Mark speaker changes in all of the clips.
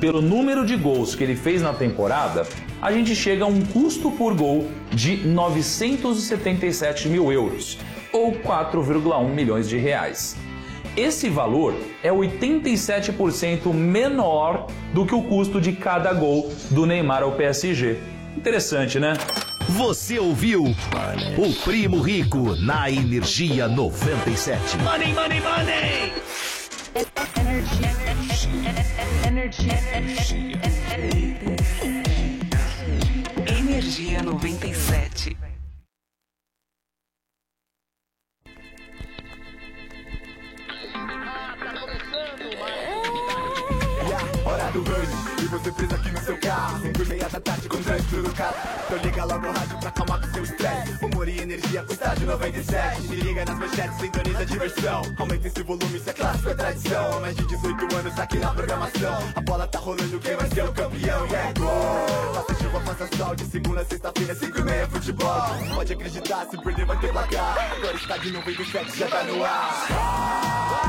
Speaker 1: pelo número de gols que ele fez na temporada, a gente chega a um custo por gol de 977 mil euros, ou 4,1 milhões de reais. Esse valor é 87% menor do que o custo de cada gol do Neymar ao PSG. Interessante, né?
Speaker 2: Você ouviu o Primo Rico na Energia 97.
Speaker 3: Money, money, money! Energia 97.
Speaker 4: Hora do banho, e você presa aqui no seu carro. Sempre meia da tarde com trânsito no carro. Então liga logo o rádio pra acalmar com seu estresse. Humor e energia com estádio 97. Me liga nas manchetes, sintoniza a diversão. Aumenta esse volume, isso é clássico, é tradição. Há mais de 18 anos aqui na programação. A bola tá rolando, quem vai ser o campeão? E é gol! Faça chuva, faça sol, de segunda a sexta-feira, 5 e meia futebol. Pode acreditar, se perder vai ter placar. Agora está de 97, já tá no ar.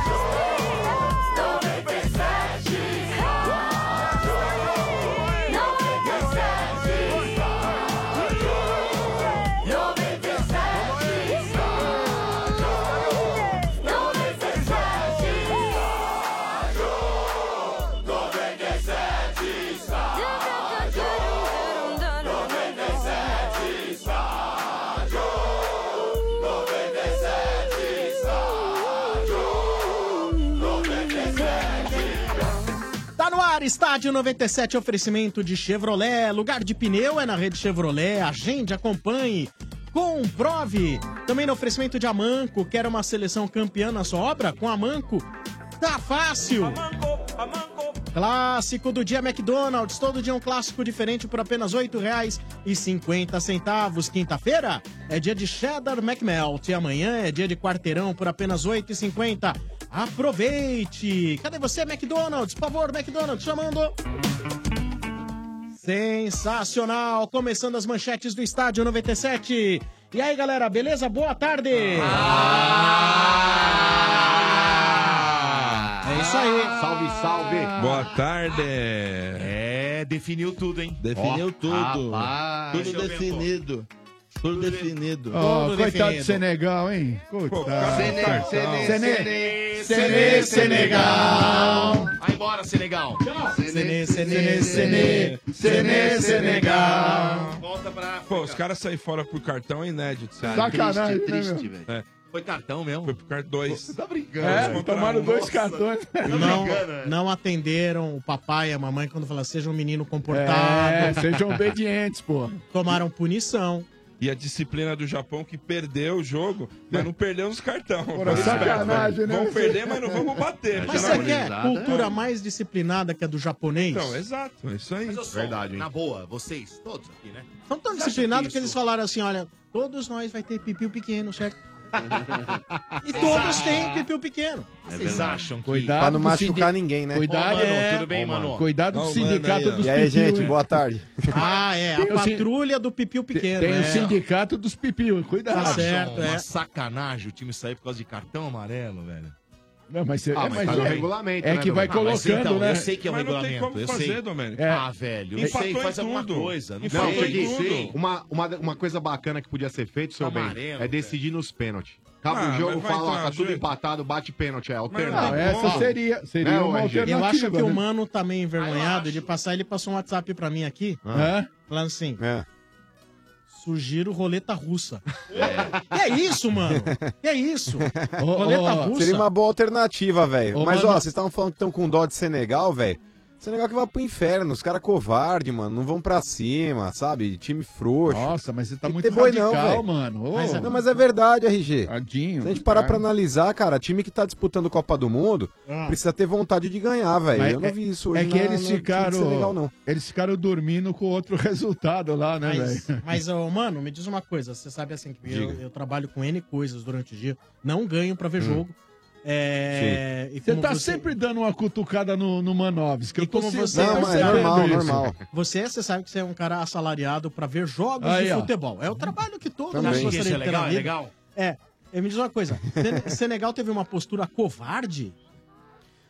Speaker 5: Tá no ar, estádio 97, oferecimento de Chevrolet. Lugar de pneu é na rede Chevrolet. Agende, acompanhe, comprove. Também no oferecimento de Amanco. Quer uma seleção campeã na sua obra? Com Amanco, tá fácil. Clássico do dia McDonald's. Todo dia um clássico diferente por apenas R$ 8,50. Quinta-feira é dia de Cheddar McMelt. E amanhã é dia de quarteirão por apenas R$ 8,50. Aproveite! Cadê você, McDonald's? Por favor, McDonald's, chamando! Sensacional! Começando as manchetes do Estádio 97. E aí, galera, beleza? Boa tarde! É isso aí.
Speaker 6: Salve, salve.
Speaker 7: Boa tarde.
Speaker 6: É, definiu tudo, hein?
Speaker 7: Definiu
Speaker 6: Ó,
Speaker 7: tudo.
Speaker 6: rapaz.
Speaker 7: tudo
Speaker 6: Deixa eu ver, um pô.
Speaker 7: definido. Tudo definido.
Speaker 8: Ó, coitado do Senegal, hein? Coitado.
Speaker 6: Sene-
Speaker 8: Cartão. Sene-
Speaker 6: Sene- Sene-
Speaker 8: Sene-
Speaker 6: Sene-
Speaker 8: Senegal.
Speaker 6: Vai embora, Senegal.
Speaker 8: Sene, Sene, Sene, Sene, Senegal.
Speaker 6: Volta pra.
Speaker 7: Pô, os caras saem fora por cartão é inédito. sabe?
Speaker 8: Sacanagem, Triste, né, triste,
Speaker 6: meu?
Speaker 7: É.
Speaker 6: Foi cartão mesmo?
Speaker 7: Foi por cartão dois.
Speaker 6: Tá brincando.
Speaker 8: né?
Speaker 7: É,
Speaker 6: velho.
Speaker 7: tomaram dois
Speaker 6: Nossa.
Speaker 8: cartões.
Speaker 5: Não,
Speaker 7: um
Speaker 5: não atenderam o papai e a mamãe quando falaram sejam um menino comportado.
Speaker 8: É, sejam obedientes, pô.
Speaker 5: Tomaram punição.
Speaker 7: E a disciplina do Japão que perdeu o jogo, mas não perdeu nos cartão.
Speaker 8: Porra,
Speaker 7: Foi
Speaker 8: é sacanagem,
Speaker 7: esperto,
Speaker 8: né?
Speaker 7: Vamos perder, mas não vamos bater.
Speaker 5: Mas
Speaker 7: pelo
Speaker 5: você
Speaker 7: amor de
Speaker 5: quer
Speaker 7: Deus. É.
Speaker 5: cultura mais disciplinada que a do japonês?
Speaker 7: Então, exato, é isso aí.
Speaker 6: Mas eu sou, Verdade, hein? Na boa, vocês, todos aqui, né?
Speaker 5: São tão
Speaker 6: Você acha
Speaker 5: disciplinados que,
Speaker 6: que isso-
Speaker 5: eles falaram assim: olha, todos nós vai ter pipiu pequeno, certo? e todos têm pipiu pequeno.
Speaker 6: Vocês acham que.
Speaker 8: Cuidado
Speaker 9: É Pra não
Speaker 8: do
Speaker 9: machucar
Speaker 8: sindi-
Speaker 9: ninguém, né?
Speaker 8: Cuidado,
Speaker 6: Ô, Mano, tudo bem, mano?
Speaker 8: cuidado do
Speaker 7: Ó, o mano
Speaker 8: sindicato
Speaker 7: aí, ó.
Speaker 8: dos
Speaker 9: E aí,
Speaker 8: pipiu,
Speaker 9: gente,
Speaker 8: hein?
Speaker 9: boa tarde.
Speaker 5: Ah, é. A
Speaker 8: Eu sei-
Speaker 5: patrulha do pipiu pequeno.
Speaker 8: Tem
Speaker 5: é.
Speaker 8: o sindicato dos pipiu,
Speaker 6: Vocês
Speaker 5: Tá
Speaker 8: cuidado.
Speaker 6: acham
Speaker 5: certo,
Speaker 6: uma
Speaker 5: é.
Speaker 6: sacanagem o time sair por causa de cartão amarelo, velho.
Speaker 8: Não, mas, você- é,
Speaker 6: mas tá no
Speaker 8: é-
Speaker 6: regulamento,
Speaker 8: É
Speaker 6: né,
Speaker 8: que vai
Speaker 6: Domênico? Ah, mas
Speaker 8: colocando,
Speaker 6: então,
Speaker 8: né?
Speaker 6: eu sei que é o
Speaker 7: Mas não tem
Speaker 6: regulamento,
Speaker 7: como
Speaker 6: eu
Speaker 7: fazer,
Speaker 6: sei.
Speaker 7: Domênico.
Speaker 8: É.
Speaker 6: Ah, velho, eu sei,
Speaker 7: Empatou
Speaker 6: faz
Speaker 7: em
Speaker 6: alguma
Speaker 7: tudo.
Speaker 6: coisa. Não
Speaker 7: Empatou
Speaker 6: sei.
Speaker 7: em tudo.
Speaker 10: Uma, uma, uma coisa bacana que podia ser feito, seu
Speaker 6: Amarelo,
Speaker 10: bem, é
Speaker 6: velho.
Speaker 10: decidir nos pênaltis. Acaba
Speaker 7: Ah,
Speaker 10: o
Speaker 7: mas
Speaker 10: jogo,
Speaker 7: vai
Speaker 10: fala, ó,
Speaker 7: dar
Speaker 10: tá
Speaker 7: um
Speaker 10: tudo
Speaker 7: jeito.
Speaker 10: empatado, bate pênalti, é
Speaker 8: Não,
Speaker 10: alternativa.
Speaker 8: essa
Speaker 7: Bom.
Speaker 8: seria, seria
Speaker 10: Né,
Speaker 7: é
Speaker 8: uma
Speaker 10: ô, RG?
Speaker 5: Eu
Speaker 8: alternativa.
Speaker 5: acho
Speaker 8: né?
Speaker 5: que o mano tá meio envergonhado
Speaker 6: acho.
Speaker 5: de passar. Ele passou um WhatsApp pra mim aqui,
Speaker 8: Hã?
Speaker 5: falando assim:
Speaker 9: É.
Speaker 5: sugiro roleta russa. Que é isso, mano? Que é isso?
Speaker 8: Ô, ô,
Speaker 5: Roleta
Speaker 8: ô,
Speaker 5: russa.
Speaker 9: Seria uma boa alternativa, velho.
Speaker 8: Ô,
Speaker 9: Mas, ó,
Speaker 8: mano-
Speaker 9: vocês estavam falando que estão com dó de Senegal, velho. Senegal que vai pro inferno. Os caras covarde, mano. Não vão pra cima, sabe? Time frouxo.
Speaker 8: Nossa, mas você tá
Speaker 9: Tem que
Speaker 8: muito
Speaker 9: ter boi não,
Speaker 8: radical,
Speaker 9: velho.
Speaker 8: mano. Ô,
Speaker 5: Mas-
Speaker 9: Não, mas é verdade, RG.
Speaker 8: tadinho, tá.
Speaker 9: Se a gente parar pra
Speaker 8: cara.
Speaker 9: analisar, cara, time que tá disputando Copa do Mundo
Speaker 5: Ah.
Speaker 9: precisa ter vontade de ganhar, velho.
Speaker 8: Mas
Speaker 9: Eu não vi isso hoje.
Speaker 8: É que
Speaker 9: na-
Speaker 8: eles
Speaker 9: no time de
Speaker 8: ficaram.
Speaker 9: Senegal, não.
Speaker 8: Eles ficaram dormindo com outro resultado lá, né,
Speaker 5: Mas,
Speaker 8: velho?
Speaker 5: mas ô, mano, me diz uma coisa. Você sabe assim que eu, eu trabalho com N coisas durante o dia. Não ganho pra ver jogo. É, e
Speaker 8: Você
Speaker 5: como
Speaker 8: tá sempre dando uma cutucada no, no Manovski, que
Speaker 5: E
Speaker 8: eu tô
Speaker 5: como
Speaker 8: se-
Speaker 5: você-
Speaker 8: eu tô
Speaker 9: Não, mas é
Speaker 8: percebendo
Speaker 9: normal,
Speaker 8: isso.
Speaker 9: normal.
Speaker 5: Você, você sabe que você é um cara assalariado pra ver jogos
Speaker 8: Aí,
Speaker 5: de
Speaker 8: ó.
Speaker 5: futebol. É o trabalho que todos
Speaker 9: Também.
Speaker 5: nós
Speaker 9: Isso
Speaker 5: gostaríamos
Speaker 6: Isso é
Speaker 5: de ter
Speaker 6: legal,
Speaker 5: na
Speaker 6: é
Speaker 5: vida.
Speaker 6: legal.
Speaker 5: É, e me diz uma coisa. é Sen- Senegal teve uma postura covarde?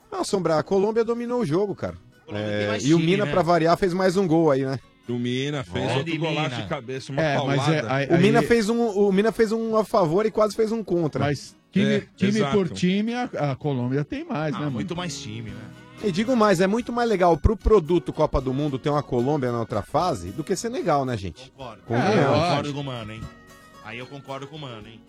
Speaker 9: Ah, Não, Sombra, a Colômbia dominou o jogo, cara. É,
Speaker 6: mais
Speaker 9: e o
Speaker 6: time,
Speaker 9: Mina,
Speaker 6: né?
Speaker 9: pra variar, fez mais um gol aí, né?
Speaker 7: O Mina fez
Speaker 9: Ó.
Speaker 7: outro golaço de cabeça, uma
Speaker 9: É,
Speaker 7: paulada.
Speaker 9: mas é, aí- O aí- Mina fez um, o Mina fez um a favor e quase fez um contra.
Speaker 8: Mas Time, time por time, a, a Colômbia tem mais, né, mano?
Speaker 6: Ah, Muito mais time, né?
Speaker 9: E digo mais, é muito mais legal pro produto Copa do Mundo ter uma Colômbia na outra fase do que Senegal, né, gente?
Speaker 8: É,
Speaker 6: Aí eu
Speaker 9: Convenhamos.
Speaker 6: concordo com o Mano, hein? Aí eu concordo com o Mano, hein?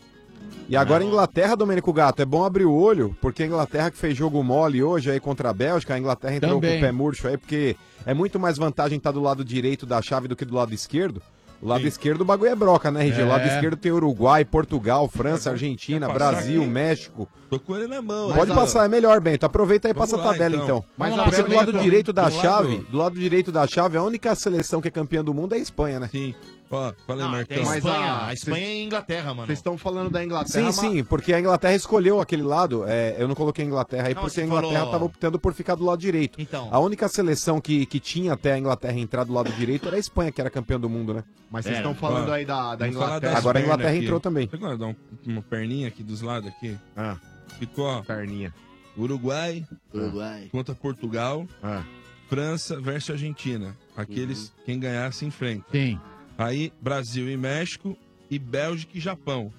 Speaker 9: E agora a Inglaterra, Domênico Gato, é bom abrir o olho, porque a Inglaterra que fez jogo mole hoje aí contra a Bélgica, a Inglaterra entrou com
Speaker 8: Também.
Speaker 9: o pé murcho aí, porque é muito mais vantagem estar do lado direito da chave do que do lado esquerdo. O lado esquerdo o bagulho é broca, né, RG? O lado
Speaker 8: É.
Speaker 9: esquerdo tem Uruguai, Portugal, França, Argentina,
Speaker 8: quer passar
Speaker 9: Brasil,
Speaker 8: aqui?
Speaker 9: México.
Speaker 7: Tô com ele na mão.
Speaker 9: Pode
Speaker 7: hein,
Speaker 9: passar, é melhor, Bento. Aproveita aí e
Speaker 7: Vamos
Speaker 9: passa a
Speaker 7: lá,
Speaker 9: tabela,
Speaker 7: então.
Speaker 9: então.
Speaker 7: Mas a
Speaker 9: Porque do
Speaker 7: tabela
Speaker 9: lado
Speaker 7: é
Speaker 9: direito da
Speaker 7: do lado-
Speaker 9: chave, do lado direito da chave, a única seleção que é campeã do mundo é a Espanha, né?
Speaker 7: Sim. Ó, fala
Speaker 9: aí,
Speaker 10: Tem a é Espanha, a Espanha e a Inglaterra, mano. Vocês estão falando da
Speaker 9: Sim,
Speaker 10: Inglaterra,
Speaker 9: sim, porque a Inglaterra escolheu aquele lado. é, eu não coloquei a Inglaterra aí
Speaker 10: Não,
Speaker 9: porque
Speaker 10: você
Speaker 9: a Inglaterra
Speaker 10: falou-
Speaker 9: estava optando por ficar do lado direito.
Speaker 10: Então.
Speaker 9: A única seleção que, que tinha até a Inglaterra entrar do lado direito era a Espanha, que era campeã do mundo, né?
Speaker 10: Mas vocês estão falando aí da, da
Speaker 7: É, Vamos falar
Speaker 10: Inglaterra.
Speaker 7: das
Speaker 9: Agora a
Speaker 7: pernas
Speaker 9: Inglaterra
Speaker 7: aqui.
Speaker 9: entrou também.
Speaker 7: Você agora dá um- uma perninha aqui dos lados aqui?
Speaker 10: Ah.
Speaker 7: Ficou, ó.
Speaker 10: Perninha.
Speaker 7: Uruguai.
Speaker 10: Uruguai.
Speaker 7: Contra Portugal.
Speaker 10: Ah.
Speaker 7: França versus Argentina. Aqueles, quem ganhar se enfrenta.
Speaker 8: Sim.
Speaker 7: Aí, Brasil e México. E Bélgica e Japão.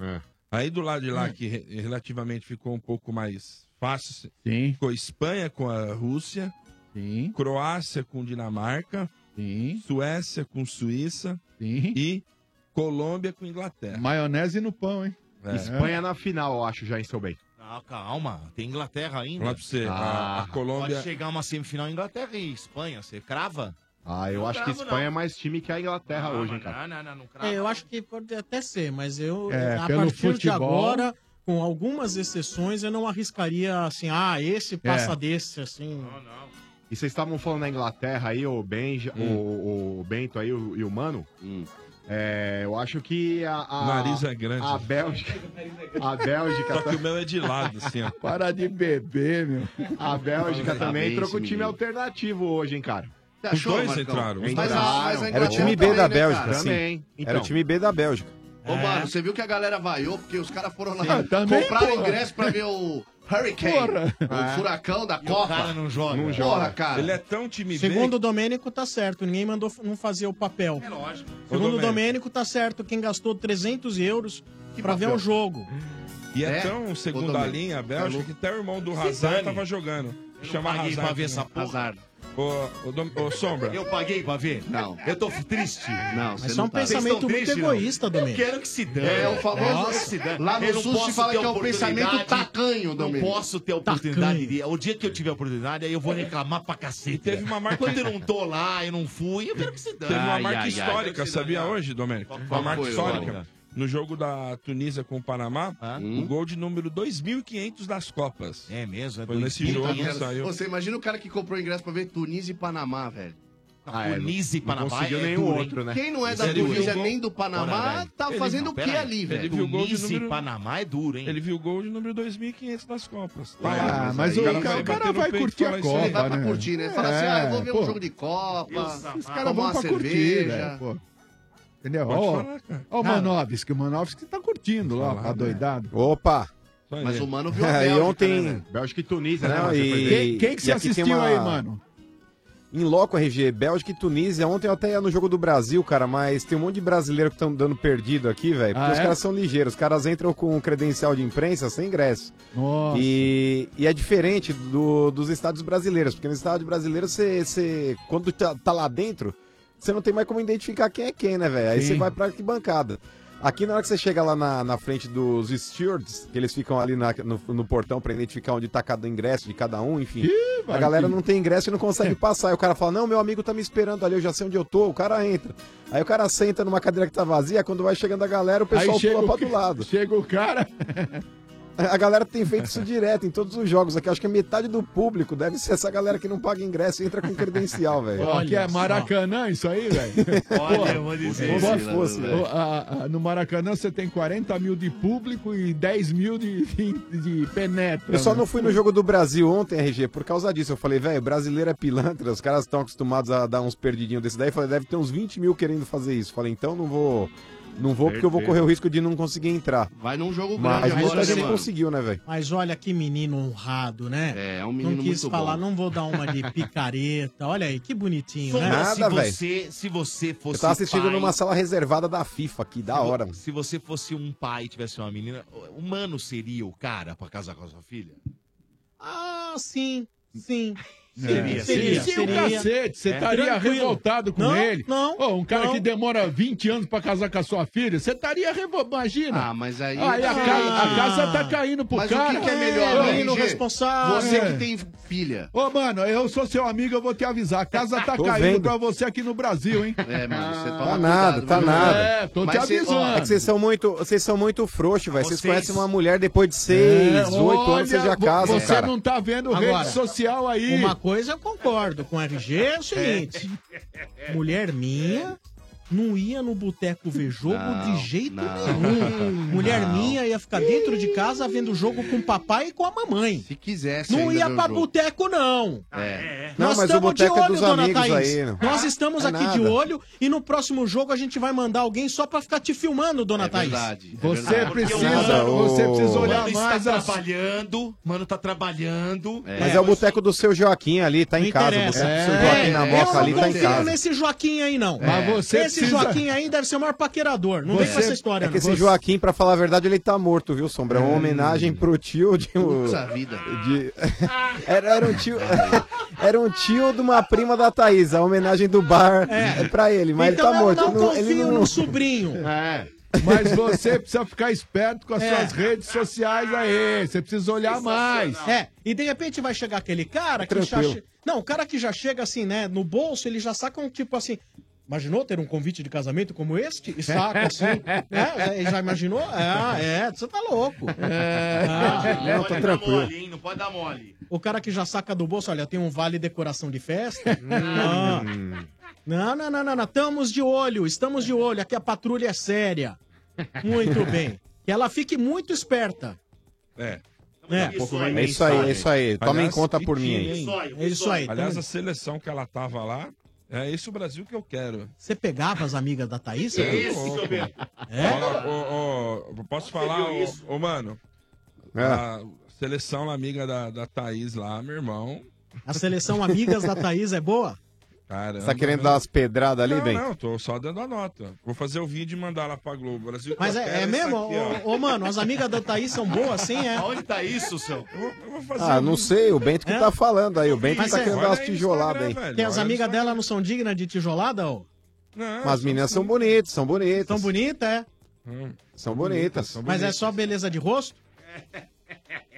Speaker 10: É.
Speaker 7: Aí do lado de lá,
Speaker 8: É.
Speaker 7: que re- relativamente ficou um pouco mais fácil,
Speaker 8: Sim.
Speaker 7: ficou Espanha com a Rússia, Croácia com Dinamarca, Suécia com Suíça e Colômbia com Inglaterra.
Speaker 8: Maionese no pão, hein?
Speaker 7: É.
Speaker 10: Espanha na final, eu acho, já em seu bem.
Speaker 6: Ah, calma. Tem Inglaterra ainda.
Speaker 10: Lá pra você, a- a Colômbia-
Speaker 6: Pode chegar uma semifinal Inglaterra e Espanha. Você crava?
Speaker 10: Ah, eu
Speaker 6: Não
Speaker 10: acho que
Speaker 6: cravo,
Speaker 10: Espanha
Speaker 6: não.
Speaker 10: é mais time que a Inglaterra
Speaker 6: Não,
Speaker 10: hoje, hein,
Speaker 6: mas
Speaker 10: cara.
Speaker 6: Não, não, não.
Speaker 5: É, eu acho que pode até ser, mas eu,
Speaker 10: É,
Speaker 5: a
Speaker 10: pelo
Speaker 5: partir de
Speaker 10: futebol-
Speaker 5: agora, com algumas exceções, eu não arriscaria assim, ah, esse passa desse, assim. Não, não.
Speaker 10: E vocês estavam falando da Inglaterra aí, o, Benja,
Speaker 9: Hum.
Speaker 10: o, o Bento aí o- e o Mano. É, eu acho que a. a
Speaker 7: Nariz é grande.
Speaker 10: A Bélgica. A Bélgica.
Speaker 7: Só que o meu é de lado, assim, ó.
Speaker 8: Para de beber, meu.
Speaker 10: A Bélgica também entrou com o time alternativo hoje, hein, cara.
Speaker 9: Você achou, Os dois Marcão? entraram, os dois
Speaker 10: Entraram.
Speaker 9: Era o time B da Bélgica, sim.
Speaker 10: Também.
Speaker 9: Era o time B da Bélgica.
Speaker 11: Ô, mano, você viu que a galera vaiou porque os caras foram lá
Speaker 9: Ah, também,
Speaker 11: compraram
Speaker 9: porra.
Speaker 11: ingresso pra ver o Hurricane,
Speaker 5: Porra.
Speaker 11: o
Speaker 5: É.
Speaker 11: furacão da
Speaker 5: E o
Speaker 11: Copa.
Speaker 5: cara não joga. Não
Speaker 11: Porra,
Speaker 5: joga.
Speaker 11: cara.
Speaker 5: Ele é
Speaker 7: tão time
Speaker 5: Segundo o Domênico, tá certo. Ninguém mandou f- não fazer o papel. É
Speaker 11: lógico.
Speaker 5: Segundo o Domênico, tá certo. Quem gastou 300 euros pra ver
Speaker 7: papel?
Speaker 5: o jogo.
Speaker 7: E é, tão segunda
Speaker 5: Totalmente.
Speaker 7: linha a
Speaker 11: tá
Speaker 7: Bélgica
Speaker 5: Alô?
Speaker 7: que até o irmão do
Speaker 5: Se
Speaker 7: Hazard
Speaker 5: dane.
Speaker 7: tava jogando.
Speaker 11: Eu
Speaker 7: Chama
Speaker 11: não paguei pra
Speaker 7: Hazard.
Speaker 11: ver
Speaker 7: também.
Speaker 11: essa porra. Hazard.
Speaker 7: Ô, ô, Dom- ô, Sombra.
Speaker 11: Eu paguei pra ver? Não. Eu tô triste. Não,
Speaker 5: Mas
Speaker 6: tá.
Speaker 5: é um pensamento muito egoísta,
Speaker 11: também. Eu
Speaker 5: Domênico.
Speaker 11: quero que se dane.
Speaker 5: É,
Speaker 11: É,
Speaker 5: o
Speaker 11: o
Speaker 5: famoso
Speaker 11: famoso
Speaker 5: que se dane.
Speaker 11: Lá no
Speaker 5: Eu não
Speaker 11: SUS
Speaker 5: posso
Speaker 11: fala
Speaker 5: ter
Speaker 11: que é um pensamento
Speaker 5: oportunidade.
Speaker 11: tacanho,
Speaker 6: Não
Speaker 11: Domênico.
Speaker 6: posso ter a oportunidade de. O dia que eu tiver a oportunidade, aí eu vou reclamar pra cacete.
Speaker 7: teve uma marca-
Speaker 6: Quando eu não tô lá, eu não fui, eu quero que se dane.
Speaker 7: Teve uma marca histórica, sabia hoje, Domênico?
Speaker 6: Qual-
Speaker 7: Uma
Speaker 6: qual
Speaker 7: marca
Speaker 6: foi, Hum?
Speaker 7: histórica.
Speaker 6: Laura?
Speaker 7: No jogo da Tunísia com o Panamá, o gol de número 2.500 das Copas.
Speaker 6: É mesmo?
Speaker 7: Foi nesse jogo que saiu.
Speaker 11: Você imagina o cara que comprou ingresso pra ver Tunísia e Panamá, velho.
Speaker 7: Ah, é,
Speaker 6: Tunísia e
Speaker 7: não
Speaker 6: Panamá
Speaker 7: conseguiu
Speaker 6: é
Speaker 7: nenhum
Speaker 6: duro, hein?
Speaker 7: outro, né?
Speaker 11: Quem não é da
Speaker 6: Ele viu
Speaker 11: Tunísia
Speaker 6: o gol-
Speaker 11: nem do
Speaker 6: Ora,
Speaker 11: Panamá
Speaker 6: velho.
Speaker 11: tá
Speaker 6: Ele-
Speaker 11: fazendo
Speaker 6: não,
Speaker 11: o
Speaker 6: pera
Speaker 11: que
Speaker 6: aí.
Speaker 11: ali, velho?
Speaker 6: Ele viu o gol de
Speaker 11: Tunísia e
Speaker 6: número... Panamá é duro, hein?
Speaker 7: Ele viu o gol de número 2.500 das Copas. Tá,
Speaker 8: Ah, mas o cara- o cara vai curtir a Copa,
Speaker 11: Ele vai pra
Speaker 8: né?
Speaker 11: curtir, né? Fala
Speaker 8: É,
Speaker 11: assim, ah, eu vou ver
Speaker 8: pô.
Speaker 11: um jogo de Copa,
Speaker 8: Os
Speaker 11: tomar
Speaker 8: caras vão
Speaker 11: uma
Speaker 8: pra curtir,
Speaker 11: cerveja.
Speaker 8: velho. pô. Entendeu?
Speaker 11: Pode
Speaker 8: Ó,
Speaker 11: falar, cara.
Speaker 8: ó o
Speaker 11: Cara.
Speaker 8: Manovski. O Manovski tá curtindo lá,
Speaker 9: né?
Speaker 8: tá doidado.
Speaker 9: Opa!
Speaker 11: Mas o Mano
Speaker 9: viu a Bélgica, É, E ontem- né, velho?
Speaker 10: Bélgica e Tunísia, né?
Speaker 9: Não,
Speaker 10: mano? Você foi
Speaker 9: e-
Speaker 10: ver?
Speaker 9: Quem- quem que você e aqui tem assistiu uma- aí, mano? Em loco, RG, Bélgica e Tunísia. Ontem eu até ia no jogo do Brasil, cara, mas tem um monte de brasileiro que estão dando perdido aqui, velho. Porque
Speaker 8: Ah,
Speaker 9: os
Speaker 8: é?
Speaker 9: caras são ligeiros. Os caras entram com um credencial de imprensa sem ingresso. E, e é diferente do- dos estádios brasileiros. Porque no estádio brasileiro, você, você- quando tá, tá lá dentro, você não tem mais como identificar quem é quem, né, velho? Aí
Speaker 8: Sim.
Speaker 9: você vai pra arquibancada. Aqui, na hora que você chega lá na, na frente dos stewards, que eles ficam ali na- no, no portão pra identificar onde tá cada ingresso de cada um, enfim. a
Speaker 8: vai
Speaker 9: galera
Speaker 8: que-
Speaker 9: não tem ingresso e não consegue passar. Aí o cara fala: Não, meu amigo tá me esperando ali, eu já sei onde eu tô. O cara entra. Aí o cara senta numa cadeira que tá vazia. Quando vai chegando a galera, o pessoal
Speaker 8: chega
Speaker 9: pula
Speaker 8: o
Speaker 9: pra outro lado.
Speaker 8: Chega o cara.
Speaker 9: A galera tem feito isso direto em todos os jogos aqui. Acho que metade do público deve ser essa galera que não paga ingresso e entra com credencial, velho.
Speaker 8: Ó, aqui é Maracanã, isso aí, velho. Olha,
Speaker 9: eu vou dizer. né,
Speaker 8: fosse,
Speaker 9: Esse lado,
Speaker 8: ó, a- a- no Maracanã você tem 40 mil de público e 10 mil de, de, de penetra.
Speaker 9: Eu só
Speaker 8: né?
Speaker 9: não fui no jogo do Brasil ontem, RG, por causa disso. Eu falei, velho, brasileiro é pilantra, os caras estão acostumados a dar uns perdidinhos desse daí. Eu falei, deve ter uns 20 mil querendo fazer isso. Eu Falei, então não vou. Não vou porque eu vou correr o risco de não conseguir entrar.
Speaker 11: Vai num jogo
Speaker 9: Mas
Speaker 11: grande
Speaker 9: mesmo
Speaker 11: agora,
Speaker 9: assim
Speaker 11: né, mano?
Speaker 9: conseguiu, né, velho?
Speaker 5: Mas olha que menino honrado, né?
Speaker 11: É, é um
Speaker 5: não
Speaker 11: menino
Speaker 5: quis
Speaker 11: muito
Speaker 5: falar,
Speaker 11: bom.
Speaker 5: não vou dar uma de picareta. Olha aí, que bonitinho, né?
Speaker 9: Nada,
Speaker 6: se você, se você
Speaker 9: Eu
Speaker 6: fosse
Speaker 9: tava assistindo
Speaker 6: pai-
Speaker 9: numa sala reservada da FIFA aqui, da
Speaker 6: se vo-
Speaker 9: hora.
Speaker 6: Se você fosse um pai e tivesse uma menina, o mano seria o cara pra casar com a sua filha?
Speaker 5: Ah, sim, sim.
Speaker 8: Seria, seria. o cacete, você
Speaker 6: É.
Speaker 8: estaria
Speaker 6: Tranquilo.
Speaker 8: revoltado com
Speaker 6: Não,
Speaker 8: ele.
Speaker 5: Não,
Speaker 8: um cara
Speaker 6: não.
Speaker 8: que demora 20 anos pra casar com a sua filha, você estaria revoltado, imagina.
Speaker 11: Ah, mas aí...
Speaker 8: a, ca- a casa tá caindo pro
Speaker 11: Mas o
Speaker 8: cara.
Speaker 11: que que é melhor, É, menino Gê? responsável. Você
Speaker 8: É.
Speaker 11: que tem
Speaker 8: filha. Ô, mano, eu sou seu amigo, eu vou te avisar. A casa tá
Speaker 9: Tô
Speaker 8: caindo
Speaker 9: vendo.
Speaker 8: pra você aqui no Brasil, hein?
Speaker 11: É, mano, você
Speaker 9: Tá nada, tá nada.
Speaker 8: É, tô te avisando.
Speaker 9: É que vocês são muito, vocês são muito frouxos, velho. Vocês
Speaker 8: Vocês-
Speaker 9: conhecem uma mulher depois de 6, 8 anos, você já casa,
Speaker 8: É, Você
Speaker 9: cara.
Speaker 8: não tá vendo
Speaker 5: Agora,
Speaker 8: rede social aí.
Speaker 5: Uma coisa eu concordo com o RG, é o seguinte.
Speaker 9: É.
Speaker 5: Mulher minha não ia no boteco ver jogo de jeito nenhum. Mulher minha ia ficar dentro de casa vendo jogo com o papai e com a mamãe. Se
Speaker 11: quisesse
Speaker 5: Não
Speaker 11: ainda
Speaker 5: ia
Speaker 11: ver o
Speaker 5: pra
Speaker 11: jogo.
Speaker 5: boteco, não.
Speaker 11: É.
Speaker 9: Não, mas o boteco é dos amigos aí, não.
Speaker 5: Nós estamos
Speaker 9: É
Speaker 5: aqui de
Speaker 9: nada.
Speaker 5: olho e no próximo jogo a gente vai mandar alguém só pra ficar te filmando, dona Thaís.
Speaker 11: verdade,
Speaker 6: é Você verdade. precisa-
Speaker 9: você precisa olhar
Speaker 6: mano
Speaker 8: mais
Speaker 6: Está
Speaker 8: as-
Speaker 6: trabalhando, mano, tá trabalhando.
Speaker 9: Mas é o boteco do seu Joaquim ali, tá em casa. O boteco do seu Joaquim na moca ali, tá em
Speaker 5: É, Eu não confio
Speaker 9: casa. É.
Speaker 5: nesse Joaquim aí, não.
Speaker 9: Mas você
Speaker 5: esse
Speaker 9: precisa-
Speaker 5: Joaquim aí deve ser o maior paquerador. Não vem com essa história,
Speaker 9: é que esse
Speaker 5: não. Hum.
Speaker 9: Joaquim, pra falar a verdade, ele tá morto, viu, Sombra? É uma homenagem pro tio de...
Speaker 11: Puta vida.
Speaker 9: de- era, era um tio... Era um tio de uma prima da Thaís, a homenagem do bar é, pra ele, mas
Speaker 8: Então
Speaker 9: ele tá
Speaker 8: eu
Speaker 9: morto.
Speaker 8: não
Speaker 9: ele
Speaker 8: confio no
Speaker 5: sobrinho.
Speaker 9: É.
Speaker 8: Mas você precisa ficar esperto com as
Speaker 5: É.
Speaker 8: suas redes sociais aí. Você precisa olhar mais.
Speaker 5: É, e de repente vai chegar aquele
Speaker 11: É
Speaker 5: cara que já
Speaker 8: Tranquilo.
Speaker 5: che- Não, o cara que já chega assim, né, no bolso, ele já saca um tipo assim. Imaginou ter um convite de casamento como este? E saca assim. né? Já imaginou? Ah, é, você tá louco.
Speaker 11: É.
Speaker 5: Ah,
Speaker 11: Não, tô tranquilo. Mole, hein? Não pode dar mole.
Speaker 5: O cara que já saca do bolso, olha, tem um vale decoração de festa.
Speaker 11: Hum.
Speaker 5: Ah. Não, não, não, não, não. Estamos de olho, estamos de olho. Aqui a patrulha é séria. Muito bem. Que ela fique muito esperta.
Speaker 7: É.
Speaker 5: É.
Speaker 9: É isso aí, é isso aí. Toma em conta por mim aí.
Speaker 5: É isso aí.
Speaker 7: Aliás,
Speaker 5: Tamo-
Speaker 7: a seleção que ela tava lá, é esse o Brasil que eu quero.
Speaker 5: Você pegava as amigas da Thaís?
Speaker 7: É
Speaker 5: Pedro?
Speaker 7: isso,
Speaker 5: É?
Speaker 7: Olha, ô, ô, posso falar,
Speaker 5: viu
Speaker 7: ô,
Speaker 5: isso?
Speaker 7: ô, mano?
Speaker 9: É.
Speaker 7: A seleção amiga da, da Thaís lá, meu irmão.
Speaker 5: A seleção amigas da Thaís é boa?
Speaker 7: Caramba,
Speaker 9: Você tá querendo
Speaker 7: né?
Speaker 9: dar umas pedradas ali,
Speaker 7: não,
Speaker 9: bem?
Speaker 7: Não, tô só dando a nota. Vou fazer o vídeo e mandar lá pra Globo. Brasil que
Speaker 5: Mas
Speaker 7: eu quero
Speaker 5: é, é
Speaker 7: essa
Speaker 5: mesmo?
Speaker 7: aqui,
Speaker 5: ô,
Speaker 7: ó.
Speaker 5: ô, mano, as amigas da Thaís são boas, sim, é? Onde tá isso, seu?
Speaker 9: Ah, não sei, o Bento que tá falando aí. O Bento
Speaker 5: Mas
Speaker 9: tá
Speaker 5: é-
Speaker 9: querendo
Speaker 5: olha
Speaker 9: dar umas
Speaker 5: aí
Speaker 9: tijoladas aí.
Speaker 5: Tem as amigas dela não são dignas de tijolada, ô?
Speaker 9: Mas as meninas são bonitas, são bonitas.
Speaker 5: São bonitas, é?
Speaker 9: São bonitas.
Speaker 5: Mas é só beleza de rosto?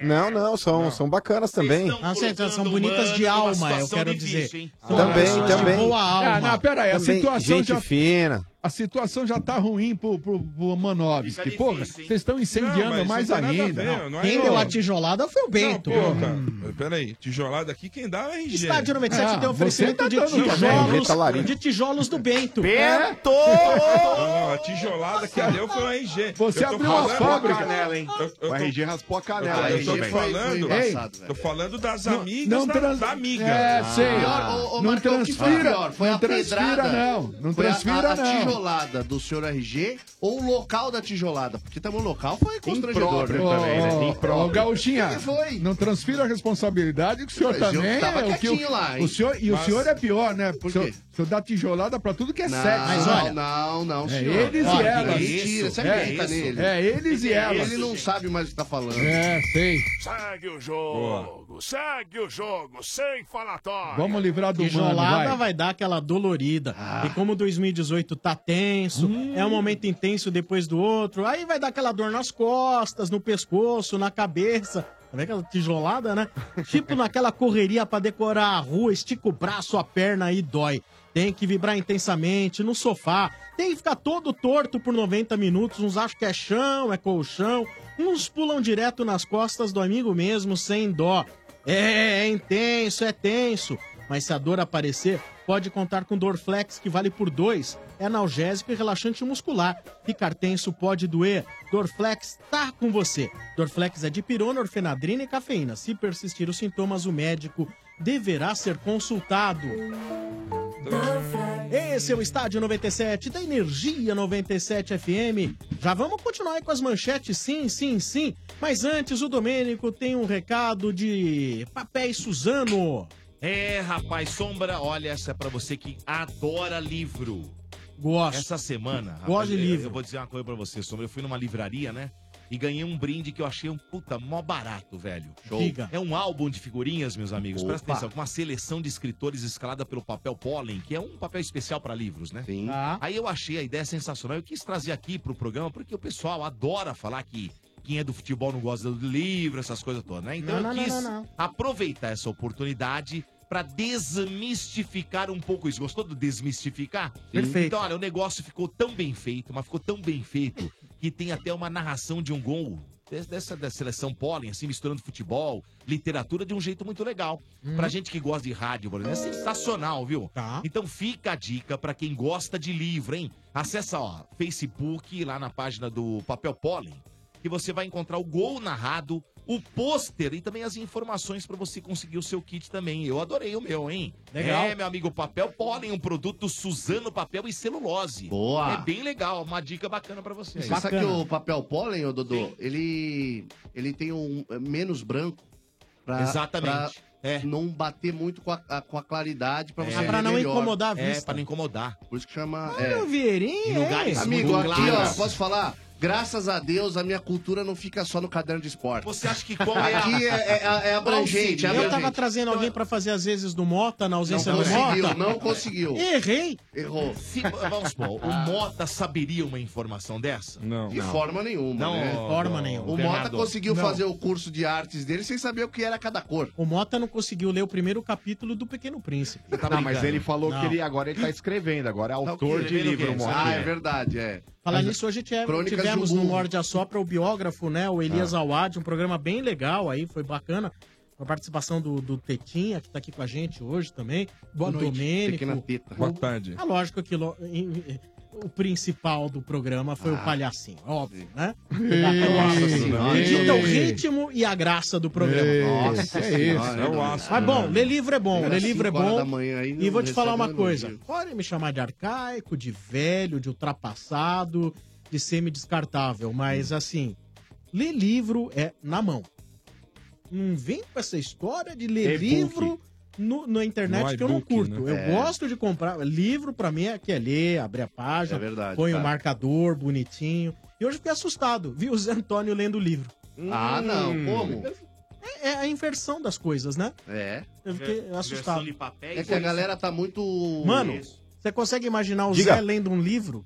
Speaker 9: Não, não, são, são bacanas também.
Speaker 5: Não, Ah, sim, então são bonitas de alma, eu quero dizer. São
Speaker 9: Também,
Speaker 5: pessoas
Speaker 9: também.
Speaker 5: De boa alma.
Speaker 8: Ah, não, pera aí, a
Speaker 9: Também,
Speaker 8: situação
Speaker 9: gente
Speaker 8: já-
Speaker 9: fina.
Speaker 8: A situação já tá ruim pro, pro, pro Manovski.
Speaker 7: Fica
Speaker 8: Porra,
Speaker 7: difícil, hein?
Speaker 8: vocês estão
Speaker 7: Não,
Speaker 8: incendiando
Speaker 7: mas
Speaker 8: mais
Speaker 7: não tem nada a
Speaker 8: ainda.
Speaker 7: ver,
Speaker 8: não.
Speaker 7: não é
Speaker 5: Quem
Speaker 7: Não.
Speaker 5: deu a tijolada foi o
Speaker 7: Não,
Speaker 5: Bento.
Speaker 7: pô, cara. Peraí, tijolada aqui, quem dá é o RG.
Speaker 5: Estádio
Speaker 9: Ah,
Speaker 5: 97
Speaker 10: Ah,
Speaker 5: tem oferecimento
Speaker 10: tá
Speaker 9: tá
Speaker 5: de
Speaker 10: um
Speaker 5: tijolos, de tijolos do Bento. É?
Speaker 7: Bento! Não, a tijolada que deu foi o RG.
Speaker 10: Você
Speaker 7: Eu tô
Speaker 10: abriu uma
Speaker 7: falando-
Speaker 10: fábrica. Canela, hein?
Speaker 7: Eu- eu
Speaker 10: O
Speaker 7: tô-
Speaker 10: RG raspou a canela,
Speaker 7: Eu tô-
Speaker 10: hein,
Speaker 7: Eu tô
Speaker 10: também. Foi-
Speaker 7: falando,
Speaker 10: foi embaçado,
Speaker 7: Ei, tô falando das
Speaker 10: Não-
Speaker 7: amigas
Speaker 10: não
Speaker 7: da-
Speaker 10: trans-
Speaker 7: da amiga.
Speaker 8: É, sei.
Speaker 11: Ah. ô,
Speaker 8: não
Speaker 11: Marcão, o que foi
Speaker 8: transfira,
Speaker 11: pior? Foi
Speaker 8: não
Speaker 11: a pedrada?
Speaker 10: né?
Speaker 8: transfira, não. Não
Speaker 11: Foi a-
Speaker 8: transfira,
Speaker 11: a, a
Speaker 8: não.
Speaker 11: tijolada do senhor RG ou o local da tijolada? Porque também o local foi constrangedor.
Speaker 8: Impróprio também, né? Impróprio. Ô, Gauchinha, não transfira a responsabilidade que o senhor
Speaker 11: Mas eu
Speaker 8: também...
Speaker 11: tava
Speaker 8: é o que
Speaker 11: quietinho
Speaker 8: o,
Speaker 11: lá, hein?
Speaker 8: o senhor, E o
Speaker 11: Mas-
Speaker 8: senhor é pior, né?
Speaker 11: Por
Speaker 8: o senhor,
Speaker 11: quê?
Speaker 8: o senhor dá tijolada pra tudo que é
Speaker 11: Não,
Speaker 8: sexo.
Speaker 11: mas
Speaker 8: né?
Speaker 11: olha, não, não,
Speaker 8: É
Speaker 11: senhor.
Speaker 8: eles e
Speaker 11: Olha,
Speaker 8: elas.
Speaker 11: ninguém tira, sabe
Speaker 8: É
Speaker 11: quem tá
Speaker 8: isso.
Speaker 11: nele?
Speaker 8: É eles e elas.
Speaker 11: Ele não sabe mais o que tá falando.
Speaker 8: É, sei.
Speaker 12: Segue o jogo, segue o jogo, sem falatório.
Speaker 8: Vamos livrar do
Speaker 5: Tijolada
Speaker 8: mano,
Speaker 5: vai.
Speaker 8: vai. Ah.
Speaker 5: dar aquela dolorida. E como 2018 tá tenso,
Speaker 8: Hum.
Speaker 5: é um momento intenso depois do outro, aí vai dar aquela dor nas costas, no pescoço, na cabeça. Tá vendo aquela tijolada, né? tipo naquela correria pra decorar a rua, estica o braço, a perna e dói. Tem que vibrar intensamente no sofá. Tem que ficar todo torto por 90 minutos. Uns acham que é chão, é colchão. Uns pulam direto nas costas do amigo mesmo, sem dó. É, é intenso, é tenso. Mas se a dor aparecer, pode contar com Dorflex, que vale por dois. É analgésico e relaxante muscular. Ficar tenso pode doer. Dorflex tá com você. Dorflex é de pirona, orfenadrina e cafeína. Se persistir os sintomas, o médico deverá ser consultado. Esse é o Estádio 97 da Energia 97 FM. Já vamos continuar aí com as manchetes, sim, sim, sim. Mas antes, o Domênico tem um recado de Papéis Suzano.
Speaker 6: É, rapaz, Sombra, olha, essa é pra você que adora livro.
Speaker 5: Gosto.
Speaker 6: Essa semana,
Speaker 5: Gosto
Speaker 6: rapaz,
Speaker 5: de
Speaker 6: eu-
Speaker 5: livro.
Speaker 6: Eu vou dizer uma coisa pra você, Sombra. Eu fui numa livraria, né? E ganhei um brinde que eu achei um puta mó barato, velho. Show.
Speaker 5: Diga.
Speaker 6: É um álbum de figurinhas, meus amigos.
Speaker 11: Opa.
Speaker 6: Presta atenção, com uma seleção de escritores escalada pelo papel Pollen, que é um papel especial pra livros, né?
Speaker 11: Sim.
Speaker 5: Ah.
Speaker 6: Aí eu achei a ideia sensacional. Eu quis trazer aqui pro programa, porque o pessoal adora falar que quem é do futebol não gosta do livro, essas coisas todas, né? Então
Speaker 5: Não,
Speaker 6: eu
Speaker 5: não,
Speaker 6: quis
Speaker 5: não, não, não.
Speaker 6: aproveitar essa oportunidade para desmistificar um pouco isso. Gostou do desmistificar?
Speaker 5: Perfeito.
Speaker 6: Então, olha, o negócio ficou tão bem feito, mas ficou tão bem feito que tem até uma narração de um gol des- dessa da seleção pólen, assim, misturando futebol, literatura de um jeito muito legal. Pra gente que gosta de rádio, por exemplo, é sensacional, viu? Então fica a dica pra quem gosta de livro, hein? Acessa, ó, Facebook, lá na página do Papel Pólen que você vai encontrar o gol narrado, o pôster e também as informações pra você conseguir o seu kit também. Eu adorei o meu, hein?
Speaker 11: Legal.
Speaker 6: É, meu amigo, papel pólen, um produto Suzano Papel e Celulose.
Speaker 11: Boa.
Speaker 6: É bem legal, uma dica É bacana pra você.
Speaker 11: Você sabe que é o papel pólen, ô Dodô, ele, ele tem um é, menos branco pra,
Speaker 6: Exatamente.
Speaker 11: pra não bater muito com a, a- com a claridade pra
Speaker 6: É.
Speaker 11: você
Speaker 6: Ah,
Speaker 11: ver
Speaker 6: pra não
Speaker 11: melhor.
Speaker 6: incomodar a É, vista. pra não incomodar.
Speaker 11: Por isso que chama... é,
Speaker 6: Olha o Vieirinha, Em lugares hein?
Speaker 11: Amigo,
Speaker 6: muito
Speaker 11: aqui, ó,
Speaker 6: claros.
Speaker 11: posso falar? Graças a Deus, a minha cultura não fica só no caderno de esporte.
Speaker 6: Você acha que
Speaker 5: qual é a-
Speaker 11: Aqui é, é, é, é abrangente, é
Speaker 5: Eu tava
Speaker 11: abrangente.
Speaker 5: trazendo alguém pra fazer às vezes do Mota, na ausência
Speaker 11: Não
Speaker 5: do
Speaker 11: conseguiu,
Speaker 5: Mota.
Speaker 11: não conseguiu.
Speaker 5: Errei.
Speaker 11: Errou.
Speaker 6: Se- vamos supor, o Mota saberia uma informação dessa? Não.
Speaker 11: Ah. De forma nenhuma,
Speaker 6: Não,
Speaker 11: né?
Speaker 6: não, forma nenhuma.
Speaker 11: O Mota
Speaker 6: Bernardo.
Speaker 11: conseguiu
Speaker 6: Não.
Speaker 11: fazer o curso de artes dele sem saber o que era cada cor.
Speaker 5: O Mota não conseguiu ler o primeiro capítulo do Pequeno Príncipe.
Speaker 6: tá
Speaker 10: não, mas ele falou
Speaker 5: Não.
Speaker 10: que ele agora ele tá escrevendo, agora é autor de
Speaker 5: escrevendo o
Speaker 10: livro,
Speaker 5: quê?
Speaker 10: Mota.
Speaker 5: Ah, é
Speaker 11: verdade, é.
Speaker 5: Falar nisso, hoje tive-
Speaker 10: Crônicas
Speaker 5: tivemos
Speaker 10: de um
Speaker 5: no
Speaker 10: burro.
Speaker 5: Morde a Sopra o biógrafo, né? O Elias
Speaker 11: Ah.
Speaker 5: Awad, um programa bem legal aí, foi bacana. Com a participação do, do Tetinha, que tá aqui com a gente hoje também.
Speaker 11: Boa
Speaker 5: o
Speaker 11: noite,
Speaker 5: Domênico.
Speaker 11: Tequinha Teta.
Speaker 7: Boa tarde.
Speaker 5: É lógico que lo- em- em- o principal do programa foi o
Speaker 11: Ah. assim,
Speaker 5: palhacinho, óbvio, né?
Speaker 11: Ei,
Speaker 5: Nossa
Speaker 11: senhora.
Speaker 5: Dita o
Speaker 11: Ei.
Speaker 5: ritmo e a graça do programa.
Speaker 11: Ei, Nossa que é senhora, isso, hein, é o Domênico?
Speaker 5: Mas
Speaker 11: ácido,
Speaker 5: bom,
Speaker 11: né?
Speaker 5: ler livro é bom,
Speaker 11: Era
Speaker 5: ler livro é
Speaker 11: cinco horas
Speaker 5: bom.
Speaker 11: da manhã aí,
Speaker 5: E
Speaker 11: não
Speaker 5: vou te falar
Speaker 11: recebe
Speaker 5: uma
Speaker 11: um
Speaker 5: coisa.
Speaker 11: elogio.
Speaker 5: Podem me chamar de arcaico, de velho, de ultrapassado, de semi-descartável, mas
Speaker 11: Hum.
Speaker 5: assim, ler livro é na mão. Não vem com essa história de ler
Speaker 10: E-book.
Speaker 5: livro no, na internet
Speaker 10: No
Speaker 5: que eu não
Speaker 10: e-book,
Speaker 5: curto.
Speaker 10: né?
Speaker 5: Eu
Speaker 10: É.
Speaker 5: gosto de comprar. Livro, pra mim, é que é ler, abrir a página,
Speaker 11: É verdade,
Speaker 5: põe o
Speaker 11: cara.
Speaker 5: marcador bonitinho. E hoje eu fiquei assustado. Vi o Zé Antônio lendo o livro.
Speaker 6: Hum.
Speaker 5: Hum.
Speaker 11: Ah, não, como?
Speaker 5: É, é a inversão das coisas, né?
Speaker 11: É.
Speaker 5: Eu fiquei assustado.
Speaker 11: É que a galera tá muito.
Speaker 5: Mano, você consegue imaginar o
Speaker 9: Diga.
Speaker 5: Zé lendo um livro?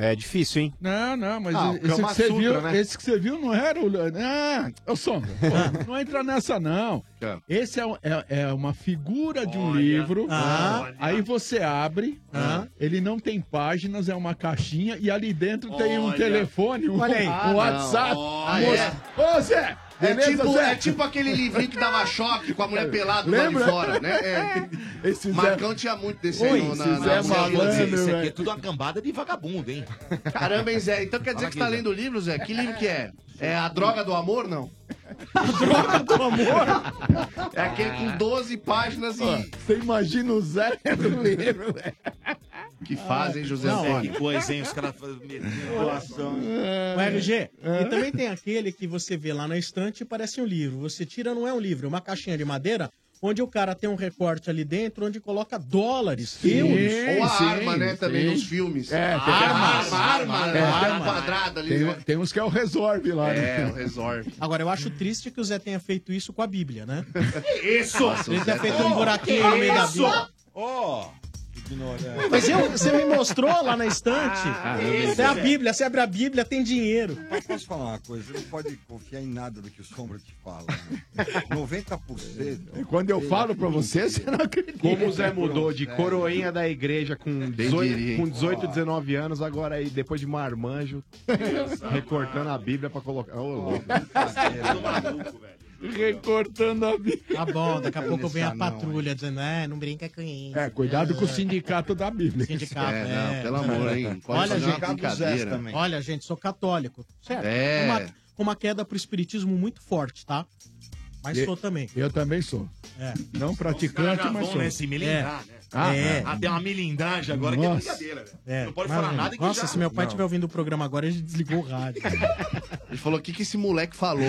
Speaker 9: É difícil, hein?
Speaker 8: Não, não, mas
Speaker 5: Ah, o
Speaker 11: é
Speaker 8: esse,
Speaker 5: Kama
Speaker 8: que você
Speaker 5: Sutra,
Speaker 8: viu,
Speaker 5: né?
Speaker 8: esse que você viu não era o. Ah, ô Sombra, pô, não entra nessa, não.
Speaker 11: Ah.
Speaker 8: Esse é, um- é- é uma figura de um livro.
Speaker 5: Ah.
Speaker 8: Aí você abre, tá?
Speaker 11: Ah.
Speaker 8: ele não tem páginas, é uma caixinha, e ali dentro tem um
Speaker 11: Olha.
Speaker 8: telefone, um,
Speaker 11: Olha aí. Ah,
Speaker 8: um
Speaker 11: não.
Speaker 8: WhatsApp.
Speaker 11: Olha.
Speaker 8: Moça- Ô, Zé!
Speaker 11: É
Speaker 8: beleza,
Speaker 11: tipo,
Speaker 8: Zé?
Speaker 11: é tipo aquele livrinho que dava choque com a mulher pelada lá de
Speaker 8: Lembra?
Speaker 11: fora, né? É.
Speaker 8: Esse Zé-
Speaker 11: Marcão tinha muito desse
Speaker 8: Oi,
Speaker 11: aí no-
Speaker 8: esse Zé
Speaker 11: música
Speaker 8: malandro,
Speaker 11: dele.
Speaker 8: velho.
Speaker 6: Isso aqui é tudo uma cambada de vagabundo, hein?
Speaker 11: Caramba, hein, Zé? Então quer dizer que você tá lendo o livro, Zé? Que livro que é? É A Droga do Amor, não?
Speaker 8: Droga do amor?
Speaker 11: É aquele com 12 páginas
Speaker 8: Ó,
Speaker 11: e...
Speaker 8: Você imagina o Zé lendo o livro, velho.
Speaker 11: Que fazem, José
Speaker 5: Não,
Speaker 11: Antônio?
Speaker 5: que
Speaker 6: coisa, hein? Os caras...
Speaker 8: é.
Speaker 5: O RG. E também tem aquele que você vê lá na estante e parece um livro. Você tira, não é um livro, é uma caixinha de madeira onde o cara tem um recorte ali dentro onde coloca dólares, euros.
Speaker 11: Ou a arma, né? Também nos filmes.
Speaker 8: É,
Speaker 11: A
Speaker 8: tem-
Speaker 11: arma, a arma,
Speaker 8: É,
Speaker 11: né? a arma
Speaker 8: tem-
Speaker 11: quadraada ali,
Speaker 8: tem,
Speaker 11: né?
Speaker 8: tem uns que é o resolve lá,
Speaker 11: É,
Speaker 8: né?
Speaker 11: o resorve.
Speaker 5: Agora, eu acho triste que o Zé tenha feito isso com a Bíblia, né?
Speaker 11: Isso!
Speaker 5: Ele
Speaker 12: é
Speaker 5: tá feito um buraquinho no meio da Bíblia.
Speaker 7: Ó!
Speaker 5: Mas eu- você me mostrou lá na estante.
Speaker 13: Ah,
Speaker 5: Isso é a Bíblia, você abre a Bíblia, tem dinheiro.
Speaker 13: Mas posso falar uma coisa? Você não pode confiar em nada do que o Sombra te fala. né? 90%.
Speaker 8: Quando eu falo pra você, você não acredita.
Speaker 10: Como o Zé mudou de coroinha da igreja com 18,
Speaker 8: diria, hein?
Speaker 10: com 18 19 anos, agora aí, depois de marmanjo, recortando a Bíblia pra colocar. Ô, louco.
Speaker 8: Recortando a Bíblia.
Speaker 5: Tá bom, daqui a pouco vem a patrulha dizendo, é, não brinca com isso.
Speaker 8: É, cuidado com o sindicato da Bíblia.
Speaker 5: Sindicato, é, Olha,
Speaker 8: Olha,
Speaker 5: gente, olha, gente, sou católico. Certo.
Speaker 8: É.
Speaker 5: Com Uma, com uma queda pro espiritismo muito forte, tá? Mas sou também.
Speaker 8: Eu também sou.
Speaker 5: É.
Speaker 8: Não
Speaker 5: Os caras
Speaker 8: praticante,
Speaker 5: já
Speaker 8: mas
Speaker 5: vão né,
Speaker 8: sou.
Speaker 6: né,
Speaker 5: nesse milindrar,
Speaker 8: É.
Speaker 6: Ah,
Speaker 5: é.
Speaker 6: ah, tem uma melindagem agora que é
Speaker 5: Nossa.
Speaker 6: brincadeira. velho.
Speaker 5: É,
Speaker 6: Não pode
Speaker 5: mas,
Speaker 6: falar nada que
Speaker 5: Nossa,
Speaker 6: já...
Speaker 5: se meu pai
Speaker 6: Não.
Speaker 5: estiver ouvindo o programa agora, ele desligou o rádio.
Speaker 11: Ele falou, o que, que esse moleque falou?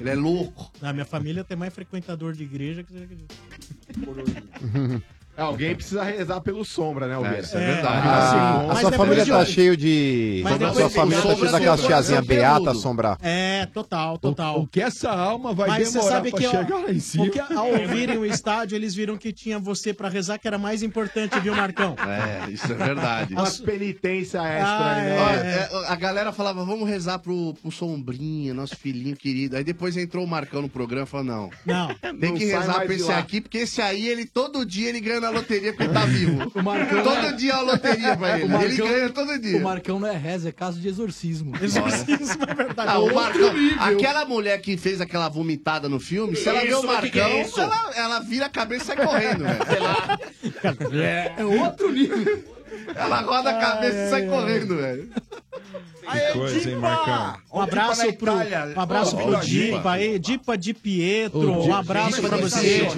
Speaker 11: Ele é louco.
Speaker 5: Na minha família tem mais frequentador de igreja que você acredita.
Speaker 10: É, alguém precisa rezar pelo sombra, né, Alguém?
Speaker 9: É, isso é verdade.
Speaker 13: Assim,
Speaker 9: Ah, a
Speaker 6: é
Speaker 13: é
Speaker 9: sua família tá cheia de.
Speaker 10: Mas depois
Speaker 9: sua
Speaker 10: de-
Speaker 9: família tá
Speaker 10: Sombra
Speaker 9: cheia daquela
Speaker 10: sombra,
Speaker 9: tiazinha
Speaker 6: né?
Speaker 10: sombra é tudo.
Speaker 9: beata assombrar.
Speaker 5: É, total, total.
Speaker 8: O que essa alma vai
Speaker 5: Mas
Speaker 8: demorar
Speaker 5: você sabe
Speaker 8: pra
Speaker 5: que ó,
Speaker 8: chegar lá em cima?
Speaker 5: Porque ao ouvirem o estádio, eles viram que tinha você pra rezar, que era mais importante, viu, Marcão?
Speaker 11: É, isso é verdade.
Speaker 5: Uma
Speaker 10: penitência
Speaker 5: extra, né?
Speaker 11: Olha, é, a galera falava, vamos rezar pro, pro Sombrinha, nosso filhinho querido. Aí depois entrou o Marcão no programa e falou, É, não.
Speaker 5: Não.
Speaker 11: Tem
Speaker 10: Não
Speaker 11: que
Speaker 10: sai
Speaker 11: rezar
Speaker 10: mais
Speaker 11: pra
Speaker 10: de
Speaker 11: esse
Speaker 10: lá.
Speaker 11: aqui, porque esse aí, ele todo dia ele ganha na loteria porque tá vivo. todo dia é uma loteria pra ele.
Speaker 14: O Marcão-
Speaker 11: ele ganha todo dia.
Speaker 14: O Marcão não é reza, é caso de exorcismo.
Speaker 5: Exorcismo, é verdade.
Speaker 11: Ah, o Marcão, aquela mulher que fez aquela vomitada no filme, se ela vê
Speaker 14: Isso,
Speaker 11: o
Speaker 14: mas que que
Speaker 11: Marcão,
Speaker 14: é isso?
Speaker 11: ela, ela vira a cabeça e sai correndo, velho.
Speaker 14: É, outro nível.
Speaker 11: Ela roda a cabeça e sai correndo, velho.
Speaker 7: Que coisa, hein, Marcão?
Speaker 5: Um
Speaker 11: tá
Speaker 5: abraço pro, um abraço pro Dipa, aí, Dipa de Pietro, um abraço pra você.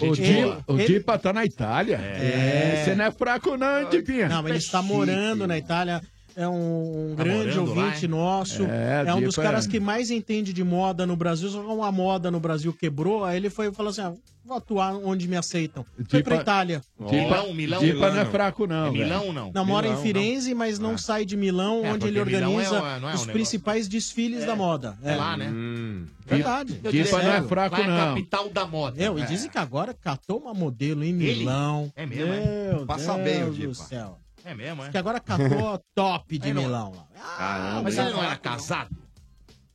Speaker 8: O Dipa, o Dipa tá na Itália. É. Você não é fraco, não, hein, Dipinha?
Speaker 5: Não, mas ele está morando na Itália. É um
Speaker 8: Tá
Speaker 5: grande
Speaker 8: morando lá,
Speaker 5: ouvinte
Speaker 8: hein?
Speaker 5: nosso.
Speaker 8: É,
Speaker 5: É, um dos
Speaker 8: Dipa é-
Speaker 5: caras que mais entende de moda no Brasil. Só que uma moda no Brasil quebrou, aí ele foi falou assim: ah, vou atuar onde me aceitam. Foi pra
Speaker 8: Dipa-
Speaker 5: Itália.
Speaker 8: Dipa- Milão, Milão, Dipa não é Milano. fraco, não, É velho. Milão, não?
Speaker 5: Não, mora em
Speaker 8: Milão,
Speaker 5: Firenze, mas não sai de Milão,
Speaker 8: É,
Speaker 5: onde
Speaker 8: porque
Speaker 5: ele
Speaker 8: Milão é
Speaker 5: organiza
Speaker 8: uma- não é um
Speaker 5: os
Speaker 8: negócio.
Speaker 5: principais desfiles da moda.
Speaker 6: É lá, né?
Speaker 14: Hum.
Speaker 5: Verdade.
Speaker 6: Eu diria,
Speaker 5: Dipa não é
Speaker 6: sério,
Speaker 5: fraco,
Speaker 6: lá É a
Speaker 5: não.
Speaker 6: capital da moda.
Speaker 5: Meu, e
Speaker 6: É.
Speaker 5: dizem que agora catou uma modelo em
Speaker 6: Ele?
Speaker 5: Milão.
Speaker 6: É mesmo, é?
Speaker 5: Meu
Speaker 6: Passa
Speaker 5: Deus
Speaker 6: bem o
Speaker 5: do
Speaker 6: Dipa.
Speaker 5: céu.
Speaker 6: É mesmo, é?
Speaker 5: Que agora catou a top de
Speaker 6: Aí É, não-
Speaker 5: Milão lá.
Speaker 14: Ah,
Speaker 6: Caramba, mas
Speaker 5: hein?
Speaker 6: ele não era casado?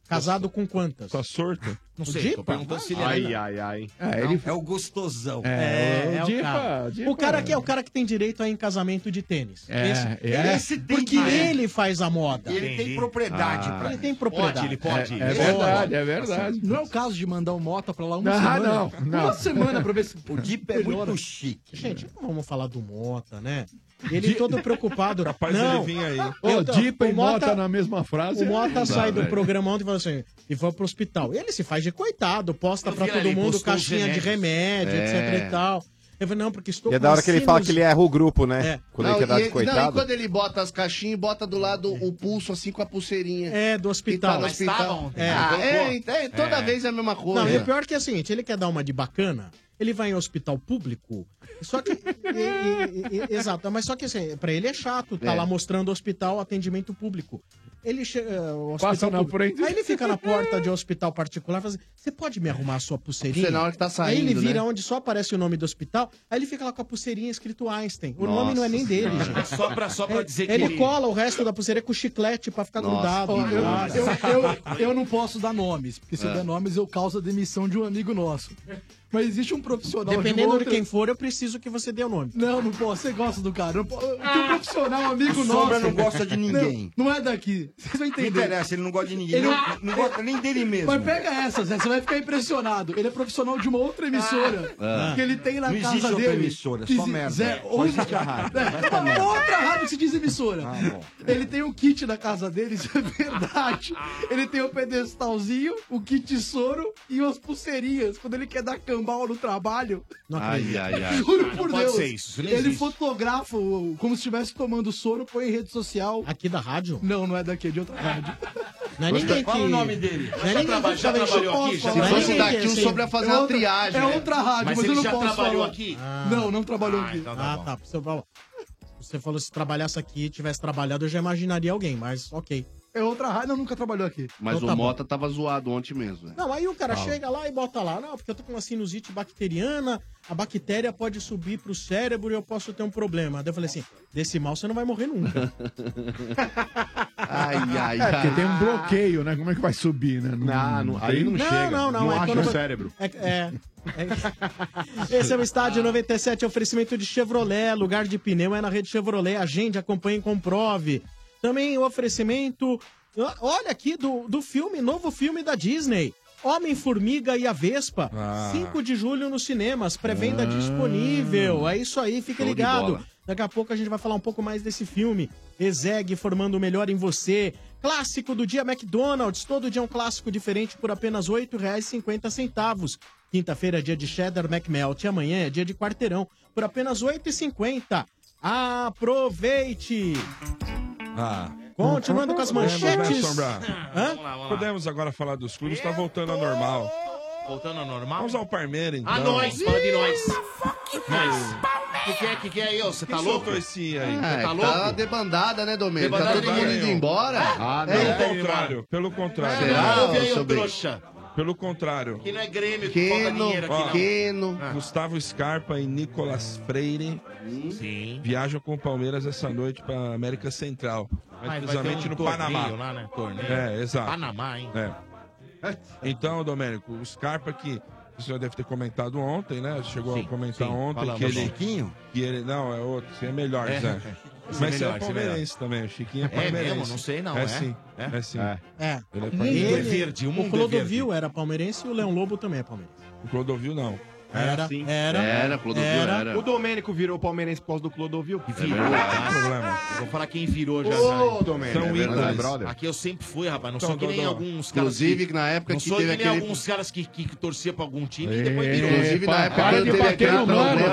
Speaker 5: Casado com quantas? Com a
Speaker 7: sorta?
Speaker 6: Não sei, tô perguntando se ele era.
Speaker 10: ai.
Speaker 6: É,
Speaker 10: ele-
Speaker 6: o gostosão.
Speaker 5: É, é, o,
Speaker 8: Dipa,
Speaker 5: cara.
Speaker 8: Dipa.
Speaker 5: o cara que é o cara que tem direito a ir em casamento de tênis.
Speaker 8: É, é.
Speaker 5: Esse tem, porque
Speaker 8: Ah,
Speaker 6: né?
Speaker 8: é.
Speaker 5: ele faz a moda.
Speaker 8: E ele tem Entendi. propriedade
Speaker 5: Ah,
Speaker 8: pra
Speaker 5: Ele
Speaker 8: isso.
Speaker 5: tem propriedade.
Speaker 8: Pode, ele pode. É- é verdade, é verdade.
Speaker 14: Não é o caso de mandar o Mota pra lá uma
Speaker 5: Ah,
Speaker 14: semana.
Speaker 5: não, não.
Speaker 14: Uma semana pra ver se
Speaker 5: O Dipa é muito chique.
Speaker 8: né?
Speaker 5: Gente, não vamos falar do Mota, né? Ele todo preocupado.
Speaker 8: Capaz
Speaker 5: não.
Speaker 8: ele vir aí. Ô,
Speaker 5: Então,
Speaker 8: Dipa e
Speaker 5: o
Speaker 8: Mota na mesma frase. né?
Speaker 5: O Mota
Speaker 8: Não dá,
Speaker 5: sai do
Speaker 8: velho.
Speaker 5: programa ontem e fala assim, e vai pro hospital. Ele se faz de coitado, posta
Speaker 8: Eu
Speaker 5: pra
Speaker 8: vi
Speaker 5: todo
Speaker 8: ali,
Speaker 5: mundo
Speaker 8: postou os
Speaker 5: caixinha de
Speaker 8: remédios.
Speaker 5: remédio,
Speaker 9: É.
Speaker 5: etc e tal. Eu falei, não, porque estou
Speaker 9: E é da hora que ele fala que ele
Speaker 5: é
Speaker 9: erra o grupo, né? Quando ele
Speaker 11: Não,
Speaker 9: quer dar
Speaker 11: e
Speaker 9: de
Speaker 11: ele- não, e
Speaker 9: coitado.
Speaker 11: quando ele bota as caixinhas e bota do lado o pulso assim com a pulseirinha.
Speaker 5: É, do hospital.
Speaker 11: no
Speaker 5: Mas tava
Speaker 11: hospital.
Speaker 5: ontem.
Speaker 11: Ah, é,
Speaker 5: Colocou.
Speaker 11: é, toda
Speaker 5: É.
Speaker 11: vez é a mesma coisa.
Speaker 5: Não, e o pior que é o seguinte, ele quer dar uma de bacana, ele vai em hospital público, só que... e- e- e- exato, mas só que assim, pra ele é chato, tá
Speaker 8: É.
Speaker 5: lá mostrando hospital, atendimento público. Ele chega... eh, o hospital
Speaker 8: Passa na
Speaker 5: público. é,
Speaker 8: frente.
Speaker 5: Aí ele fica na porta de um hospital particular e fala assim, você pode me arrumar a sua pulseirinha?
Speaker 11: Você na hora que tá
Speaker 5: Aí ele
Speaker 11: saindo,
Speaker 5: vira
Speaker 11: né?
Speaker 5: onde só aparece o nome do hospital, aí ele fica lá com a pulseirinha escrito Einstein. O
Speaker 11: Nossa
Speaker 5: nome não é nem dele,
Speaker 11: Senhora.
Speaker 5: gente.
Speaker 6: Só pra, só pra dizer que
Speaker 5: Ele cola o resto da pulseirinha com chiclete tipo, pra ficar grudado.
Speaker 14: Ó,
Speaker 6: né?
Speaker 14: eu,
Speaker 5: Nossa.
Speaker 14: eu- eu- eu não posso dar nomes, porque se eu
Speaker 5: É.
Speaker 14: der nomes eu causo a demissão de um amigo nosso. Mas existe um profissional.
Speaker 5: Dependendo
Speaker 14: de,
Speaker 5: de,
Speaker 14: uma outra-
Speaker 5: quem for, eu preciso que você dê o nome.
Speaker 14: Não, não posso. Você gosta do cara. Não po- Tem um profissional, um amigo
Speaker 5: O
Speaker 14: nosso.
Speaker 5: Sombra não gosta de ninguém.
Speaker 14: Não, não é daqui. Vocês vão entender.
Speaker 15: Não interessa, ele não gosta de ninguém.
Speaker 14: Ele é-
Speaker 15: Não- não gosta nem dele mesmo.
Speaker 14: Mas pega essa, Zé. Você vai ficar impressionado. Ele é profissional de uma outra emissora.
Speaker 15: Ah.
Speaker 14: Que ele tem na
Speaker 15: Não
Speaker 14: casa
Speaker 15: existe
Speaker 14: dele.
Speaker 15: outra emissora, é
Speaker 14: que
Speaker 15: só
Speaker 14: exi-
Speaker 15: merda.
Speaker 14: Zé,
Speaker 15: Só
Speaker 14: outra
Speaker 15: existe a rádio. Vai pra
Speaker 14: Uma
Speaker 15: merda. Ah,
Speaker 14: outra rádio que se diz emissora. Ele tem um kit na casa dele, isso é verdade. Ele tem o pedestalzinho, o kit de soro e umas pulseirinhas. Quando ele quer dar cambal no trabalho.
Speaker 5: Não acredito.
Speaker 14: Ai, ai. Juro
Speaker 5: Não
Speaker 14: por
Speaker 5: pode
Speaker 14: Deus.
Speaker 5: ser isso, isso não
Speaker 14: ele
Speaker 5: existe.
Speaker 14: fotografa o- como se estivesse tomando soro, põe em rede social.
Speaker 5: Aqui da rádio?
Speaker 14: Não, não é daqui, é de outra rádio.
Speaker 5: Não é ninguém que... Não é
Speaker 14: Já
Speaker 5: ninguém
Speaker 14: traba-
Speaker 5: que
Speaker 14: já
Speaker 5: tava em
Speaker 14: trabalhou
Speaker 5: Chopin,
Speaker 14: aqui?
Speaker 5: só-
Speaker 14: Já
Speaker 5: não é
Speaker 14: trabalhou
Speaker 5: ninguém
Speaker 14: aqui?
Speaker 6: um
Speaker 5: que, assim,
Speaker 14: É outra- É
Speaker 6: né?
Speaker 14: outra rádio, mas, eu não posso falar. Não, não trabalhou aqui.
Speaker 11: então
Speaker 5: Ah, tá. Você falou, você falou se trabalhasse aqui, tivesse trabalhado, eu já imaginaria alguém, mas ok.
Speaker 14: É outra rádio, não nunca trabalhou aqui.
Speaker 11: Mas
Speaker 5: Então
Speaker 11: o
Speaker 5: tá bom.
Speaker 11: Mota tava zoado ontem mesmo. velho.
Speaker 5: Não, aí o cara
Speaker 11: Fala.
Speaker 5: chega lá e bota lá, não, porque eu tô com uma sinusite bacteriana, a bactéria pode subir pro cérebro e eu posso ter um problema. Daí eu falei assim, desse mal você não vai morrer nunca.
Speaker 11: ai, ai,
Speaker 8: É, porque tem um bloqueio, né? Como é que vai subir, né? Não,
Speaker 5: aí não chega.
Speaker 8: Não, não,
Speaker 5: Não
Speaker 8: é
Speaker 5: acha
Speaker 8: quando-
Speaker 5: o cérebro. É, é. Esse é o Estádio 97, oferecimento de Chevrolet, lugar de pneu é na rede Chevrolet. Agende, acompanhe e comprove. Também o oferecimento, ó, olha aqui, do, do filme, novo filme da Disney. Homem-Formiga e a Vespa, 5 de julho nos cinemas, pré-venda disponível. É isso aí, fica
Speaker 11: Show de
Speaker 5: ligado.
Speaker 11: bola.
Speaker 5: Daqui a pouco a gente vai falar um pouco mais desse filme. Exeg formando o melhor em você. Clássico do dia McDonald's. Todo dia um clássico diferente por apenas R$ 8,50. Quinta-feira é dia de cheddar McMelt. e Amanhã é dia de quarteirão. por apenas R$ 8,50. Aproveite!
Speaker 7: Ah.
Speaker 5: Continuando com as
Speaker 7: Podemos, né,
Speaker 5: manchetes.
Speaker 7: Sombra?
Speaker 5: Hã?
Speaker 6: Vamos lá, vamos lá.
Speaker 7: Podemos agora falar dos clubes, tá voltando ao normal.
Speaker 6: Voltando ao normal?
Speaker 7: Vamos ao Parmeira, então.
Speaker 6: Ah, nós, fala de nós. Nós.
Speaker 11: O que, é que, que é aí, ô? Você
Speaker 6: Quem
Speaker 11: tá louco?
Speaker 6: soltou esse aí?
Speaker 11: Ah,
Speaker 6: Você tá
Speaker 11: tá
Speaker 6: louco?
Speaker 11: debandada, né, Domênico? Tá
Speaker 6: Debandada
Speaker 11: todo mundo
Speaker 6: nenhuma.
Speaker 11: indo embora?
Speaker 7: Ah, não.
Speaker 11: É,
Speaker 7: Pelo
Speaker 11: então,
Speaker 7: contrário, pelo contrário.
Speaker 11: Será,
Speaker 7: Não,
Speaker 11: ô,
Speaker 7: seu
Speaker 11: seu
Speaker 7: bem.
Speaker 11: trouxa?
Speaker 7: Pelo contrário.
Speaker 6: Que não é Grêmio que falta dinheiro aqui,
Speaker 7: Queno,
Speaker 6: não.
Speaker 11: Queno.
Speaker 7: Gustavo Scarpa e Nicolas Freire viajam com o Palmeiras essa noite para América Central,
Speaker 6: Mas vai
Speaker 7: precisamente
Speaker 6: ter um
Speaker 7: no Panamá.
Speaker 6: torneio lá, né? Torneio.
Speaker 7: É, exato.
Speaker 6: Panamá, hein?
Speaker 7: É. Então, Domênico, o Scarpa que o senhor deve ter comentado ontem, né? Chegou a comentar
Speaker 6: sim,
Speaker 7: ontem
Speaker 6: falamos.
Speaker 7: que ele
Speaker 6: Chiquinho?
Speaker 7: que ele não é outro, você é melhor,
Speaker 6: É.
Speaker 7: Zé.
Speaker 6: Esse é
Speaker 7: Mas você
Speaker 6: melhor, esse
Speaker 7: é
Speaker 6: é
Speaker 7: palmeirense também, o Chiquinho é
Speaker 6: É mesmo?
Speaker 7: palmeirense.
Speaker 6: Não sei não,
Speaker 7: é?
Speaker 6: é?
Speaker 7: sim, é, sim.
Speaker 5: É.
Speaker 7: Ele é
Speaker 5: Um
Speaker 7: palmeirense.
Speaker 5: dele-
Speaker 7: um
Speaker 5: O Clodovil era palmeirense e o Leão Lobo também é palmeirense.
Speaker 7: O Clodovil não.
Speaker 5: Era,
Speaker 10: assim.
Speaker 5: era, era.
Speaker 10: O Domênico virou palmeirense por causa do Clodovil.
Speaker 6: Virou.
Speaker 10: Ah,
Speaker 6: Vou falar quem virou já.
Speaker 10: Ô,
Speaker 6: já.
Speaker 10: Domênico.
Speaker 6: São
Speaker 10: É verdade,
Speaker 6: ídolos.
Speaker 10: brother.
Speaker 6: Aqui eu sempre fui, rapaz. Não
Speaker 10: Então,
Speaker 6: sou que nem
Speaker 10: Dodô.
Speaker 6: alguns caras.
Speaker 11: Inclusive,
Speaker 6: que
Speaker 11: na época
Speaker 6: não
Speaker 11: que
Speaker 6: sou
Speaker 11: teve
Speaker 6: que nem
Speaker 11: aquele-
Speaker 6: alguns caras que, que, que torcia pra algum time e
Speaker 11: É,
Speaker 6: depois virou.
Speaker 11: inclusive, na época
Speaker 6: para
Speaker 11: quando
Speaker 6: de
Speaker 11: teve
Speaker 6: bater
Speaker 11: aquele problema-
Speaker 6: mais
Speaker 11: Falei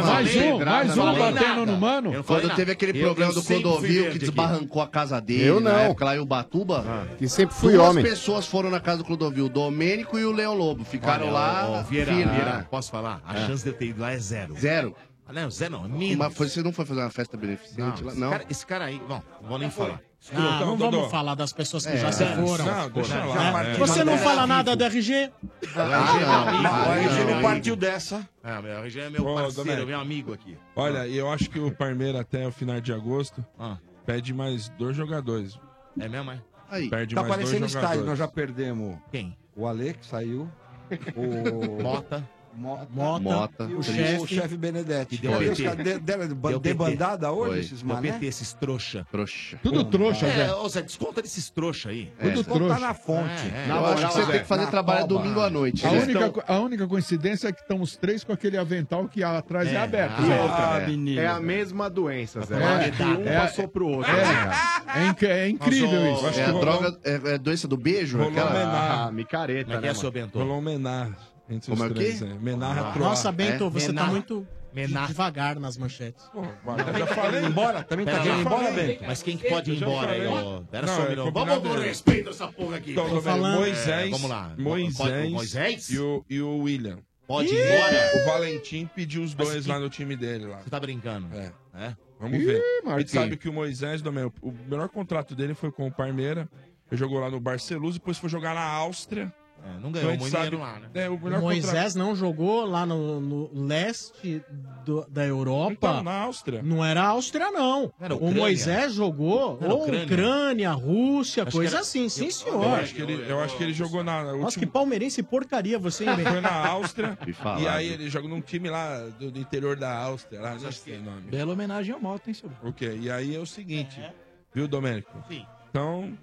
Speaker 6: um,
Speaker 11: nada,
Speaker 6: mais um
Speaker 11: falei
Speaker 6: batendo
Speaker 11: nada.
Speaker 6: no mano. Eu não falei
Speaker 11: Quando
Speaker 6: nada.
Speaker 11: teve aquele
Speaker 6: Eu-
Speaker 11: problema
Speaker 6: eu
Speaker 11: do
Speaker 6: sempre fui
Speaker 11: Clodovil
Speaker 6: verde
Speaker 11: que
Speaker 6: aqui.
Speaker 11: desbarrancou a casa dele.
Speaker 9: Eu
Speaker 12: né?
Speaker 9: não.
Speaker 11: Na época lá em Ubatuba.
Speaker 9: Que sempre fui
Speaker 11: Duas
Speaker 9: homem.
Speaker 11: pessoas foram na casa do Clodovil, o Domênico e o Leão Lobo. Ficaram
Speaker 6: Olha,
Speaker 11: lá.
Speaker 6: ó, ó, Vieira,
Speaker 11: firme.
Speaker 6: Vieira, posso falar? A
Speaker 11: É.
Speaker 6: chance de eu ter ido lá é zero.
Speaker 11: Zero.
Speaker 6: Ah, não, zero não. é mínimo.
Speaker 11: Mas foi- você não foi fazer uma festa beneficente
Speaker 6: Não,
Speaker 11: lá?
Speaker 6: esse,
Speaker 11: Não.
Speaker 6: Cara, esse cara aí, bom, não vou nem falar.
Speaker 5: Ah, não vamos falar das pessoas que
Speaker 6: É,
Speaker 5: já se
Speaker 6: não,
Speaker 5: foram.
Speaker 6: não, deixa
Speaker 5: Né?
Speaker 6: lá, é.
Speaker 5: Você não
Speaker 6: É.
Speaker 5: fala nada do RG?
Speaker 6: Ah, dessa. Ah, meu, o RG é meu
Speaker 7: Ô,
Speaker 6: parceiro,
Speaker 7: Domênico.
Speaker 6: meu amigo aqui.
Speaker 7: Olha, eu acho que o Parmeira até o final de agosto pede mais dois jogadores.
Speaker 6: Ah. É mesmo, é?
Speaker 11: Aí.
Speaker 7: Perde
Speaker 13: tá
Speaker 7: mais dois
Speaker 13: aparecendo estádio,
Speaker 7: jogadores.
Speaker 13: nós já perdemos.
Speaker 6: Quem?
Speaker 13: O Ale, que saiu. O.
Speaker 6: Mota.
Speaker 13: Mota.
Speaker 5: Mota.
Speaker 13: E
Speaker 6: O
Speaker 13: o, chefe.
Speaker 6: chefe.
Speaker 13: o chefe Benedetti.
Speaker 6: Que deu
Speaker 13: Olha,
Speaker 6: PT.
Speaker 13: os caras de- deram de-
Speaker 6: Deu
Speaker 13: debandada
Speaker 6: PT.
Speaker 13: hoje,
Speaker 6: Foi.
Speaker 13: esses
Speaker 6: Deu
Speaker 13: mané?
Speaker 6: PT, esses trouxa.
Speaker 11: Trouxa.
Speaker 13: Tudo trouxa,
Speaker 6: é,
Speaker 13: Zé.
Speaker 6: Ô, Zé, desconta desses trouxa aí.
Speaker 13: É. Tudo
Speaker 6: Desconta
Speaker 8: tá
Speaker 13: trouxa.
Speaker 6: na fonte.
Speaker 13: É,
Speaker 6: É,
Speaker 13: é.
Speaker 11: Eu acho que você tem que fazer
Speaker 13: Na
Speaker 11: trabalho
Speaker 13: toba.
Speaker 11: domingo à noite.
Speaker 8: A
Speaker 11: né?
Speaker 8: única, co- a única coincidência é que estão os três com aquele avental que atrás é,
Speaker 10: É,
Speaker 8: aberto.
Speaker 10: ah,
Speaker 8: Zé.
Speaker 10: outra, é. É a mesma doença, Zé.
Speaker 8: É,
Speaker 10: É, que um
Speaker 8: é,
Speaker 10: passou pro outro.
Speaker 8: é,
Speaker 10: né, cara?
Speaker 8: é inc- é incrível isso.
Speaker 11: É a droga, é, é doença do beijo?
Speaker 7: Rolou
Speaker 11: Aquela
Speaker 7: homenagem.
Speaker 11: Ah, micareta, né? mano?
Speaker 7: Rolou um menagem entre os
Speaker 11: Como é o
Speaker 7: três.
Speaker 11: quê?
Speaker 7: né? Menagem
Speaker 11: Ah.
Speaker 7: a troar.
Speaker 5: Nossa, Bento, você
Speaker 7: Menagem.
Speaker 5: tá muito devagar nas manchetes.
Speaker 7: Eu já falei.
Speaker 5: tá
Speaker 6: Pera lá. Mas quem que pode ir embora aí, ó? Pera
Speaker 7: é,
Speaker 6: só um minuto. Vamos com respeito essa porra aqui.
Speaker 7: Então,
Speaker 6: Tô
Speaker 7: Domênico,
Speaker 6: falando.
Speaker 7: Moisés,
Speaker 6: É, vamos lá. Pode-
Speaker 7: Moisés,
Speaker 6: Moisés?
Speaker 7: E, o, e o William.
Speaker 6: Pode ir embora?
Speaker 7: O Valentim pediu os
Speaker 6: Mas
Speaker 7: dois
Speaker 6: que-
Speaker 7: lá no time dele. lá. Você
Speaker 6: tá brincando?
Speaker 7: É.
Speaker 6: É?
Speaker 7: Vamos
Speaker 6: Ih,
Speaker 7: ver. A
Speaker 6: Marquinhos.
Speaker 7: gente sabe que o Moisés, Domênico, o melhor contrato dele foi com o Parmeira. Ele jogou lá no Barcelusa, depois foi jogar na Áustria.
Speaker 6: É,
Speaker 7: Então
Speaker 6: não
Speaker 5: ganhou
Speaker 7: a gente
Speaker 5: muito dinheiro lá, né?
Speaker 7: É, o
Speaker 5: O
Speaker 7: melhor
Speaker 5: Moisés não jogou lá no, no leste do- da Europa.
Speaker 7: Então, na Áustria.
Speaker 5: Não era a Áustria, não.
Speaker 7: Era Ucrânia.
Speaker 5: o Mostrânia. Moisés jogou
Speaker 7: Era
Speaker 5: ou
Speaker 7: Ucrânia.
Speaker 5: Ucrânia, Rússia,
Speaker 7: Acho que
Speaker 5: coisa
Speaker 7: era-
Speaker 5: assim, sim
Speaker 7: eu-
Speaker 5: senhor.
Speaker 7: Eu acho que ele, eu acho que ele jogou na.
Speaker 5: Nossa,
Speaker 7: última-
Speaker 5: que palmeirense porcaria você, hein, Bento?
Speaker 7: Foi na Áustria.
Speaker 11: E falar,
Speaker 7: e aí
Speaker 11: viu?
Speaker 7: ele joga num time lá do, do interior da Áustria. Lá, não sei o nome. Bela homenagem ao Mota, hein, seu Ok, e aí é o seguinte, viu, Domênico?
Speaker 6: Sim.
Speaker 7: Então,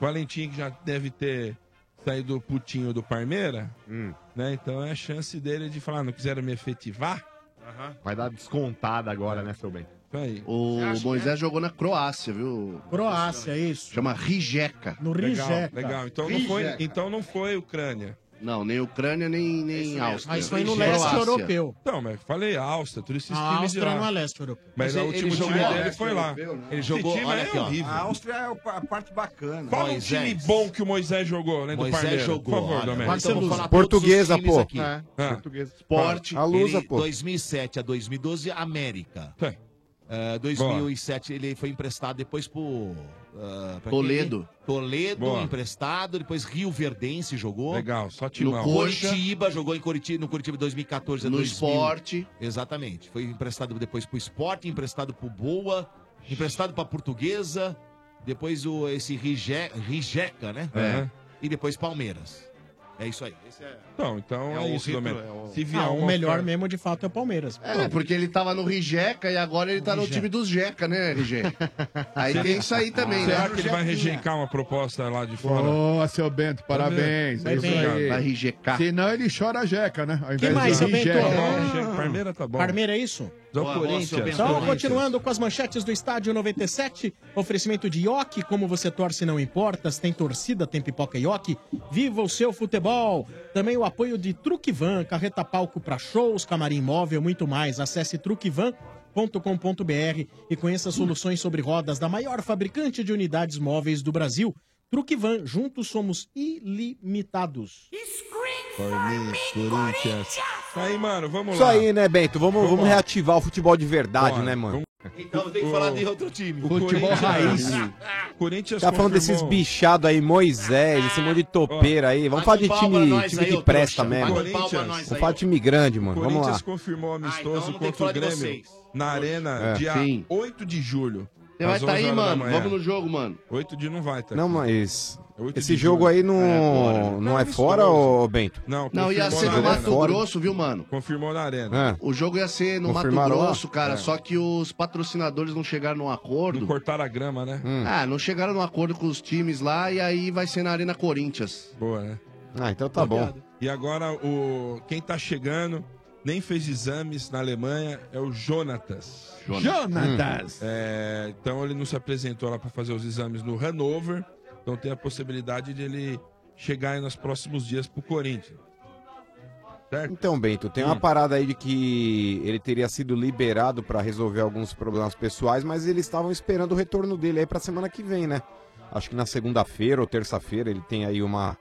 Speaker 7: Valentim que já deve ter saído putinho do Parmeira,
Speaker 10: Hum.
Speaker 7: né? Então é a chance dele de falar, não quiseram me efetivar.
Speaker 10: Vai dar descontada agora, né, seu bem?
Speaker 11: O Moisés jogou na Croácia, viu?
Speaker 5: é? Croácia, é isso.
Speaker 11: Chama Rijeka.
Speaker 5: No
Speaker 7: Legal, legal. Então não, foi, então não foi Ucrânia.
Speaker 11: Não, nem Ucrânia, nem, nem Áustria. Croácia.
Speaker 7: Não, mas falei Áustria, todos esses
Speaker 11: A
Speaker 7: times
Speaker 11: Áustria
Speaker 7: de lá.
Speaker 11: não é leste europeu. Mas
Speaker 7: Mas, o
Speaker 11: ele-
Speaker 7: último
Speaker 11: ele
Speaker 7: time
Speaker 11: jogou
Speaker 7: dele
Speaker 11: leste
Speaker 7: foi lá.
Speaker 11: europeu, né?
Speaker 7: Ele jogou,
Speaker 6: time
Speaker 7: olha
Speaker 6: é
Speaker 7: aqui, ó.
Speaker 6: horrível.
Speaker 13: A Áustria é o- a parte bacana.
Speaker 7: Fala um time bom que o Moisés jogou, além é do
Speaker 6: Moisés
Speaker 7: Parmeira.
Speaker 6: jogou,
Speaker 7: Por favor,
Speaker 6: olha,
Speaker 7: Domênico.
Speaker 6: mas eu vou falar
Speaker 9: Portuguesa,
Speaker 6: todos os times aqui.
Speaker 9: pô. É,
Speaker 7: Ah.
Speaker 10: portuguesa.
Speaker 6: Esporte,
Speaker 9: A Lusa,
Speaker 6: ele,
Speaker 9: pô.
Speaker 6: 2007 a 2012, América. Ah, 2007 ele foi emprestado depois pro... ah, pra
Speaker 11: Toledo.
Speaker 6: quem? Toledo,
Speaker 11: Boa.
Speaker 6: emprestado. Depois Rio Verdense jogou.
Speaker 7: Legal, só
Speaker 11: timão.
Speaker 6: No Coritiba, jogou em Coritiba, no Coritiba 2014 a
Speaker 11: No
Speaker 6: 2000.
Speaker 11: Sport.
Speaker 6: Exatamente. Foi emprestado depois pro Sport, emprestado pro Boa, emprestado pra Portuguesa. Depois o, esse Rige, Rijeca, né?
Speaker 7: É.
Speaker 6: E depois Palmeiras. É isso aí. Esse é...
Speaker 7: Então, então
Speaker 6: É
Speaker 7: é,
Speaker 6: o
Speaker 7: isso,
Speaker 6: título,
Speaker 7: Domênico.
Speaker 6: é o-
Speaker 7: Se vier
Speaker 5: Ah,
Speaker 9: um
Speaker 7: uma
Speaker 5: o melhor
Speaker 7: oferta-
Speaker 5: mesmo, de fato, é o Palmeiras.
Speaker 11: É, né, porque ele tava no Rijeka e agora ele tá no time dos Jeca, né, RG? Aí
Speaker 7: Será-
Speaker 11: tem isso aí também, né?
Speaker 7: Será que ele vai rejeitar uma proposta lá de fora?
Speaker 8: Boa, seu Bento, parabéns.
Speaker 7: Vai
Speaker 8: É isso
Speaker 7: bem.
Speaker 8: aí.
Speaker 7: Vai
Speaker 11: RGK.
Speaker 8: Senão ele chora a jeca, né? Ao invés
Speaker 5: mais,
Speaker 8: de
Speaker 5: seu Bento?
Speaker 8: jeca.
Speaker 5: Tá bom,
Speaker 7: Parmeira tá bom.
Speaker 5: Parmeira é isso?
Speaker 7: Só o Corinthians.
Speaker 5: Então, continuando com as manchetes do Estádio 97, oferecimento de Ioki, como você torce não importa, se tem torcida, tem pipoca Ioki, viva o seu futebol! Também o apoio de Truquivan, carreta palco para shows, camarim móvel, muito mais. Acesse truquivan.com.br e conheça soluções sobre rodas da maior fabricante de unidades móveis do Brasil. Truquivan, juntos somos ilimitados.
Speaker 7: Corinthians. Aí, mano, vamos
Speaker 9: Isso
Speaker 7: lá.
Speaker 9: aí, né, Bento? Vamos, vamos,
Speaker 7: Vamos lá.
Speaker 9: reativar o futebol de verdade, né, mano?
Speaker 6: Então tem que falar de outro time.
Speaker 9: o futebol raiz.
Speaker 7: Corinthians
Speaker 9: Tá falando desses
Speaker 7: confirmou-
Speaker 9: bichados aí, Moisés, esse monte de topeira aí. Vamos falar de time, time que presta mesmo. Vamos falar de time grande, mano. Vamos lá.
Speaker 7: Corinthians confirmou
Speaker 11: Ah, então
Speaker 7: amistoso contra o
Speaker 11: falar de
Speaker 7: Grêmio
Speaker 11: vocês.
Speaker 7: na Arena
Speaker 9: É.
Speaker 7: dia
Speaker 9: Sim.
Speaker 7: 8 de julho.
Speaker 11: Você vai
Speaker 7: às
Speaker 11: tá aí,
Speaker 7: 11 horas da
Speaker 11: mano?
Speaker 7: manhã.
Speaker 11: Vamos no jogo, mano.
Speaker 7: 8 de não vai, tá?
Speaker 9: Não, mas.
Speaker 7: Oito
Speaker 9: Esse
Speaker 7: de
Speaker 9: jogo
Speaker 7: julho.
Speaker 9: aí não
Speaker 7: É, fora.
Speaker 9: não,
Speaker 7: Não,
Speaker 9: é
Speaker 7: isso
Speaker 9: fora,
Speaker 7: não.
Speaker 9: ô Bento?
Speaker 7: Não,
Speaker 11: Não, ia ser no Mato Grosso, viu, mano?
Speaker 7: Confirmou na Arena.
Speaker 9: É.
Speaker 11: O jogo ia ser no Mato
Speaker 9: Confirmaram lá?
Speaker 11: Grosso, cara,
Speaker 9: É.
Speaker 11: só que os patrocinadores não chegaram num acordo. Não
Speaker 7: cortaram a grama, né?
Speaker 9: Hum.
Speaker 11: Ah, não chegaram num acordo com os times lá e aí vai ser na Arena Corinthians.
Speaker 7: Boa, né?
Speaker 9: Ah, então tá bom.
Speaker 7: E agora, o... quem tá chegando, nem fez exames na Alemanha, é o Jonatas.
Speaker 8: Jonas. Jonatas.
Speaker 7: É, então ele não se apresentou lá para fazer os exames no Hanover. Então tem a possibilidade de ele chegar aí nos próximos dias pro Corinthians.
Speaker 9: Então, Bento, tem
Speaker 7: Hum.
Speaker 9: uma parada aí de que ele teria sido liberado pra resolver alguns problemas pessoais, mas eles estavam esperando o retorno dele aí pra semana que vem, né? Acho que na segunda-feira ou terça-feira ele tem aí uma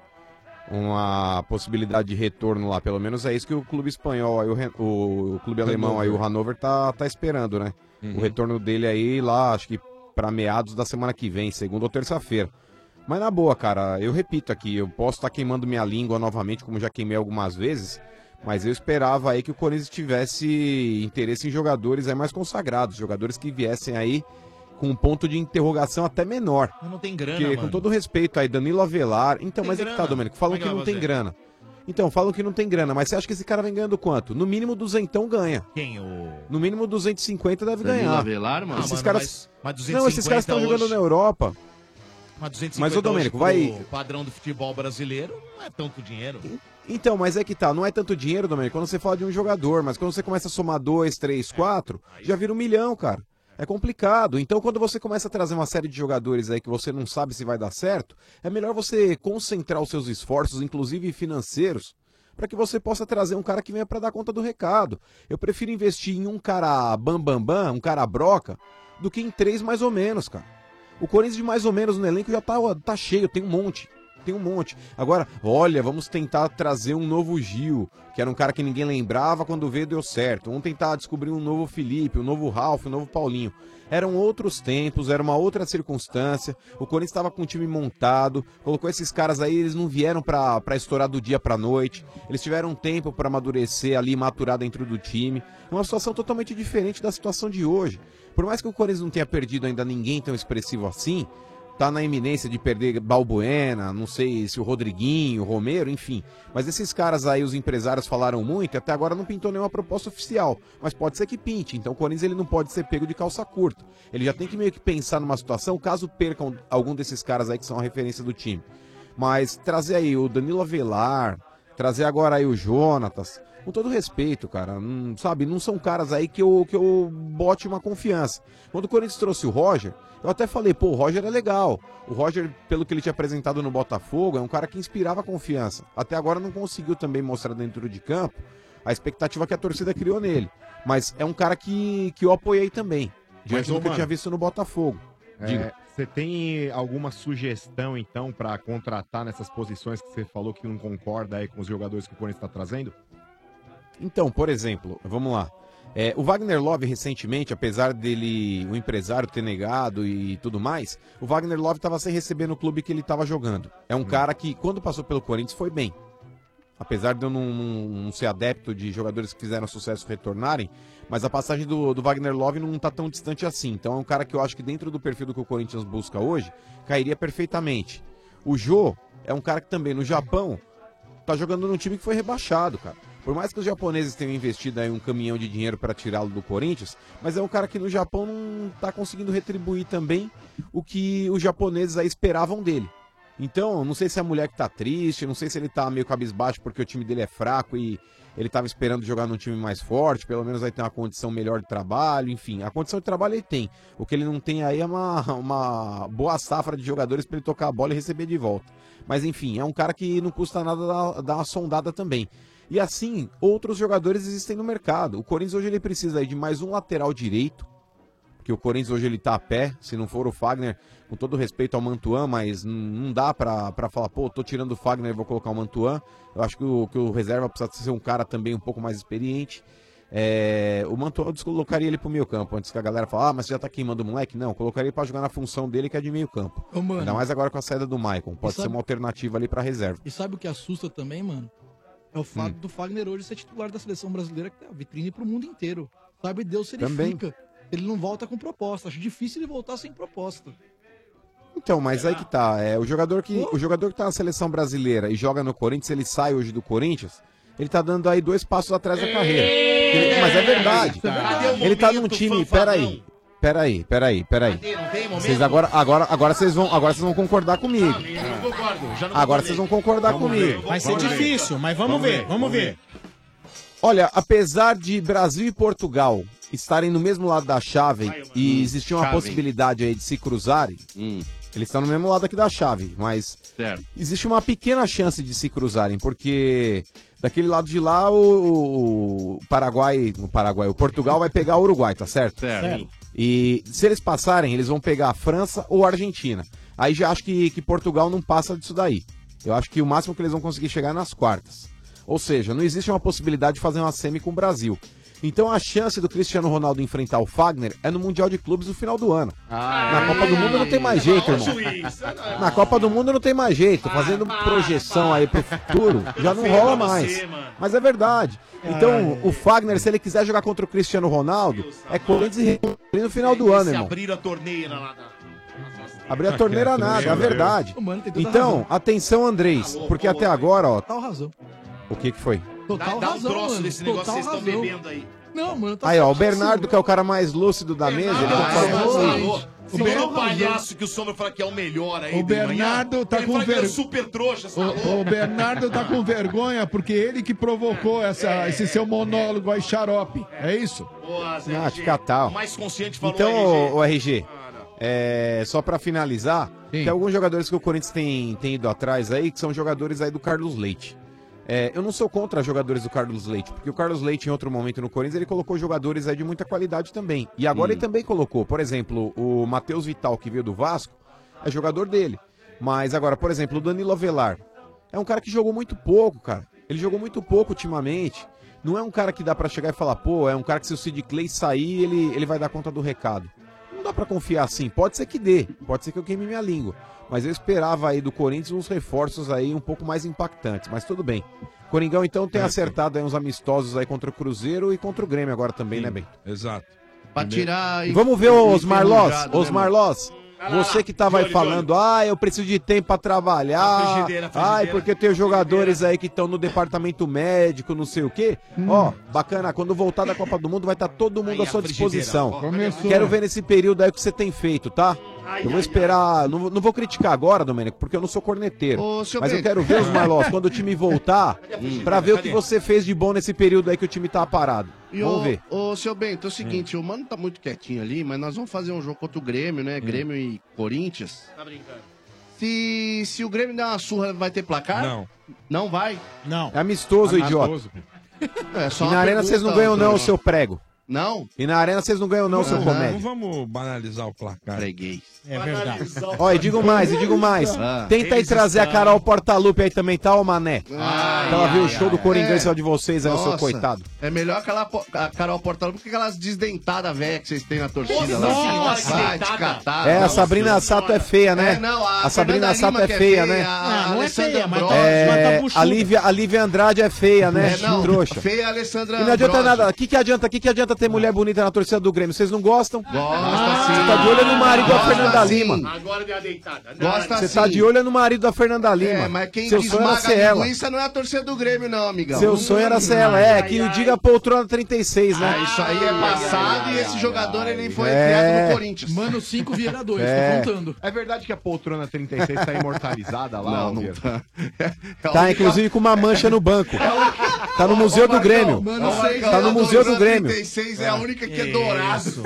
Speaker 9: uma possibilidade de retorno lá, pelo menos é isso que o clube espanhol, aí, o, Ren- o- o clube alemão aí, o Hannover tá, tá esperando, né? O retorno dele aí lá, acho que pra meados da semana que vem, segunda ou terça-feira. Mas na boa, cara, eu repito aqui, eu posso estar queimando minha língua novamente, como já queimei algumas vezes, mas eu esperava aí que o Corinthians tivesse interesse em jogadores aí mais consagrados, jogadores que viessem aí com um ponto de interrogação até menor.
Speaker 6: Mas não tem grana,
Speaker 9: Porque, com
Speaker 6: mano.
Speaker 9: todo respeito aí, Danilo Avelar.
Speaker 6: Tem
Speaker 9: Então, mas é que tá,
Speaker 6: grana.
Speaker 9: Domênico.
Speaker 6: Como
Speaker 9: Falam
Speaker 6: é que
Speaker 9: que
Speaker 6: vai
Speaker 9: não tem
Speaker 6: fazer?
Speaker 9: grana. Então, falam que não tem grana, mas você acha que esse cara vem ganhando quanto? No mínimo duzentão ganha.
Speaker 6: Quem? O...
Speaker 9: No mínimo 250 deve
Speaker 11: Danilo
Speaker 9: ganhar.
Speaker 11: Avelar, mano?
Speaker 9: Esses
Speaker 11: Ah, mano,
Speaker 9: caras.
Speaker 11: mas- mas
Speaker 9: não, esses caras estão
Speaker 11: 250
Speaker 9: jogando
Speaker 11: hoje.
Speaker 9: na Europa.
Speaker 6: Mas 250
Speaker 9: Mas, ô, Domênico,
Speaker 6: hoje
Speaker 9: vai-
Speaker 6: pro padrão do futebol brasileiro não é tanto dinheiro.
Speaker 9: Então, mas é que tá, não é tanto dinheiro, Domênico, quando você fala de um jogador, mas quando você começa a somar dois, três, quatro, já vira um milhão, cara. É complicado. Então, quando você começa a trazer uma série de jogadores aí que você não sabe se vai dar certo, é melhor você concentrar os seus esforços, inclusive financeiros, para que você possa trazer um cara que venha para dar conta do recado. Eu prefiro investir em um cara bam bam bam, um cara broca, do que em três mais ou menos, cara. O Corinthians de mais ou menos no elenco já tá, ó, tá cheio, tem um monte. Tem um monte. Agora, olha, vamos tentar trazer um novo Gil, que era um cara que ninguém lembrava quando veio deu certo. Vamos tentar descobrir um novo Felipe, um novo Ralf, um novo Paulinho. Eram outros tempos, era uma outra circunstância. O Corinthians estava com o time montado, colocou esses caras aí, eles não vieram pra pra estourar do dia pra noite. Eles tiveram um tempo pra amadurecer ali, maturar dentro do time. É uma situação totalmente diferente da situação de hoje. Por mais que o Corinthians não tenha perdido ainda ninguém tão expressivo assim, tá na iminência de perder Balbuena, não sei se o Rodriguinho, o Romero, enfim. Mas esses caras aí, os empresários falaram muito, até agora não pintou nenhuma proposta oficial. Mas pode ser que pinte, então o Corinthians ele não pode ser pego de calça curta. Ele já tem que meio que pensar numa situação, caso percam algum desses caras aí que são a referência do time. Mas trazer aí o Danilo Avelar, trazer agora aí o Jonatas, com todo respeito, cara, não, sabe, não são caras aí que eu, que eu bote uma confiança. Quando o Corinthians trouxe o Roger, eu até falei, pô, o Roger é legal. O Roger, pelo que ele tinha apresentado no Botafogo, é um cara que inspirava confiança. Até agora não conseguiu também mostrar dentro de campo a expectativa que a torcida criou nele. Mas é um cara que, que eu apoiei também,
Speaker 10: Mas,
Speaker 9: diante
Speaker 10: ô,
Speaker 9: do que eu
Speaker 10: mano,
Speaker 9: tinha visto no Botafogo. Diga.
Speaker 10: É, Você tem alguma sugestão, então, pra contratar nessas posições que você falou que não concorda aí com os jogadores que o Corinthians tá trazendo?
Speaker 9: Então, por exemplo, vamos lá. É, o Wagner Love, recentemente, apesar dele, o empresário ter negado e tudo mais, o Wagner Love estava sem receber no clube que ele estava jogando. É um cara que, quando passou pelo Corinthians, foi bem. Apesar de eu não, não- não ser adepto de jogadores que fizeram sucesso retornarem, mas a passagem do, do Wagner Love não tá tão distante assim. Então é um cara que eu acho que dentro do perfil do que o Corinthians busca hoje, cairia perfeitamente. O Jô é um cara que também no Japão tá jogando num time que foi rebaixado, cara. Por mais que os japoneses tenham investido aí um caminhão de dinheiro pra tirá-lo do Corinthians, mas é um cara que no Japão não tá conseguindo retribuir também o que os japoneses aí esperavam dele. Então, não sei se é a mulher que tá triste, não sei se ele tá meio cabisbaixo porque o time dele é fraco e ele tava esperando jogar num um time mais forte, pelo menos aí tem uma condição melhor de trabalho, enfim. A condição de trabalho ele tem. O que ele não tem aí é uma, uma boa safra de jogadores pra ele tocar a bola e receber de volta. Mas enfim, é um cara que não custa nada dar, dar uma sondada também. E assim, outros jogadores existem no mercado. O Corinthians hoje ele precisa aí de mais um lateral direito, porque o Corinthians hoje ele tá a pé, se não for o Fagner, com todo respeito ao Mantuan, mas n- não dá pra pra falar, pô, tô tirando o Fagner e vou colocar o Mantuan. Eu acho que o, que o reserva precisa ser um cara também um pouco mais experiente. É, o Mantuan eu descolocaria ele pro meio campo, antes que a galera fale, ah, mas já tá queimando o moleque? Não, eu colocaria ele pra jogar na função dele que é de meio campo.
Speaker 16: Ô, mano.
Speaker 9: Ainda mais agora com a saída do Maicon, pode ser
Speaker 16: sabe-
Speaker 9: uma alternativa ali pra reserva. Hum.
Speaker 16: E sabe o que assusta também, mano? É o
Speaker 6: Hum.
Speaker 16: fato do Fagner hoje ser titular da seleção brasileira, que é a vitrine pro mundo inteiro. Sabe Deus se ele
Speaker 9: Também.
Speaker 16: fica. Ele não volta com proposta. Acho difícil ele voltar sem proposta.
Speaker 9: Então, mas aí que tá. É, o, jogador que, o jogador que tá na seleção brasileira e joga no Corinthians, ele sai hoje do Corinthians, ele tá dando aí dois passos atrás da carreira. Ele- mas é verdade.
Speaker 6: Eita. Cadê o
Speaker 9: Ele tá num time. Peraí. Peraí, peraí, peraí. Vocês agora, agora, agora vocês vão, agora vocês vão concordar comigo.
Speaker 6: Não concordo. Já não
Speaker 9: Agora vocês vão concordar comigo.
Speaker 5: Vai ser difícil, mas vamos, ver, vamos ver.
Speaker 9: Olha, apesar de Brasil e Portugal estarem no mesmo lado da chave e existir uma
Speaker 17: chave.
Speaker 9: possibilidade aí de se cruzarem, eles estão no mesmo lado aqui da chave, mas existe uma pequena chance de se cruzarem, porque daquele lado de lá o, o Paraguai, o Paraguai, o Portugal vai pegar o Uruguai, tá certo?
Speaker 6: Certo.
Speaker 9: E se eles passarem, eles vão pegar a França ou a Argentina. Aí já acho que, que Portugal não passa disso daí. Eu acho que o máximo que eles vão conseguir chegar é nas quartas. Ou seja, não existe uma possibilidade de fazer uma semi com o Brasil. Então a chance do Cristiano Ronaldo enfrentar o Fagner é no Mundial de Clubes no final do ano. Na Ah. Copa do Mundo não tem mais jeito, irmão. Na Copa do Mundo não tem mais jeito. Fazendo projeção aí pro futuro, já não
Speaker 17: Feio
Speaker 9: rola
Speaker 17: pra
Speaker 9: mais.
Speaker 17: você, mano.
Speaker 9: Mas é verdade. Então, o Fagner, se ele quiser jogar contra o Cristiano Ronaldo, é Corinthians e Real Madrid no final do ano,
Speaker 6: Se
Speaker 9: irmão.
Speaker 6: abrir É a torneira lá da...
Speaker 9: Abrir a torneira nada, é verdade.
Speaker 16: Ô, mano, tem toda
Speaker 9: Então,
Speaker 16: razão.
Speaker 9: atenção, Andrés, porque até agora, ó,
Speaker 16: Total razão.
Speaker 9: o que que foi?
Speaker 16: Total
Speaker 6: Dá um
Speaker 16: razão,
Speaker 6: troço
Speaker 16: mano.
Speaker 6: nesse negócio que
Speaker 16: Total
Speaker 6: vocês estão
Speaker 16: razão.
Speaker 6: bebendo aí.
Speaker 16: Não, mano, tá
Speaker 9: Aí, ó, o
Speaker 16: certo.
Speaker 9: Bernardo, que é o cara mais lúcido da mesa, ele
Speaker 6: Ah,
Speaker 9: tá
Speaker 6: falou,
Speaker 9: falando
Speaker 6: falou.
Speaker 9: isso.
Speaker 6: Se for um palhaço que o Sombra fala que é o melhor aí.
Speaker 8: O
Speaker 6: do manhã,
Speaker 8: Bernardo tá
Speaker 6: ele
Speaker 8: com
Speaker 6: fala que ele é
Speaker 8: vergonha.
Speaker 6: super trouxa, você tá
Speaker 8: O,
Speaker 6: louco?
Speaker 8: o Bernardo tá com vergonha porque ele que provocou essa, esse seu monólogo aí, xarope. É isso?
Speaker 6: Boa, Zé
Speaker 9: Ah,
Speaker 6: RG.
Speaker 9: te catar, ó.
Speaker 6: O mais consciente falou
Speaker 9: Então,
Speaker 6: RG.
Speaker 9: ô, ô, RG, é, só pra finalizar, tem alguns jogadores que o Corinthians tem, tem ido atrás aí, que são jogadores aí do Carlos Leite. É, eu não sou contra jogadores do Carlos Leite, porque o Carlos Leite, em outro momento no Corinthians, ele colocou jogadores aí de muita qualidade também. E agora ele também colocou, por exemplo, o Matheus Vital, que veio do Vasco, é jogador dele. Mas agora, por exemplo, o Danilo Avelar é um cara que jogou muito pouco, cara. Ele jogou muito pouco ultimamente. Não é um cara que dá pra chegar e falar, pô, é um cara que se o Sid Clay sair, ele, ele vai dar conta do recado. Não dá pra confiar assim. Pode ser que dê, pode ser que eu queime minha língua. Mas eu esperava aí do Corinthians uns reforços aí um pouco mais impactantes, mas tudo bem. Coringão então tem acertado aí uns amistosos aí contra o Cruzeiro e contra o Grêmio agora também, né, Bem?
Speaker 7: Exato.
Speaker 11: Pra tirar.
Speaker 9: E Vamos ver os Marlós,
Speaker 11: enferrujado, né,
Speaker 9: os
Speaker 11: mano?
Speaker 9: Marlós. Você que tava aí
Speaker 11: de olho, de
Speaker 9: falando, ah, eu preciso de tempo pra
Speaker 11: A
Speaker 9: trabalhar.
Speaker 11: frigideira, a
Speaker 9: Ai,
Speaker 11: frigideira,
Speaker 9: porque tem os jogadores aí que estão no departamento médico, não sei o quê.
Speaker 11: Hum.
Speaker 9: Ó, bacana, quando voltar da Copa do Mundo vai estar todo mundo à sua disposição. Quero ver nesse período aí o que você tem feito, tá? Eu vou esperar, não, vou- não vou criticar agora, Domênico, porque eu não sou corneteiro.
Speaker 11: Ô, seu
Speaker 9: mas eu
Speaker 11: Bento.
Speaker 9: quero ver os Marlós quando o time voltar, pra ver o que você fez de bom nesse período aí que o time tava parado.
Speaker 11: E
Speaker 9: Vamos
Speaker 11: ô,
Speaker 9: ver.
Speaker 11: ô, seu Bento, é o seguinte, o Mano tá muito quietinho ali, mas nós vamos fazer um jogo contra o Grêmio,
Speaker 9: É.
Speaker 11: né? Grêmio e Corinthians.
Speaker 6: Tá brincando.
Speaker 11: Se, se o Grêmio der uma surra, vai ter placar?
Speaker 7: Não.
Speaker 11: Não vai?
Speaker 5: Não.
Speaker 9: É amistoso,
Speaker 11: Amistoso.
Speaker 9: idiota.
Speaker 11: É
Speaker 9: E na
Speaker 11: uma
Speaker 9: arena vocês não
Speaker 11: pergunta,
Speaker 9: ganham, não,
Speaker 11: Antônio.
Speaker 9: seu prego.
Speaker 11: Não?
Speaker 9: E na arena vocês não ganham, não, seu
Speaker 7: Não,
Speaker 9: comédia.
Speaker 7: Não vamos banalizar o placar.
Speaker 11: Freguês.
Speaker 5: É verdade.
Speaker 9: Ó, e digo mais, e digo mais.
Speaker 11: Ah,
Speaker 9: Tenta aí trazer a
Speaker 7: É,
Speaker 9: Carol Portalupe aí também, tá, ô Mané?
Speaker 11: Ai,
Speaker 9: Pra ela ver o
Speaker 11: ai,
Speaker 9: show do
Speaker 11: ai.
Speaker 9: Coringão
Speaker 11: É.
Speaker 9: e só de vocês aí, o seu
Speaker 11: Nossa,
Speaker 9: coitado.
Speaker 11: É melhor aquela po- a Carol Portal do que aquelas desdentadas velhas que vocês têm na torcida
Speaker 9: Nossa,
Speaker 11: lá.
Speaker 9: nossa.
Speaker 11: vai te catar.
Speaker 9: É, a
Speaker 11: Ah, não.
Speaker 9: Sabrina Sato é feia, né?
Speaker 11: É, não, a
Speaker 9: a Sabrina
Speaker 11: Fernanda
Speaker 9: Sato
Speaker 11: Lima
Speaker 9: é
Speaker 11: que é
Speaker 9: feia,
Speaker 11: feia,
Speaker 9: né?
Speaker 11: a Não, não é Alessandra feia, mas tá-
Speaker 9: Ambrosio.
Speaker 11: mas tá
Speaker 9: É,
Speaker 11: buchuda.
Speaker 9: a, Lívia, a Lívia Andrade é feia, né?
Speaker 11: É, não,
Speaker 9: Trouxa.
Speaker 11: feia é a Ah. Alessandra
Speaker 9: E não adianta
Speaker 11: Ambrosio.
Speaker 9: nada. O que, que adianta? O que, que adianta adianta ter mulher bonita na torcida do Grêmio. Vocês não gostam? Gosta, Você
Speaker 11: sim.
Speaker 9: tá de olho no marido da
Speaker 11: Gosta,
Speaker 9: Fernanda
Speaker 11: sim.
Speaker 9: Lima.
Speaker 14: Agora deu a deitada.
Speaker 11: Gosta
Speaker 9: Você
Speaker 11: sim.
Speaker 9: tá de olho no marido da Fernanda Lima.
Speaker 11: É, mas quem
Speaker 9: Seu sonho era
Speaker 11: desmaga
Speaker 9: ser
Speaker 11: a
Speaker 9: ela.
Speaker 11: linguiça não é a torcida do Grêmio, não, amigão.
Speaker 9: Seu sonho era ser ela. É, que o diga poltrona 36, né?
Speaker 11: Ah, isso aí é passado e esse jogador ele nem foi
Speaker 9: É.
Speaker 11: criado no Corinthians.
Speaker 16: Mano, 5 vira 2,
Speaker 9: É.
Speaker 11: tô contando.
Speaker 10: É verdade que a poltrona 36 tá imortalizada lá?
Speaker 9: Não, não
Speaker 10: Almir?
Speaker 9: tá.
Speaker 10: É a
Speaker 9: Tá,
Speaker 10: única-
Speaker 9: inclusive com uma mancha no banco.
Speaker 11: É
Speaker 9: Tá no Museu do Grêmio.
Speaker 11: Mano, sei que
Speaker 9: Tá no
Speaker 11: a
Speaker 9: Museu do
Speaker 11: Dourada
Speaker 9: Grêmio.
Speaker 11: 36 é a única que é dourado.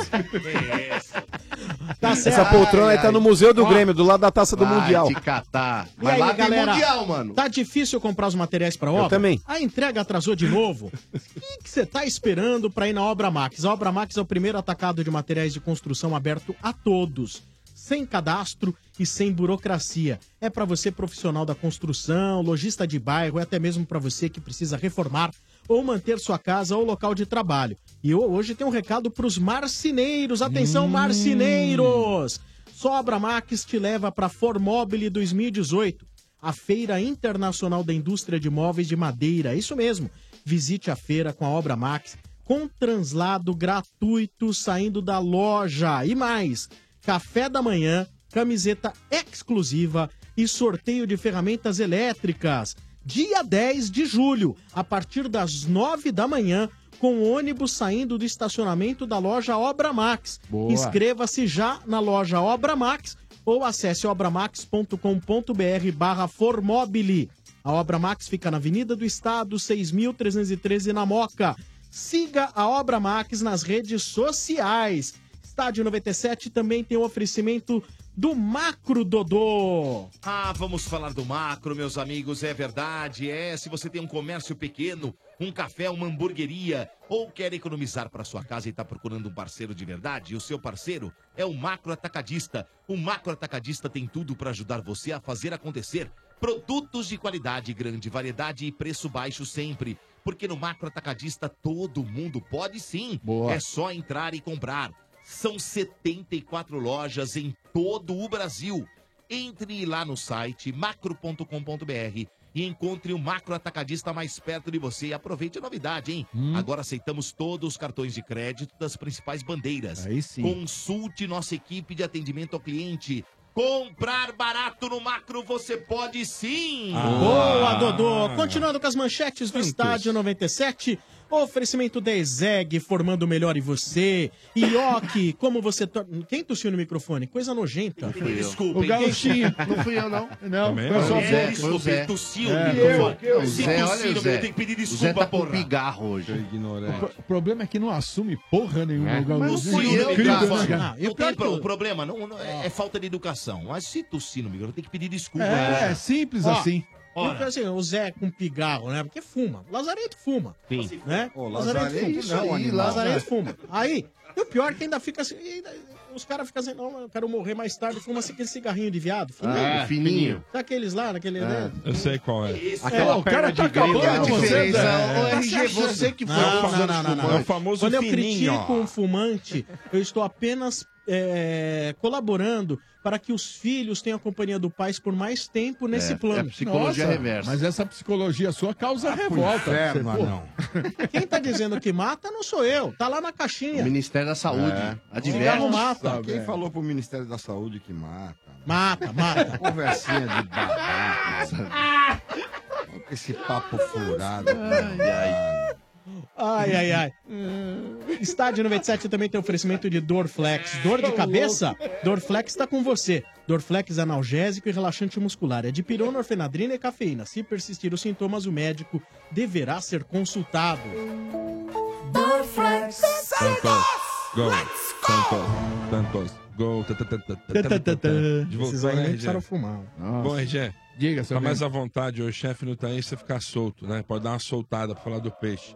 Speaker 9: Essa poltrona aí tá no Museu do Grêmio, do lado da taça do Mundial.
Speaker 5: E aí, galera,
Speaker 11: mundial, mano.
Speaker 5: Tá difícil comprar os materiais pra obra?
Speaker 9: também.
Speaker 5: A entrega atrasou de novo? O que você tá esperando pra ir na Obra Max? A Obra Max é o primeiro atacado de materiais de construção aberto a todos. Sem cadastro e sem burocracia. É pra você, profissional da construção, lojista de bairro, é até mesmo pra você que precisa reformar ou manter sua casa ou local de trabalho. E ho- hoje tem um recado pros marceneiros. Atenção, marceneiros! Só a Obra Max te leva para Formobile 2018, a Feira Internacional da Indústria de Móveis de Madeira. Isso mesmo. Visite a feira com a Obra Max, com translado gratuito saindo da loja. E mais, café da manhã, camiseta exclusiva e sorteio de ferramentas elétricas. Dia 10 de julho, a partir das 9 da manhã, com o ônibus saindo do estacionamento da loja Obra Max.
Speaker 8: Boa.
Speaker 5: Inscreva-se já na loja Obra Max ou acesse obramax.com.br barra Formobile. A Obra Max fica na Avenida do Estado, 6.313, na Moca. Siga a Obra Max nas redes sociais. Estádio 97 também tem o oferecimento do Macro Dodô.
Speaker 6: Ah, vamos falar do macro, meus amigos. É verdade, é. Se você tem um comércio pequeno, um café, uma hamburgueria, ou quer economizar para sua casa e está procurando um parceiro de verdade, o seu parceiro é o Macro Atacadista. O Macro Atacadista tem tudo para ajudar você a fazer acontecer. Produtos de qualidade, grande variedade e preço baixo sempre. Porque no Macro Atacadista todo mundo pode sim. É só entrar e comprar. São 74 lojas em todo o Brasil entre lá no site macro.com.br e encontre o macro atacadista mais perto de você e aproveite a novidade, hein?
Speaker 8: Hum.
Speaker 6: Agora aceitamos todos os cartões de crédito das principais bandeiras.
Speaker 8: Aí sim.
Speaker 6: Consulte nossa equipe de atendimento ao cliente. Comprar barato no macro você pode sim!
Speaker 8: Ah.
Speaker 5: Boa, Dodô! Continuando com as manchetes do Estádio 97, oferecimento da Ezeg, formando o melhor em você. Ioki, como você... tor- Quem tossiu no microfone? Coisa nojenta.
Speaker 8: Não fui eu. Desculpa, O hein? Gauchinho. Não fui eu, não. Não, Também foi não. só o Zé.
Speaker 11: Foi o Zé.
Speaker 8: Tossiu,
Speaker 11: É,
Speaker 8: Nico,
Speaker 11: eu,
Speaker 8: foi.
Speaker 11: eu.
Speaker 8: O
Speaker 11: Se
Speaker 8: Zé, olha
Speaker 11: tossiu,
Speaker 8: o
Speaker 11: meu,
Speaker 8: Zé.
Speaker 11: é, tem que pedir
Speaker 8: O Zé
Speaker 11: desculpa,
Speaker 8: tá com
Speaker 11: porra.
Speaker 8: pigarro
Speaker 11: hoje.
Speaker 8: O pro- problema é que não assume porra nenhuma.
Speaker 6: É.
Speaker 8: o Gaudio.
Speaker 6: Mas fui
Speaker 8: Incrível,
Speaker 6: eu,
Speaker 8: né,
Speaker 6: Rafa.
Speaker 8: cara?
Speaker 6: Não, tem pro- o problema não, não- é, é falta de educação. Mas se tossir no microfone, tem que pedir desculpa.
Speaker 5: É,
Speaker 6: né?
Speaker 5: simples
Speaker 6: Ó,
Speaker 5: assim.
Speaker 6: ora.
Speaker 5: Porque, assim, o Zé com pigarro, né? Porque fuma. Lazareto fuma.
Speaker 6: Sim.
Speaker 5: Né?
Speaker 6: Ô,
Speaker 5: Lazareto
Speaker 6: Lazareto
Speaker 5: fuma. Isso
Speaker 6: não,
Speaker 5: aí,
Speaker 6: animal.
Speaker 5: Lazareto fuma. Aí, e o pior é que ainda fica assim. ainda- os caras ficam assim, não, eu quero morrer mais tarde. Fuma assim, aquele cigarrinho de viado.
Speaker 8: É,
Speaker 7: Ah, fininho. É.
Speaker 5: Daqueles lá, naquele. né?
Speaker 7: Eu sei qual é.
Speaker 5: Aquela É, o cara perna tá de grilo. acabando com você, Zé. É. Tá se achando. Não, não, não, não, não.
Speaker 7: É o famoso
Speaker 5: Quando eu
Speaker 7: fininho,
Speaker 5: critico
Speaker 7: ó.
Speaker 5: um fumante, eu estou apenas é, colaborando para que os filhos tenham a companhia do pai por mais tempo nesse
Speaker 8: É,
Speaker 5: plano.
Speaker 8: é psicologia reversa. Ah, Mas essa psicologia sua causa revolta.
Speaker 5: inferno,
Speaker 8: Você, pô,
Speaker 5: anão. Quem tá dizendo que mata não sou eu. Tá lá na caixinha. tá?
Speaker 11: O Ministério da Saúde.
Speaker 13: É.
Speaker 11: Adverte.
Speaker 5: Cigarro mata.
Speaker 13: Quem
Speaker 5: velho.
Speaker 13: falou pro Ministério da Saúde que mata?
Speaker 5: Mata, mata.
Speaker 13: Conversinha de babaca. sabe? Olha Esse papo furado.
Speaker 5: Ai, Ai, ai, ai. Estádio 97 também tem oferecimento de Dorflex. Dor de cabeça? Dorflex está com você. Dorflex é analgésico e relaxante muscular. É de pirona, orfenadrina e cafeína. Se persistir os sintomas, o médico deverá ser consultado.
Speaker 17: Dorflex.
Speaker 7: Santos, gol. Santos, Santos, gol. Tá, tá, tá, tá, tá, tá, tá, tá. De volta,
Speaker 5: Esses aí
Speaker 7: né,
Speaker 5: nem
Speaker 7: RG?
Speaker 5: precisaram fumar.
Speaker 7: Bom, RG.
Speaker 8: Diga, seu
Speaker 7: Tá mais
Speaker 8: bem.
Speaker 7: à vontade, o chefe não tá aí, você ficar solto, né? Pode dar uma soltada pra falar do peixe.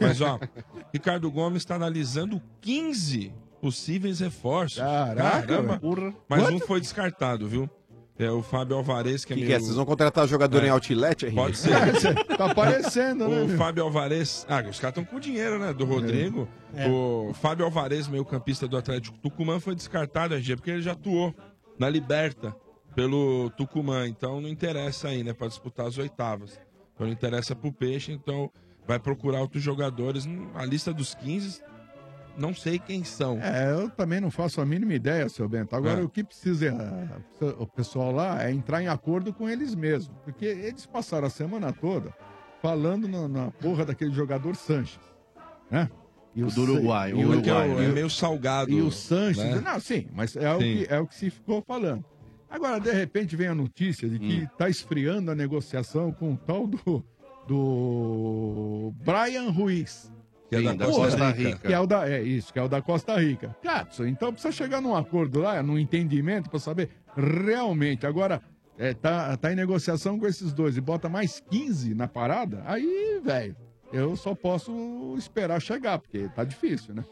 Speaker 7: Mas, ó, Ricardo Gomes tá analisando 15 possíveis reforços.
Speaker 9: Caraca, velho.
Speaker 7: Mas
Speaker 9: Quanto?
Speaker 7: um foi descartado, viu? É o Fábio Alvarez, que é
Speaker 9: O que,
Speaker 7: meio...
Speaker 9: que é? Vocês vão contratar jogador em outlet aí?
Speaker 7: Pode ser.
Speaker 8: Tá aparecendo, né,
Speaker 7: O
Speaker 8: meu?
Speaker 7: Fábio Alvarez. Ah, os caras estão com dinheiro, né? Do Rodrigo.
Speaker 8: É.
Speaker 7: O Fábio Alvarez, meio-campista do Atlético Tucumã, foi descartado, RG, porque ele já atuou na Liberta pelo Tucumã. Então não interessa aí, né? Pra disputar as oitavas. Então não interessa pro Peixe, então vai procurar outros jogadores. Hum, A lista dos 15 não sei quem são.
Speaker 8: É, eu também não faço a mínima ideia, seu Bento. Agora,
Speaker 7: É.
Speaker 8: o que precisa ah, o pessoal lá é entrar em acordo com eles mesmos. Porque eles passaram a semana toda falando na, na porra daquele jogador Sanches. Né? E
Speaker 11: O um do Uruguai,
Speaker 8: Sa-
Speaker 11: o
Speaker 8: e é
Speaker 11: Uruguai,
Speaker 8: e
Speaker 11: né?
Speaker 8: E o Sanches.
Speaker 7: né?
Speaker 8: Não, sim, mas é o,
Speaker 7: Sim.
Speaker 8: que, é o que se ficou falando. Agora, de repente, vem a notícia de
Speaker 11: Hum.
Speaker 8: que está esfriando a negociação com o tal do, do Brian Ruiz.
Speaker 7: Que é da Costa Rica.
Speaker 8: Que é o da, é isso, que é o da Costa Rica. Katsu, então precisa chegar num acordo lá, num entendimento, para saber realmente. Agora, é, tá, tá em negociação com esses dois e bota mais 15 na parada, aí, velho, eu só posso esperar chegar, porque tá difícil, né?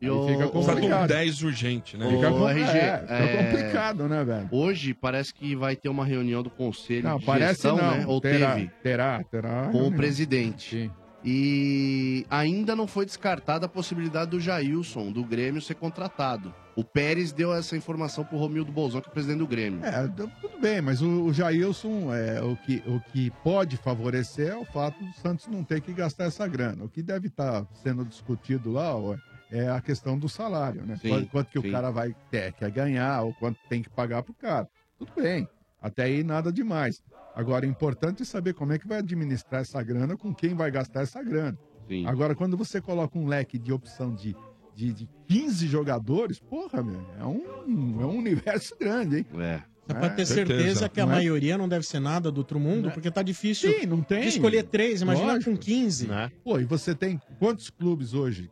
Speaker 11: E
Speaker 8: Aí
Speaker 11: o-
Speaker 8: fica
Speaker 11: Tá com
Speaker 8: complicado.
Speaker 11: 10
Speaker 7: urgente,
Speaker 11: Ô,
Speaker 8: Fica, com-
Speaker 11: RG,
Speaker 8: é, fica
Speaker 11: é,
Speaker 8: complicado, né, velho?
Speaker 11: Hoje parece que vai ter uma reunião do conselho
Speaker 8: Não,
Speaker 11: de
Speaker 8: parece
Speaker 11: gestão,
Speaker 8: não.
Speaker 11: né? Ou
Speaker 8: terá,
Speaker 11: teve
Speaker 8: terá, terá.
Speaker 11: com o
Speaker 8: reunião.
Speaker 11: presidente. E ainda não foi descartada a possibilidade do Jailson, do Grêmio, ser contratado. O Pérez deu essa informação pro Romildo Bolzão, que é o presidente do Grêmio.
Speaker 8: É, d- tudo bem, mas o, o Jailson, é, o, que, o que pode favorecer é o fato do Santos não ter que gastar essa grana. O que deve estar sendo discutido lá ó, é a questão do salário, né?
Speaker 7: Sim,
Speaker 8: quanto, quanto que
Speaker 7: sim.
Speaker 8: o cara vai ter, quer ganhar, ou quanto tem que pagar pro cara. Tudo bem, até aí nada demais. Agora, o importante é saber como é que vai administrar essa grana, com quem vai gastar essa grana.
Speaker 11: Sim.
Speaker 8: Agora, quando você coloca um leque de opção de, de, de 15 jogadores, porra, meu, é um, é um universo grande, hein?
Speaker 11: É.
Speaker 5: Dá pra ter certeza, que a
Speaker 8: Não é?
Speaker 5: maioria não deve ser nada do outro mundo, porque tá difícil
Speaker 8: Né? Sim, não tem.
Speaker 5: de escolher três, imagina
Speaker 8: Lógico.
Speaker 5: com 15.
Speaker 11: Né?
Speaker 8: Pô, e você tem quantos clubes hoje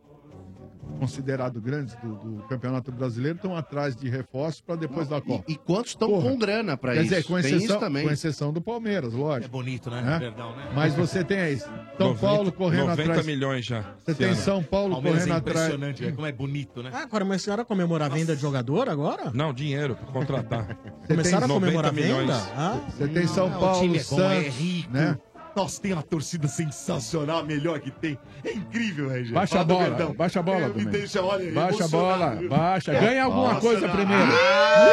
Speaker 8: considerados grandes do, do Campeonato Brasileiro estão atrás de reforços para depois da Copa?
Speaker 11: E quantos estão
Speaker 8: Porra.
Speaker 11: com grana pra
Speaker 8: Quer
Speaker 11: isso?
Speaker 8: dizer, com
Speaker 11: Tem
Speaker 8: exceção,
Speaker 11: isso também.
Speaker 8: com exceção do Palmeiras, lógico. É
Speaker 6: bonito, né? Verdão, né?
Speaker 8: Mas você tem aí São
Speaker 7: 90
Speaker 8: Paulo correndo
Speaker 7: 90
Speaker 8: atrás.
Speaker 7: milhões já.
Speaker 8: Você tem
Speaker 7: Esse ano.
Speaker 8: São Paulo
Speaker 6: Palmeiras
Speaker 8: correndo
Speaker 6: é
Speaker 8: atrás.
Speaker 6: impressionante, velho, como é bonito, né?
Speaker 5: Ah, agora, mas a senhora comemorar a venda de jogador agora?
Speaker 7: Não, dinheiro pra contratar.
Speaker 5: Começaram a
Speaker 7: 90
Speaker 5: comemorar a venda?
Speaker 7: milhões.
Speaker 5: Ah?
Speaker 8: Você tem São
Speaker 6: Não,
Speaker 8: Paulo,
Speaker 6: o time é bom, é
Speaker 8: Santos,
Speaker 6: rico.
Speaker 8: né?
Speaker 6: Nós temos uma torcida sensacional, a melhor que tem. É incrível, Regé.
Speaker 8: Baixa
Speaker 6: Fala
Speaker 8: a
Speaker 6: do
Speaker 8: bola,
Speaker 6: Verdão.
Speaker 8: baixa a bola,
Speaker 6: É, me
Speaker 8: Domênico.
Speaker 6: deixa, olha,
Speaker 8: Baixa a
Speaker 6: emocionado,
Speaker 8: bola,
Speaker 6: viu?
Speaker 8: baixa.
Speaker 6: É,
Speaker 8: Ganha alguma coisa
Speaker 6: emocionado.
Speaker 8: primeiro.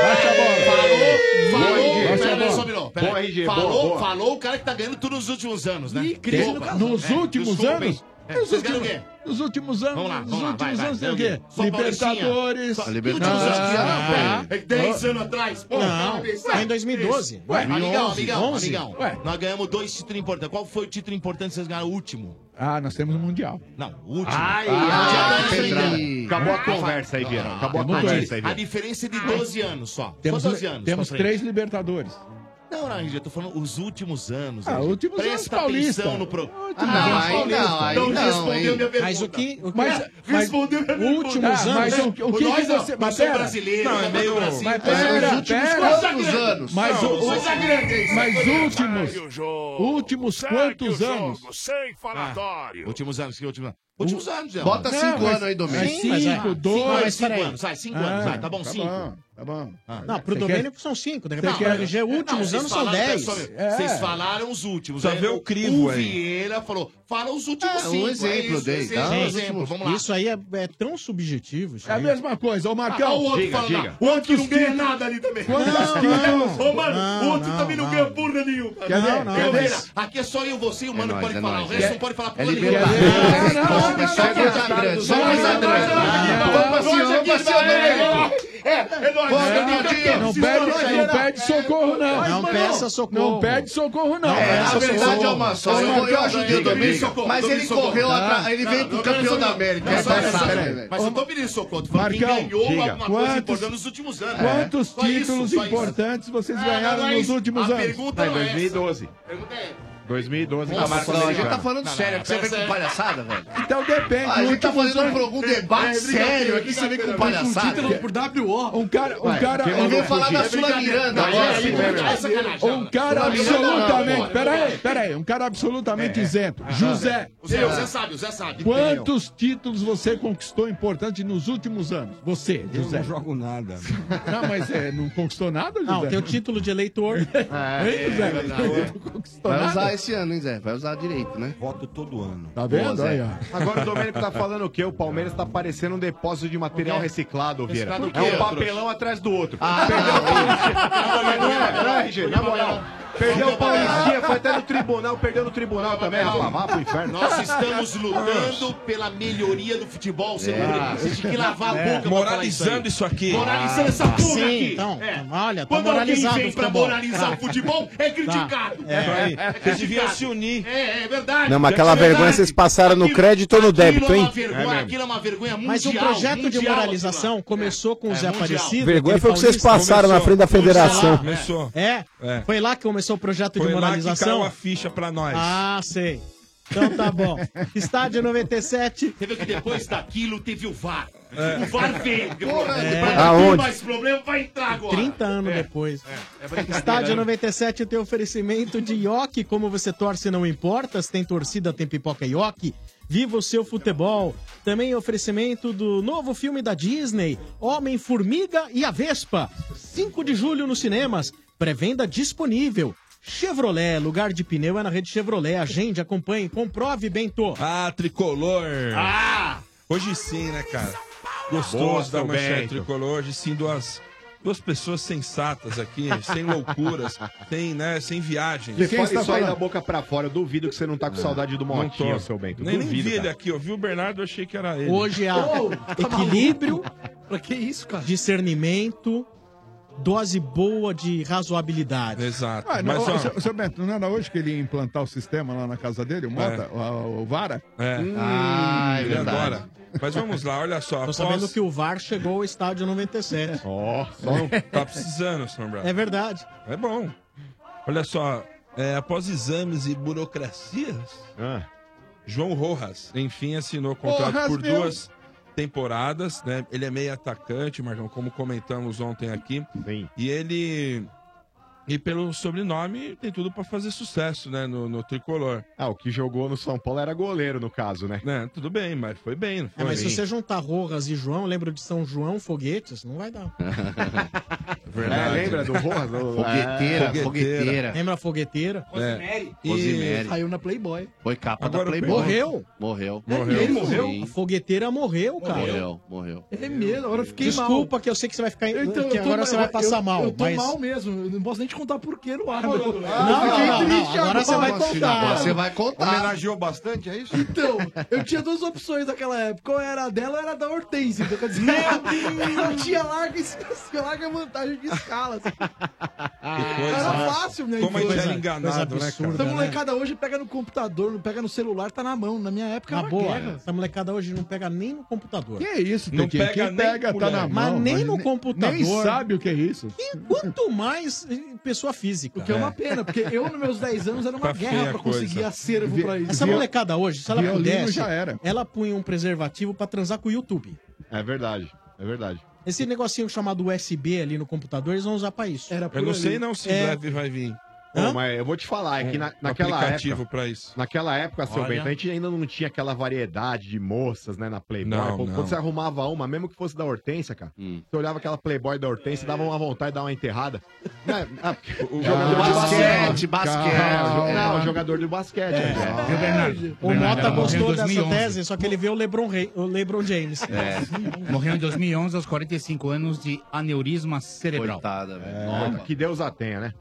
Speaker 6: Baixa a bola.
Speaker 8: Boa, RG,
Speaker 6: Falou, falou. Pera aí,
Speaker 8: boa.
Speaker 6: só virou. Pera
Speaker 8: é Boa,
Speaker 6: aí.
Speaker 8: RG, boa,
Speaker 6: Falou,
Speaker 8: boa.
Speaker 6: falou o cara que tá ganhando tudo nos últimos anos, né?
Speaker 8: Incrível. Nos últimos
Speaker 6: desculpa, hein.
Speaker 8: anos?
Speaker 6: É,
Speaker 8: Nos
Speaker 6: vocês ganham o
Speaker 8: últimos-
Speaker 6: quê?
Speaker 8: Nos últimos anos,
Speaker 6: Vamos lá,
Speaker 8: nos
Speaker 6: vamos lá, vai,
Speaker 8: últimos
Speaker 6: vai,
Speaker 8: anos tem
Speaker 6: ganha
Speaker 8: o
Speaker 6: o
Speaker 8: quê?
Speaker 6: quê? Só
Speaker 8: Libertadores.
Speaker 6: Paulistinha. Só Libertadores.
Speaker 8: Ah,
Speaker 6: Ah, é. 10 anos atrás, pô.
Speaker 5: Não,
Speaker 6: para pensar.
Speaker 5: foi em 2012.
Speaker 6: Ué, amigão,
Speaker 5: 2011,
Speaker 6: amigão,
Speaker 5: 11.
Speaker 6: amigão. Nós ganhamos dois títulos importantes. Qual foi o título importante que vocês ganharam? O último.
Speaker 8: Ah, nós temos o Mundial.
Speaker 6: Não, o último.
Speaker 8: Ai,
Speaker 6: Ah,
Speaker 8: ai,
Speaker 6: que
Speaker 8: pedrada.
Speaker 6: pedrada.
Speaker 8: Acabou a
Speaker 6: Ah,
Speaker 8: conversa aí,
Speaker 6: ah,
Speaker 8: Vieira.
Speaker 6: ah,
Speaker 8: Acabou a
Speaker 6: tem
Speaker 8: conversa
Speaker 6: dois.
Speaker 8: aí, Vieira.
Speaker 6: A diferença é de 12 anos só.
Speaker 8: Temos,
Speaker 6: só 12 anos.
Speaker 8: temos
Speaker 6: pra frente.
Speaker 8: três Libertadores.
Speaker 6: Não, não, RG, eu tô falando os últimos anos.
Speaker 8: Ah,
Speaker 6: RG.
Speaker 8: últimos anos
Speaker 6: Presta
Speaker 8: paulista.
Speaker 6: atenção no pro...
Speaker 8: Últimos anos paulista.
Speaker 6: Então
Speaker 8: Não,
Speaker 6: respondeu
Speaker 8: hein?
Speaker 6: minha pergunta.
Speaker 8: Mas o
Speaker 5: que... O
Speaker 8: Mas- mas-
Speaker 6: respondeu minha pergunta.
Speaker 8: últimos Ah, anos, mas o- o que que
Speaker 6: Nós não,
Speaker 8: você-
Speaker 6: eu
Speaker 8: mas
Speaker 6: sou
Speaker 8: pera.
Speaker 6: brasileiro,
Speaker 8: Não, é
Speaker 6: eu
Speaker 8: meio-
Speaker 6: do Brasil.
Speaker 8: mas pera,
Speaker 6: Os últimos
Speaker 8: pera.
Speaker 6: quantos
Speaker 8: Mas
Speaker 6: anos?
Speaker 8: mas
Speaker 6: Não,
Speaker 8: o-
Speaker 6: os
Speaker 8: o- mas últimos- últimos quantos anos?
Speaker 12: Sem falatório.
Speaker 6: Ah, Últimos anos, que últimos anos? Últimos anos, Zé.
Speaker 12: Bota
Speaker 6: Não,
Speaker 12: cinco
Speaker 6: mas-
Speaker 12: anos aí, Domênico.
Speaker 6: Sim,
Speaker 12: Cinco,
Speaker 6: mas é.
Speaker 12: dois.
Speaker 6: Cinco, mas cinco
Speaker 12: Mas peraí.
Speaker 6: anos, vai, cinco
Speaker 12: Ah,
Speaker 6: anos, vai, tá bom,
Speaker 12: tá
Speaker 6: cinco.
Speaker 12: bom,
Speaker 8: tá bom.
Speaker 5: Não, pro
Speaker 6: Você
Speaker 5: Domênico
Speaker 6: quer-
Speaker 5: são cinco. De
Speaker 6: Você
Speaker 5: repente,
Speaker 6: quer-
Speaker 5: pra LG, últimos
Speaker 6: Não,
Speaker 5: anos
Speaker 6: vocês
Speaker 5: são
Speaker 6: falaram, é
Speaker 5: dez. É,
Speaker 6: pessoal, Vocês falaram os últimos.
Speaker 12: é,
Speaker 5: Precisa
Speaker 6: né?
Speaker 5: ver o crivo
Speaker 6: O
Speaker 5: aí.
Speaker 6: Vieira falou, fala os últimos
Speaker 5: É, um
Speaker 6: cinco. é
Speaker 5: exemplo,
Speaker 6: isso,
Speaker 5: dei,
Speaker 6: exemplo,
Speaker 5: tá?
Speaker 6: exemplo,
Speaker 5: Os últimos-
Speaker 6: Vamos lá.
Speaker 5: Isso aí é, é tão subjetivo.
Speaker 8: É a mesma coisa, ô Marcão.
Speaker 6: Ah, o outro
Speaker 5: Diga,
Speaker 6: fala,
Speaker 5: diga.
Speaker 6: "Não, o outro que não ganha nada ali também.
Speaker 5: Quantos quilos?
Speaker 6: Ô, mano,
Speaker 5: Não,
Speaker 6: o outro
Speaker 5: não,
Speaker 6: também não,
Speaker 5: não.
Speaker 6: ganha porra nenhuma.
Speaker 5: Quer ver? Não, não,
Speaker 6: Eu,
Speaker 5: quer
Speaker 6: Vieira,
Speaker 5: ver?
Speaker 6: aqui é só eu, você e o mano
Speaker 11: nóis,
Speaker 6: pode
Speaker 11: é
Speaker 6: falar. O
Speaker 11: nóis.
Speaker 6: resto
Speaker 11: É-
Speaker 6: não pode falar
Speaker 11: é
Speaker 6: porra nenhuma.
Speaker 11: liberdade. É
Speaker 6: Não, não,
Speaker 11: pobre,
Speaker 6: não,
Speaker 11: só
Speaker 6: não,
Speaker 11: coisa
Speaker 6: não,
Speaker 11: grande,
Speaker 6: não,
Speaker 11: só
Speaker 6: não,
Speaker 11: coisa
Speaker 6: não,
Speaker 11: grande.
Speaker 6: não, não,
Speaker 11: Vamos
Speaker 6: não,
Speaker 11: pra cima,
Speaker 6: nós
Speaker 11: vamos
Speaker 6: aqui
Speaker 11: pra cima,
Speaker 6: vai-
Speaker 11: Domênico.
Speaker 6: É, é nóis.
Speaker 8: Não,
Speaker 6: é
Speaker 8: não,
Speaker 6: nóis,
Speaker 8: não
Speaker 6: precisa
Speaker 8: pede-
Speaker 6: nós,
Speaker 8: não
Speaker 6: Vieira.
Speaker 8: pede socorro, não.
Speaker 5: Não
Speaker 8: Mas,
Speaker 5: peça
Speaker 8: mano,
Speaker 5: socorro.
Speaker 8: Não pede socorro, não.
Speaker 11: Não,
Speaker 8: Peça
Speaker 11: a É, verdade
Speaker 8: socorro.
Speaker 11: é uma só.
Speaker 8: Ô,
Speaker 11: Eu, eu
Speaker 8: Marcão,
Speaker 11: ajudei o
Speaker 8: diga, diga.
Speaker 11: Domênico, mas ele correu atrás. Ele veio pro campeão da América.
Speaker 6: Não,
Speaker 11: É
Speaker 6: só olha só,
Speaker 11: passado,
Speaker 6: peraí,
Speaker 11: velho.
Speaker 6: Mas eu tô pedindo socorro. Tô falando
Speaker 8: Marcão,
Speaker 6: quem ganhou
Speaker 8: diga.
Speaker 6: alguma coisa
Speaker 8: Quantos-
Speaker 6: importante nos últimos anos.
Speaker 8: Quantos
Speaker 6: Só isso,
Speaker 8: títulos
Speaker 6: só isso.
Speaker 8: importantes vocês
Speaker 6: Ah,
Speaker 8: ganharam
Speaker 6: não é
Speaker 8: nos
Speaker 6: isso.
Speaker 8: últimos
Speaker 6: A
Speaker 8: anos?
Speaker 6: pergunta
Speaker 9: Tá,
Speaker 6: Vai, não é 2012.
Speaker 10: 2012.
Speaker 11: Nossa,
Speaker 10: Campeonato
Speaker 11: Marcão, a gente
Speaker 10: Sul-Americano.
Speaker 11: tá falando sério. Você vem com palhaçada, velho.
Speaker 8: Então depende.
Speaker 11: A gente tá
Speaker 8: últimos
Speaker 11: fazendo um
Speaker 8: anos-
Speaker 11: pro- um
Speaker 16: É,
Speaker 11: debate
Speaker 8: É,
Speaker 11: sério aqui, você vem com
Speaker 16: um
Speaker 11: palhaçada.
Speaker 8: WO. Um cara, um
Speaker 11: Vai,
Speaker 8: cara.
Speaker 11: quem mandou
Speaker 8: eu vou
Speaker 11: fugir? É brincadeira. Não, é isso mesmo. É sacanagem,
Speaker 8: Um cara
Speaker 11: Sula Miranda não,
Speaker 8: absolutamente.
Speaker 11: pô.
Speaker 8: Peraí, peraí. Um cara absolutamente isento. José.
Speaker 6: O Zé, o Zé sabe, o Zé sabe.
Speaker 8: Quantos títulos você conquistou importante nos últimos anos? Você,
Speaker 13: Eu
Speaker 8: José.
Speaker 13: não jogo nada.
Speaker 8: Não, mas é, não conquistou nada, José?
Speaker 5: Não, tem o título de
Speaker 6: É,
Speaker 5: eleitor.
Speaker 8: Hein, José?
Speaker 11: Vai usar esse ano, hein, Zé? Vai usar direito, né?
Speaker 13: Voto todo ano.
Speaker 8: Tá
Speaker 11: Boa, Zé.
Speaker 10: Agora o Domênico tá falando o quê? O Palmeiras tá parecendo um depósito de material reciclado, Vieira.
Speaker 11: Reciclado o
Speaker 10: É
Speaker 11: quê,
Speaker 10: um papelão atrás do outro.
Speaker 11: Ah,
Speaker 10: Perdeu o
Speaker 11: não.
Speaker 10: Não, não, não, não, RG, na moral. Perdeu o Paulistinha, foi até no tribunal, perdeu no tribunal também, rapaz. Vá pro inferno.
Speaker 6: Nós estamos lutando pela melhoria do futebol, seu
Speaker 10: É.
Speaker 6: Rodrigo. Você tinha que lavar a
Speaker 10: É.
Speaker 6: boca pra
Speaker 7: Moralizando
Speaker 6: falar
Speaker 7: isso aqui.
Speaker 6: Moralizando essa
Speaker 7: Ah,
Speaker 6: porra
Speaker 7: sim,
Speaker 6: aqui. É.
Speaker 7: então.
Speaker 10: tá
Speaker 5: Olha,
Speaker 6: Quando alguém vem pra moralizar o
Speaker 5: Tá.
Speaker 6: futebol, é
Speaker 5: Tá.
Speaker 6: criticado.
Speaker 5: É.
Speaker 6: criticado.
Speaker 5: deviam se
Speaker 7: unir.
Speaker 6: É, é verdade.
Speaker 9: Não, mas aquela
Speaker 6: É verdade.
Speaker 9: vergonha vocês passaram no
Speaker 6: Aquilo-
Speaker 9: crédito ou no
Speaker 6: aquilo
Speaker 9: débito,
Speaker 6: é uma
Speaker 9: hein?
Speaker 6: vergonha,
Speaker 9: É mesmo.
Speaker 6: aquilo é uma vergonha mundial.
Speaker 5: Mas o projeto de
Speaker 6: mundial, É,
Speaker 5: moralização começou com o Zé Aparecido.
Speaker 9: Vergonha
Speaker 5: aquele
Speaker 9: foi o que vocês
Speaker 5: paulista.
Speaker 9: passaram na frente da federação.
Speaker 7: Começou.
Speaker 5: É?
Speaker 7: É.
Speaker 5: Foi lá que começou o projeto
Speaker 7: Foi
Speaker 5: de
Speaker 7: lá que
Speaker 5: moralização?
Speaker 7: caiu a ficha pra nós.
Speaker 5: Ah, sei. Então tá bom. Estádio 97.
Speaker 6: Você vê que depois daquilo teve o VAR. O VAR veio.
Speaker 5: Porra, é.
Speaker 6: Pra não ter
Speaker 5: Aonde?
Speaker 6: mais problema, vai entrar agora.
Speaker 5: 30 anos depois.
Speaker 6: é brincadeira,
Speaker 5: Estádio
Speaker 6: né?
Speaker 5: 97 tem oferecimento de Yoki. Como você torce, não importa. Se tem torcida, tem pipoca Yoki. Viva o seu futebol. Também oferecimento do novo filme da Disney, Homem-Formiga e a Vespa. 5 de julho nos cinemas. Pré-venda disponível. Chevrolet, lugar de pneu é na rede Chevrolet. Agende, acompanhe, comprove, Bento.
Speaker 7: Ah, tricolor.
Speaker 6: Ah!
Speaker 7: Hoje sim, né, cara?
Speaker 5: Boa,
Speaker 7: Gostoso da
Speaker 5: seu
Speaker 7: manchete
Speaker 5: Bento.
Speaker 7: tricolor. Hoje sim, duas, duas pessoas sensatas aqui, sem loucuras, sem, né, sem viagens.
Speaker 10: Você
Speaker 8: tá
Speaker 10: fala isso aí da boca pra fora, eu duvido que você não tá com saudade do
Speaker 7: Não
Speaker 10: Motinha,
Speaker 7: tô.
Speaker 10: seu Bento.
Speaker 7: Nem, nem
Speaker 10: duvido,
Speaker 7: vi ele
Speaker 10: cara.
Speaker 7: aqui, eu vi o Bernardo, eu achei que era ele. tá
Speaker 5: Hoje é há equilíbrio. pra que isso, cara? Discernimento. Dose boa de razoabilidade.
Speaker 7: Exato.
Speaker 8: Ah, não, ô, seu, seu Bento, não era hoje que ele ia implantar o sistema lá na casa dele, o Mota,
Speaker 7: É.
Speaker 8: o, o Vara?
Speaker 7: É.
Speaker 8: Ah, é
Speaker 7: ele
Speaker 8: verdade.
Speaker 7: agora. Mas vamos lá, olha só.
Speaker 5: Tô
Speaker 7: após-
Speaker 5: sabendo que o VAR chegou ao estádio 97.
Speaker 7: Ó, Tá precisando, Sombra.
Speaker 5: É verdade.
Speaker 7: É bom. Olha só, é, após exames e burocracias,
Speaker 10: Ah.
Speaker 7: João Rojas, enfim, assinou contrato
Speaker 8: Rojas,
Speaker 7: por
Speaker 8: meu.
Speaker 7: duas temporadas, né? Ele é meio atacante, Marcão, como comentamos ontem aqui. E ele. E pelo sobrenome, tem tudo pra fazer sucesso, né? No, no tricolor.
Speaker 10: Ah, o que jogou no São Paulo era goleiro, no caso, né?
Speaker 7: Né, tudo bem, mas foi bem, não
Speaker 5: É, mas se você juntar Rojas e João, lembra de São João, foguetes, não vai dar.
Speaker 10: É, lembra do Rojas? Do-
Speaker 5: É.
Speaker 11: Fogueteira, fogueteira.
Speaker 5: Lembra a
Speaker 16: É.
Speaker 5: fogueteira?
Speaker 11: Rosemary. Rosemary.
Speaker 5: Saiu na Playboy.
Speaker 11: Foi capa da
Speaker 5: Agora
Speaker 11: Playboy.
Speaker 5: Morreu?
Speaker 11: Morreu.
Speaker 5: Ele morreu?
Speaker 11: Sim.
Speaker 5: A fogueteira morreu, cara.
Speaker 11: Morreu, morreu.
Speaker 16: É mesmo, agora eu fiquei mal.
Speaker 5: Desculpa que eu sei que você vai ficar.
Speaker 16: Eu- então,
Speaker 5: que
Speaker 16: eu tô-
Speaker 5: agora você vai
Speaker 16: eu-
Speaker 5: passar
Speaker 16: eu-
Speaker 5: mal.
Speaker 16: Eu tô
Speaker 5: mas...
Speaker 16: mal mesmo. Eu não posso nem te contar por que no ar.
Speaker 5: Ah,
Speaker 16: mas-
Speaker 5: não,
Speaker 16: Eu
Speaker 5: não,
Speaker 16: fiquei
Speaker 5: não,
Speaker 16: triste
Speaker 5: não, agora você vai contar.
Speaker 16: Agora você
Speaker 11: vai contar.
Speaker 13: Homenageou bastante, é isso?
Speaker 16: Então, eu tinha duas opções naquela época. Ou era a dela ou era a da Hortense. Então, quer dizer, eu tinha larga, e- larga vantagem de assim. escalas.
Speaker 8: Ah,
Speaker 16: era fácil, né?
Speaker 7: Como a gente
Speaker 16: Coisa-
Speaker 7: era enganado,
Speaker 16: coisa absurda,
Speaker 7: né,
Speaker 16: Essa
Speaker 14: Então,
Speaker 7: cara?
Speaker 16: molecada hoje pega no computador, não pega no celular, tá na mão. Na minha época
Speaker 5: Na
Speaker 16: era
Speaker 5: boa,
Speaker 16: guerra.
Speaker 5: essa molecada hoje não pega nem no computador.
Speaker 8: Que isso, Não Tequinha? pega Quem nem pega tá na mulher. mão,
Speaker 5: Mas nem
Speaker 8: mas
Speaker 5: no
Speaker 8: nem-
Speaker 5: computador.
Speaker 8: nem sabe o que é isso.
Speaker 5: E quanto mais eh, pessoa física.
Speaker 16: O que é uma pena, porque eu, nos meus 10 anos, era uma
Speaker 5: Tá feia
Speaker 16: guerra pra
Speaker 5: a coisa.
Speaker 16: conseguir acervo pra isso.
Speaker 5: Essa molecada hoje, se ela
Speaker 16: Violino
Speaker 5: pudesse,
Speaker 16: já era.
Speaker 5: ela punha um preservativo pra transar com o YouTube.
Speaker 10: É verdade, é verdade.
Speaker 5: Esse negocinho chamado USB ali no computador, eles vão usar pra isso.
Speaker 7: Eu não sei não se
Speaker 5: é...
Speaker 7: breve vai vir.
Speaker 10: Pô, mas eu vou te falar, é que na-
Speaker 7: Um
Speaker 10: naquela
Speaker 7: aplicativo
Speaker 10: época.
Speaker 7: pra isso.
Speaker 10: Naquela época, seu
Speaker 7: Olha.
Speaker 10: Bento, a gente ainda não tinha aquela variedade de moças, né, na Playboy.
Speaker 7: Não,
Speaker 10: Quando
Speaker 7: não.
Speaker 10: você arrumava uma, mesmo que fosse da Hortência, cara, você olhava aquela Playboy da Hortência, dava uma vontade de dar uma enterrada. Né? Ah, o jogador de basquete, basquete.
Speaker 5: É.
Speaker 10: Não, o jogador de basquete.
Speaker 7: É.
Speaker 10: né?
Speaker 5: Viu, Bernardo? O
Speaker 10: Bernardo,
Speaker 5: Mota
Speaker 10: ela
Speaker 5: gostou
Speaker 10: morreu em
Speaker 5: dessa
Speaker 10: 2011.
Speaker 5: tese, só que ele vê o LeBron, Rei- o LeBron James.
Speaker 17: É.
Speaker 5: É.
Speaker 17: Morreu em 2011 aos 45 anos de aneurisma cerebral.
Speaker 11: Coitada,
Speaker 10: É, que Deus a tenha, né?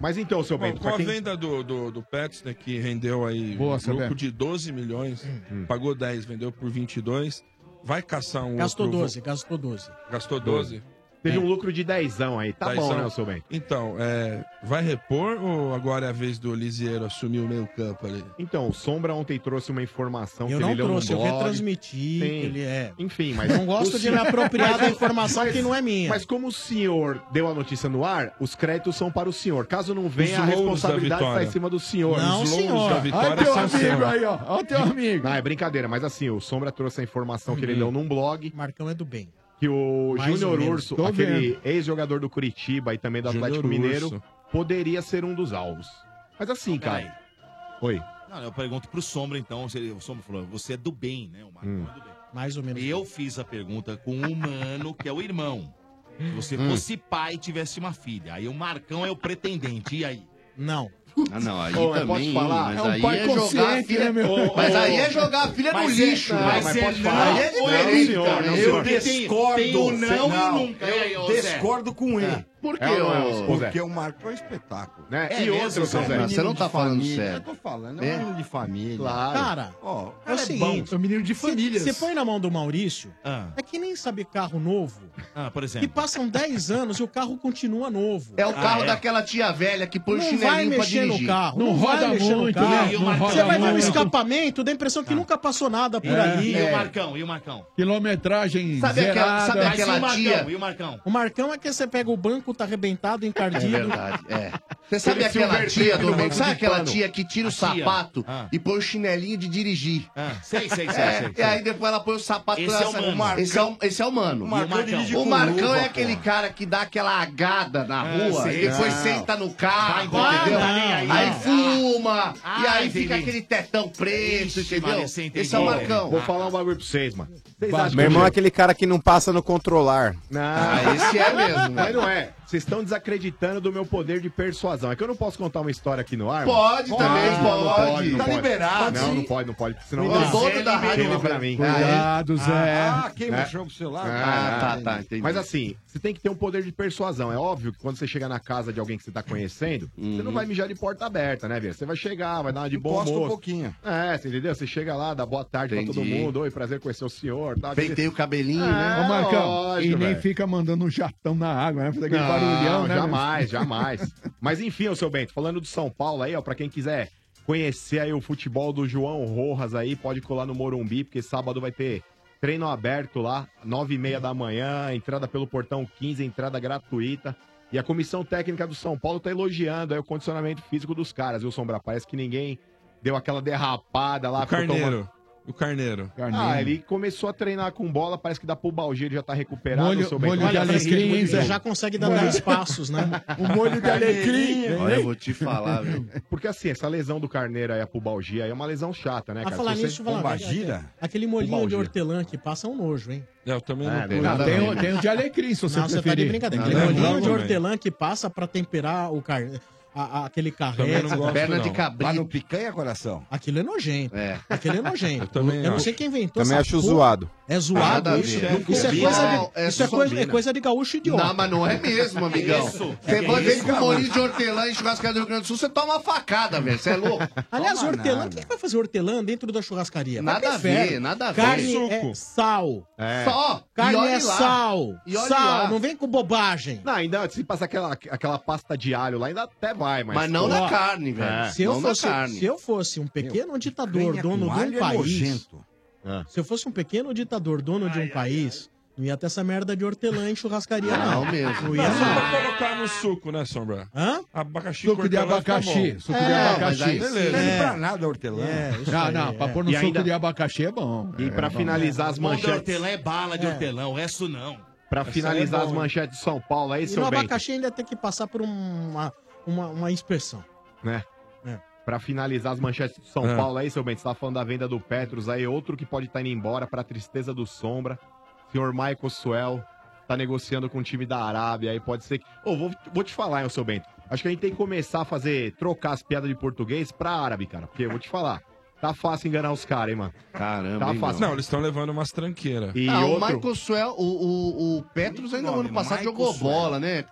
Speaker 10: Mas então, seu
Speaker 7: Bom,
Speaker 10: Bento,
Speaker 7: com a
Speaker 10: pra quem...
Speaker 7: venda do, do, do Pets, né, que rendeu aí
Speaker 10: Boa,
Speaker 7: um
Speaker 10: seu
Speaker 7: grupo
Speaker 10: Bento.
Speaker 7: de 12 milhões,
Speaker 10: Hum.
Speaker 7: pagou 10, vendeu por 22, vai caçar um
Speaker 5: Gastou
Speaker 7: outro...
Speaker 5: 12, gastou 12.
Speaker 7: Gastou 12?
Speaker 10: Teve
Speaker 7: É.
Speaker 10: um lucro de dezão aí. Tá
Speaker 7: Dezão.
Speaker 10: bom, né, seu Bento?
Speaker 7: Então, é, vai repor ou agora é a vez do Lisieiro assumir o meio campo ali?
Speaker 10: Então, o Sombra ontem trouxe uma informação
Speaker 7: Eu
Speaker 10: que
Speaker 7: não
Speaker 10: ele leu
Speaker 7: trouxe,
Speaker 10: no
Speaker 7: eu
Speaker 10: blog.
Speaker 5: retransmiti,
Speaker 10: Sim.
Speaker 5: ele é.
Speaker 10: Enfim, mas...
Speaker 5: Não gosto de me apropriar da informação que não é minha.
Speaker 10: Mas como o senhor deu a notícia no ar, os créditos são para o senhor. Caso não venha, a
Speaker 7: louros da
Speaker 10: responsabilidade está
Speaker 7: vitória.
Speaker 10: em cima do senhor.
Speaker 7: Não, Os louros senhor. da vitória
Speaker 10: Olha teu
Speaker 7: são
Speaker 10: amigo
Speaker 7: seu.
Speaker 10: aí, ó. Olha teu amigo. Não, é brincadeira, mas assim, o Sombra trouxe a informação que ele leu num blog.
Speaker 5: Uhum. Marcão é do bem.
Speaker 10: Que o
Speaker 5: Mais ou
Speaker 10: Júnior
Speaker 5: menos.
Speaker 10: Urso,
Speaker 5: Tô
Speaker 10: aquele
Speaker 5: vendo.
Speaker 10: ex-jogador do Curitiba e também do
Speaker 7: Júnior
Speaker 10: Atlético
Speaker 7: Urso.
Speaker 10: Mineiro, poderia ser um dos alvos. Mas assim,
Speaker 6: peraí.
Speaker 10: cara. Oi.
Speaker 6: Não, eu pergunto pro Sombra, então. se ele- O Sombra falou, você é do bem, né? O Marcão
Speaker 10: Hum.
Speaker 6: é do bem.
Speaker 5: Mais ou menos.
Speaker 6: Eu fiz a pergunta com um humano, que é o irmão. Se você
Speaker 5: Hum.
Speaker 6: fosse pai e tivesse uma filha, aí o Marcão é o pretendente, e aí?
Speaker 5: Não.
Speaker 11: Ah, não, aí
Speaker 10: Ô, mas
Speaker 11: também.
Speaker 10: posso falar?
Speaker 11: Mas
Speaker 10: É um
Speaker 11: aí
Speaker 10: pai
Speaker 11: é jogar a
Speaker 10: consciente,
Speaker 11: filha.
Speaker 10: né, meu?
Speaker 11: Mas aí é jogar a filha no
Speaker 10: Mas é-
Speaker 11: lixo.
Speaker 10: não, mas
Speaker 11: é
Speaker 10: posso falar?
Speaker 11: Aí é
Speaker 10: Ou é
Speaker 11: diferente,
Speaker 10: não,
Speaker 11: cara.
Speaker 10: não,
Speaker 11: Eu
Speaker 10: senhor.
Speaker 11: discordo.
Speaker 10: Tem
Speaker 11: Tem
Speaker 10: o
Speaker 11: não e
Speaker 10: não,
Speaker 11: nunca.
Speaker 10: eu um
Speaker 11: E aí, ô, Zé?
Speaker 13: discordo com ele.
Speaker 11: É. Por quê,
Speaker 13: Ela não é,
Speaker 11: ô,
Speaker 13: ô, Zé?
Speaker 11: Zé?
Speaker 13: Porque o Marco é um espetáculo.
Speaker 11: Né?
Speaker 13: É
Speaker 11: E
Speaker 13: mesmo,
Speaker 11: outra,
Speaker 13: Zé?
Speaker 11: Zé? Você
Speaker 13: Menino
Speaker 11: não tá
Speaker 13: de
Speaker 11: falando
Speaker 13: família.
Speaker 11: sério.
Speaker 13: Eu tô falando, é,
Speaker 11: É.
Speaker 13: um menino de família.
Speaker 11: Claro.
Speaker 5: Cara,
Speaker 13: Ó,
Speaker 5: é o
Speaker 13: ela
Speaker 5: seguinte,
Speaker 13: bom.
Speaker 5: menino de família. Você põe na mão do Maurício, é que nem sabe carro novo,
Speaker 6: Ah, por
Speaker 5: que
Speaker 6: exemplo.
Speaker 5: passam 10 anos e o carro continua novo.
Speaker 11: É o carro daquela tia velha que põe o
Speaker 5: Não
Speaker 11: chinelinho
Speaker 5: vai
Speaker 11: pra
Speaker 5: mexer
Speaker 11: dirigir.
Speaker 5: no carro. vai mexer no carro. Você vai ver um escapamento, dá a impressão que nunca passou nada por
Speaker 6: É.
Speaker 5: ali.
Speaker 6: E o Marcão? E o Marcão?
Speaker 8: Quilometragem
Speaker 5: Sabe aquela-
Speaker 8: zerada. um
Speaker 5: sabe
Speaker 6: Mas e
Speaker 5: aquela
Speaker 6: o Marcão?
Speaker 5: tia?
Speaker 6: E o Marcão?
Speaker 5: O Marcão é que você pega o banco, tá arrebentado,
Speaker 11: É
Speaker 5: encardido.
Speaker 11: verdade, é. Você sabe aquela tia do banco? Sabe aquela tia que tira o
Speaker 5: A tia.
Speaker 11: sapato
Speaker 5: Ah.
Speaker 11: e põe o chinelinho de dirigir?
Speaker 6: sei, sei, sei,
Speaker 11: É,
Speaker 6: sei,
Speaker 11: E
Speaker 6: sei.
Speaker 11: aí depois ela põe o sapato
Speaker 6: Esse
Speaker 11: ela
Speaker 6: é o
Speaker 11: sai-
Speaker 6: mano.
Speaker 11: Esse é o, esse é o mano.
Speaker 6: O Marcão
Speaker 11: E
Speaker 6: dirige
Speaker 11: o
Speaker 6: com
Speaker 11: Marcão
Speaker 6: luva,
Speaker 11: é aquele cara que dá aquela agada na
Speaker 6: Ah,
Speaker 11: rua
Speaker 6: sei.
Speaker 11: e depois
Speaker 6: Não.
Speaker 11: senta no carro,
Speaker 6: Vai embora,
Speaker 11: entendeu?
Speaker 6: não, não.
Speaker 11: aí fuma,
Speaker 6: Ah,
Speaker 11: e aí
Speaker 6: entendi.
Speaker 11: fica aquele tetão preto, entendeu?
Speaker 6: Maria, você entendeu.
Speaker 11: Esse é o Marcão.
Speaker 10: Vou falar um bagulho pra vocês, mano. Vocês acham
Speaker 9: Meu irmão
Speaker 10: que-
Speaker 9: é aquele cara que não passa no controlar.
Speaker 10: Ah, esse é mesmo.
Speaker 9: né?
Speaker 10: Mas não é. Vocês estão desacreditando do meu poder de persuasão. É que eu não posso contar uma história aqui no ar. mano?
Speaker 11: Pode também,
Speaker 10: não, não
Speaker 11: pode.
Speaker 10: não
Speaker 11: Tá liberado.
Speaker 10: Não, não
Speaker 11: Sim.
Speaker 10: pode, não pode. porque Senão
Speaker 11: O
Speaker 10: vai-
Speaker 11: dono
Speaker 10: Zé
Speaker 11: da
Speaker 10: liberou
Speaker 11: rádio
Speaker 10: pra mim.
Speaker 8: Cuidado,
Speaker 10: Ah,
Speaker 8: Zé.
Speaker 10: Ah,
Speaker 13: quem mostrou pro celular?
Speaker 10: Ah,
Speaker 13: Ah,
Speaker 10: tá,
Speaker 13: entendi.
Speaker 10: tá, entendi. Mas assim, você tem que ter um poder de persuasão. É óbvio que quando você chega na casa de alguém que você tá conhecendo, você não vai mijar de porta aberta, né, velho? Você vai chegar, vai dar uma de bom
Speaker 13: Encosta um
Speaker 10: moço.
Speaker 13: pouquinho.
Speaker 10: É, você entendeu? Você chega lá, dá boa tarde pra todo
Speaker 11: Entendi.
Speaker 10: mundo. Oi, prazer conhecer o senhor. Tá,
Speaker 11: Penteia o cabelinho, né?
Speaker 10: É,
Speaker 8: Ô, Marcão,
Speaker 10: lógico,
Speaker 8: e nem
Speaker 10: velho.
Speaker 8: fica mandando um jatão na água, né? Fazer aquele
Speaker 10: Não,
Speaker 8: barulhão, né?
Speaker 10: Jamais,
Speaker 8: meu?
Speaker 10: jamais. Mas enfim, ô seu Bento, falando do São Paulo aí, ó, pra quem quiser conhecer aí o futebol do João Rojas aí, pode colar no Morumbi, porque sábado vai ter treino aberto lá, nove e meia da manhã, entrada pelo portão 15, entrada gratuita. E a comissão técnica do São Paulo tá elogiando aí o condicionamento físico dos caras, viu, Sombra? Parece que ninguém deu aquela derrapada lá.
Speaker 7: O
Speaker 10: ficou
Speaker 7: Carneiro. O Carneiro.
Speaker 10: Ah, ele começou a treinar com bola, parece que da pubalgia ele já tá recuperado.
Speaker 8: Molho-
Speaker 10: seu Bento.
Speaker 8: molho de
Speaker 10: Olha, parece que ele é
Speaker 8: alecrim,
Speaker 10: muito
Speaker 8: Zé.
Speaker 10: bom.
Speaker 5: Já consegue dar 10 passos, né?
Speaker 8: O molho de alecrim.
Speaker 11: Olha, eu vou te falar, viu?
Speaker 10: Porque assim, essa lesão do Carneiro aí, a pubalgia, aí é uma lesão chata, né,
Speaker 5: a
Speaker 10: cara?
Speaker 5: falar
Speaker 10: Se você-
Speaker 5: nisso, vai lá.
Speaker 11: é.
Speaker 5: Aquele molinho de hortelã que passa é um nojo, hein?
Speaker 7: Eu também
Speaker 10: É,
Speaker 7: não
Speaker 10: tem
Speaker 7: curto.
Speaker 10: nada a ver, né?
Speaker 5: Não, você tá de brincadeira. Aquele
Speaker 7: Não, não,
Speaker 5: molinho
Speaker 7: não,
Speaker 5: de
Speaker 7: também.
Speaker 5: hortelã que passa pra temperar o car... a- a- aquele
Speaker 7: Também
Speaker 5: carré,
Speaker 7: não gosto, não.
Speaker 13: Mas não picanha, coração?
Speaker 5: Aquilo é nojento.
Speaker 11: É.
Speaker 5: Aquilo é nojento.
Speaker 13: Eu também
Speaker 5: Eu não
Speaker 13: acho.
Speaker 5: sei quem inventou
Speaker 13: Também
Speaker 5: essa
Speaker 13: acho
Speaker 5: porra.
Speaker 13: zoado.
Speaker 5: É zoado
Speaker 11: Nada a
Speaker 5: isso.
Speaker 11: ver.
Speaker 5: Isso é
Speaker 11: Não
Speaker 5: coisa
Speaker 11: combina.
Speaker 5: de, isso é
Speaker 11: Isso
Speaker 5: coisa,
Speaker 11: combina.
Speaker 5: é coisa de gaúcho idiota.
Speaker 11: Não, mas não é mesmo, amigão.
Speaker 5: Isso.
Speaker 11: Você
Speaker 5: É
Speaker 11: vai ver
Speaker 5: isso,
Speaker 11: com o
Speaker 5: cara.
Speaker 11: molinho de hortelã e churrascaria do Rio Grande do Sul, você toma uma facada, velho. Você é louco.
Speaker 5: Aliás,
Speaker 11: Toma
Speaker 5: hortelã,
Speaker 11: nada.
Speaker 5: quem que vai fazer hortelã dentro da churrascaria?
Speaker 11: Nada
Speaker 5: Vai pro
Speaker 11: a ver,
Speaker 5: inferno.
Speaker 11: nada a ver.
Speaker 5: Carne
Speaker 11: Suco.
Speaker 5: é sal.
Speaker 10: É.
Speaker 11: Só.
Speaker 5: Carne
Speaker 11: E olhe
Speaker 5: é
Speaker 11: lá.
Speaker 5: sal.
Speaker 11: E olhe
Speaker 5: Sal,
Speaker 11: lá.
Speaker 5: não vem com bobagem.
Speaker 10: Não, ainda se passar aquela, aquela pasta de alho lá, ainda até vai, mas.
Speaker 11: Mas não
Speaker 10: pô,
Speaker 11: na
Speaker 10: ó,
Speaker 11: carne, velho.
Speaker 10: é.
Speaker 5: Se eu,
Speaker 10: Não na
Speaker 5: fosse,
Speaker 10: carne.
Speaker 5: se eu fosse um pequeno ditador,
Speaker 10: picanha
Speaker 5: dono
Speaker 10: com
Speaker 5: de
Speaker 10: alho
Speaker 5: um
Speaker 10: é
Speaker 5: país.
Speaker 10: nojento.
Speaker 5: Se eu fosse um pequeno ditador, dono de um país, não ia ter essa merda de hortelã em churrascaria, não. Não ia
Speaker 7: Não, só
Speaker 5: não.
Speaker 7: pra colocar no suco, né, Sombra?
Speaker 5: Hã?
Speaker 7: Abacaxi
Speaker 8: Suco de
Speaker 7: cortado, fica
Speaker 8: abacaxi,
Speaker 7: bom. É,
Speaker 8: suco de abacaxi. É.
Speaker 7: Beleza. É.
Speaker 13: nada hortelã.
Speaker 8: Ah, não, não, pra pôr no
Speaker 7: E
Speaker 8: suco
Speaker 7: ainda-
Speaker 8: de abacaxi é bom.
Speaker 10: E pra finalizar as
Speaker 6: Mão de
Speaker 10: manchetes.
Speaker 6: hortelã é bala de hortelã, o resto não.
Speaker 10: Pra
Speaker 6: Essa
Speaker 10: finalizar
Speaker 6: é
Speaker 10: as
Speaker 6: bom,
Speaker 10: manchetes de São Paulo aí,
Speaker 5: E
Speaker 10: seu
Speaker 5: no
Speaker 10: Bento.
Speaker 5: abacaxi ainda tem que passar por uma, uma, uma inspeção.
Speaker 10: né?
Speaker 11: É.
Speaker 10: Pra finalizar as manchetes do São
Speaker 5: É.
Speaker 10: Paulo aí, seu bem, você tava falando da venda do Petros aí, outro que pode estar indo embora pra tristeza do Sombra. Senhor Michael Suel tá negociando com o time da Arábia aí, pode ser que... Ô, vou, vou te falar, hein, ô, seu Bento. Acho que a gente tem que começar a fazer, trocar as piadas de português pra árabe, cara, porque eu vou te falar, tá fácil enganar os caras, hein, mano.
Speaker 11: Caramba,
Speaker 10: Tá
Speaker 11: hein,
Speaker 10: fácil.
Speaker 7: Não, eles estão levando umas tranqueiras.
Speaker 8: é
Speaker 10: E
Speaker 11: ah, o
Speaker 10: outro-
Speaker 11: Michael Suel, o, o, o Petros ainda o ano passado
Speaker 7: Michael
Speaker 11: jogou
Speaker 7: Suel.
Speaker 11: bola, né?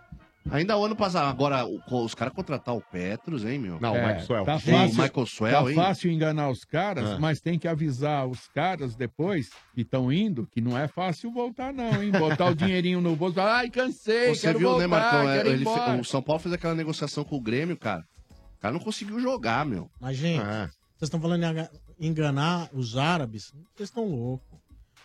Speaker 11: Ainda o ano passado. Agora, o- os caras contratar o Petros, hein, meu?
Speaker 8: Não, o Michael Suel. Tá
Speaker 11: Gente,
Speaker 8: fácil,
Speaker 11: o Michael Suel,
Speaker 8: tá
Speaker 11: hein?
Speaker 8: fácil enganar os caras,
Speaker 11: Ah.
Speaker 8: mas tem que avisar os caras depois que estão indo que não é fácil voltar, não, hein? Botar o dinheirinho no bolso. Ai, cansei,
Speaker 11: Você
Speaker 8: quero
Speaker 11: viu,
Speaker 8: voltar,
Speaker 11: né, Marcão? É,
Speaker 8: quero ir
Speaker 11: ele fe-
Speaker 8: embora.
Speaker 11: O São Paulo fez aquela negociação com o Grêmio, cara. O cara não conseguiu jogar, meu.
Speaker 5: Mas, gente, vocês estão falando em aga- enganar os árabes? Vocês estão loucos.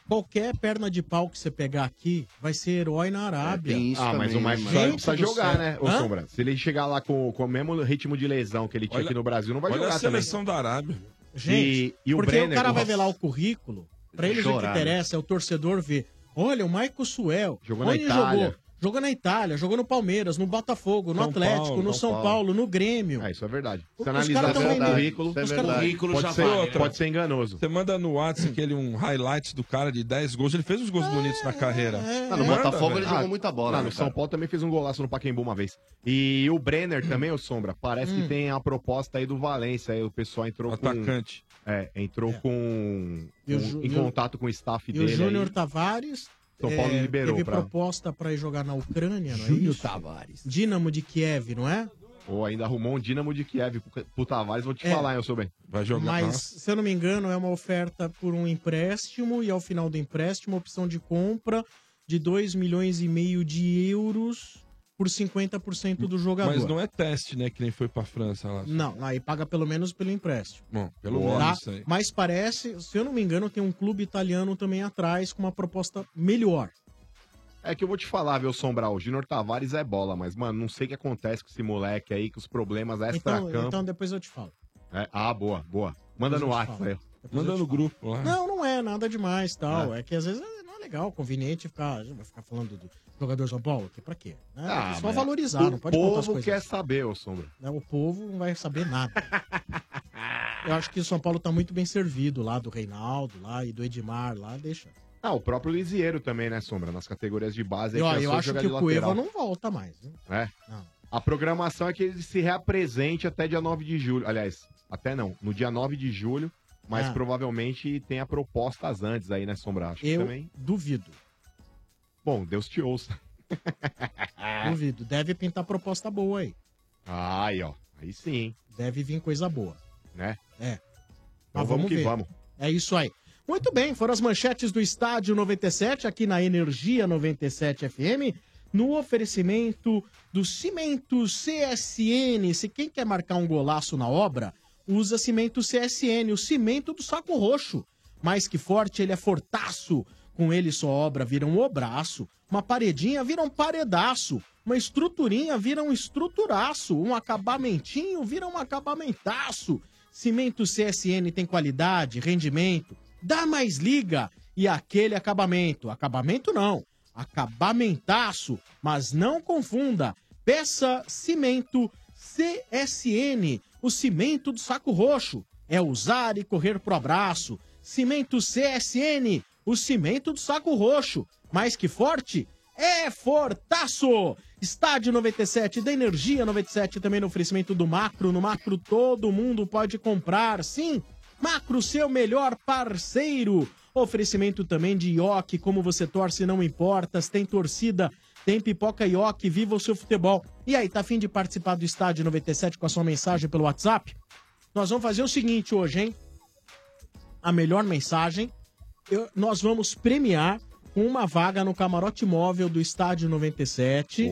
Speaker 5: Qualquer perna de pau que você pegar aqui vai ser herói na Arábia.
Speaker 10: ah, mas o Michael Suel
Speaker 5: Gente
Speaker 10: precisa
Speaker 5: do
Speaker 10: jogar,
Speaker 5: céu.
Speaker 10: né, ô
Speaker 5: Hã?
Speaker 10: Sombra? Se ele chegar lá com, com o mesmo ritmo de lesão que ele tinha
Speaker 7: Olha-
Speaker 10: aqui no Brasil, não vai
Speaker 7: olha
Speaker 10: jogar
Speaker 7: a
Speaker 10: também.
Speaker 7: seleção da Arábia.
Speaker 5: Gente,
Speaker 10: E- e o
Speaker 5: porque
Speaker 10: Brenner,
Speaker 5: o cara vai
Speaker 10: nossa.
Speaker 5: ver lá o currículo, pra eles o que
Speaker 10: Chorar, né?
Speaker 5: interessa é o torcedor ver. Olha, o Michael Suel.
Speaker 10: Jogou na
Speaker 5: onde
Speaker 10: Itália.
Speaker 5: jogou? Jogou na Itália, jogou no Palmeiras, no Botafogo, no
Speaker 10: São
Speaker 5: Atlético,
Speaker 10: Paulo,
Speaker 5: no
Speaker 10: São
Speaker 5: São Paulo.
Speaker 10: Paulo,
Speaker 5: no Grêmio.
Speaker 10: É, isso é verdade.
Speaker 5: Os
Speaker 10: Se
Speaker 5: caras
Speaker 10: analisar
Speaker 5: tão
Speaker 10: seu
Speaker 5: vendendo.
Speaker 10: currículo,
Speaker 5: Isso é
Speaker 10: os
Speaker 5: verdade.
Speaker 10: caras-
Speaker 5: Currículo
Speaker 10: pode
Speaker 5: já
Speaker 10: ser,
Speaker 5: vale, né?
Speaker 10: pode ser enganoso.
Speaker 7: Você manda no WhatsApp aquele um highlight do cara de 10 gols, ele fez os gols bonitos na carreira.
Speaker 5: É,
Speaker 10: Ah, no
Speaker 7: Manda,
Speaker 10: Botafogo ele
Speaker 7: velho.
Speaker 10: jogou muita bola.
Speaker 7: né,
Speaker 10: no
Speaker 7: cara?
Speaker 10: São Paulo também fez um golaço no Pacaembu uma vez. E o Brenner também, o Sombra, parece
Speaker 5: Hum.
Speaker 10: que tem a proposta aí do Valência. Aí o pessoal entrou
Speaker 7: Atacante.
Speaker 10: com... É, entrou com...
Speaker 5: E o
Speaker 10: com-
Speaker 5: Ju-
Speaker 10: em
Speaker 5: e o-
Speaker 10: contato com o staff
Speaker 5: E
Speaker 10: dele
Speaker 5: o
Speaker 10: aí.
Speaker 5: Júnior Tavares eh,
Speaker 10: São Paulo liberou
Speaker 5: teve
Speaker 10: pra-
Speaker 5: proposta pra ir jogar na Ucrânia, não é
Speaker 10: Júnior
Speaker 5: isso? Tavares. Dinamo de Kiev, não é?
Speaker 10: Ou ainda arrumou um Dinamo de Kiev pro- pro Tavares, vou te
Speaker 5: É.
Speaker 10: falar, eu sou bem.
Speaker 7: Vai
Speaker 5: Mas, se eu não me engano, é uma oferta por um empréstimo e ao final do empréstimo, opção de compra de 2 milhões e meio de euros por 50% do jogador.
Speaker 7: Mas não é teste, né? Que nem foi pra França lá.
Speaker 5: Não, aí paga pelo menos pelo empréstimo.
Speaker 7: Bom, pelo
Speaker 5: Tá?
Speaker 7: menos isso aí.
Speaker 5: Mas parece, se eu não me engano, tem um clube italiano também atrás com uma proposta melhor.
Speaker 10: É que eu vou te falar, viu, Sombra, o Júnior Tavares é bola, mas, mano, não sei o que acontece com esse moleque aí, com os problemas
Speaker 5: Então,
Speaker 10: extra-campo.
Speaker 5: então depois eu te falo.
Speaker 10: É, ah, boa, boa. Manda no
Speaker 5: Depois eu te
Speaker 10: WhatsApp.
Speaker 5: falo.
Speaker 10: aí.
Speaker 5: Depois eu te falo.
Speaker 7: grupo
Speaker 10: Ah.
Speaker 7: lá.
Speaker 5: Não, não é nada demais tal. É, que às vezes é- não é legal, conveniente ficar, "Ah, vai ficar falando do jogador de São Paulo, que pra quê? né?
Speaker 10: Ah,
Speaker 5: só
Speaker 10: mas
Speaker 5: valorizar,
Speaker 10: o
Speaker 5: não pode
Speaker 10: povo
Speaker 5: colocar as coisas.
Speaker 10: quer saber, ô Sombra.
Speaker 5: né? O povo não vai saber nada. Eu acho que o São Paulo tá muito bem servido lá do Reinaldo lá e do Edmar lá, deixa.
Speaker 10: Ah, o próprio Lisieiro também, né, Sombra? Nas categorias de base. aí
Speaker 5: Eu, eu
Speaker 10: cansou de
Speaker 5: acho
Speaker 10: jogar
Speaker 5: que
Speaker 10: de
Speaker 5: o Cueva
Speaker 10: lateral.
Speaker 5: não volta mais. viu?
Speaker 10: É. A programação é que ele se reapresente até dia 9 de julho. Aliás, até não, no dia 9 de julho, mas
Speaker 5: Ah.
Speaker 10: provavelmente tenha propostas antes aí, né, Sombra? Acho que
Speaker 5: Eu
Speaker 10: também.
Speaker 5: duvido.
Speaker 10: Bom, Deus te ouça.
Speaker 5: Duvido. Deve pintar proposta boa aí.
Speaker 10: Aí, ó. Aí sim, hein?
Speaker 5: Deve vir coisa boa.
Speaker 10: Né?
Speaker 5: É.
Speaker 10: Então vamos que vamos.
Speaker 5: É isso aí. Muito bem, foram as manchetes do Estádio 97, aqui na Energia 97 FM, no oferecimento do Cimento CSN. Se quem quer marcar um golaço na obra, usa Cimento CSN, o cimento do saco roxo. Mais que forte, ele é fortaço. Com ele, sua obra vira um obraço, uma paredinha vira um paredaço, uma estruturinha vira um estruturaço, um acabamentinho vira um acabamentaço. Cimento CSN tem qualidade, rendimento, dá mais liga e aquele acabamento. Acabamento não, acabamentaço, mas não confunda. Peça Cimento CSN, o cimento do saco roxo. É usar e correr pro abraço. Cimento CSN, o cimento do saco roxo. Mais que forte, é Fortaço! Estádio 97 da Energia 97 também no oferecimento do Macro. No Macro todo mundo pode comprar, sim. Macro, seu melhor parceiro. Oferecimento também de Ioki, como você torce, não importa. Se tem torcida, tem pipoca Ioki, viva o seu futebol. E aí, tá afim de participar do Estádio 97 com a sua mensagem pelo WhatsApp? Nós vamos fazer o seguinte hoje, hein? a melhor mensagem, eu- nós vamos premiar com uma vaga no camarote móvel do Estádio 97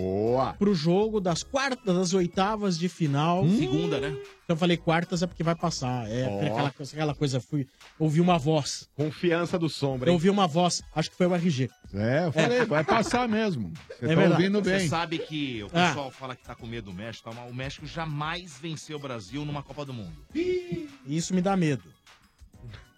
Speaker 5: para o jogo das quartas, das oitavas de final.
Speaker 6: Segunda, né?
Speaker 5: Então eu falei quartas é porque vai passar. É
Speaker 10: Ó.
Speaker 5: aquela, coisa- aquela coisa, fui ouvi uma voz.
Speaker 10: Confiança do Sombra.
Speaker 5: Eu
Speaker 10: hein?
Speaker 5: ouvi uma voz, acho que foi o RG.
Speaker 8: É, eu falei, vai passar mesmo.
Speaker 5: É
Speaker 8: Você tá ouvindo
Speaker 6: É Você
Speaker 8: bem.
Speaker 6: sabe que o
Speaker 8: Ah.
Speaker 6: pessoal fala que tá com medo do México, tá? mas o México jamais venceu o Brasil numa Copa do Mundo.
Speaker 5: Isso me dá medo.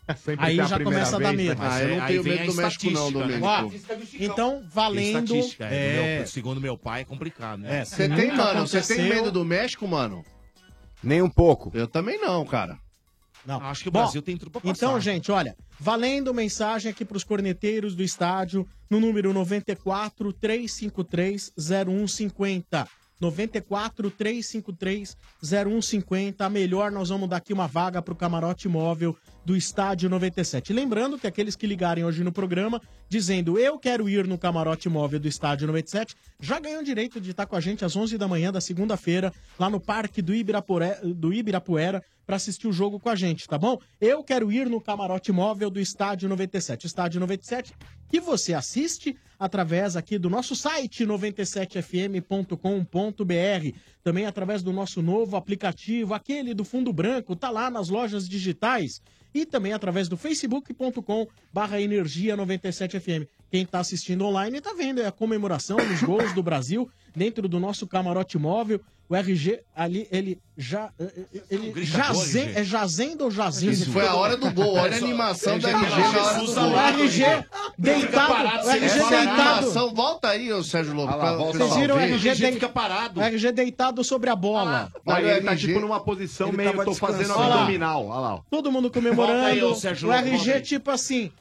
Speaker 6: Sempre
Speaker 5: aí
Speaker 6: tem a
Speaker 5: já
Speaker 6: primeira
Speaker 5: começa a dar
Speaker 6: vez,
Speaker 5: medo.
Speaker 6: né? Ah, eu não Aí tenho vem medo a do México, não, estatística, Domênico. né?
Speaker 5: Ó, Então, valendo.
Speaker 6: Tem estatística, é,
Speaker 5: é,
Speaker 6: meu- segundo meu pai, é complicado, né?
Speaker 5: É,
Speaker 11: Você tem,
Speaker 5: nunca
Speaker 11: mano, você tem
Speaker 5: aconteceu.
Speaker 11: medo do México, mano?
Speaker 9: Nem um pouco.
Speaker 11: Eu também não, cara.
Speaker 5: Não.
Speaker 6: Acho que o
Speaker 5: Bom,
Speaker 6: Brasil tem tudo pra passar.
Speaker 5: Então, gente, olha, valendo mensagem aqui para os corneteiros do estádio no número 94 353 0150. 94 353 0150. A um melhor, nós vamos dar aqui uma vaga para o camarote móvel do estádio 97. Lembrando que aqueles que ligarem hoje no programa dizendo eu quero ir no camarote móvel do estádio 97 já ganham direito de estar com a gente às 11 da manhã da segunda-feira lá no Parque do Ibirapuera, do Ibirapuera para assistir o jogo com a gente, tá bom? Eu quero ir no camarote móvel do Estádio 97. Estádio 97 que você assiste através aqui do nosso site 97fm.com.br, também através do nosso novo aplicativo, aquele do fundo branco, tá lá nas lojas digitais e também através do facebook.com barra energia 97fm. Quem está assistindo online está vendo é a comemoração dos gols do Brasil dentro do nosso camarote móvel. O RG ali, ele já. eh, Ele
Speaker 11: gritador,
Speaker 5: jazen,
Speaker 11: RG.
Speaker 5: é jazendo ou jazindo?
Speaker 11: Isso foi a hora do gol. Olha a animação da RG na hora do gol.
Speaker 5: O RG deitado. é O RG
Speaker 11: Essa
Speaker 5: deitado.
Speaker 11: animação, Volta aí, ô Sérgio Lobo.
Speaker 5: Ah
Speaker 11: pra
Speaker 5: lá,
Speaker 11: o
Speaker 5: volta
Speaker 11: pessoal
Speaker 5: lá. Viram o
Speaker 11: ver.
Speaker 5: RG de- O RG deitado sobre a bola.
Speaker 10: Olha, ele tá tipo numa posição
Speaker 5: Ele
Speaker 10: meio,
Speaker 5: tava
Speaker 10: tô fazendo
Speaker 5: descansando. Olha lá.
Speaker 10: abdominal. Olha lá. ó.
Speaker 5: Todo mundo
Speaker 10: Volta aí,
Speaker 5: comemorando.
Speaker 10: ô, Sérgio
Speaker 5: o
Speaker 10: Lobo, volta
Speaker 5: RG
Speaker 10: aí.
Speaker 5: tipo assim.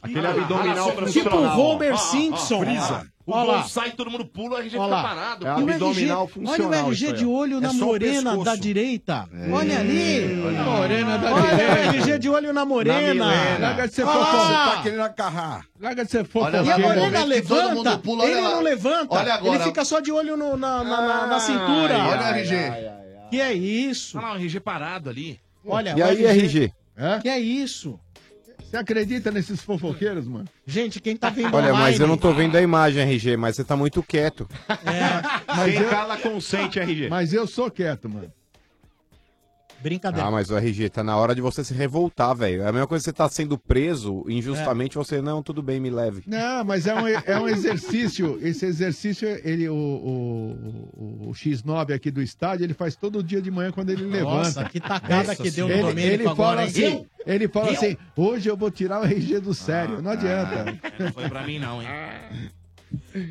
Speaker 10: Aquele
Speaker 5: Ah,
Speaker 10: abdominal
Speaker 5: ah,
Speaker 10: funcional.
Speaker 5: tipo o Homer
Speaker 10: ó. Ó, ó,
Speaker 5: Simpson.
Speaker 10: frisa.
Speaker 6: O
Speaker 5: Olha
Speaker 6: gol
Speaker 5: lá.
Speaker 6: sai, todo mundo pula, a gente
Speaker 5: Olha
Speaker 6: fica
Speaker 5: lá.
Speaker 6: parado.
Speaker 5: É um E o abdominal RG funcional olha o RG isso aí, de ó. olho É na só o morena pescoço. da direita. É. Olha ali.
Speaker 8: Olha
Speaker 5: a morena
Speaker 8: da
Speaker 5: Olha o
Speaker 8: direita.
Speaker 5: RG de olho na morena.
Speaker 8: Larga de ser
Speaker 5: Olha lá.
Speaker 8: fofoca. né? Tá querendo acarrar. Larga de ser fofoca.
Speaker 5: e a morena levanta, ele não levanta,
Speaker 8: Olha agora.
Speaker 5: ele fica só de olho no- na, na- na- na cintura.
Speaker 6: Olha o RG.
Speaker 5: Que é isso?
Speaker 6: Olha lá, o RG parado ali.
Speaker 5: Olha,
Speaker 8: E aí, RG?
Speaker 5: Que é isso?
Speaker 8: Você acredita nesses fofoqueiros, mano?
Speaker 5: Gente, quem tá vendo
Speaker 9: Olha, mas
Speaker 5: online-
Speaker 9: eu não tô vendo a imagem, RG, mas você tá muito quieto.
Speaker 10: Quem cala consente, RG.
Speaker 8: Mas eu sou quieto, mano.
Speaker 5: Brincadeira.
Speaker 9: Ah, mas o RG, tá na hora de você se revoltar, velho. É a mesma coisa que você tá sendo preso injustamente, você, não, tudo bem, me leve.
Speaker 8: Não, mas é um, é um exercício. Esse exercício, ele, o, o, o- o X9 aqui do estádio, ele faz todo dia de manhã quando ele
Speaker 5: Nossa,
Speaker 8: levanta.
Speaker 5: que tacada que deu no
Speaker 8: ele,
Speaker 5: Domênico
Speaker 8: ele
Speaker 5: agora,
Speaker 8: fala
Speaker 5: hein?
Speaker 8: assim, Ele fala
Speaker 5: Eu?
Speaker 8: assim, hoje eu vou tirar o RG do sério.
Speaker 5: Ah,
Speaker 8: não
Speaker 5: é
Speaker 8: adianta.
Speaker 6: Não foi pra mim, não, hein?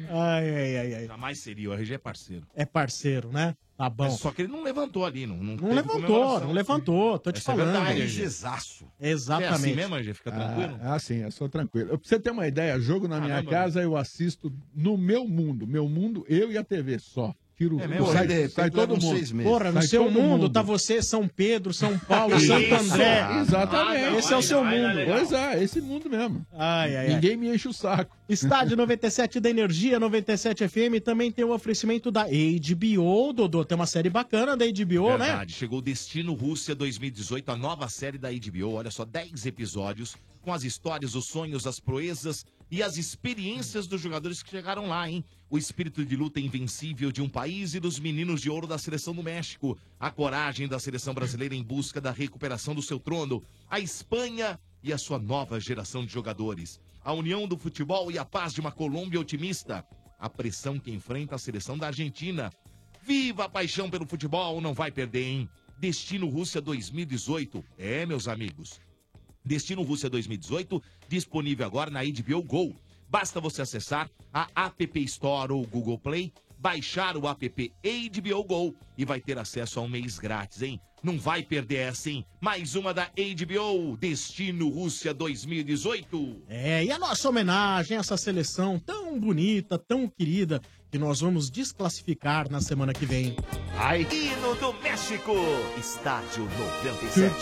Speaker 5: Ai, ai, ai, ai.
Speaker 6: Jamais seria, o RG é parceiro.
Speaker 5: É parceiro, né? Tá bom.
Speaker 6: É Só que ele não levantou ali, não. Não,
Speaker 5: Não
Speaker 6: teve
Speaker 5: levantou,
Speaker 6: comemoração.
Speaker 5: não levantou, tô te
Speaker 6: Essa é
Speaker 5: falando.
Speaker 6: verdade,
Speaker 5: RG.
Speaker 6: RGzaço.
Speaker 5: Exatamente.
Speaker 6: É assim mesmo, RG? Fica tranquilo?
Speaker 8: Ah, ah, sim, eu sou tranquilo. Eu- Pra você ter uma ideia, jogo na minha casa, eu assisto no meu mundo. Meu mundo, eu e a TV só. Tiro
Speaker 5: É mesmo?
Speaker 8: sai,
Speaker 5: De repente,
Speaker 8: sai todo
Speaker 5: levam
Speaker 8: mundo.
Speaker 5: seis meses. Porra, no
Speaker 8: Sai
Speaker 5: seu
Speaker 8: todo
Speaker 5: mundo, tá você, São Pedro, São Paulo,
Speaker 8: Isso.
Speaker 5: Santo André.
Speaker 8: Ah, Exatamente.
Speaker 5: Esse é o seu
Speaker 8: Vai, vai,
Speaker 5: mundo.
Speaker 8: Pois é, esse mundo mesmo.
Speaker 5: Ai, ai, ai.
Speaker 8: Ninguém me enche o saco.
Speaker 5: Estádio 97 da Energia, 97 FM, também tem o oferecimento da HBO, Dodô. Tem uma série bacana da HBO, né?
Speaker 6: Verdade. Chegou o Destino Rússia 2018, a nova série da HBO. Olha só, 10 episódios com as histórias, os sonhos, as proezas e as experiências dos jogadores que chegaram lá, hein? O espírito de luta invencível de um país e dos meninos de ouro da seleção do México. A coragem da seleção brasileira em busca da recuperação do seu trono. A Espanha e a sua nova geração de jogadores. A união do futebol e a paz de uma Colômbia otimista. A pressão que enfrenta a seleção da Argentina. Viva a paixão pelo futebol, não vai perder, hein? Destino Rússia 2018. É, meus amigos. Destino Rússia 2018, disponível agora na HBO Go. Basta você acessar a App Store ou Google Play, baixar o app HBO Go e vai ter acesso a um mês grátis, hein? Não vai perder essa, hein? Mais uma da HBO, Destino Rússia 2018.
Speaker 5: É, e a nossa homenagem a essa seleção tão bonita, tão querida, que nós vamos desclassificar na semana que vem. Um
Speaker 6: Ai. Hino do México, estádio 97.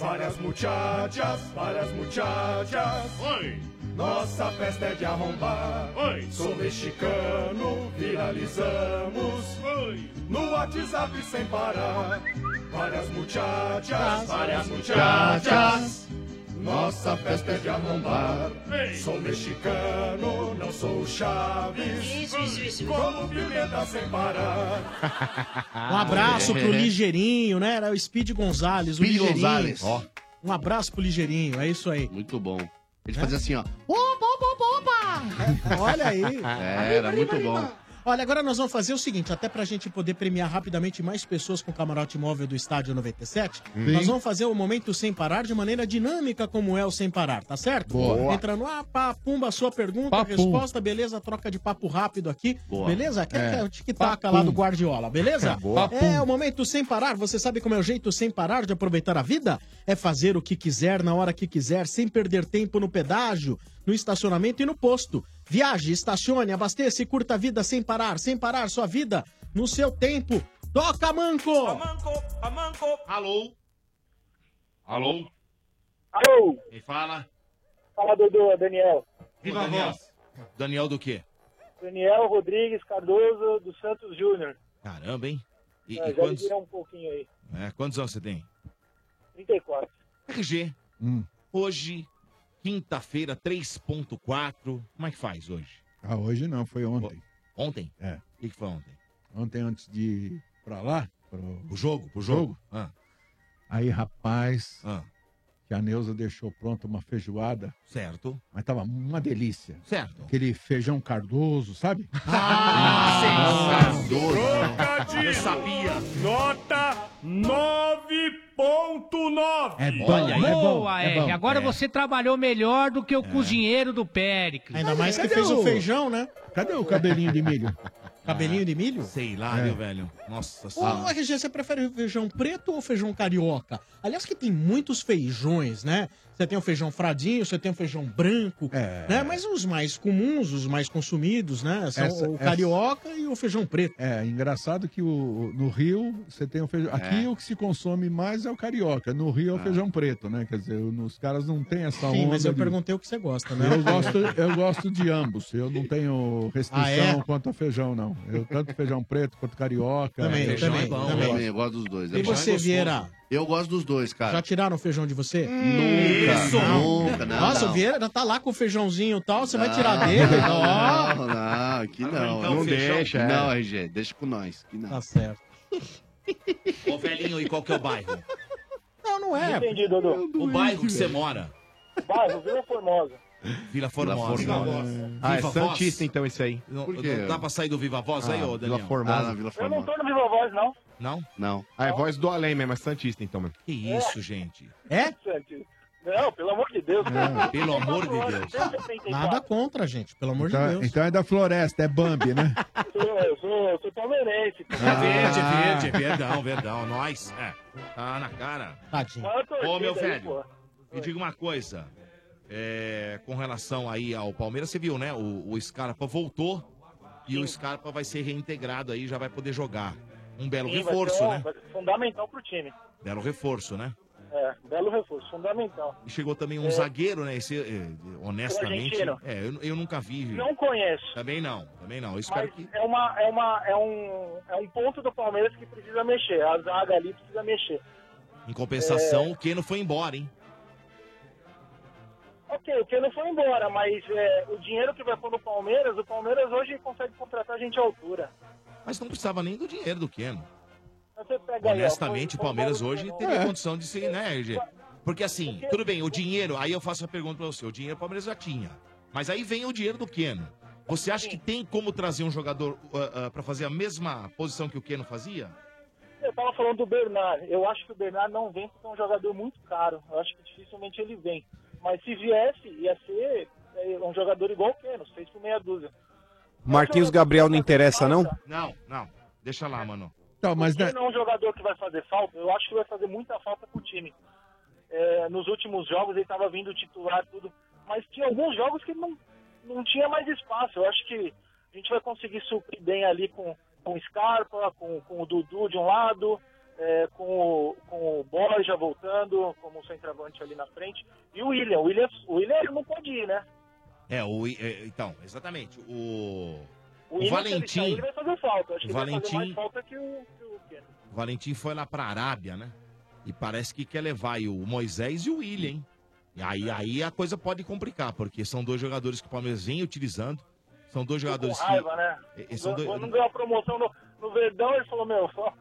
Speaker 4: Várias muchachas, várias muchachas. Oi. Nossa festa é de arrombar. Oi. Sou mexicano, viralizamos. Oi. No WhatsApp sem parar. Várias muchachas, várias muchachas. Nossa festa é de arrombar. Sou mexicano, não sou o Chaves. Isso, isso, isso. Como pimenta sem parar.
Speaker 5: Um
Speaker 11: Ah,
Speaker 5: abraço pro Ligeirinho, né? Era o Speed Gonzalez, o
Speaker 11: é. Speed
Speaker 5: Ligeirinho.
Speaker 11: Gonzalez. Ó.
Speaker 5: Um abraço pro Ligeirinho, é isso aí.
Speaker 11: Muito bom. Ele fazia assim, ó.
Speaker 5: Opa, opa, opa! É? Olha aí.
Speaker 11: É, era muito bom.
Speaker 5: Olha, agora nós vamos fazer o seguinte, até pra gente poder premiar rapidamente mais pessoas com o camarote móvel do Estádio 97,
Speaker 17: Sim.
Speaker 5: nós vamos fazer o Momento Sem Parar de maneira dinâmica como é o Sem Parar, tá certo?
Speaker 17: Boa.
Speaker 5: Entra no ar, pá, pumba, sua pergunta,
Speaker 17: Papum.
Speaker 5: resposta, beleza, troca de papo rápido aqui,
Speaker 17: Boa.
Speaker 5: beleza? Que é,
Speaker 17: É.
Speaker 5: o tic-tac lá do Guardiola, beleza?
Speaker 17: Boa.
Speaker 5: É o Momento Sem Parar, você sabe como é o jeito sem parar de aproveitar a vida? É fazer o que quiser, na hora que quiser, sem perder tempo no pedágio, no estacionamento e no posto. Viaje, estacione, abasteça e curta a vida sem parar, sem parar sua vida, no seu tempo. Toca, Manco!
Speaker 6: Alô? Alô?
Speaker 18: Alô?
Speaker 6: Quem fala?
Speaker 18: Fala, Dudu, é Daniel.
Speaker 6: Ô, Daniel. Daniel do quê?
Speaker 18: Daniel Rodrigues Cardoso dos Santos Júnior.
Speaker 6: Caramba, hein? E,
Speaker 18: É,
Speaker 6: e
Speaker 18: já
Speaker 6: quantos,
Speaker 18: liderou um pouquinho aí.
Speaker 6: é, quantos anos você tem?
Speaker 18: 34.
Speaker 6: RG,
Speaker 11: Hum.
Speaker 6: hoje, quinta-feira, 3.4. Como é que faz hoje?
Speaker 8: Ah, hoje não, foi ontem.
Speaker 6: Ontem?
Speaker 8: É.
Speaker 6: O que, que foi ontem?
Speaker 8: Ontem, antes de ir pra lá, pro
Speaker 6: O jogo, o jogo. Ah.
Speaker 8: Aí, rapaz, que a Neuza deixou pronta uma feijoada.
Speaker 6: Certo.
Speaker 8: Mas tava uma delícia.
Speaker 6: Certo.
Speaker 8: Aquele feijão cardoso, sabe?
Speaker 6: Ah,
Speaker 12: Trocadilho. Eu sabia. Nota 9.9.
Speaker 19: É
Speaker 8: bom,
Speaker 19: Olha,
Speaker 8: é bom,
Speaker 19: boa,
Speaker 8: é
Speaker 19: é.
Speaker 8: bom.
Speaker 19: Agora você trabalhou melhor do que o cozinheiro do Péricles.
Speaker 5: Ainda mais que fez o feijão, né?
Speaker 8: Cadê o cabelinho de milho?
Speaker 5: Cabelinho de milho?
Speaker 6: Ah, Sei lá,
Speaker 5: É.
Speaker 6: meu velho. Nossa
Speaker 5: Ô,
Speaker 6: senhora.
Speaker 5: RG, você prefere feijão preto ou feijão carioca? Aliás, que tem muitos feijões, né? Você tem o feijão fradinho, você tem o feijão branco, né? Mas os mais comuns, os mais consumidos, né? São
Speaker 8: Essa- é
Speaker 5: o
Speaker 8: essa-
Speaker 5: carioca e o feijão preto.
Speaker 8: É, engraçado que o, no Rio você tem o
Speaker 11: É.
Speaker 8: feijão. Aqui o que se consome mais é o carioca. No Rio é
Speaker 11: Ah.
Speaker 8: o feijão preto, né? Quer dizer, o- os caras não têm essa onda.
Speaker 5: Sim, mas eu
Speaker 8: de-
Speaker 5: perguntei o que você gosta, né?
Speaker 8: Eu gosto, eu gosto de ambos. Eu não tenho restrição
Speaker 5: Ah, é?
Speaker 8: quanto a feijão, não. Eu tanto feijão preto quanto carioca.
Speaker 5: Também,
Speaker 11: Feijão
Speaker 5: também,
Speaker 11: é bom,
Speaker 5: também.
Speaker 11: eu também, eu gosto dos dois.
Speaker 5: E
Speaker 11: é bom.
Speaker 5: você,
Speaker 11: É gostoso.
Speaker 5: Vieira?
Speaker 11: Eu gosto dos dois, cara.
Speaker 5: Já tiraram o feijão de você?
Speaker 11: Nunca, Isso! nunca, não,
Speaker 5: Nossa,
Speaker 11: não.
Speaker 5: o Vieira já tá lá com o feijãozinho e tal, você vai tirar
Speaker 11: Não,
Speaker 5: dele? então, Ó.
Speaker 11: Não, não, aqui não.
Speaker 5: Então,
Speaker 11: não
Speaker 5: feijão.
Speaker 11: deixa.
Speaker 5: é.
Speaker 11: Não, RG, deixa com nós. Que não.
Speaker 5: Tá certo.
Speaker 6: Ô, velhinho, e qual que é o bairro?
Speaker 5: Não, não é.
Speaker 18: Entendi, Dodô.
Speaker 6: O bairro que você mora.
Speaker 18: Bairro, Vila Formosa.
Speaker 6: Vila Formosa.
Speaker 11: Vila Formosa.
Speaker 6: Ah,
Speaker 11: Ah,
Speaker 6: é
Speaker 11: é
Speaker 6: Santista,
Speaker 11: Santista, então, isso aí.
Speaker 6: Não,
Speaker 11: Por quê?
Speaker 6: não dá pra sair do Viva Voz aí,
Speaker 11: Ah,
Speaker 6: ô Daniel?
Speaker 11: Vila Formosa. Ah, Vila
Speaker 18: Eu
Speaker 11: Formosa.
Speaker 18: não tô no Viva Voz, não.
Speaker 6: Não?
Speaker 11: Não.
Speaker 10: Ah, é voz do além mesmo, é Santista então, mano.
Speaker 6: Que
Speaker 18: isso,
Speaker 6: gente.
Speaker 5: É?
Speaker 18: Não, pelo amor de Deus.
Speaker 8: Não,
Speaker 6: pelo amor de Deus.
Speaker 5: Nada contra, gente, pelo amor de
Speaker 8: Então,
Speaker 5: Deus.
Speaker 8: então é da floresta, é Bambi, né?
Speaker 18: Eu sou, eu sou palmeirense.
Speaker 6: É verde, é verde, é verdão, verdão. Nós, é. Tá na cara.
Speaker 5: Tadinho.
Speaker 6: Ô, meu
Speaker 18: aí,
Speaker 6: velho,
Speaker 18: pô.
Speaker 6: me diga uma coisa. É, com relação aí ao Palmeiras, você viu, né? O, o Scarpa voltou e o Scarpa vai ser reintegrado aí, já vai poder jogar. Um belo
Speaker 18: Sim, vai
Speaker 6: reforço,
Speaker 18: ser um-
Speaker 6: né?
Speaker 18: vai ser Fundamental pro time.
Speaker 6: Belo reforço, né?
Speaker 18: É, belo reforço, fundamental.
Speaker 6: E chegou também um
Speaker 18: É.
Speaker 6: zagueiro, né? Esse, é, honestamente.
Speaker 18: argentino.
Speaker 6: É, eu, eu nunca vi. viu?
Speaker 18: Não conheço.
Speaker 6: Também não, também não. Eu espero
Speaker 18: Mas
Speaker 6: que.
Speaker 18: é, uma, é, uma, é, um, é um ponto do Palmeiras que precisa mexer. A zaga ali precisa mexer.
Speaker 6: Em compensação,
Speaker 18: É.
Speaker 6: o Keno foi embora, hein?
Speaker 18: Ok, o Keno foi embora, mas é, o dinheiro que vai pôr no Palmeiras, o Palmeiras hoje consegue contratar gente à altura.
Speaker 6: Mas não precisava nem do dinheiro do Keno.
Speaker 18: Então você pega aí, ó,
Speaker 6: Honestamente, o
Speaker 18: foi- foi
Speaker 6: Palmeiras
Speaker 18: Paulo
Speaker 6: hoje
Speaker 18: Keno.
Speaker 6: teria condição de ser, né, RG? Porque assim, tudo bem, o dinheiro, aí eu faço a pergunta pra você, o dinheiro o Palmeiras já tinha. Mas aí vem o dinheiro do Keno. Você acha que tem como trazer um jogador ah, ah, pra fazer a mesma posição que o Keno fazia?
Speaker 18: Eu tava falando do Bernard. Eu acho que o Bernard não vem porque é um jogador muito caro. Eu acho que dificilmente ele vem. Mas se viesse, ia ser é, um jogador igual o Keno, 6 por meia dúzia.
Speaker 9: Marquinhos Gabriel não interessa, não?
Speaker 6: Não, não. Deixa lá, mano.
Speaker 8: Então, mas
Speaker 18: Ele não é um jogador que vai fazer falta, eu acho que vai fazer muita falta pro time. É, nos últimos jogos ele tava vindo titular tudo, mas tinha alguns jogos que não, não tinha mais espaço. Eu acho que a gente vai conseguir suprir bem ali com, com o Scarpa, com, com o Dudu de um lado, é, com, o, com o Borja voltando como um centroavante ali na frente, e o William. O William, o William não pode ir, né?
Speaker 6: É, o. é, então, exatamente. O.
Speaker 18: O,
Speaker 6: O,
Speaker 18: Willian, se ele
Speaker 6: Valentim.
Speaker 18: sair, ele vai fazer falta. Eu Acho
Speaker 6: O
Speaker 18: que ele vai fazer mais
Speaker 6: Valentim-
Speaker 18: falta que o, que o Keno.
Speaker 6: O Valentim foi lá pra Arábia, né? E parece que quer levar aí o Moisés e o William, hein? E aí, aí a coisa pode complicar, porque são dois jogadores que o Palmeiras vem utilizando. São dois
Speaker 18: com
Speaker 6: jogadores
Speaker 18: raiva, né?
Speaker 6: que. eh, são dois-
Speaker 18: Quando não ganhou a promoção no, no Verdão, ele falou, meu, só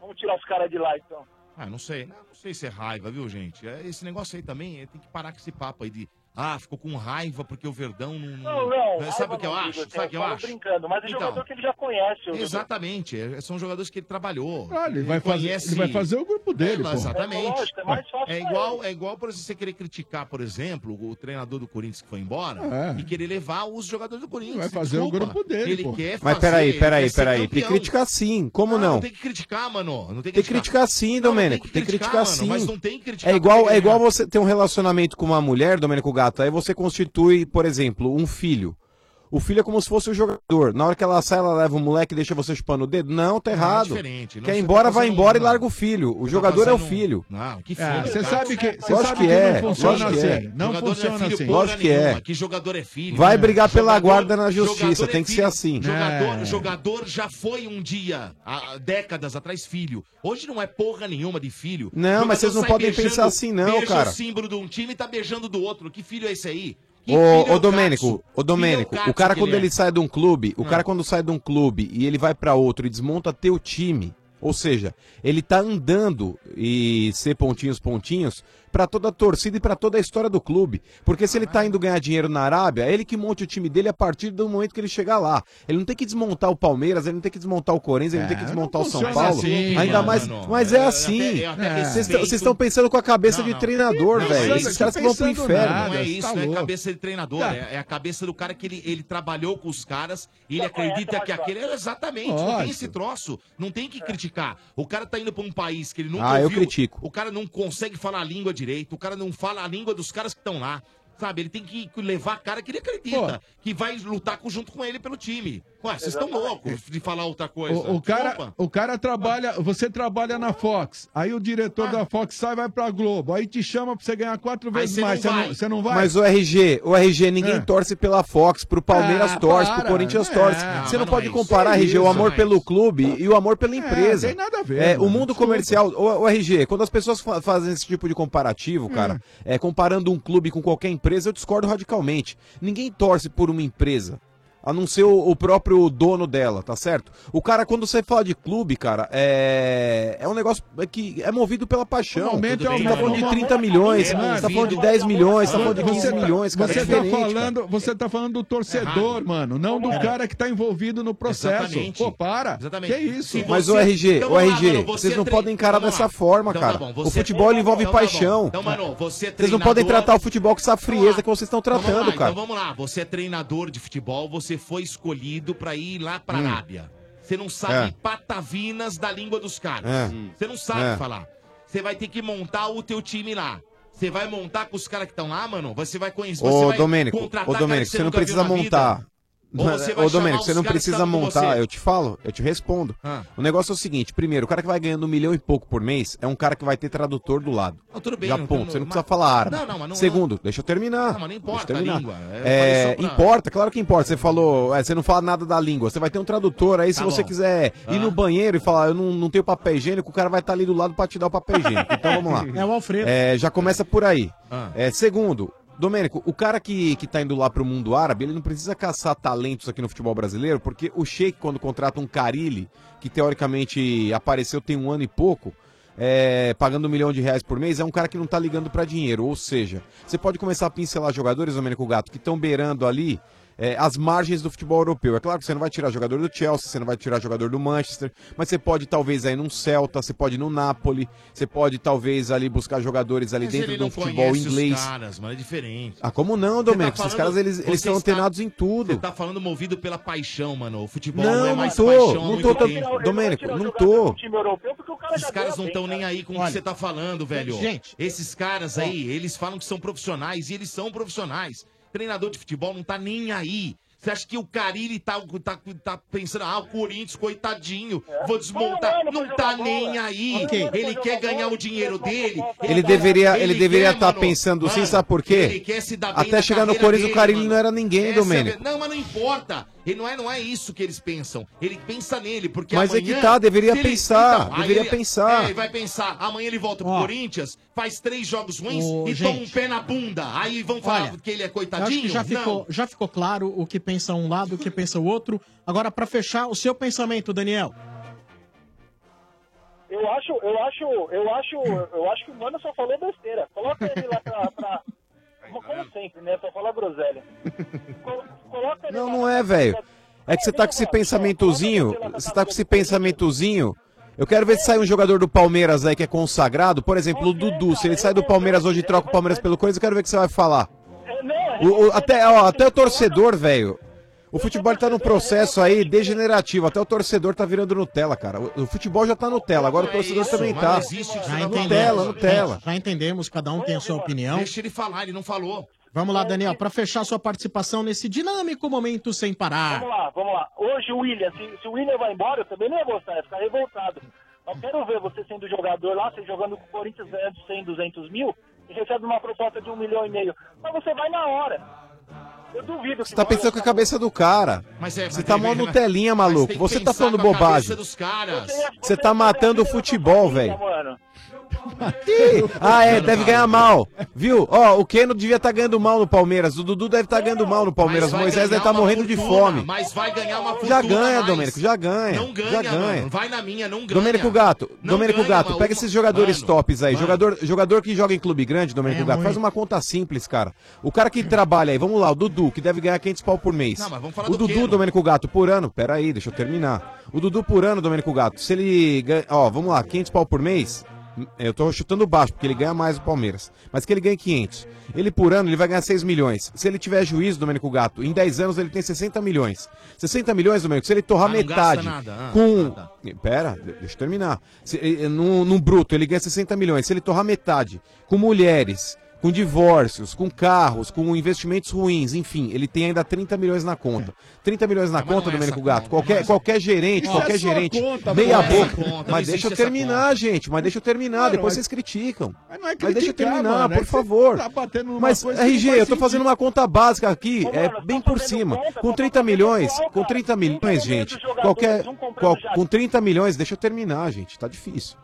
Speaker 18: vamos tirar os caras de lá, então.
Speaker 6: Ah, não sei. Não, não sei se é raiva, viu, gente? É, Esse negócio aí também eh, tem que parar com esse papo aí de. Ah, ficou com raiva porque o Verdão não. né,
Speaker 18: Não, não.
Speaker 6: Sabe
Speaker 18: raiva
Speaker 6: o que eu
Speaker 18: não,
Speaker 6: acho?
Speaker 18: Igor,
Speaker 6: Sabe o que eu
Speaker 18: falo
Speaker 6: acho? Então.
Speaker 18: brincando, mas é jogador que ele já conhece. o-
Speaker 6: Exatamente, é, são jogadores que ele trabalhou.
Speaker 8: Olha, Ah, ele vai fazer- ele vai fazer o grupo dele, pô.
Speaker 6: exatamente.
Speaker 8: É lógico, é mais fácil
Speaker 6: É
Speaker 8: pra
Speaker 6: igual, é igual por exemplo, você querer criticar, por exemplo, o treinador do Corinthians que foi embora
Speaker 9: É.
Speaker 6: e querer levar os jogadores do Corinthians.
Speaker 9: Vai fazer o
Speaker 6: Desculpa,
Speaker 9: grupo dele,
Speaker 6: Ele
Speaker 9: pô.
Speaker 6: quer
Speaker 9: Mas
Speaker 6: é fazer,
Speaker 9: peraí,
Speaker 6: ele
Speaker 9: peraí,
Speaker 6: quer ser
Speaker 9: peraí. Tem que
Speaker 6: campeão.
Speaker 9: criticar sim, como
Speaker 6: Ah,
Speaker 9: não?
Speaker 6: Tem que criticar, mano. Não tem que
Speaker 9: Tem que criticar sim, Domênico. Tem que criticar
Speaker 6: mano,
Speaker 9: sim.
Speaker 6: mas não tem que criticar
Speaker 9: É igual,
Speaker 6: porque
Speaker 9: é igual você ter um relacionamento com uma mulher, Domênico Gato, aí você constitui, por exemplo, um filho. O filho é como se fosse o jogador. Na hora que ela sai, ela leva o moleque e deixa você chupando o dedo. Não, tá errado.
Speaker 6: diferente. Não,
Speaker 9: Quer
Speaker 6: você
Speaker 9: ir
Speaker 6: tá
Speaker 9: embora, vai
Speaker 6: fazendo
Speaker 9: embora
Speaker 6: um-
Speaker 9: e larga o filho. O
Speaker 6: tá
Speaker 9: jogador é o
Speaker 6: fazendo um-
Speaker 9: filho.
Speaker 6: Ah, que
Speaker 8: Ah,
Speaker 6: filho,
Speaker 8: você
Speaker 6: cara.
Speaker 8: sabe que- você
Speaker 9: Lógico
Speaker 8: sabe
Speaker 9: que
Speaker 8: que
Speaker 9: é.
Speaker 8: não funciona
Speaker 9: lógico que
Speaker 8: assim.
Speaker 9: é.
Speaker 8: Não
Speaker 6: Jogador
Speaker 8: funciona
Speaker 6: filho
Speaker 8: assim.
Speaker 6: porra
Speaker 9: Lógico que
Speaker 6: nenhuma,
Speaker 9: é.
Speaker 6: Que jogador é filho.
Speaker 9: Vai
Speaker 6: né?
Speaker 9: brigar pela
Speaker 6: Jogador-
Speaker 9: guarda na justiça,
Speaker 6: jogador é
Speaker 9: tem que
Speaker 6: filho.
Speaker 9: ser assim.
Speaker 6: Jogador,
Speaker 9: É.
Speaker 6: jogador já foi um dia, há há décadas atrás, filho. Hoje não é porra nenhuma de filho.
Speaker 9: Não,
Speaker 6: Jogador
Speaker 9: mas vocês não
Speaker 6: sai
Speaker 9: podem pensar assim não,
Speaker 6: beija
Speaker 9: cara.
Speaker 6: o símbolo de um time e tá beijando do outro. Que filho é esse aí? Que filho
Speaker 9: Ô,
Speaker 6: é
Speaker 9: ô Domênico,
Speaker 6: Cássio?
Speaker 9: ô Domênico,
Speaker 6: Filho é
Speaker 9: o cara
Speaker 6: Cássio
Speaker 9: quando ele
Speaker 6: Guilherme.
Speaker 9: sai de um clube, o
Speaker 6: Ah.
Speaker 9: cara quando sai de um clube e ele vai pra outro e desmonta teu time, ou seja, ele tá andando e ser pontinhos, pontinhos, pra toda a torcida e pra toda a história do clube. Porque se ele tá indo ganhar dinheiro na Arábia, é ele que monte o time dele a partir do momento que ele chegar lá. Ele não tem que desmontar o Palmeiras, ele não tem que desmontar o Corinthians, ele não tem que desmontar o São
Speaker 8: funciona
Speaker 9: Paulo.
Speaker 8: assim,
Speaker 9: Ainda
Speaker 8: mano.
Speaker 9: mais, mas é assim.
Speaker 8: eu até
Speaker 9: É. Vocês
Speaker 6: respeito.
Speaker 9: estão pensando com a cabeça de treinador,
Speaker 6: Não,
Speaker 9: velho.
Speaker 6: não,
Speaker 9: Esses
Speaker 6: não
Speaker 9: caras que vão pro
Speaker 6: pensando
Speaker 9: inferno.
Speaker 6: nada, Não é isso, não é
Speaker 9: louco.
Speaker 6: cabeça de treinador,
Speaker 9: Cara.
Speaker 6: é, é a cabeça do cara que ele, ele trabalhou com os caras e ele
Speaker 18: Só conhece
Speaker 6: acredita
Speaker 18: uma
Speaker 6: que
Speaker 18: história.
Speaker 6: aquele é exatamente, não tem
Speaker 18: Lógico.
Speaker 6: esse troço, não tem que criticar. O cara tá indo pra um país que ele nunca
Speaker 9: Ah, eu
Speaker 6: ouviu,
Speaker 9: critico.
Speaker 6: o cara não consegue falar a língua direito, o cara não fala a língua dos caras que estão lá. Sabe, ele tem que levar a cara que ele acredita, que vai lutar com- junto com ele pelo time. Ué, vocês estão loucos de falar outra coisa.
Speaker 8: O, o cara,
Speaker 6: Desculpa.
Speaker 8: o cara trabalha, você trabalha na Fox, aí o
Speaker 6: Ah.
Speaker 8: diretor da Fox sai e vai pra Globo, aí te chama pra você ganhar quatro vezes
Speaker 9: você não
Speaker 8: mais, você
Speaker 9: vai.
Speaker 8: não, você não vai? É.
Speaker 9: Mas o RG, o RG, ninguém torce pela Fox, pro Palmeiras
Speaker 8: Ah,
Speaker 9: torce,
Speaker 8: para.
Speaker 9: pro Corinthians
Speaker 8: É,
Speaker 9: torce. Você não pode comparar, RG, o
Speaker 8: Isso,
Speaker 9: amor
Speaker 8: mas-
Speaker 9: pelo clube e o amor pela empresa.
Speaker 8: tem nada a ver,
Speaker 9: É, o
Speaker 8: mano,
Speaker 9: mundo comercial, o, o RG, quando as pessoas fa- fazem esse tipo de comparativo,
Speaker 8: Hum.
Speaker 9: cara, é, comparando um clube com qualquer empresa, eu discordo radicalmente. Ninguém torce por uma empresa. A não ser o, o próprio dono dela, tá certo? O cara, quando você fala de clube, cara, é, é um negócio que é movido pela paixão.
Speaker 8: Normalmente é
Speaker 9: você
Speaker 8: um-
Speaker 9: tá falando de
Speaker 8: uma-
Speaker 9: 30 milhões,
Speaker 8: É,
Speaker 9: você tá
Speaker 8: vida.
Speaker 9: falando de 10 milhões, você tá
Speaker 8: Você-
Speaker 9: falando de 15
Speaker 8: você tá-
Speaker 9: milhões, cara.
Speaker 8: Você
Speaker 9: é
Speaker 8: tá
Speaker 9: diferente, cara.
Speaker 8: falando, você tá falando do torcedor, mano, não do cara que tá envolvido no processo.
Speaker 6: É. Exatamente.
Speaker 8: Pô, para.
Speaker 6: Exatamente.
Speaker 8: Que isso?
Speaker 6: Se
Speaker 9: Mas
Speaker 6: você-
Speaker 9: o RG,
Speaker 6: Então
Speaker 9: o
Speaker 6: vamos lá,
Speaker 9: RG,
Speaker 6: mano, você
Speaker 9: vocês
Speaker 6: é
Speaker 9: não
Speaker 6: trein-
Speaker 9: podem encarar
Speaker 6: Vamos
Speaker 9: dessa
Speaker 6: lá.
Speaker 9: forma,
Speaker 6: Então tá
Speaker 9: cara.
Speaker 6: bom,
Speaker 9: o
Speaker 6: você é
Speaker 9: futebol ele envolve
Speaker 6: Então tá bom.
Speaker 9: paixão.
Speaker 6: Então, mano, você é
Speaker 9: Vocês não podem
Speaker 6: treinador-
Speaker 9: tratar o futebol com essa frieza que vocês estão
Speaker 6: vamos
Speaker 9: tratando,
Speaker 6: lá,
Speaker 9: cara.
Speaker 6: Então vamos lá, você é treinador de futebol, você foi escolhido pra ir lá pra
Speaker 9: Hum.
Speaker 6: Arábia. Você não sabe
Speaker 9: É.
Speaker 6: patavinas da língua dos caras.
Speaker 9: É.
Speaker 6: Você não sabe
Speaker 9: É.
Speaker 6: falar. Você vai ter que montar o teu time lá. Você vai montar com os caras que estão lá, mano? Você vai conhecer. você
Speaker 9: Ô,
Speaker 6: vai
Speaker 9: Domênico,
Speaker 6: contratar
Speaker 9: ô,
Speaker 6: cara que
Speaker 9: Domênico, você não
Speaker 6: nunca viu
Speaker 9: precisa
Speaker 6: na vida.
Speaker 9: montar.
Speaker 6: Ou você vai
Speaker 9: Ô, Domênico,
Speaker 6: chamar
Speaker 9: você
Speaker 6: os
Speaker 9: não
Speaker 6: caras que
Speaker 9: precisa
Speaker 6: estavam com
Speaker 9: montar.
Speaker 6: você.
Speaker 9: Eu te falo, eu te respondo.
Speaker 6: Ah.
Speaker 9: O negócio é o seguinte: primeiro, o cara que vai ganhando um milhão e pouco por mês é um cara que vai ter tradutor do lado.
Speaker 6: Ah, tudo bem,
Speaker 9: Já
Speaker 6: não-
Speaker 9: ponto.
Speaker 6: não-
Speaker 9: você não
Speaker 6: mas-
Speaker 9: precisa falar árabe.
Speaker 6: Não, não, mas não-
Speaker 9: Segundo, deixa eu terminar.
Speaker 6: Não, mas não
Speaker 9: Deixa eu
Speaker 6: importa a
Speaker 9: terminar.
Speaker 6: língua. Eu
Speaker 9: É,
Speaker 6: falei só pra-
Speaker 9: Importa, claro que importa. Você falou, é, você não fala nada da língua. Você vai ter um tradutor aí se
Speaker 6: Tá
Speaker 9: você
Speaker 6: bom. Ah.
Speaker 9: quiser ir no banheiro e falar, eu não, não tenho papel higiênico, o cara vai estar ali do lado pra te dar o papel higiênico. Então vamos lá.
Speaker 5: É o Alfredo.
Speaker 9: É, já começa por aí.
Speaker 6: Ah.
Speaker 9: É, segundo, Domênico, o cara que, que tá indo lá pro mundo árabe, ele não precisa caçar talentos aqui no futebol brasileiro, porque o Sheik, quando contrata um Carilli, que teoricamente apareceu tem um ano e pouco, é, pagando um milhão de reais por mês, é um cara que não tá ligando pra dinheiro. Ou seja, você pode começar a pincelar jogadores, Domênico Gato, que estão beirando ali é, as margens do futebol europeu. É claro que você não vai tirar jogador do Chelsea, você não vai tirar jogador do Manchester, mas você pode talvez aí num Celta, você pode ir no Napoli, você pode talvez ali buscar jogadores ali
Speaker 6: Mas
Speaker 9: dentro
Speaker 6: ele
Speaker 9: do
Speaker 6: não
Speaker 9: futebol
Speaker 6: conhece os
Speaker 9: inglês.
Speaker 6: caras, mano, é diferente.
Speaker 9: Ah, como não,
Speaker 6: Você tá
Speaker 9: Domênico? Esses
Speaker 6: falando- tá-
Speaker 9: caras eles,
Speaker 6: você
Speaker 9: eles estão
Speaker 6: está-
Speaker 9: antenados em tudo.
Speaker 6: Você tá falando movido pela paixão, mano. O futebol
Speaker 9: Não,
Speaker 6: é
Speaker 9: não
Speaker 6: mais
Speaker 9: tô,
Speaker 6: paixão. há
Speaker 9: não
Speaker 6: muito
Speaker 9: tô tão-
Speaker 6: tempo.
Speaker 9: Domênico, não tô.
Speaker 6: Esses caras não estão nem aí com o que você tá falando, velho.
Speaker 5: Gente.
Speaker 6: Esses caras aí, eles falam que são profissionais e eles são profissionais. Treinador de futebol não tá nem aí. Você acha que o Carilli tá, tá, tá pensando, ah, o Corinthians, coitadinho, vou desmontar. Não, tá nem aí.
Speaker 9: Ok.
Speaker 6: Ele quer ganhar o dinheiro dele.
Speaker 9: Ele
Speaker 6: tá-
Speaker 9: deveria ele deveria
Speaker 6: quer,
Speaker 9: estar
Speaker 6: mano.
Speaker 9: pensando assim,
Speaker 6: Mano,
Speaker 9: sabe por
Speaker 6: Ele
Speaker 9: quê?
Speaker 6: quer se dar bem
Speaker 9: Até
Speaker 6: na
Speaker 9: chegar no
Speaker 6: carreira
Speaker 9: Corinthians, o
Speaker 6: dele,
Speaker 9: Carilli
Speaker 6: mano.
Speaker 9: não era ninguém,
Speaker 6: Essa é a
Speaker 9: Domênico.
Speaker 6: ver- Não, mas não importa. E não é, não é isso que eles pensam. Ele pensa nele, porque
Speaker 9: Mas é
Speaker 6: amanhã...
Speaker 9: que tá, deveria
Speaker 6: se ele-
Speaker 9: pensar,
Speaker 6: aí
Speaker 9: deveria
Speaker 6: ele-
Speaker 9: pensar.
Speaker 6: É, ele vai pensar. Amanhã ele volta pro
Speaker 5: Ó.
Speaker 6: Corinthians, faz três jogos ruins
Speaker 5: Ô,
Speaker 6: e
Speaker 5: gente.
Speaker 6: toma um pé na bunda. Aí vão falar
Speaker 5: Olha,
Speaker 6: que ele é
Speaker 5: Eu Acho
Speaker 6: coitadinho?
Speaker 5: que já
Speaker 6: Não.
Speaker 5: ficou, já ficou claro o que pensa um lado, o que pensa o outro. Agora, pra fechar, o seu pensamento, Daniel.
Speaker 18: Eu acho, eu acho, eu acho, eu acho que o Mano só falou besteira. Coloca ele lá pra. pra- Como sempre, né? Só fala groselha. Col- Coloca ele
Speaker 9: Não,
Speaker 18: lá
Speaker 9: não
Speaker 18: na-
Speaker 9: é, velho. É que você tá com esse pensamentozinho, você tá com esse pensamentozinho. Eu quero ver se sai um jogador do Palmeiras aí que é consagrado, por exemplo, o Dudu. Se ele sai do Palmeiras hoje e troca o Palmeiras pelo Corinthians, eu quero ver o que você vai falar.
Speaker 18: É,
Speaker 9: O- o- até, ó, até o torcedor, velho. O futebol tá num processo aí degenerativo. Até o torcedor tá virando Nutella, cara. O, o futebol já tá Nutella, agora o torcedor também tá.
Speaker 5: Já
Speaker 9: Nutella,
Speaker 5: entendemos.
Speaker 9: Nutella.
Speaker 5: um Já entendemos, cada um tem a sua opinião.
Speaker 6: Deixa ele falar, ele não falou.
Speaker 5: Vamos lá, Daniel, pra fechar sua participação nesse dinâmico momento sem
Speaker 18: Vamos
Speaker 5: parar.
Speaker 18: lá, vamos lá. Hoje o William, se, se o William vai embora, eu também não ia gostar, ia ficar revoltado. Mas quero ver você sendo jogador lá, você jogando com o Corinthians ganhando 100, 200 mil, e recebe uma proposta de um milhão e meio. Mas você vai na hora. Eu duvido que
Speaker 9: Você tá pensando com a cabeça do cara.
Speaker 6: Mas é,
Speaker 9: Você
Speaker 6: mas
Speaker 9: tá
Speaker 6: tem-
Speaker 9: mó
Speaker 6: mas-
Speaker 9: Nutelinha,
Speaker 6: mas
Speaker 9: maluco.
Speaker 6: tem que
Speaker 9: Você tá
Speaker 6: pensar
Speaker 9: falando tá
Speaker 6: com a cabeça
Speaker 9: bobagem.
Speaker 6: dos caras. é,
Speaker 9: Você tá matando o futebol, velho.
Speaker 18: mano.
Speaker 9: Ih, ah, é, deve ganhar mal. Viu? Ó, o Keno devia estar ganhando mal no Palmeiras. O Dudu deve estar ganhando mal no Palmeiras. O
Speaker 6: vai
Speaker 9: Moisés deve
Speaker 6: ganhar
Speaker 9: estar
Speaker 6: uma
Speaker 9: morrendo de
Speaker 6: fortuna,
Speaker 9: fome.
Speaker 6: Mas vai ganhar uma fortuna.
Speaker 9: Já ganha,
Speaker 6: a mais.
Speaker 9: Domênico, já ganha.
Speaker 6: Não ganha,
Speaker 9: já ganha.
Speaker 6: mano. Vai na minha, não ganha.
Speaker 9: Domênico Gato,
Speaker 6: Não
Speaker 9: Domênico
Speaker 6: ganha,
Speaker 9: Gato,
Speaker 6: mano.
Speaker 9: pega esses jogadores tops aí. Jogador, jogador que joga em clube grande, Domênico
Speaker 6: É
Speaker 9: Gato, faz
Speaker 6: muito.
Speaker 9: uma conta simples, cara. O cara que trabalha aí, vamos lá, o Dudu, que deve ganhar 500 pau por mês.
Speaker 6: Não, mas vamos falar
Speaker 9: o
Speaker 6: do
Speaker 9: Dudu,
Speaker 6: Keno.
Speaker 9: Domênico Gato, por ano, pera aí, deixa eu terminar. O Dudu por ano, Domênico Gato, se ele ganha, ó, vamos lá, 500 pau por mês, eu tô chutando baixo, porque ele ganha mais o Palmeiras. Mas que ele ganhe 500. Ele por ano, ele vai ganhar 6 milhões. Se ele tiver juízo, Domênico Gato, em 10 anos ele tem 60 milhões. 60 milhões, Domênico, se ele torrar
Speaker 6: Ah, não
Speaker 9: metade
Speaker 6: gasta nada, ah,
Speaker 9: com... Pera, de- deixa eu terminar. Se, eh, num, num bruto, ele ganha 60 milhões. Se ele torrar metade com mulheres, com divórcios, com carros, com investimentos ruins, enfim, ele tem ainda 30 milhões na conta. 30 milhões na
Speaker 8: é
Speaker 9: conta, Domênico Gato. Qualquer, qualquer gerente,
Speaker 8: Isso
Speaker 9: qualquer
Speaker 8: é sua
Speaker 9: gerente.
Speaker 8: conta,
Speaker 9: meia
Speaker 8: pô, é
Speaker 9: boca.
Speaker 8: essa conta, não
Speaker 9: mas deixa
Speaker 8: existe
Speaker 9: eu
Speaker 8: essa
Speaker 9: terminar, gente. Mas deixa eu terminar.
Speaker 8: Mano,
Speaker 9: Depois
Speaker 8: mas-
Speaker 9: vocês criticam. Mas,
Speaker 8: não é
Speaker 9: deixa eu
Speaker 8: criticar,
Speaker 9: terminar,
Speaker 8: mano, é
Speaker 9: por
Speaker 8: que você
Speaker 9: favor.
Speaker 8: tá batendo numa
Speaker 9: mas,
Speaker 8: coisa que não
Speaker 9: RG,
Speaker 8: faz
Speaker 9: eu tô fazendo
Speaker 8: sentido. tá
Speaker 9: uma conta básica aqui, é bem por cima. Com 30 milhões, com 30 milhões, gente. Qualquer.
Speaker 8: um
Speaker 9: qual- com 30 milhões, deixa eu terminar, gente. Tá difícil.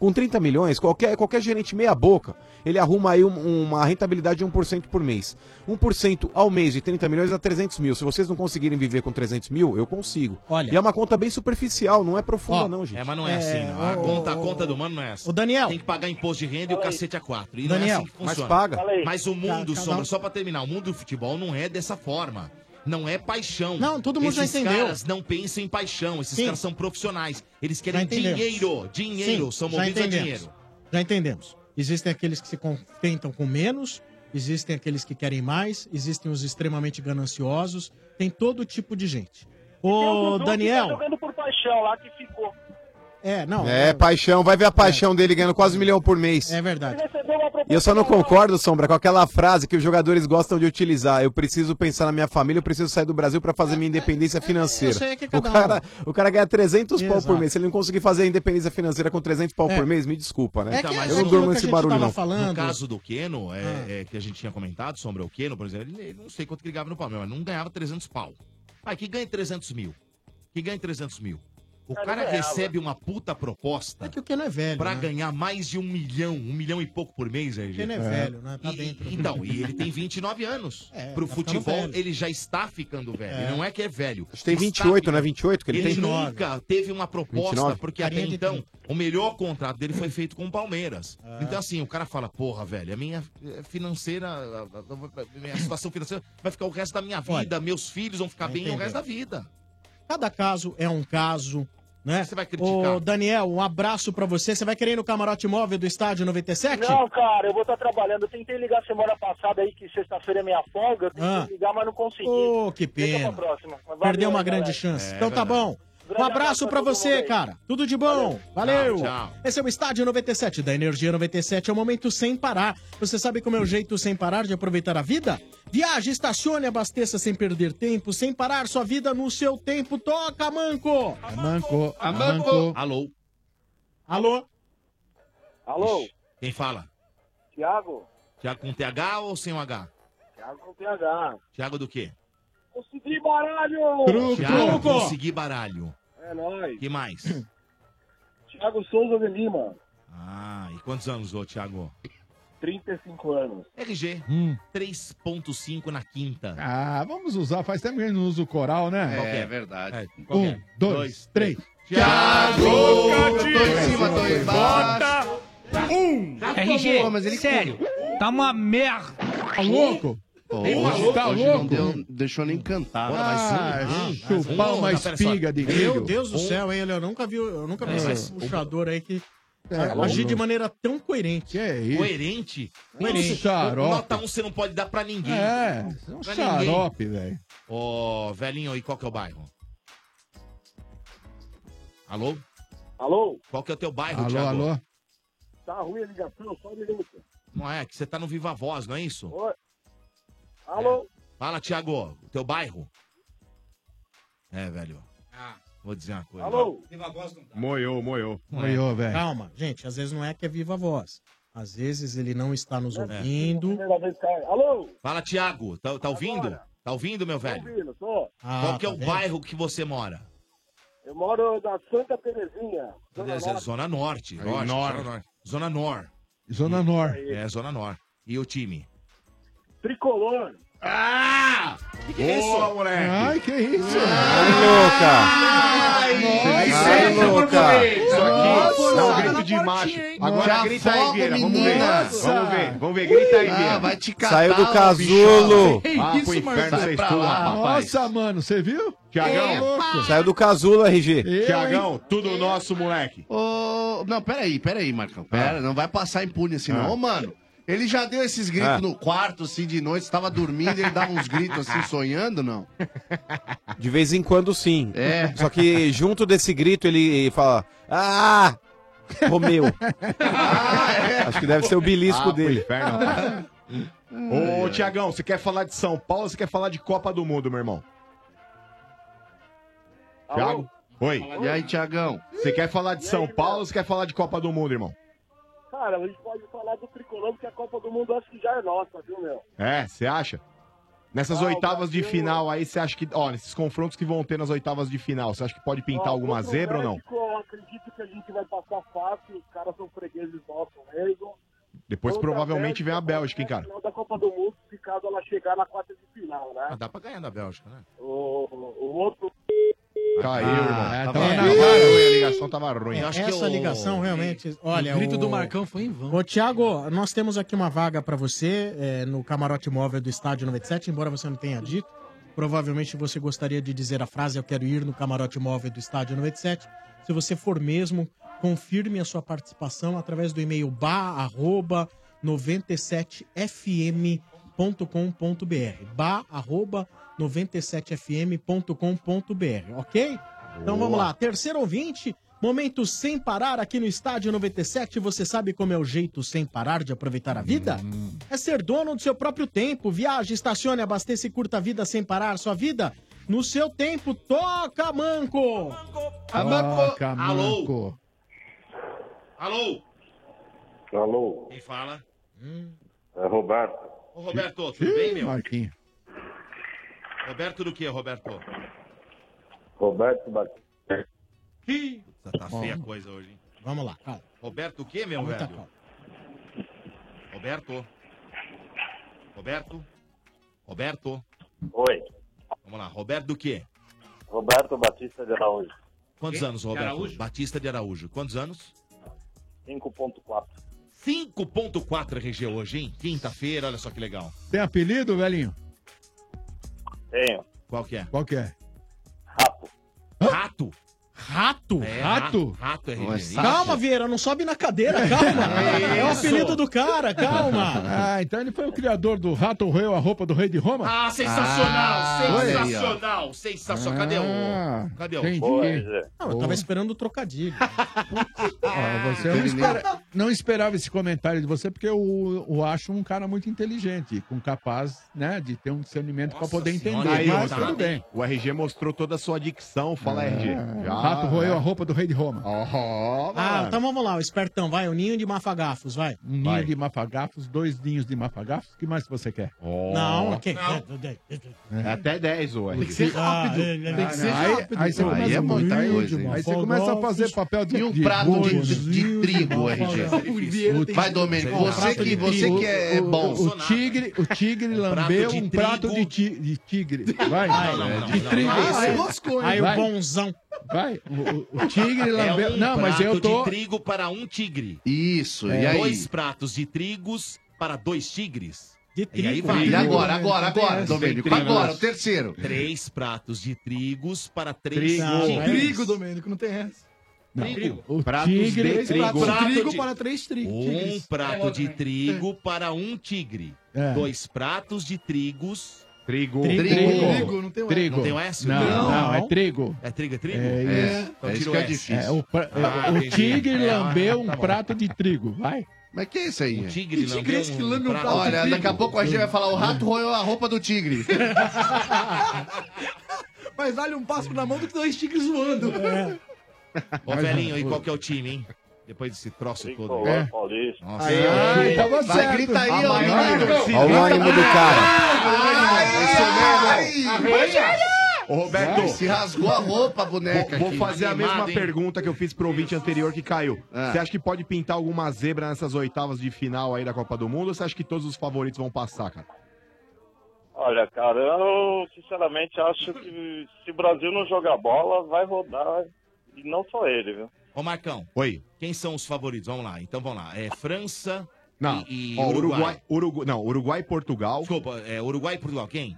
Speaker 9: Com 30 milhões, qualquer, qualquer gerente meia boca, ele arruma aí um- uma rentabilidade de 1% por mês. 1% ao mês de 30 milhões dá 300 mil. Se vocês não conseguirem viver com 300 mil, eu consigo.
Speaker 5: Olha.
Speaker 9: E é uma conta bem superficial, não é profunda
Speaker 6: Ó,
Speaker 9: não, gente.
Speaker 6: É, mas não é, assim. Não. A, conta, a conta do mano não é essa.
Speaker 5: Ô, Daniel.
Speaker 6: Tem que pagar imposto de renda e o cacete a quatro. E não é
Speaker 5: Daniel,
Speaker 6: assim que
Speaker 9: mas
Speaker 6: funciona.
Speaker 9: paga. Fala aí.
Speaker 6: Mas o mundo,
Speaker 5: Cada- cada
Speaker 6: Sombra,
Speaker 5: um-
Speaker 6: só pra terminar, o mundo do futebol não é dessa forma. Não é paixão.
Speaker 5: Não, todo mundo já
Speaker 6: Esses
Speaker 5: entendeu.
Speaker 6: caras não pensam em paixão. Esses
Speaker 5: Sim.
Speaker 6: caras são profissionais. Eles querem
Speaker 5: entendemos.
Speaker 6: dinheiro. Dinheiro.
Speaker 5: Sim,
Speaker 6: são
Speaker 5: já
Speaker 6: movidos a
Speaker 5: entendemos.
Speaker 6: dinheiro.
Speaker 5: Já entendemos. Existem aqueles que se contentam com menos, existem aqueles que querem mais, existem os extremamente gananciosos, tem todo tipo de gente. Ô,
Speaker 18: Tá
Speaker 5: Daniel.
Speaker 18: jogando por paixão lá que ficou.
Speaker 5: É, não.
Speaker 9: É, paixão, vai ver a paixão dele ganhando quase um milhão por mês.
Speaker 5: É verdade.
Speaker 18: Recebeu uma proposta
Speaker 9: E eu só não concordo, Sombra, com aquela frase que os jogadores gostam de utilizar. Eu preciso pensar na minha família, eu preciso sair do Brasil pra fazer minha independência financeira.
Speaker 5: isso aí é que é
Speaker 9: o,
Speaker 5: cada um.
Speaker 9: cara, o cara ganha 300 pau por
Speaker 5: Exato.
Speaker 9: mês. Se ele não conseguir fazer a independência financeira com 300 pau
Speaker 6: É.
Speaker 9: por mês, me desculpa, né?
Speaker 5: É
Speaker 6: Então, mas
Speaker 9: eu
Speaker 6: o-
Speaker 9: não durmo nesse barulho, não.
Speaker 6: No caso do Keno, é,
Speaker 5: Ah.
Speaker 6: é, que a gente tinha comentado, Sombra, o Keno, por exemplo, ele, ele não sei quanto que ele ganhava no Palmeiras, mas não ganhava 300 pau. Mas que ganha 300 mil? Que ganha 300 mil? O
Speaker 5: Cara,
Speaker 6: cara
Speaker 5: ganhava.
Speaker 6: recebe uma puta proposta
Speaker 5: Que o Keno é velho.
Speaker 6: pra
Speaker 5: né?
Speaker 6: ganhar mais de um milhão, um milhão e pouco por mês, aí,
Speaker 5: O Keno é velho, né? Tá dentro.
Speaker 6: Então, e ele tem 29 anos.
Speaker 5: É,
Speaker 6: Pro
Speaker 5: tá ficando
Speaker 6: futebol,
Speaker 5: velho.
Speaker 6: ele já está ficando velho.
Speaker 9: É.
Speaker 6: Não é que é velho.
Speaker 9: Acho que tem
Speaker 6: Está
Speaker 9: 28, né? 28 que ele, tem.
Speaker 6: nunca teve uma proposta,
Speaker 9: 29?
Speaker 6: porque até
Speaker 9: Carinha de
Speaker 6: então o melhor contrato dele foi feito com o Palmeiras. Então, assim, o cara fala: porra, velho, a minha eh, financeira, a- a- a minha situação financeira vai ficar o resto da minha vida, meus filhos vão ficar bem o
Speaker 5: entendeu.
Speaker 6: resto da vida.
Speaker 5: Cada caso é um caso, né? Você
Speaker 6: vai
Speaker 5: criticar. Ô, Daniel, um abraço pra você. Você vai querer ir no camarote móvel do estádio 97?
Speaker 18: Não, cara, eu vou estar trabalhando. Eu tentei ligar semana passada aí, que sexta-feira é minha folga. Eu tentei
Speaker 5: Ah.
Speaker 18: ligar, mas não consegui.
Speaker 5: Ô, que
Speaker 18: Deixa
Speaker 5: pena.
Speaker 18: pra próxima. Mas valeu
Speaker 5: Perdeu uma
Speaker 18: aí,
Speaker 5: grande
Speaker 18: galera.
Speaker 10: É
Speaker 5: chance. então tá bom. Um abraço pra você, cara. Tudo de bom. Valeu. Esse é o Estádio 97 da Energia 97. É o momento sem parar. Você sabe como é o jeito sem parar de aproveitar a vida? Viaje, estacione, abasteça sem perder tempo, sem parar sua vida no seu tempo. Toca, Manco.
Speaker 8: Manco,
Speaker 6: Alô? Alô?
Speaker 5: Alô?
Speaker 18: Alô?
Speaker 6: Quem fala?
Speaker 18: Tiago?
Speaker 6: Tiago com TH ou sem o H?
Speaker 18: Tiago com PH.
Speaker 6: Tiago do quê?
Speaker 18: Consegui baralho!
Speaker 6: Tiago, consegui baralho.
Speaker 18: É nóis.
Speaker 6: que mais?
Speaker 18: Tiago Souza de Lima,
Speaker 6: Ah, e quantos anos, ô Tiago?
Speaker 18: 35 anos.
Speaker 6: RG, 3.5 na quinta.
Speaker 8: Ah, vamos usar. Faz tempo que a gente não usa o coral, né?
Speaker 6: Qual que é?
Speaker 11: verdade.
Speaker 6: qual que
Speaker 8: Um,
Speaker 6: é?
Speaker 8: dois, três.
Speaker 5: Tá
Speaker 11: Thiago! Tô em cima, tô
Speaker 8: Foi
Speaker 11: embaixo.
Speaker 19: Um! RG,
Speaker 11: Pô, mas ele-
Speaker 19: sério, tá uma merda. Tá louco?
Speaker 11: Pô,
Speaker 19: Ele
Speaker 11: hoje,
Speaker 19: falou,
Speaker 11: tá
Speaker 19: tá
Speaker 11: hoje não
Speaker 19: louco?
Speaker 11: deu, deixou nem cantar.
Speaker 8: Bora, mais um, Ah,
Speaker 5: Hum,
Speaker 8: mais um, mais um. chupar uma
Speaker 11: Não, tá, pera só.
Speaker 8: espiga de
Speaker 5: Meu Deus do céu, hein, Léo? Eu nunca vi, eu nunca vi
Speaker 11: É,
Speaker 5: esse
Speaker 11: mas-
Speaker 5: puxador aí que
Speaker 11: É,
Speaker 5: a- agir
Speaker 11: louco.
Speaker 5: de maneira tão coerente. Que
Speaker 8: é
Speaker 6: Coerente?
Speaker 5: Coerente.
Speaker 6: Nossa, Nota 1 você não pode dar pra ninguém.
Speaker 8: É, é um
Speaker 6: Pra
Speaker 8: xarope, velho.
Speaker 6: Ô, velhinho, e qual que é o bairro? Alô?
Speaker 18: Alô?
Speaker 6: Qual que é o teu bairro,
Speaker 8: Alô,
Speaker 6: Thiago?
Speaker 8: alô.
Speaker 18: Tá ruim a ligação, só um minuto.
Speaker 6: Não é, que você tá no Viva Voz, não é isso? É.
Speaker 18: Oi. Alô?
Speaker 6: Fala, Thiago, o teu bairro? É, velho. Vou dizer uma coisa. É.
Speaker 18: Alô?
Speaker 10: Moiou, moiou.
Speaker 8: Moiou, velho.
Speaker 5: é? Calma, gente, às vezes não é que é viva a voz. Às vezes ele não está nos
Speaker 6: É.
Speaker 5: ouvindo.
Speaker 18: Alô?
Speaker 6: Fala, Thiago, tá, tá ouvindo? Tá ouvindo, meu velho?
Speaker 18: Filho, tô.
Speaker 6: Qual que é o bairro que você mora?
Speaker 18: Eu moro na Santa Terezinha. Zona
Speaker 6: Zona
Speaker 18: Norte.
Speaker 6: Norte,
Speaker 18: Aí,
Speaker 6: lógico,
Speaker 18: norte.
Speaker 6: Zona Norte. Zona
Speaker 8: Zona
Speaker 6: Nor.
Speaker 8: Nor.
Speaker 6: É, Zona Nor. E o time?
Speaker 18: Tricolor.
Speaker 6: Ah! Que que é isso, moleque?
Speaker 8: Ai, que isso?
Speaker 6: Ai,
Speaker 10: é
Speaker 8: Nossa,
Speaker 6: louca!
Speaker 10: Isso aqui
Speaker 6: Nossa,
Speaker 10: dá um
Speaker 6: tá
Speaker 10: grito
Speaker 6: na
Speaker 10: de macho.
Speaker 6: portinha, hein?
Speaker 10: Agora
Speaker 6: Já
Speaker 10: grita aí,
Speaker 6: afoga,
Speaker 10: Vieira. Vamos ver.
Speaker 6: menina.
Speaker 10: Vamos ver. Vamos ver. Grita aí,
Speaker 8: Ah,
Speaker 10: Vieira.
Speaker 8: vai te
Speaker 10: catar,
Speaker 8: Saiu do
Speaker 10: ô,
Speaker 9: casulo.
Speaker 10: bichota. Ah, pro inferno vocês tudo, rapaz.
Speaker 8: é Nossa, mano, você viu?
Speaker 9: Saiu do casulo, RG.
Speaker 11: Tiagão,
Speaker 8: É.
Speaker 10: tudo nosso, moleque. Ah.
Speaker 11: Ô, não, peraí, peraí, Marcão. Pera, não vai passar impune assim, não. Ô, mano, ele já deu esses gritos
Speaker 9: Ah.
Speaker 11: no quarto, assim, de noite, você tava dormindo, ele dava uns gritos assim, sonhando, não?
Speaker 9: De vez em quando, sim.
Speaker 11: É.
Speaker 9: Só que junto desse grito ele fala: Ah! Romeu. Acho que deve ser o belisco
Speaker 10: Ah, pro
Speaker 9: dele.
Speaker 10: inferno, É. Ô, Tiagão, você quer falar de São Paulo ou você quer falar de Copa do Mundo, meu irmão? Tiago? Oi.
Speaker 11: E aí, Tiagão?
Speaker 10: Você quer falar de São Paulo ou você quer falar de Copa do Mundo, irmão?
Speaker 18: Cara, a gente pode falar do tricolor, porque a Copa do Mundo acho que já é nossa, viu, meu?
Speaker 10: É, você acha? Nessas
Speaker 18: Ah, o
Speaker 10: oitavas de
Speaker 18: Brasil-
Speaker 10: final aí, você acha que. Ó, nesses confrontos que vão ter nas oitavas de final, você acha que pode pintar
Speaker 18: Ó,
Speaker 10: alguma
Speaker 18: contra o
Speaker 10: zebra ou não?
Speaker 18: México, Eu acredito que a gente vai passar fácil, os caras são fregueses nossos mesmo.
Speaker 10: Depois
Speaker 18: Contra a
Speaker 10: provavelmente
Speaker 18: tá
Speaker 10: vem a Bélgica, hein, cara?
Speaker 18: final da Copa do Mundo, se caso ela chegar na quarta de final, né?
Speaker 6: Ah, Dá pra ganhar na Bélgica, né?
Speaker 18: O, o outro.
Speaker 10: Caiu,
Speaker 6: Ah,
Speaker 10: irmão.
Speaker 6: é, tá
Speaker 10: Tava, tava
Speaker 6: vendo?
Speaker 10: ruim, a ligação
Speaker 8: É,
Speaker 10: tava ruim.
Speaker 5: Essa ligação realmente. Olha,
Speaker 19: o grito do Marcão foi em vão.
Speaker 5: Ô, Thiago, nós temos aqui uma vaga pra você é, no camarote móvel do Estádio 97, embora você não tenha dito. Provavelmente você gostaria de dizer a frase: Eu quero ir no camarote móvel do Estádio 97. Se você for mesmo, confirme a sua participação através do e-mail bar@97fm.com.br. bar@97fm.com.br, ok? Então vamos
Speaker 16: Boa.
Speaker 5: lá, terceiro ouvinte, momento sem parar aqui no Estádio 97. Você sabe como é o jeito sem parar de aproveitar a vida? É ser dono do seu próprio tempo. Viaje, estacione, abasteça e curta a vida sem parar sua vida. No seu tempo, toca manco!
Speaker 8: Ah, Toca,
Speaker 5: Alô!
Speaker 8: Manco.
Speaker 6: Alô?
Speaker 20: Alô,
Speaker 6: Quem fala?
Speaker 20: é Roberto.
Speaker 6: Ô, Roberto, tudo bem, meu?
Speaker 8: Marquinhos.
Speaker 6: Roberto do quê, Roberto?
Speaker 20: Roberto Batista.
Speaker 6: Ih, tá
Speaker 5: Bom.
Speaker 6: feia a coisa hoje, hein?
Speaker 5: Vamos lá, calma.
Speaker 6: Roberto o quê, meu
Speaker 5: Muita
Speaker 6: velho? Roberto? Roberto? Roberto?
Speaker 20: Oi.
Speaker 6: Vamos lá, Roberto do quê?
Speaker 20: Roberto Batista de Araújo.
Speaker 6: Quantos
Speaker 20: Quê?
Speaker 6: anos,
Speaker 20: De
Speaker 6: Roberto?
Speaker 20: Araújo?
Speaker 6: Batista de Araújo. Quantos anos?
Speaker 20: 5.4.
Speaker 6: 5.4 RG é hoje, hein? Quinta-feira, olha só que legal.
Speaker 8: Tem apelido, velhinho?
Speaker 20: Tenho.
Speaker 6: Qual que é?
Speaker 8: Qual que é?
Speaker 6: Rato.
Speaker 5: Rato?
Speaker 6: É,
Speaker 5: Rato?
Speaker 6: Rato, RG. Isso.
Speaker 5: Calma, Vieira, não sobe na cadeira, calma!
Speaker 6: É
Speaker 5: é o
Speaker 6: isso.
Speaker 5: apelido do cara, calma!
Speaker 8: Ah, então ele foi o criador do rato roeu a roupa do rei de Roma?
Speaker 6: Ah, sensacional,
Speaker 8: Ah, olha aí, ó.
Speaker 6: sensacional, sensacional. Cadê
Speaker 8: Ah,
Speaker 6: o... Cadê o...
Speaker 8: entendi.
Speaker 5: Não, eu tava esperando o trocadilho.
Speaker 8: Ah, você não, espera- não esperava esse comentário de você, porque eu, eu acho um cara muito inteligente, com capaz né, de ter um discernimento para poder entender.
Speaker 10: Aí,
Speaker 8: mas
Speaker 10: ó,
Speaker 6: tá
Speaker 10: tá.
Speaker 8: tudo bem. É.
Speaker 10: O RG mostrou toda a sua dicção. Fala, RG. Já,
Speaker 8: Rato roeu a roupa do rei de Roma.
Speaker 5: Ah, então vamos lá, o espertão, vai, o ninho de mafagafos, vai.
Speaker 8: Um ninho de mafagafos, dois ninhos de mafagafos. O que mais que você quer?
Speaker 5: Não, ok.
Speaker 10: É até 10, ô.
Speaker 8: Tem que ser Ah,
Speaker 6: Ah,
Speaker 8: rápido.
Speaker 6: é
Speaker 8: Tem que ser
Speaker 11: Aí-
Speaker 8: rápido.
Speaker 11: Aí você começa
Speaker 8: Aí é
Speaker 11: a
Speaker 8: muita
Speaker 11: botar
Speaker 8: coisa,
Speaker 11: coisa,
Speaker 8: hein?
Speaker 11: hein?
Speaker 8: Aí você começa a fazer papel de-
Speaker 11: E um
Speaker 8: de
Speaker 11: prato de,
Speaker 8: bonzinho.
Speaker 11: de trigo,
Speaker 8: um
Speaker 11: RG. Vai, Domênico, você que, você que é
Speaker 8: O- o-
Speaker 11: bom.
Speaker 8: O tigre, o tigre lambeu
Speaker 11: prato de
Speaker 8: um prato de, ti- de tigre. Vai. É,
Speaker 11: Não, não, não,
Speaker 8: de
Speaker 11: não,
Speaker 8: trigo.
Speaker 11: não, não. Aí moscou, hein?
Speaker 8: Vai.
Speaker 11: Aí o bonzão.
Speaker 8: Vai. O, o- o tigre lambeu.
Speaker 6: É um
Speaker 8: não, mas eu
Speaker 6: prato
Speaker 8: tô.
Speaker 6: de trigo para um tigre. É.
Speaker 11: Isso,
Speaker 8: e aí?
Speaker 6: Dois pratos de trigos para dois tigres.
Speaker 5: De
Speaker 6: E aí
Speaker 11: trigo,
Speaker 6: vai.
Speaker 11: E agora, agora, agora, Domênico. Agora, o terceiro.
Speaker 6: Três pratos de trigos para três
Speaker 14: Trigo.
Speaker 6: tigres.
Speaker 14: Trigo, Domênico, não tem essa.
Speaker 6: Trigo.
Speaker 8: O
Speaker 6: Pratos
Speaker 14: tigre-
Speaker 6: de trigo.
Speaker 14: Prato de-
Speaker 6: Prato de-
Speaker 14: para três trigos.
Speaker 6: Um
Speaker 14: tigres.
Speaker 8: É,
Speaker 6: prato de trigo para um tigre.
Speaker 14: É.
Speaker 6: Dois pratos de trigos.
Speaker 10: Trigo.
Speaker 6: Trigo.
Speaker 8: Trigo.
Speaker 6: Não tem o S.
Speaker 8: Trigo.
Speaker 6: Não tem o S?
Speaker 8: Não,
Speaker 6: Não.
Speaker 8: não, é trigo.
Speaker 6: É trigo, é trigo?
Speaker 8: É,
Speaker 6: É.
Speaker 8: isso.
Speaker 6: Então É isso tira o que é S. difícil.
Speaker 8: É, o pra-
Speaker 6: Ah,
Speaker 8: o
Speaker 6: entendi.
Speaker 8: tigre
Speaker 6: É,
Speaker 8: lambeu um
Speaker 6: tá bom.
Speaker 8: prato de trigo. Vai.
Speaker 11: Mas que é isso aí?
Speaker 8: O
Speaker 6: Um tigre
Speaker 8: Que tigre é esse que lambeu um lambeu um prato prato de
Speaker 11: Olha,
Speaker 8: trigo?
Speaker 11: daqui a pouco a gente vai falar, o rato roeu a roupa do tigre.
Speaker 14: Mas vale um passo na mão do que dois tigres voando.
Speaker 8: É.
Speaker 6: Ô, velhinho, e qual que é o time, hein? Depois desse troço todo.
Speaker 20: É. Paulista.
Speaker 6: Nossa.
Speaker 20: Aí, ó. Ai, tava
Speaker 6: Vai,
Speaker 20: certo.
Speaker 6: grita aí,
Speaker 20: A
Speaker 6: ó.
Speaker 20: maior
Speaker 6: menino.
Speaker 20: torcida. Olha o ânimo do cara.
Speaker 6: Ah,
Speaker 20: Isso mesmo.
Speaker 6: Arranha.
Speaker 10: Ô, Roberto.
Speaker 11: Vai, se rasgou a roupa, boneca,
Speaker 10: Né? Vou,
Speaker 11: aqui.
Speaker 10: vou fazer a
Speaker 11: Queimada,
Speaker 10: mesma
Speaker 11: hein?
Speaker 10: pergunta que eu fiz pro ouvinte anterior que caiu.
Speaker 11: Ah.
Speaker 10: Você acha que pode pintar alguma zebra nessas oitavas de final aí da Copa do Mundo ou você acha que todos os favoritos vão passar, cara?
Speaker 20: Olha, cara, eu sinceramente acho que se o Brasil não jogar bola, vai rodar. E não só ele, viu?
Speaker 6: Ô, Marcão.
Speaker 10: Oi.
Speaker 6: Quem são os favoritos? Vamos lá. Então vamos lá. É França
Speaker 10: Não.
Speaker 6: e, e
Speaker 10: Ó,
Speaker 6: Uruguai.
Speaker 10: Uruguai. Uruguai. Não, Uruguai e Portugal.
Speaker 6: Desculpa, é Uruguai e Portugal. Quem?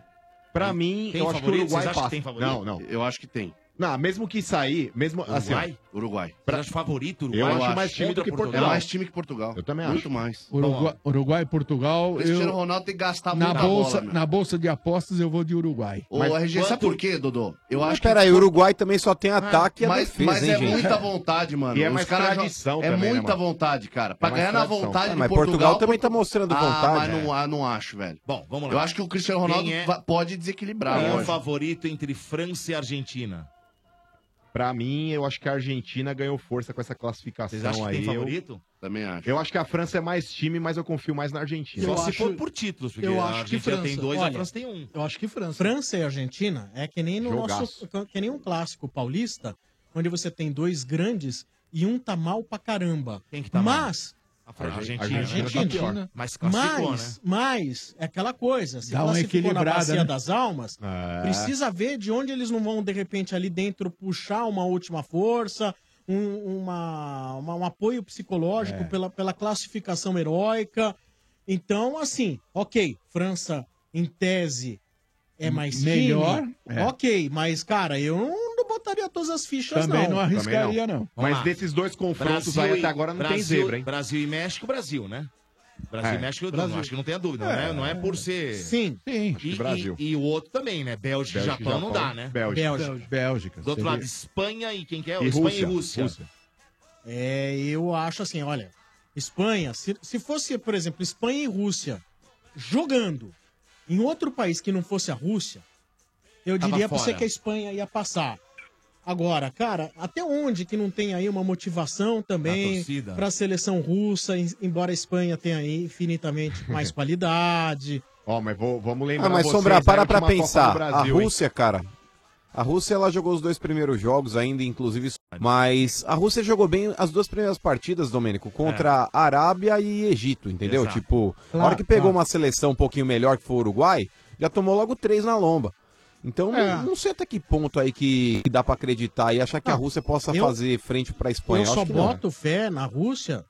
Speaker 10: Pra
Speaker 6: Tem-
Speaker 10: mim,
Speaker 6: tem
Speaker 10: eu acho que o
Speaker 6: favorito?
Speaker 10: Uruguai
Speaker 6: Vocês acham que
Speaker 10: passa.
Speaker 6: tem favorito?
Speaker 10: não, não.
Speaker 11: Eu acho que tem.
Speaker 10: Não, mesmo que sair, mesmo assim.
Speaker 11: Uruguai? Uruguai.
Speaker 10: Pra-
Speaker 6: Você acha favorito
Speaker 10: Eu acho mais time do que Portugal.
Speaker 11: É mais time que Portugal.
Speaker 10: Eu também
Speaker 11: Muito
Speaker 10: acho.
Speaker 11: mais.
Speaker 8: Uruguai, Uruguai e Portugal.
Speaker 11: Cristiano
Speaker 8: eu-
Speaker 11: Ronaldo tem que gastar
Speaker 8: na,
Speaker 11: muita
Speaker 8: bolsa,
Speaker 11: bola, meu.
Speaker 8: na bolsa de apostas eu vou de Uruguai.
Speaker 11: Ô, RG, sabe por quê, Dodô? Eu
Speaker 9: Mas
Speaker 11: acho
Speaker 9: peraí,
Speaker 11: que... Ah,
Speaker 9: o Uruguai também só tem ataque e a
Speaker 11: mas,
Speaker 9: defesa,
Speaker 11: mas
Speaker 9: hein,
Speaker 11: é
Speaker 9: gente?
Speaker 11: muita vontade, mano.
Speaker 9: E é
Speaker 11: Os
Speaker 9: mais
Speaker 11: caras jogam-
Speaker 9: tradição
Speaker 11: É
Speaker 9: também, né,
Speaker 11: muita
Speaker 9: mano?
Speaker 11: vontade, cara.
Speaker 9: É
Speaker 11: Pra
Speaker 9: mais
Speaker 11: ganhar na
Speaker 9: tradição.
Speaker 11: vontade
Speaker 9: Ah,
Speaker 11: de
Speaker 9: mas Portugal também tá mostrando vontade, é.
Speaker 11: Ah, mas não, ah, não acho, velho.
Speaker 6: Bom, vamos lá.
Speaker 11: Eu acho que o Cristiano Ronaldo
Speaker 6: Quem é?
Speaker 11: va- pode desequilibrar.
Speaker 6: Quem é o
Speaker 11: lógico.
Speaker 6: favorito entre França e Argentina?
Speaker 10: Pra mim, eu acho que a Argentina ganhou força com essa classificação
Speaker 6: Vocês acham que
Speaker 10: aí.
Speaker 6: tem
Speaker 10: Eu-
Speaker 6: favorito?
Speaker 11: Então Também acho.
Speaker 10: Eu acho que a França é mais time, mas eu confio mais na Argentina.
Speaker 6: Só se for por títulos, porque
Speaker 10: eu
Speaker 6: a
Speaker 10: acho que
Speaker 6: Argentina tem
Speaker 10: França.
Speaker 6: dois, a
Speaker 10: Olha,
Speaker 6: França tem um.
Speaker 5: Eu acho que França. França e Argentina é que nem no
Speaker 6: Jogaço.
Speaker 5: nosso que nem um clássico paulista, onde você tem dois grandes e um tá mal pra caramba.
Speaker 6: Quem que
Speaker 5: tá Mas
Speaker 6: A Fra- a Argentina.
Speaker 5: Argentina.
Speaker 6: Tá pior. Mas classificou, né?
Speaker 5: mas, mas é aquela coisa, se
Speaker 6: Dá uma
Speaker 5: classificou na
Speaker 6: equilibrada,
Speaker 5: bacia
Speaker 6: né?
Speaker 5: das almas,
Speaker 12: É.
Speaker 5: precisa ver de onde eles não vão, de repente, ali dentro puxar uma última força, um, uma- uma- um apoio psicológico pela, pela classificação heróica. Então, assim, ok, França, em tese, é mais time.
Speaker 8: Melhor, é.
Speaker 5: Ok, mas, cara, eu não, não botaria todas as fichas,
Speaker 8: Também
Speaker 5: não.
Speaker 8: não arriscaria, não.
Speaker 10: Mas desses dois confrontos
Speaker 6: Brasil e-
Speaker 10: aí até agora não tem
Speaker 6: Brasil-
Speaker 10: zebra, hein?
Speaker 6: Brasil e México, Brasil, né? Brasil
Speaker 10: É.
Speaker 6: e México, eu não-
Speaker 10: Brasil.
Speaker 6: acho que não tenha dúvida,
Speaker 10: É.
Speaker 6: né? Não é por ser.
Speaker 5: Sim,
Speaker 8: sim.
Speaker 6: E,
Speaker 10: Brasil.
Speaker 6: E, e o outro também, né? Bélgica, e Japão, não dá, né?
Speaker 10: Bélgica.
Speaker 8: Bélgica.
Speaker 6: Do outro
Speaker 8: seria-
Speaker 6: lado, Espanha e quem que é?
Speaker 5: E
Speaker 6: Espanha
Speaker 5: Rússia,
Speaker 6: e Rússia.
Speaker 5: Rússia. É, eu acho assim, olha, Espanha, se, se fosse, por exemplo, Espanha e Rússia jogando em outro país que não fosse a Rússia, eu
Speaker 6: Tava
Speaker 5: diria pra
Speaker 6: fora.
Speaker 5: você que a Espanha ia passar. Agora, cara, até onde que não tem aí uma motivação também
Speaker 6: torcida.
Speaker 5: pra seleção russa, em- embora a Espanha tenha aí infinitamente mais qualidade.
Speaker 10: Ó, mas vou- vamos lembrar
Speaker 9: Ah, mas
Speaker 10: vocês
Speaker 9: Sombra,
Speaker 10: da
Speaker 9: para pra
Speaker 10: última Copa do
Speaker 9: pensar.
Speaker 10: Brasil,
Speaker 9: a
Speaker 10: hein?
Speaker 9: Rússia, cara. A Rússia, ela jogou os dois primeiros jogos ainda, inclusive. Mas a Rússia jogou bem as duas primeiras partidas, Domênico, contra Arábia e Egito, entendeu?
Speaker 21: Exato.
Speaker 9: Tipo, a hora
Speaker 21: Claro,
Speaker 9: que pegou
Speaker 21: claro.
Speaker 9: uma seleção um pouquinho melhor, que foi o Uruguai, já tomou logo três na lomba. Então,
Speaker 5: É.
Speaker 9: não, não sei até que ponto aí que, que dá pra acreditar e achar que a
Speaker 5: Não,
Speaker 9: Rússia possa
Speaker 5: eu-
Speaker 9: fazer frente pra Espanha.
Speaker 5: eu
Speaker 9: acho
Speaker 5: só
Speaker 9: que não.
Speaker 5: boto fé na Rússia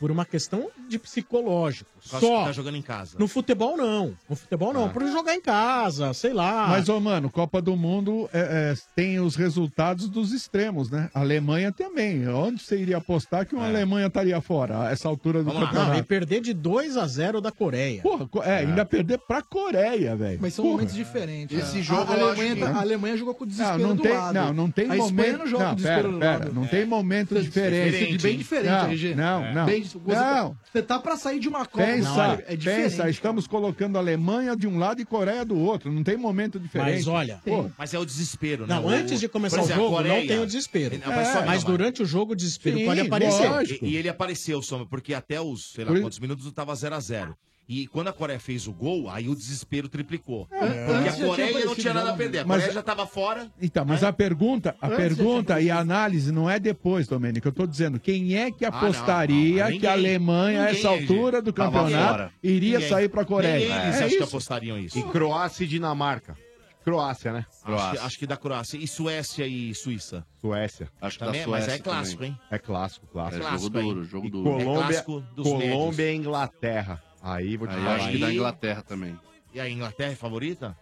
Speaker 5: por uma questão de psicológico.
Speaker 6: Só.
Speaker 5: Só.
Speaker 6: Tá jogando em casa.
Speaker 5: No futebol, não. No futebol, não.
Speaker 8: Ah.
Speaker 5: Pra jogar em casa, sei lá.
Speaker 8: Mas, ô, mano, Copa do Mundo é, é, tem os resultados dos extremos, né? A Alemanha também. Onde você iria apostar que uma
Speaker 9: É.
Speaker 8: Alemanha estaria fora a essa altura do
Speaker 5: Não, e
Speaker 8: campeonato?
Speaker 5: perder de 2 a 0 da Coreia.
Speaker 8: Porra, co- é, ainda perder pra Coreia, velho.
Speaker 14: Mas são
Speaker 8: Porra.
Speaker 14: momentos diferentes.
Speaker 8: Esse
Speaker 14: né?
Speaker 8: jogo
Speaker 14: a, a
Speaker 8: eu
Speaker 14: Alemanha,
Speaker 8: acho que-
Speaker 14: tá- a Alemanha jogou com o desespero
Speaker 8: Não, não
Speaker 14: do
Speaker 8: tem,
Speaker 14: lado.
Speaker 8: não, não tem
Speaker 14: a Espanha
Speaker 8: momento.
Speaker 14: não joga com
Speaker 8: não,
Speaker 14: o desespero
Speaker 8: pera,
Speaker 14: do
Speaker 8: pera,
Speaker 14: lado. É
Speaker 8: não tem momento diferente.
Speaker 14: Diferente, bem diferente,
Speaker 8: não,
Speaker 14: RG.
Speaker 8: Não, não.
Speaker 14: Bem, você,
Speaker 8: não.
Speaker 14: você tá pra sair de uma Copa. não,
Speaker 8: Pensa,
Speaker 14: é- é diferente.
Speaker 8: pensa, estamos colocando a Alemanha de um lado e Coreia do outro. Não tem momento diferente.
Speaker 5: Mas olha,
Speaker 8: Pô,
Speaker 6: Mas é o desespero, né?
Speaker 5: Não,
Speaker 6: O-
Speaker 5: antes de começar
Speaker 6: por
Speaker 5: o
Speaker 6: exemplo, a
Speaker 5: jogo,
Speaker 6: Coreia-
Speaker 5: não tem o desespero.
Speaker 6: Não, mas só-
Speaker 5: É, Mas
Speaker 6: não,
Speaker 5: durante o jogo, o desespero
Speaker 6: Sim,
Speaker 5: pode aparecer.
Speaker 6: E, e ele apareceu, Soma, porque até os, sei lá,
Speaker 5: Por-
Speaker 6: quantos minutos tava 0x0. E quando a Coreia fez o gol, aí o desespero triplicou. Porque
Speaker 8: antes já
Speaker 6: a
Speaker 8: tinha
Speaker 6: Coreia não
Speaker 8: aparecido
Speaker 6: tinha nada a
Speaker 8: já, né?
Speaker 6: perder. A
Speaker 8: Mas-
Speaker 6: Coreia já tava fora.
Speaker 8: Então, mas a pergunta, a
Speaker 6: Antes
Speaker 8: pergunta e a análise não é depois, Domênico. Eu tô dizendo, quem é que
Speaker 6: Ah, não, não,
Speaker 8: apostaria
Speaker 6: ninguém.
Speaker 8: que a Alemanha, a
Speaker 6: Ninguém,
Speaker 8: essa
Speaker 6: RG.
Speaker 8: altura do
Speaker 6: Tava
Speaker 8: campeonato,
Speaker 6: fora.
Speaker 8: iria
Speaker 6: Ninguém.
Speaker 8: sair pra Coreia?
Speaker 6: Nem eles
Speaker 8: É
Speaker 6: acho que
Speaker 8: isso.
Speaker 6: apostariam isso.
Speaker 10: E Croácia e Dinamarca. Croácia, né?
Speaker 6: Acho que, acho que da Croácia. E Suécia e Suíça.
Speaker 10: Suécia.
Speaker 11: Acho
Speaker 6: que da Também, mas Suécia é clássico, também. hein?
Speaker 10: É clássico, clássico.
Speaker 6: É jogo Clássico, duro, hein?
Speaker 11: jogo
Speaker 10: E
Speaker 11: duro.
Speaker 10: Colômbia,
Speaker 11: É clássico
Speaker 6: dos
Speaker 10: Colômbia e Inglaterra. Aí vou te
Speaker 11: Aí eu
Speaker 10: falar.
Speaker 11: acho que da Inglaterra também.
Speaker 6: E a Inglaterra é favorita?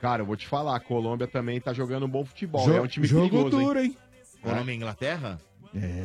Speaker 10: Cara, eu vou te falar, a Colômbia também tá jogando um bom futebol.
Speaker 6: Jo-
Speaker 10: é um time
Speaker 6: jogo
Speaker 10: perigoso,
Speaker 6: duro,
Speaker 8: hein?
Speaker 6: Colômbia e Inglaterra?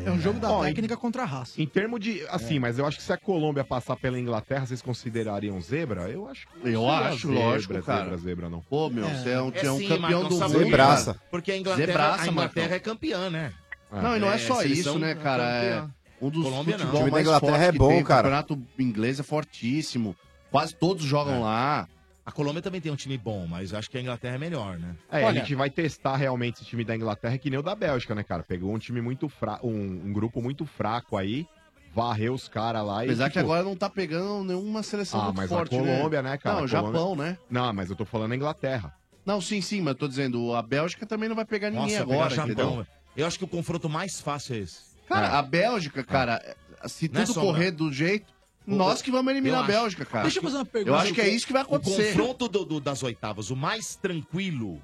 Speaker 14: É um jogo da
Speaker 10: Ó,
Speaker 14: técnica contra a raça. É.
Speaker 10: Em termos de. Assim, mas eu acho que se a Colômbia passar pela Inglaterra, vocês considerariam zebra? Eu acho que. não
Speaker 11: Eu
Speaker 10: seria
Speaker 11: acho, lógico,
Speaker 10: zebra,
Speaker 11: cara.
Speaker 10: Zebra, zebra, não.
Speaker 11: Pô, meu, você é um, você é um
Speaker 6: sim,
Speaker 11: campeão
Speaker 6: Marcão,
Speaker 11: do
Speaker 6: sabe
Speaker 11: mundo.
Speaker 6: por quê?
Speaker 11: cara.
Speaker 6: Porque a Inglaterra,
Speaker 11: Zebraça,
Speaker 6: a Inglaterra
Speaker 11: Marcão.
Speaker 6: é campeã, né?
Speaker 11: Não, e não é, só
Speaker 6: seleção
Speaker 11: isso, né, cara? É
Speaker 6: campeã.
Speaker 11: um dos
Speaker 6: Colômbia, não.
Speaker 11: futebol
Speaker 6: O time da
Speaker 11: mais
Speaker 6: Inglaterra
Speaker 11: fortes
Speaker 6: é
Speaker 11: que
Speaker 6: bom,
Speaker 11: tem.
Speaker 6: cara.
Speaker 11: O campeonato inglês é fortíssimo. Quase todos
Speaker 6: É.
Speaker 11: jogam lá.
Speaker 6: A Colômbia também tem um time bom, mas acho que a Inglaterra é melhor, né?
Speaker 10: É, a gente vai testar realmente esse time da Inglaterra, que nem o da Bélgica, né, cara? Pegou um time muito fraco, um, um grupo muito fraco aí, varreu os caras lá e.
Speaker 11: Apesar que
Speaker 10: tipo,
Speaker 11: agora não tá pegando nenhuma seleção
Speaker 10: Ah,
Speaker 11: muito
Speaker 10: mas
Speaker 11: forte,
Speaker 10: a Colômbia, né, cara?
Speaker 11: Não,
Speaker 10: A
Speaker 11: Japão,
Speaker 10: Colômbia-
Speaker 11: né?
Speaker 10: Não, mas eu tô falando a Inglaterra.
Speaker 11: Não, sim, sim, mas eu tô dizendo, a Bélgica também não vai pegar ninguém
Speaker 6: Nossa,
Speaker 11: agora,
Speaker 6: agora, Japão.
Speaker 11: entendeu?
Speaker 6: velho. Eu acho que o confronto mais fácil é esse.
Speaker 11: Cara, a Bélgica, cara, se
Speaker 6: Não é
Speaker 11: tudo
Speaker 6: só,
Speaker 11: correr
Speaker 6: não.
Speaker 11: do jeito,
Speaker 6: O-
Speaker 11: nós que vamos eliminar
Speaker 6: Eu
Speaker 11: a
Speaker 6: acho.
Speaker 11: Bélgica, cara.
Speaker 6: Acho que-
Speaker 11: Eu acho que é isso que vai acontecer.
Speaker 6: O confronto do- do- das oitavas, o mais tranquilo,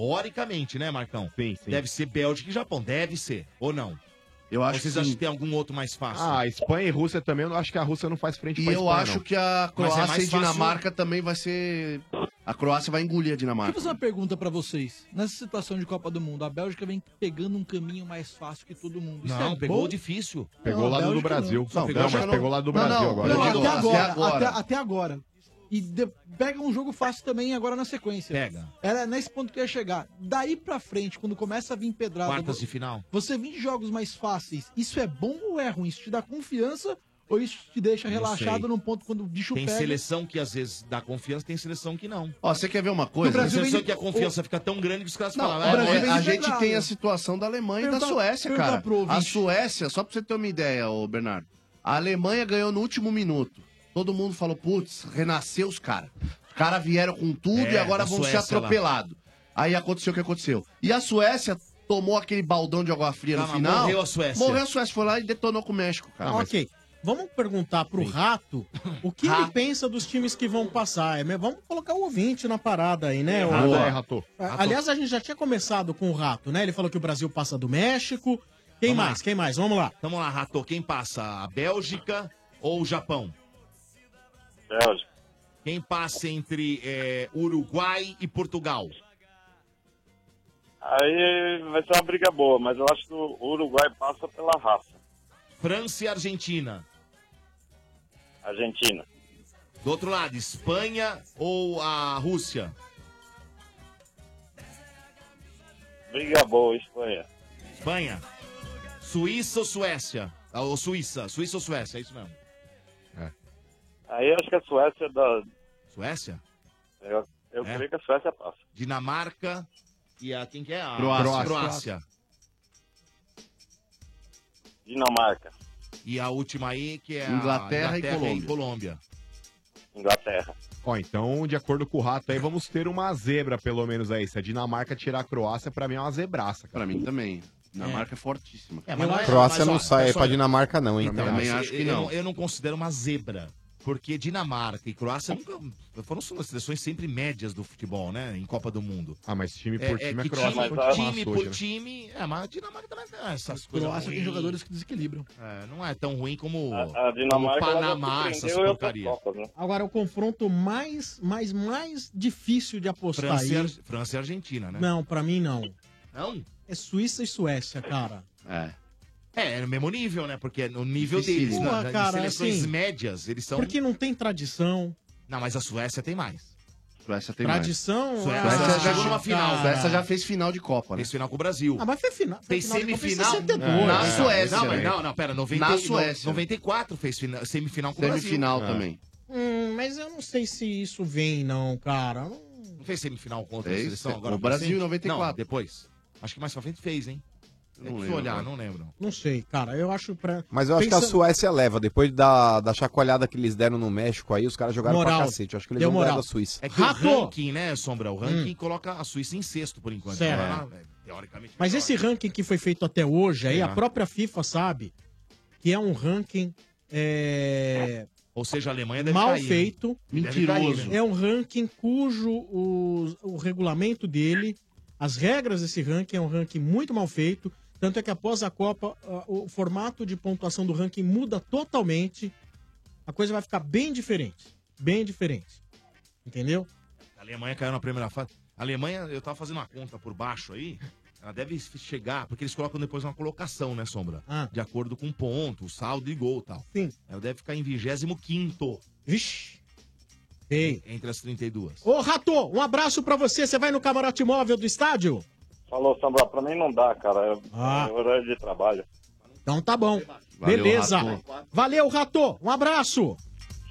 Speaker 6: teoricamente, né, Marcão? Sim, sim. Deve ser Bélgica e Japão, deve ser, ou não?
Speaker 11: Eu acho
Speaker 6: Vocês
Speaker 11: que
Speaker 6: acham
Speaker 11: sim.
Speaker 6: que tem algum outro mais fácil?
Speaker 10: Ah, a Espanha e Rússia também, eu não acho que a Rússia não faz frente
Speaker 11: E
Speaker 10: pra
Speaker 11: eu
Speaker 10: Espanha,
Speaker 11: acho
Speaker 10: não.
Speaker 11: que a
Speaker 10: Mas é
Speaker 11: Croácia
Speaker 10: mais
Speaker 11: e
Speaker 10: fácil-
Speaker 11: Dinamarca também vai ser. A Croácia vai engolir a
Speaker 15: Deixa eu
Speaker 11: Dinamarca.
Speaker 15: fazer uma pergunta pra vocês. Nessa situação de Copa do Mundo, a Bélgica vem pegando um caminho mais fácil que todo mundo. Isso
Speaker 6: Não,
Speaker 15: é
Speaker 6: pegou
Speaker 15: bom?
Speaker 6: difícil.
Speaker 10: Pegou
Speaker 15: Não,
Speaker 10: lá
Speaker 15: a
Speaker 10: do
Speaker 15: Bélgica
Speaker 10: Brasil.
Speaker 15: Só
Speaker 10: Não,
Speaker 15: pegou
Speaker 10: não,
Speaker 15: a
Speaker 10: mas
Speaker 15: Bélgica.
Speaker 10: pegou lá do
Speaker 15: Não,
Speaker 10: Brasil
Speaker 15: não,
Speaker 10: agora.
Speaker 15: não,
Speaker 10: Eu digo,
Speaker 15: até, agora,
Speaker 10: até agora.
Speaker 15: Até, até agora. E de- pega um jogo fácil também agora na sequência.
Speaker 6: Pega.
Speaker 15: Era nesse ponto que eu ia chegar. Daí pra frente, quando começa a vir pedrada...
Speaker 6: Quartas
Speaker 15: vo-
Speaker 6: de final.
Speaker 15: Você vir de jogos mais fáceis, isso é bom ou é ruim? Isso te dá confiança ou isso te deixa
Speaker 6: Não
Speaker 15: relaxado
Speaker 6: sei.
Speaker 15: num ponto quando o bicho
Speaker 6: Tem
Speaker 15: pega?
Speaker 6: seleção que às vezes dá confiança, tem seleção que não.
Speaker 11: Ó, você quer ver uma coisa?
Speaker 6: Coisa, o Brasil seleção que a confiança fica tão grande que os caras
Speaker 11: Não,
Speaker 6: falam,
Speaker 11: o
Speaker 6: "Ah,
Speaker 11: Brasil
Speaker 6: é-
Speaker 11: vem de pedrada. situação da Alemanha e da
Speaker 6: Pergunta-
Speaker 11: Suécia,
Speaker 6: pergunta
Speaker 11: cara.
Speaker 6: pro ouvinte.
Speaker 11: A Suécia, só pra você ter uma ideia, ô Bernardo, a Alemanha ganhou no último minuto. Todo mundo falou, putz, renasceu os caras. Os caras vieram com tudo
Speaker 6: É,
Speaker 11: e agora
Speaker 6: da
Speaker 11: vão ser
Speaker 6: Suécia lá.
Speaker 11: atropelados. Aí aconteceu o que aconteceu. E a Suécia tomou aquele baldão de água fria no
Speaker 5: Tá, mas
Speaker 11: final.
Speaker 5: morreu a Suécia.
Speaker 11: Morreu a Suécia, foi lá e detonou com o México, cara.
Speaker 5: ok. Vamos perguntar pro Rato o que ele pensa dos times que vão passar. É, mas Vamos colocar o ouvinte na parada aí, né?
Speaker 10: É,
Speaker 5: o-
Speaker 10: Rato, é, Rato.
Speaker 5: Ah,
Speaker 10: Rato.
Speaker 5: Aliás, a gente já tinha começado com o Rato, né? Ele falou que o Brasil passa do México. Quem
Speaker 6: Vamos
Speaker 5: mais? Quem mais? Vamos lá.
Speaker 6: Vamos lá, Rato, quem passa? A Bélgica ou o Japão?
Speaker 20: Bélgica.
Speaker 6: Quem passa entre é, Uruguai e Portugal?
Speaker 20: Aí vai ser uma briga boa, mas eu acho que o Uruguai passa pela raça.
Speaker 6: França e Argentina?
Speaker 20: Argentina.
Speaker 6: Do outro lado, Espanha ou a Rússia?
Speaker 20: Briga boa, Espanha.
Speaker 6: Espanha? Suíça ou Suécia? Ah, Ou Suíça, Suíça ou Suécia, é isso mesmo.
Speaker 20: Aí eu acho que a Suécia da.
Speaker 6: Suécia?
Speaker 20: Eu, eu
Speaker 6: É?
Speaker 20: creio que a Suécia passa.
Speaker 6: Dinamarca e a quem que é?
Speaker 12: Ah,
Speaker 6: A
Speaker 20: Croácia.
Speaker 6: Croácia.
Speaker 20: Croácia. Dinamarca,
Speaker 6: E a última aí que é a
Speaker 10: Inglaterra e Colômbia.
Speaker 20: Inglaterra.
Speaker 10: Ó, então, de acordo com o Rato aí, vamos ter uma zebra, pelo menos aí. Se a Dinamarca tirar a Croácia, pra mim é uma zebraça,
Speaker 11: Pra mim também. Dinamarca é fortíssima.
Speaker 6: É, mas não é-
Speaker 9: Croácia
Speaker 6: mas,
Speaker 9: não
Speaker 6: ó,
Speaker 9: sai
Speaker 6: pessoal,
Speaker 9: pra Dinamarca, não, hein?
Speaker 6: Então,
Speaker 9: cara.
Speaker 6: mas eu- Eu não, eu não considero uma zebra. Porque Dinamarca e Croácia nunca foram seleções sempre médias do futebol, né? Em Copa do Mundo.
Speaker 10: Ah, mas time
Speaker 6: É,
Speaker 10: por
Speaker 6: é
Speaker 10: time,
Speaker 6: que
Speaker 10: a Croácia
Speaker 6: time,
Speaker 10: foi
Speaker 20: ah,
Speaker 10: de
Speaker 6: time
Speaker 10: massa
Speaker 6: por
Speaker 10: hoje, né?
Speaker 6: time. É, mas a Dinamarca também tem essas coisas.
Speaker 15: Croácia tem
Speaker 6: ruins.
Speaker 15: jogadores que desequilibram.
Speaker 6: É, não é tão ruim como
Speaker 20: A Dinamarca é
Speaker 6: como
Speaker 20: ela já
Speaker 6: Panamá, essas
Speaker 20: surpreendeu em outras
Speaker 6: porcarias.
Speaker 20: Copas, né?
Speaker 5: Agora, o confronto mais, mais, mais difícil de apostar
Speaker 6: França,
Speaker 5: aí.
Speaker 6: e Ar- França e Argentina, né?
Speaker 5: Não, pra mim não.
Speaker 6: Não?
Speaker 5: É Suíça e Suécia, cara.
Speaker 11: É.
Speaker 6: É, no mesmo nível, né? Porque é no nível deles,
Speaker 5: Porra,
Speaker 6: né? De
Speaker 5: cara,
Speaker 6: seleções
Speaker 5: assim,
Speaker 6: médias, eles são.
Speaker 5: Porque não tem tradição.
Speaker 6: Não, mas a Suécia tem mais.
Speaker 11: Suécia tem
Speaker 5: Tradição, é,
Speaker 11: mais.
Speaker 5: Suécia
Speaker 11: Suécia,
Speaker 5: já
Speaker 11: já
Speaker 5: chegou
Speaker 6: numa final. né?
Speaker 11: Suécia já fez final de Copa, né? É, Fez
Speaker 6: final com o Brasil.
Speaker 5: Ah, mas foi final. foi
Speaker 6: Tem
Speaker 5: final de Copa em
Speaker 6: semifinal
Speaker 5: 62.
Speaker 11: Na Suécia,
Speaker 6: Não, mas
Speaker 11: velho.
Speaker 6: não, não, pera. 90,
Speaker 11: Na Suécia.
Speaker 6: 94 fez fina- semifinal com o Brasil. Ah.
Speaker 11: Semifinal também.
Speaker 5: Hum, mas eu não sei se isso vem, não, cara. Não-
Speaker 6: Não fez semifinal contra a
Speaker 5: Fez,
Speaker 6: seleção
Speaker 5: fez.
Speaker 6: agora?
Speaker 5: O Brasil
Speaker 6: recente?
Speaker 5: em 94.
Speaker 6: Não, depois. Acho que mais pra frente fez, hein? Não
Speaker 5: lembro
Speaker 6: olhar,
Speaker 5: agora.
Speaker 6: não lembro.
Speaker 5: Não sei, cara. Eu acho pra.
Speaker 9: Mas eu acho que a
Speaker 5: Pensa-
Speaker 9: Suécia leva. Depois da, da chacoalhada que eles deram no México aí, os caras jogaram
Speaker 6: Moral.
Speaker 9: pra cacete. Eu acho que eles
Speaker 6: Deu
Speaker 9: vão ganhar
Speaker 6: moral.
Speaker 9: da Suíça.
Speaker 6: É que o ranking, né, Sombra? O ranking coloca a Suíça em sexto, por enquanto.
Speaker 5: Hum. Certo.
Speaker 6: Ela, né, teoricamente.
Speaker 5: Mas esse ranking que foi feito até hoje, aí
Speaker 6: É.
Speaker 5: a própria FIFA sabe que é um ranking é,
Speaker 6: Ou seja, a Alemanha deve
Speaker 5: mal
Speaker 6: cair, né?
Speaker 5: feito,
Speaker 6: Deve cair, né?
Speaker 5: É um ranking cujo o, o regulamento dele, as regras desse ranking é um ranking muito mal feito. Tanto é que após a Copa, ah, o formato de pontuação do ranking muda totalmente. A coisa vai ficar bem diferente. Bem diferente. Entendeu?
Speaker 6: A Alemanha caiu na primeira fase. A Alemanha, eu tava fazendo uma conta por baixo aí. Ela deve chegar, porque eles colocam depois uma colocação, né, Sombra? De acordo com ponto, saldo e gol e tal.
Speaker 5: Ah. Sim.
Speaker 6: Ela deve ficar em 25.
Speaker 5: Vixe! Ei.
Speaker 6: Entre as 32.
Speaker 5: Ô, Rato, um abraço pra você. Você vai no camarote móvel do estádio?
Speaker 20: Falou, Sambra, pra mim não dá, cara. É,
Speaker 5: Ah.
Speaker 20: é horário de trabalho.
Speaker 5: Então tá bom.
Speaker 20: Valeu,
Speaker 5: Beleza.
Speaker 20: Rato.
Speaker 5: Valeu, Rato. Um abraço.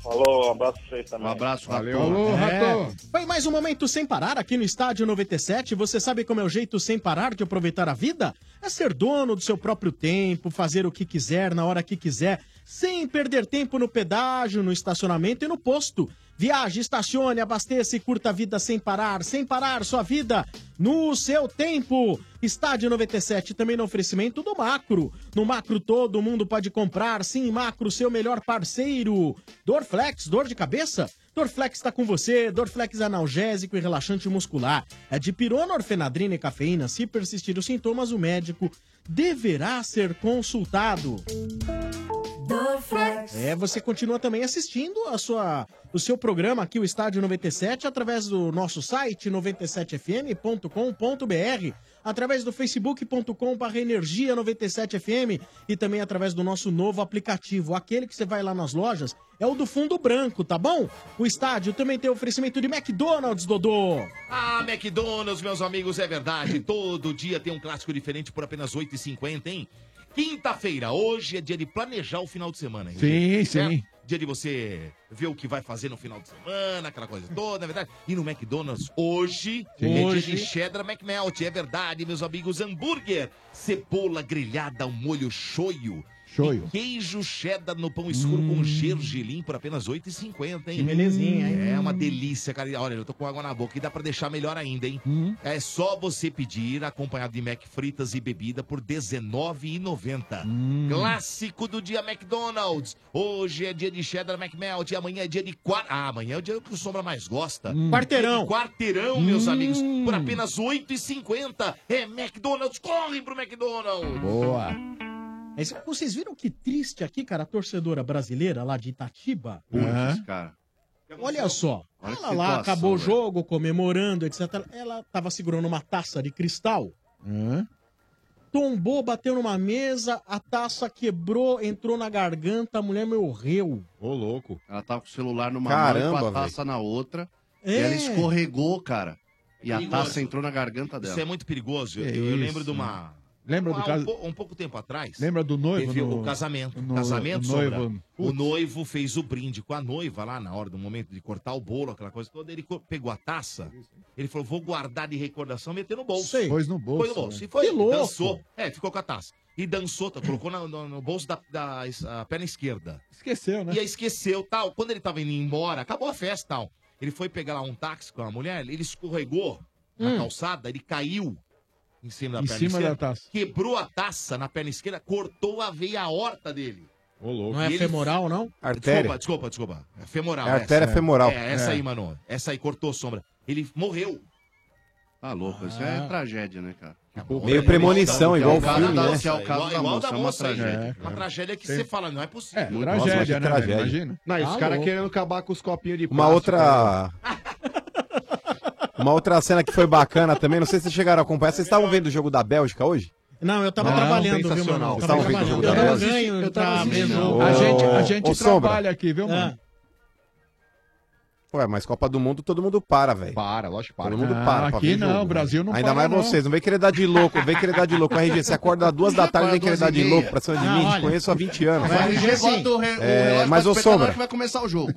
Speaker 20: Falou, um abraço pra vocês também. Um
Speaker 11: abraço,
Speaker 20: Valeu.
Speaker 5: É. Foi mais um momento sem parar aqui no Estádio 97. Você sabe como é o jeito sem parar de aproveitar a vida? É ser dono do seu próprio tempo, fazer o que quiser na hora que quiser, sem perder tempo no pedágio, no estacionamento e no posto. Viaje, estacione, abasteça e curta a vida sem parar, sem parar sua vida no seu tempo. Estádio 97 também no oferecimento do Macro. No Macro todo mundo pode comprar, sim, Macro, seu melhor parceiro. Dorflex, dor de cabeça? Dorflex está com você. Dorflex é analgésico e relaxante muscular. É de pirona, orfenadrina e cafeína. Se persistir os sintomas, o médico deverá ser consultado. É, você continua também assistindo a sua, o seu programa aqui, o Estádio 97, através do nosso site 97fm.com.br, através do facebook.com.br energia 97fm e também através do nosso novo aplicativo. Aquele que você vai lá nas lojas é o do fundo branco, tá bom? O estádio também tem oferecimento de McDonald's, Dodô.
Speaker 6: Ah, McDonald's, meus amigos, é verdade. Todo dia tem um clássico diferente por apenas R$ 8,50, hein? Quinta-feira, hoje é dia de planejar o final de semana. hein,
Speaker 8: Sim,
Speaker 6: gente?
Speaker 8: sim.
Speaker 6: Certo? Dia de você ver o que vai fazer no final de semana, aquela coisa toda, é verdade? E no McDonald's, hoje,
Speaker 21: Sim.
Speaker 6: é dia
Speaker 21: Hoje.
Speaker 6: de Cheddar McMelt, é verdade, meus amigos. Hambúrguer, cebola grelhada ao molho shoyu.
Speaker 8: Shoyu.
Speaker 6: E queijo cheddar no pão escuro com gergelim por apenas R$ 8,50, hein?
Speaker 5: Hum. Que belezinha, hein?
Speaker 6: É uma delícia, cara. E Olha, eu tô com água na boca e dá pra deixar melhor ainda, hein?
Speaker 5: Hum.
Speaker 6: É só você pedir acompanhado de Mac fritas e bebida por R$19,90.
Speaker 5: Hum.
Speaker 6: Clássico do dia McDonald's. Hoje é dia de cheddar McMelt e amanhã é dia de... Quar... Ah, amanhã é o dia que o Sombra mais gosta.
Speaker 5: Quarteirão.
Speaker 6: Dia de Quarteirão,
Speaker 11: Hum.
Speaker 6: meus amigos. Por apenas R$8,50. É McDonald's. Corre pro McDonald's.
Speaker 5: Boa. Vocês viram É que triste aqui, cara, a torcedora brasileira lá de Itatiba?
Speaker 6: Uhum.
Speaker 11: Putz, cara.
Speaker 5: Olha só,
Speaker 11: Olha que
Speaker 5: ela lá
Speaker 11: situação,
Speaker 5: acabou o
Speaker 11: velho.
Speaker 5: jogo, comemorando, etc. Ela tava segurando uma taça de cristal. Tombou, bateu numa mesa, a taça quebrou, entrou na garganta, a mulher morreu.
Speaker 11: Ô, louco. Ela tava com o celular numa
Speaker 9: Caramba,
Speaker 11: mão e com a
Speaker 9: velho.
Speaker 11: taça na outra. E
Speaker 6: É.
Speaker 11: ela escorregou, cara. E a
Speaker 6: Perigoso.
Speaker 11: taça entrou na garganta dela.
Speaker 6: Isso é muito perigoso. Eu,
Speaker 11: Que
Speaker 6: eu
Speaker 11: isso,
Speaker 6: lembro de
Speaker 11: né?
Speaker 6: uma...
Speaker 11: Lembra do
Speaker 6: Ah, um
Speaker 11: caso-
Speaker 6: pou- Um pouco tempo atrás...
Speaker 8: Lembra do noivo?
Speaker 6: Teve
Speaker 8: no-
Speaker 6: o casamento.
Speaker 8: no-
Speaker 6: casamento,
Speaker 8: o
Speaker 6: Sombra.
Speaker 8: noivo.
Speaker 6: O noivo fez o brinde com a noiva lá na hora do momento de cortar o bolo, aquela coisa toda. Ele co- pegou a taça, ele falou: vou guardar de recordação e meter no bolso.
Speaker 8: Sei. Pôs no bolso,
Speaker 6: Foi no bolso.
Speaker 8: né?
Speaker 6: E foi,
Speaker 8: Que louco.
Speaker 6: dançou. É, ficou com a taça. E dançou, tá, colocou na- no, no bolso da, da es- a perna esquerda.
Speaker 8: Esqueceu, né?
Speaker 6: E aí esqueceu, tal. Quando ele tava indo embora, acabou a festa, tal. Ele foi pegar lá um táxi com a mulher, ele escorregou na calçada, ele caiu em cima da
Speaker 8: Hum. Em
Speaker 6: perna
Speaker 8: cima
Speaker 6: esquerda.
Speaker 8: da taça.
Speaker 6: Quebrou a taça na perna esquerda, cortou a veia aorta dele.
Speaker 8: Ô, louco.
Speaker 5: Não é
Speaker 6: E ele-
Speaker 5: femoral, não?
Speaker 9: Artéria.
Speaker 6: Desculpa, desculpa, desculpa. É femoral.
Speaker 9: É artéria femoral.
Speaker 6: É, essa
Speaker 9: É.
Speaker 6: aí, mano. Essa aí cortou sombra. Ele morreu.
Speaker 11: Tá louco, isso é tragédia, né, cara?
Speaker 9: Meio premonição, igual o
Speaker 11: Que é o
Speaker 9: filme,
Speaker 11: caso da-
Speaker 9: né?
Speaker 11: Que é o caso da moça, é uma tragédia.
Speaker 6: né? Uma tragédia que você fala, não é possível.
Speaker 11: É,
Speaker 6: Muito
Speaker 11: tragédia,
Speaker 6: possível.
Speaker 11: né, velho? Imagina.
Speaker 10: Não, e os
Speaker 11: Tá
Speaker 10: caras
Speaker 11: louco.
Speaker 10: querendo acabar com os copinhos de
Speaker 9: Uma
Speaker 10: plástico,
Speaker 9: outra. Uma outra cena que foi bacana também, não sei se vocês chegaram a acompanhar. Vocês estavam vendo o jogo da Bélgica hoje?
Speaker 5: Não, eu tava
Speaker 9: Não,
Speaker 5: trabalhando, viu,
Speaker 9: sensacional.
Speaker 5: mano? Eu
Speaker 9: Estavam
Speaker 5: tava
Speaker 9: vendo o jogo
Speaker 5: trabalhando.
Speaker 9: da
Speaker 5: Eu não
Speaker 9: Bélgica.
Speaker 5: ganho
Speaker 9: Eu
Speaker 5: pra
Speaker 9: tava
Speaker 5: ver
Speaker 9: assistindo.
Speaker 5: jogo.
Speaker 9: Ô,
Speaker 5: A gente-
Speaker 8: A gente
Speaker 9: Ô, Sombra.
Speaker 8: trabalha aqui, viu, mano?
Speaker 9: Ué, mas Copa do Mundo todo mundo para, velho.
Speaker 10: Para, lógico, para.
Speaker 9: Todo mundo
Speaker 8: Ah,
Speaker 9: para. pra
Speaker 8: aqui
Speaker 9: ver
Speaker 8: não,
Speaker 9: jogo, né?
Speaker 8: o Brasil não
Speaker 9: Ainda
Speaker 8: para,
Speaker 9: mais
Speaker 8: não.
Speaker 9: vocês, não vem querer dar de louco, vem querer dar de louco. RG, você acorda às duas da tarde, vem querer dar de louco pra cima de
Speaker 11: Não,
Speaker 9: mim,
Speaker 11: olha.
Speaker 9: te conheço há 20 anos.
Speaker 11: Vai, RG, bota o re- o
Speaker 9: É,
Speaker 11: relógio
Speaker 9: mas
Speaker 11: pra despertar na
Speaker 9: ô
Speaker 11: hora
Speaker 9: Sombra,
Speaker 11: que vai começar o jogo.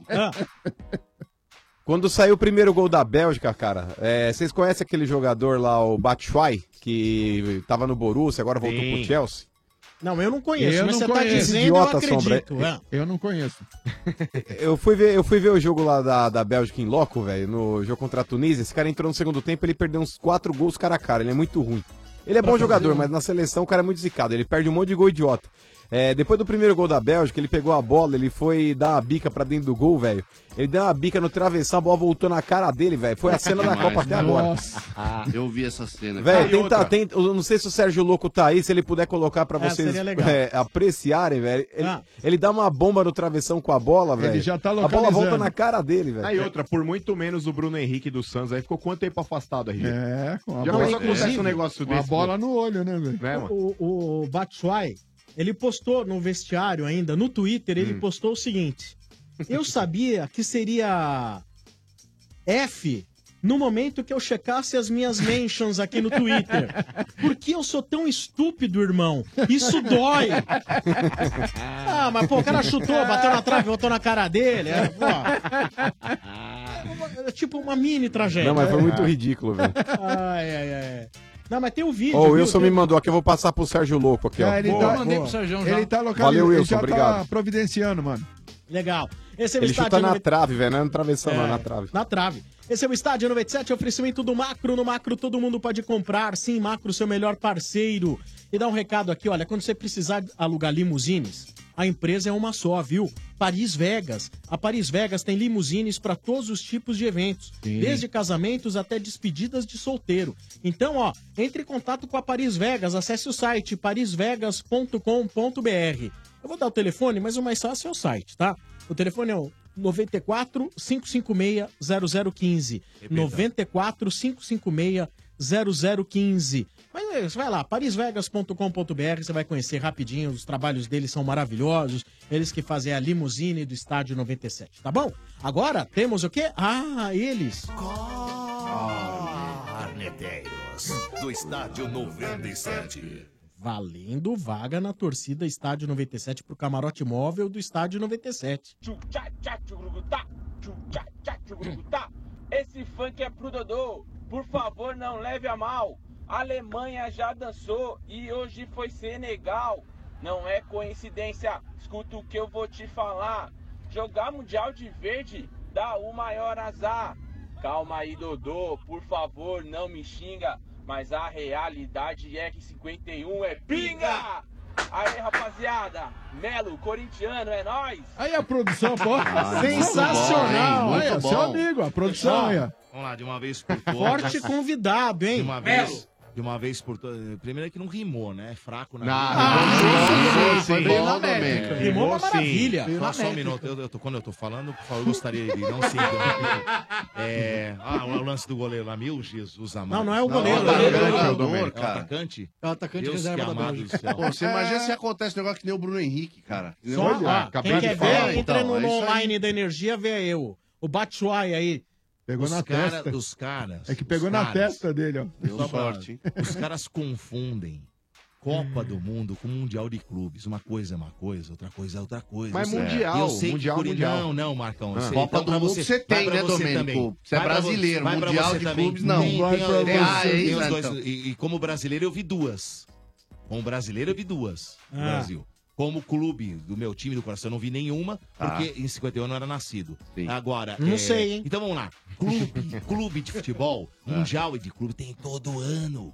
Speaker 9: Quando saiu o primeiro gol da Bélgica, cara, é, vocês conhecem aquele jogador lá, o Batshuayi, que tava no Borussia, agora voltou
Speaker 5: Sim.
Speaker 9: pro Chelsea?
Speaker 5: Não, eu não conheço,
Speaker 9: Eu
Speaker 5: mas
Speaker 9: não
Speaker 5: você tá
Speaker 9: conheço.
Speaker 5: dizendo,
Speaker 9: Idiota,
Speaker 5: eu acredito.
Speaker 9: Sombra.
Speaker 5: é.
Speaker 8: Eu não conheço.
Speaker 9: Eu fui ver, eu fui ver o jogo lá da, da Bélgica em loco, velho, no jogo contra a Tunísia. Esse cara entrou no segundo tempo, ele perdeu uns quatro gols cara a cara, ele é muito ruim. Ele é bom
Speaker 5: um-
Speaker 9: jogador, mas na seleção o cara é muito zicado, ele perde um monte de gol idiota. É, depois do primeiro gol da Bélgica, ele pegou a bola, ele foi dar uma bica pra dentro do gol, velho. Ele deu uma bica no travessão, a bola voltou na cara dele, velho. Foi a cena da
Speaker 11: Demais,
Speaker 9: Copa até
Speaker 11: né?
Speaker 9: agora.
Speaker 11: Ah, Eu vi essa cena.
Speaker 9: Velho,
Speaker 11: cara.
Speaker 9: tenta, tenta, eu não sei se o Sérgio Louco tá aí, se ele puder colocar pra
Speaker 8: Ah,
Speaker 11: É,
Speaker 9: vocês
Speaker 11: seria legal.
Speaker 9: é, apreciarem, velho. Ele, ele dá uma bomba no travessão com a bola, velho.
Speaker 8: tá
Speaker 9: A bola volta na cara dele, velho.
Speaker 10: Aí outra, por muito menos o Bruno Henrique do Santos aí ficou quanto tempo afastado, RG?
Speaker 8: É, com a
Speaker 10: Já
Speaker 8: bola-
Speaker 10: pensou que acontece
Speaker 8: Inclusive,
Speaker 10: um negócio
Speaker 8: com a
Speaker 10: desse?
Speaker 8: bola
Speaker 10: pô?
Speaker 8: no olho, né, velho?
Speaker 10: Né, mano?
Speaker 5: O, o Batshuayi, ele postou no vestiário ainda, no Twitter, ele
Speaker 10: Hum.
Speaker 5: postou o seguinte. Eu sabia que seria F no momento que eu checasse as minhas mentions aqui no Twitter. Por que eu sou tão estúpido, irmão? Isso dói! Ah, mas pô, o cara chutou, bateu na trave, voltou na cara dele. É, pô. É uma- é tipo uma mini tragédia.
Speaker 9: Não, mas
Speaker 8: é.
Speaker 9: foi
Speaker 10: Ah.
Speaker 9: muito ridículo, velho.
Speaker 5: Ai, ai, ai. Não, mas tem o vídeo.
Speaker 9: Ó, o
Speaker 5: viu?
Speaker 9: Wilson
Speaker 5: Tem-
Speaker 9: me mandou aqui, eu vou passar pro Sérgio Louco aqui, ó.
Speaker 8: É, ele, tá,
Speaker 9: Boa.
Speaker 8: ele tá localizando.
Speaker 9: Valeu, Wilson,
Speaker 8: ele já
Speaker 9: obrigado.
Speaker 8: tá providenciando, mano.
Speaker 5: Legal. Esse é o
Speaker 9: Ele
Speaker 5: estádio
Speaker 9: chuta na
Speaker 5: 90.
Speaker 9: trave, velho. Não é na travessão, não,
Speaker 5: É,
Speaker 9: é na trave.
Speaker 5: Na trave. Esse é o Estádio 97, oferecimento do Macro. No Macro todo mundo pode comprar. Sim, Macro, seu melhor parceiro. E dá um recado aqui, olha, quando você precisar alugar limusines, a empresa é uma só, viu? Paris Vegas. A Paris Vegas tem limusines para todos os tipos de eventos, desde casamentos até despedidas de solteiro. Então, ó, entre em contato com a Paris Vegas, acesse o site parisvegas.com.br. Eu vou dar o telefone, mas o mais fácil é o site, tá? O telefone é o 94 556 0015. 94 556 0015. Mas é isso, vai lá, parisvegas.com.br, você vai conhecer rapidinho, os trabalhos deles são maravilhosos, eles que fazem a limusine do estádio 97, tá bom? Agora temos o quê? Ah, eles.
Speaker 6: Ah,
Speaker 2: Arneteiros, do estádio 97.
Speaker 5: Valendo vaga na torcida estádio 97 pro camarote móvel do estádio 97.
Speaker 21: Tá, esse funk é pro Dodô. Por favor, não leve a mal. A Alemanha já dançou e hoje foi Senegal. Não é coincidência, escuta o que eu vou te falar. Jogar mundial de verde dá o maior azar. Calma aí, Dodô, por favor, não me xinga. Mas a realidade é que 51 é pinga! Aí, rapaziada, Melo, corintiano, é nóis!
Speaker 14: Aí a produção, pô.
Speaker 11: Ah, muito bom, hein?
Speaker 14: sensacional. Olha,
Speaker 11: Muito
Speaker 14: seu
Speaker 11: bom.
Speaker 14: amigo, a produção aí, ó.
Speaker 6: Vamos lá, de uma vez por todas.
Speaker 14: Forte
Speaker 5: convidado, hein?
Speaker 6: De uma
Speaker 14: Melo.
Speaker 6: vez, de uma vez por todas. Primeiro é que não rimou, né? É fraco na
Speaker 11: Não,
Speaker 6: rima.
Speaker 11: rimou sim, sim, sim. Rimou na América. Rimou uma
Speaker 6: sim.
Speaker 11: maravilha.
Speaker 6: Só-
Speaker 11: Rimou na
Speaker 6: Só, um
Speaker 11: América.
Speaker 6: minuto. Eu, eu tô- quando eu tô falando, por favor, eu gostaria de não se interromper. é, ah, o lance do goleiro lá, meu Jesus amado.
Speaker 5: Não, não é o goleiro, é o atacante, é o
Speaker 6: é
Speaker 5: Domênico.
Speaker 6: o atacante?
Speaker 11: É o atacante
Speaker 6: Deus
Speaker 11: reserva
Speaker 6: que
Speaker 11: da
Speaker 6: amado do
Speaker 11: Bélgica.
Speaker 6: céu.
Speaker 11: né, Pô, você imagina se acontece um negócio que nem o Bruno Henrique, cara.
Speaker 5: Só,
Speaker 11: Olha,
Speaker 5: ó, quem quer ver, entra no,
Speaker 11: é
Speaker 5: no
Speaker 11: isso aí.
Speaker 5: online da energia, vê eu. O Batshuayi aí.
Speaker 8: Pegou na testa.
Speaker 6: Os caras.
Speaker 8: É que
Speaker 6: os
Speaker 8: pegou na
Speaker 6: caras.
Speaker 8: testa dele, ó.
Speaker 6: Só pra- Os caras confundem Copa do Mundo com Mundial de Clubes. Uma coisa é uma coisa, outra coisa é outra coisa.
Speaker 11: Mas
Speaker 6: Eu sei-
Speaker 11: mundial,
Speaker 6: eu sei que
Speaker 11: mundial,
Speaker 6: por-
Speaker 11: mundial.
Speaker 6: Não, não, Marcão. eu
Speaker 11: Ah.
Speaker 6: sei. Então
Speaker 11: Copa do
Speaker 6: pra
Speaker 11: Mundo você tem,
Speaker 6: vai pra
Speaker 11: né, Domênico?
Speaker 6: também.
Speaker 11: Você é
Speaker 6: Vai pra
Speaker 11: brasileiro,
Speaker 6: vai pra
Speaker 11: mundial
Speaker 6: você
Speaker 11: de
Speaker 6: também.
Speaker 11: clubes, não.
Speaker 6: Tem-
Speaker 11: Vai
Speaker 6: tem-
Speaker 11: pra
Speaker 6: tem-
Speaker 11: você.
Speaker 6: tem os
Speaker 11: Ah,
Speaker 6: dois-
Speaker 11: então.
Speaker 6: E e como brasileiro eu vi duas. Como brasileiro eu vi duas no
Speaker 11: Ah.
Speaker 6: Brasil. Como clube do meu time do coração, eu não vi nenhuma,
Speaker 11: Tá.
Speaker 6: porque em 51 eu não era nascido. Agora.
Speaker 11: Não
Speaker 6: é,
Speaker 11: sei, hein?
Speaker 6: Então vamos lá. Clube, clube de futebol,
Speaker 5: Ah.
Speaker 6: mundial e de clube tem todo ano.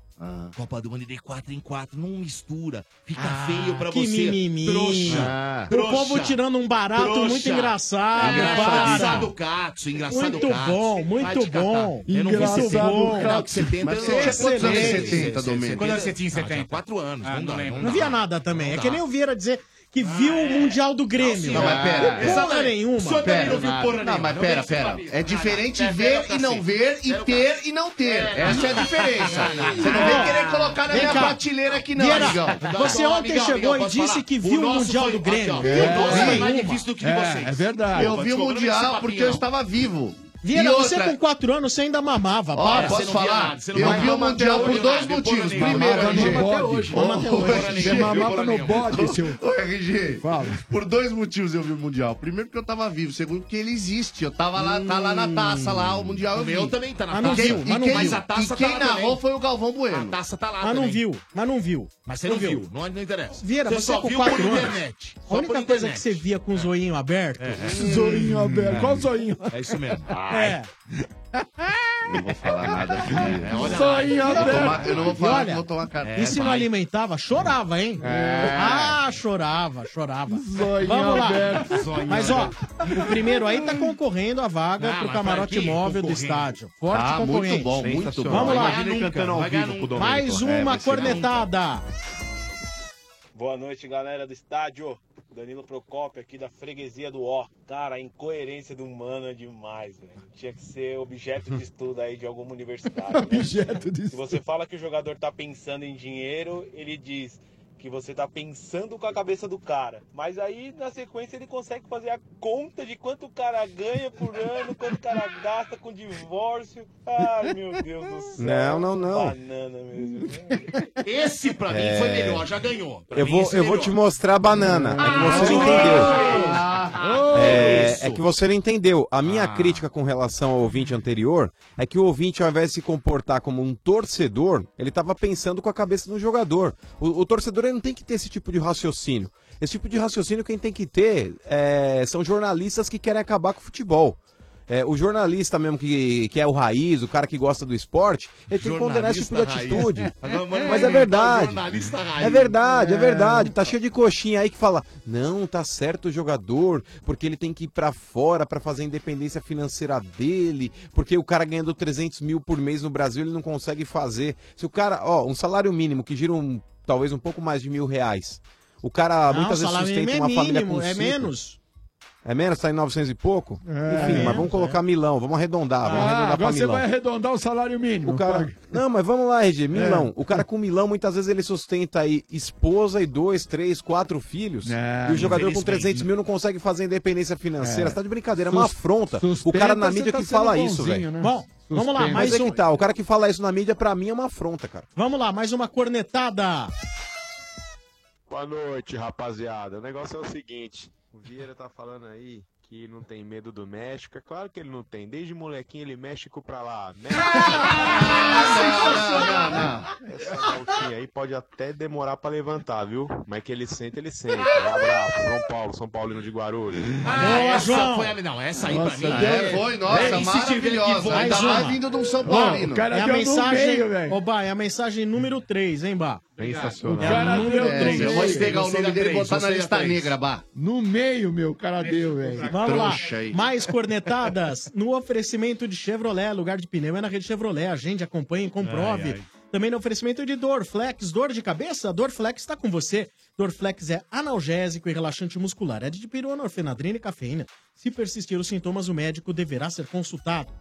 Speaker 6: Copa do Mundo de 4 em 4, não mistura. Fica feio pra
Speaker 5: Ah, que
Speaker 6: você.
Speaker 5: mimimi.
Speaker 6: Trouxa.
Speaker 5: Ah. O
Speaker 6: Trouxa. É
Speaker 5: povo tirando um barato muito
Speaker 11: É
Speaker 5: engraçado, para.
Speaker 6: Engraçado Cato, engraçado
Speaker 5: Muito
Speaker 6: Cato.
Speaker 5: bom,
Speaker 6: Vai
Speaker 5: muito
Speaker 6: te catar.
Speaker 5: bom.
Speaker 6: Eu não vi
Speaker 5: Engraçado
Speaker 6: 70,
Speaker 5: bom.
Speaker 6: não, que 70
Speaker 5: Mas
Speaker 6: eu
Speaker 5: você
Speaker 6: não-
Speaker 5: tinha quantos anos em 70,
Speaker 17: Domênico? Quantos anos você tinha em
Speaker 6: Ah, tinha
Speaker 17: 70?
Speaker 6: quatro anos,
Speaker 17: Ah,
Speaker 6: não,
Speaker 17: não
Speaker 6: dá,
Speaker 17: lembro.
Speaker 5: Não via nada também.
Speaker 6: Não
Speaker 5: é
Speaker 6: dá.
Speaker 5: que nem o Vieira dizer que viu o Mundial do Grêmio.
Speaker 11: Ah, é. Não,
Speaker 5: Ah,
Speaker 11: mas pera.
Speaker 5: Porra nenhuma.
Speaker 11: Pera, nada. não, mas pera, pera. É diferente ver e não ver e ter e não ter. Essa é a diferença. Você não vem querer colocar na
Speaker 5: Vem
Speaker 11: minha
Speaker 5: cá.
Speaker 11: prateleira aqui não,
Speaker 5: Vieira,
Speaker 11: amigão.
Speaker 5: você ontem chegou e disse que viu o Mundial do Grêmio.
Speaker 11: Eu
Speaker 5: Eu
Speaker 11: nosso
Speaker 5: vi
Speaker 11: foi mais
Speaker 5: uma.
Speaker 11: difícil do que de
Speaker 5: É,
Speaker 11: vocês.
Speaker 5: é verdade.
Speaker 11: Eu vi o
Speaker 5: Desculpa, não vem
Speaker 11: Mundial
Speaker 5: esse
Speaker 11: porque
Speaker 5: papinho,
Speaker 11: eu
Speaker 5: não.
Speaker 11: estava vivo.
Speaker 5: Vieira,
Speaker 11: E
Speaker 5: você
Speaker 11: outra-
Speaker 5: com 4 anos, você ainda mamava.
Speaker 11: Ó,
Speaker 5: para.
Speaker 11: posso falar? eu vi o Mundial por dois motivos. Primeiro,
Speaker 5: Mamava
Speaker 11: RG.
Speaker 5: no bode. Mamava até
Speaker 11: Ô,
Speaker 5: hoje.
Speaker 11: RG,
Speaker 5: Você mamava
Speaker 11: porra
Speaker 5: no
Speaker 11: nenhuma.
Speaker 5: bode, seu-
Speaker 11: Ô, RG,
Speaker 8: Fala.
Speaker 11: por dois motivos eu vi o Mundial. Primeiro porque eu tava vivo. Segundo porque ele existe. Eu tava lá, tá lá na taça, lá o Mundial.
Speaker 6: O
Speaker 11: eu vi.
Speaker 6: meu também tá na
Speaker 11: Mas não
Speaker 6: taça.
Speaker 11: viu,
Speaker 6: E
Speaker 11: mas não
Speaker 6: quem-
Speaker 11: viu.
Speaker 6: mas a taça
Speaker 11: E quem
Speaker 6: tá lá
Speaker 11: narrou
Speaker 6: também.
Speaker 11: foi o Galvão Bueno.
Speaker 6: A taça tá lá
Speaker 5: Mas não
Speaker 6: também.
Speaker 5: viu, mas não viu.
Speaker 6: Mas você não viu, não, não interessa.
Speaker 5: Vieira, você, é
Speaker 6: só
Speaker 5: com
Speaker 6: viu
Speaker 5: 4
Speaker 6: por
Speaker 5: anos.
Speaker 6: internet.
Speaker 5: A
Speaker 6: Só por
Speaker 5: única coisa
Speaker 6: internet.
Speaker 5: que você via com o zoinho aberto.
Speaker 6: É.
Speaker 5: Zoinho aberto. Qual zoinho?
Speaker 6: É isso mesmo.
Speaker 5: É.
Speaker 11: Não vou falar nada. filho. É, olha
Speaker 5: Só
Speaker 11: lá.
Speaker 5: em
Speaker 11: Eu vou
Speaker 5: aberto.
Speaker 11: tomar- Eu não vou falar
Speaker 5: Olha,
Speaker 11: que eu vou tomar cara.
Speaker 5: e se não alimentava, chorava, hein?
Speaker 11: É.
Speaker 5: Ah, chorava, chorava.
Speaker 11: Zoinho
Speaker 5: Vamos lá.
Speaker 11: aberto. Zoinho
Speaker 5: Mas ó, o primeiro aí tá concorrendo a vaga
Speaker 11: Ah,
Speaker 5: pro
Speaker 11: mas
Speaker 5: camarote
Speaker 11: tá aqui,
Speaker 5: móvel do
Speaker 11: concorrendo.
Speaker 5: estádio. Forte
Speaker 11: Tá, muito
Speaker 5: concorrente.
Speaker 11: bom, muito bom.
Speaker 5: Vamos lá. um.
Speaker 11: Imagina ele cantando ao vivo pro Domênico.
Speaker 5: Mais
Speaker 11: É,
Speaker 5: uma
Speaker 11: vai ser
Speaker 5: cornetada.
Speaker 22: Boa noite, galera do estádio. Danilo Procopio aqui da freguesia do Ó. Cara, a incoerência do humano é demais, velho. Tinha que ser objeto de estudo aí de alguma universidade. objeto de Se você fala que o jogador tá pensando em dinheiro, ele diz que você tá pensando com a cabeça do cara. Mas aí, na sequência, ele consegue fazer a conta de quanto o cara ganha por ano, quanto o cara gasta com divórcio. Ai, meu Deus do céu.
Speaker 9: Não, não, não.
Speaker 22: Banana mesmo.
Speaker 6: Esse pra mim
Speaker 9: É.
Speaker 6: foi melhor, já ganhou. Pra
Speaker 9: Eu
Speaker 6: mim
Speaker 9: vou,
Speaker 6: esse Ah,
Speaker 9: eu vou
Speaker 6: melhor.
Speaker 9: te mostrar a banana. É que você não entendeu.
Speaker 6: Ah,
Speaker 9: É,
Speaker 6: Isso. Ah.
Speaker 9: é que você não entendeu. A minha crítica com relação ao ouvinte anterior é que o ouvinte, ao invés de se comportar como um torcedor, ele estava pensando com a cabeça do jogador. O, o torcedor ele não tem que ter esse tipo de raciocínio. Esse tipo de raciocínio quem tem que ter é, são jornalistas que querem acabar com o futebol. É, o jornalista mesmo que, que é o raiz, o cara que gosta do esporte, ele tem que ponderar esse tipo de
Speaker 6: Jornalista raiz.
Speaker 9: atitude.
Speaker 6: Agora, mano,
Speaker 9: Mas
Speaker 6: vai
Speaker 9: é verdade.
Speaker 6: inventar jornalista raiz.
Speaker 9: É verdade, é
Speaker 6: É.
Speaker 9: verdade. Tá cheio de coxinha aí que fala: "Não, tá certo o jogador, porque ele tem que ir pra fora pra fazer a independência financeira dele, porque o cara ganhando 300 mil por mês no Brasil, ele não consegue fazer. Se o cara, ó, um salário mínimo que gira um, talvez um pouco mais de mil reais, o cara
Speaker 5: Não,
Speaker 9: muitas vezes
Speaker 5: salário
Speaker 9: sustenta
Speaker 5: mínimo
Speaker 9: uma
Speaker 5: é
Speaker 9: família
Speaker 5: mínimo,
Speaker 9: com
Speaker 5: é
Speaker 9: cinco.
Speaker 5: menos. É,
Speaker 9: É menos, tá em 900 e pouco? Enfim, mas
Speaker 8: menos,
Speaker 9: vamos colocar milão, vamos arredondar, vamos
Speaker 8: Ah,
Speaker 9: arredondar pra
Speaker 8: agora você
Speaker 9: milão.
Speaker 8: vai arredondar o salário mínimo. É.
Speaker 9: O cara... Não, mas vamos lá, Regi. Milão. O cara com Milão, muitas vezes ele sustenta aí esposa e dois, três, quatro filhos.
Speaker 8: É,
Speaker 9: e o jogador com
Speaker 8: infelizmente.
Speaker 9: 300 mil não consegue fazer independência
Speaker 8: É.
Speaker 9: financeira. Você tá de brincadeira, é uma
Speaker 8: Sus-
Speaker 9: afronta. O
Speaker 8: sustenta,
Speaker 9: cara na
Speaker 8: você
Speaker 9: mídia
Speaker 8: tá
Speaker 9: que
Speaker 8: sendo
Speaker 9: fala
Speaker 8: bonzinho,
Speaker 9: isso, velho.
Speaker 8: né?
Speaker 9: Bom,
Speaker 5: vamos lá, mais
Speaker 9: mas é
Speaker 5: um.
Speaker 9: que tá. O cara que fala isso na mídia, pra mim, é uma afronta, cara.
Speaker 5: Vamos lá, mais uma cornetada.
Speaker 1: Boa noite, rapaziada. O negócio é o seguinte: o Vieira tá falando aí que não tem medo do México. É claro que ele não tem. Desde molequinho ele México pra lá. México.
Speaker 16: Sensacional.
Speaker 1: Essa voltinha aí pode até demorar pra levantar, viu? Mas que ele sente, ele sente. Um abraço, São Paulo, São Paulino de Guarulhos.
Speaker 11: Ah, essa foi a- não, essa aí pra mim é- foi, nossa, maravilhosa. Ainda mais vindo de um São Paulino.
Speaker 5: O cara é a
Speaker 11: deu no
Speaker 5: mensagem,
Speaker 11: meio, velho.
Speaker 5: Ô, Bá, é a mensagem número 3, hein, Bá?
Speaker 1: Sensacional.
Speaker 5: É a número
Speaker 11: É,
Speaker 5: 3.
Speaker 11: eu vou pegar o nome dele e botar na lista negra, Bah.
Speaker 8: No meio, meu, cara deu, velho.
Speaker 5: Vamos lá.
Speaker 11: Trouxa aí.
Speaker 5: Mais cornetadas no oferecimento de Chevrolet, lugar de pneu é na rede Chevrolet. Agende, acompanhe e comprove.
Speaker 16: Ai, ai.
Speaker 5: Também no oferecimento de Dorflex, dor de cabeça? Dorflex está com você. Dorflex é analgésico e relaxante muscular. É de dipirona, orfenadrina e cafeína. Se persistir os sintomas, o médico deverá ser consultado.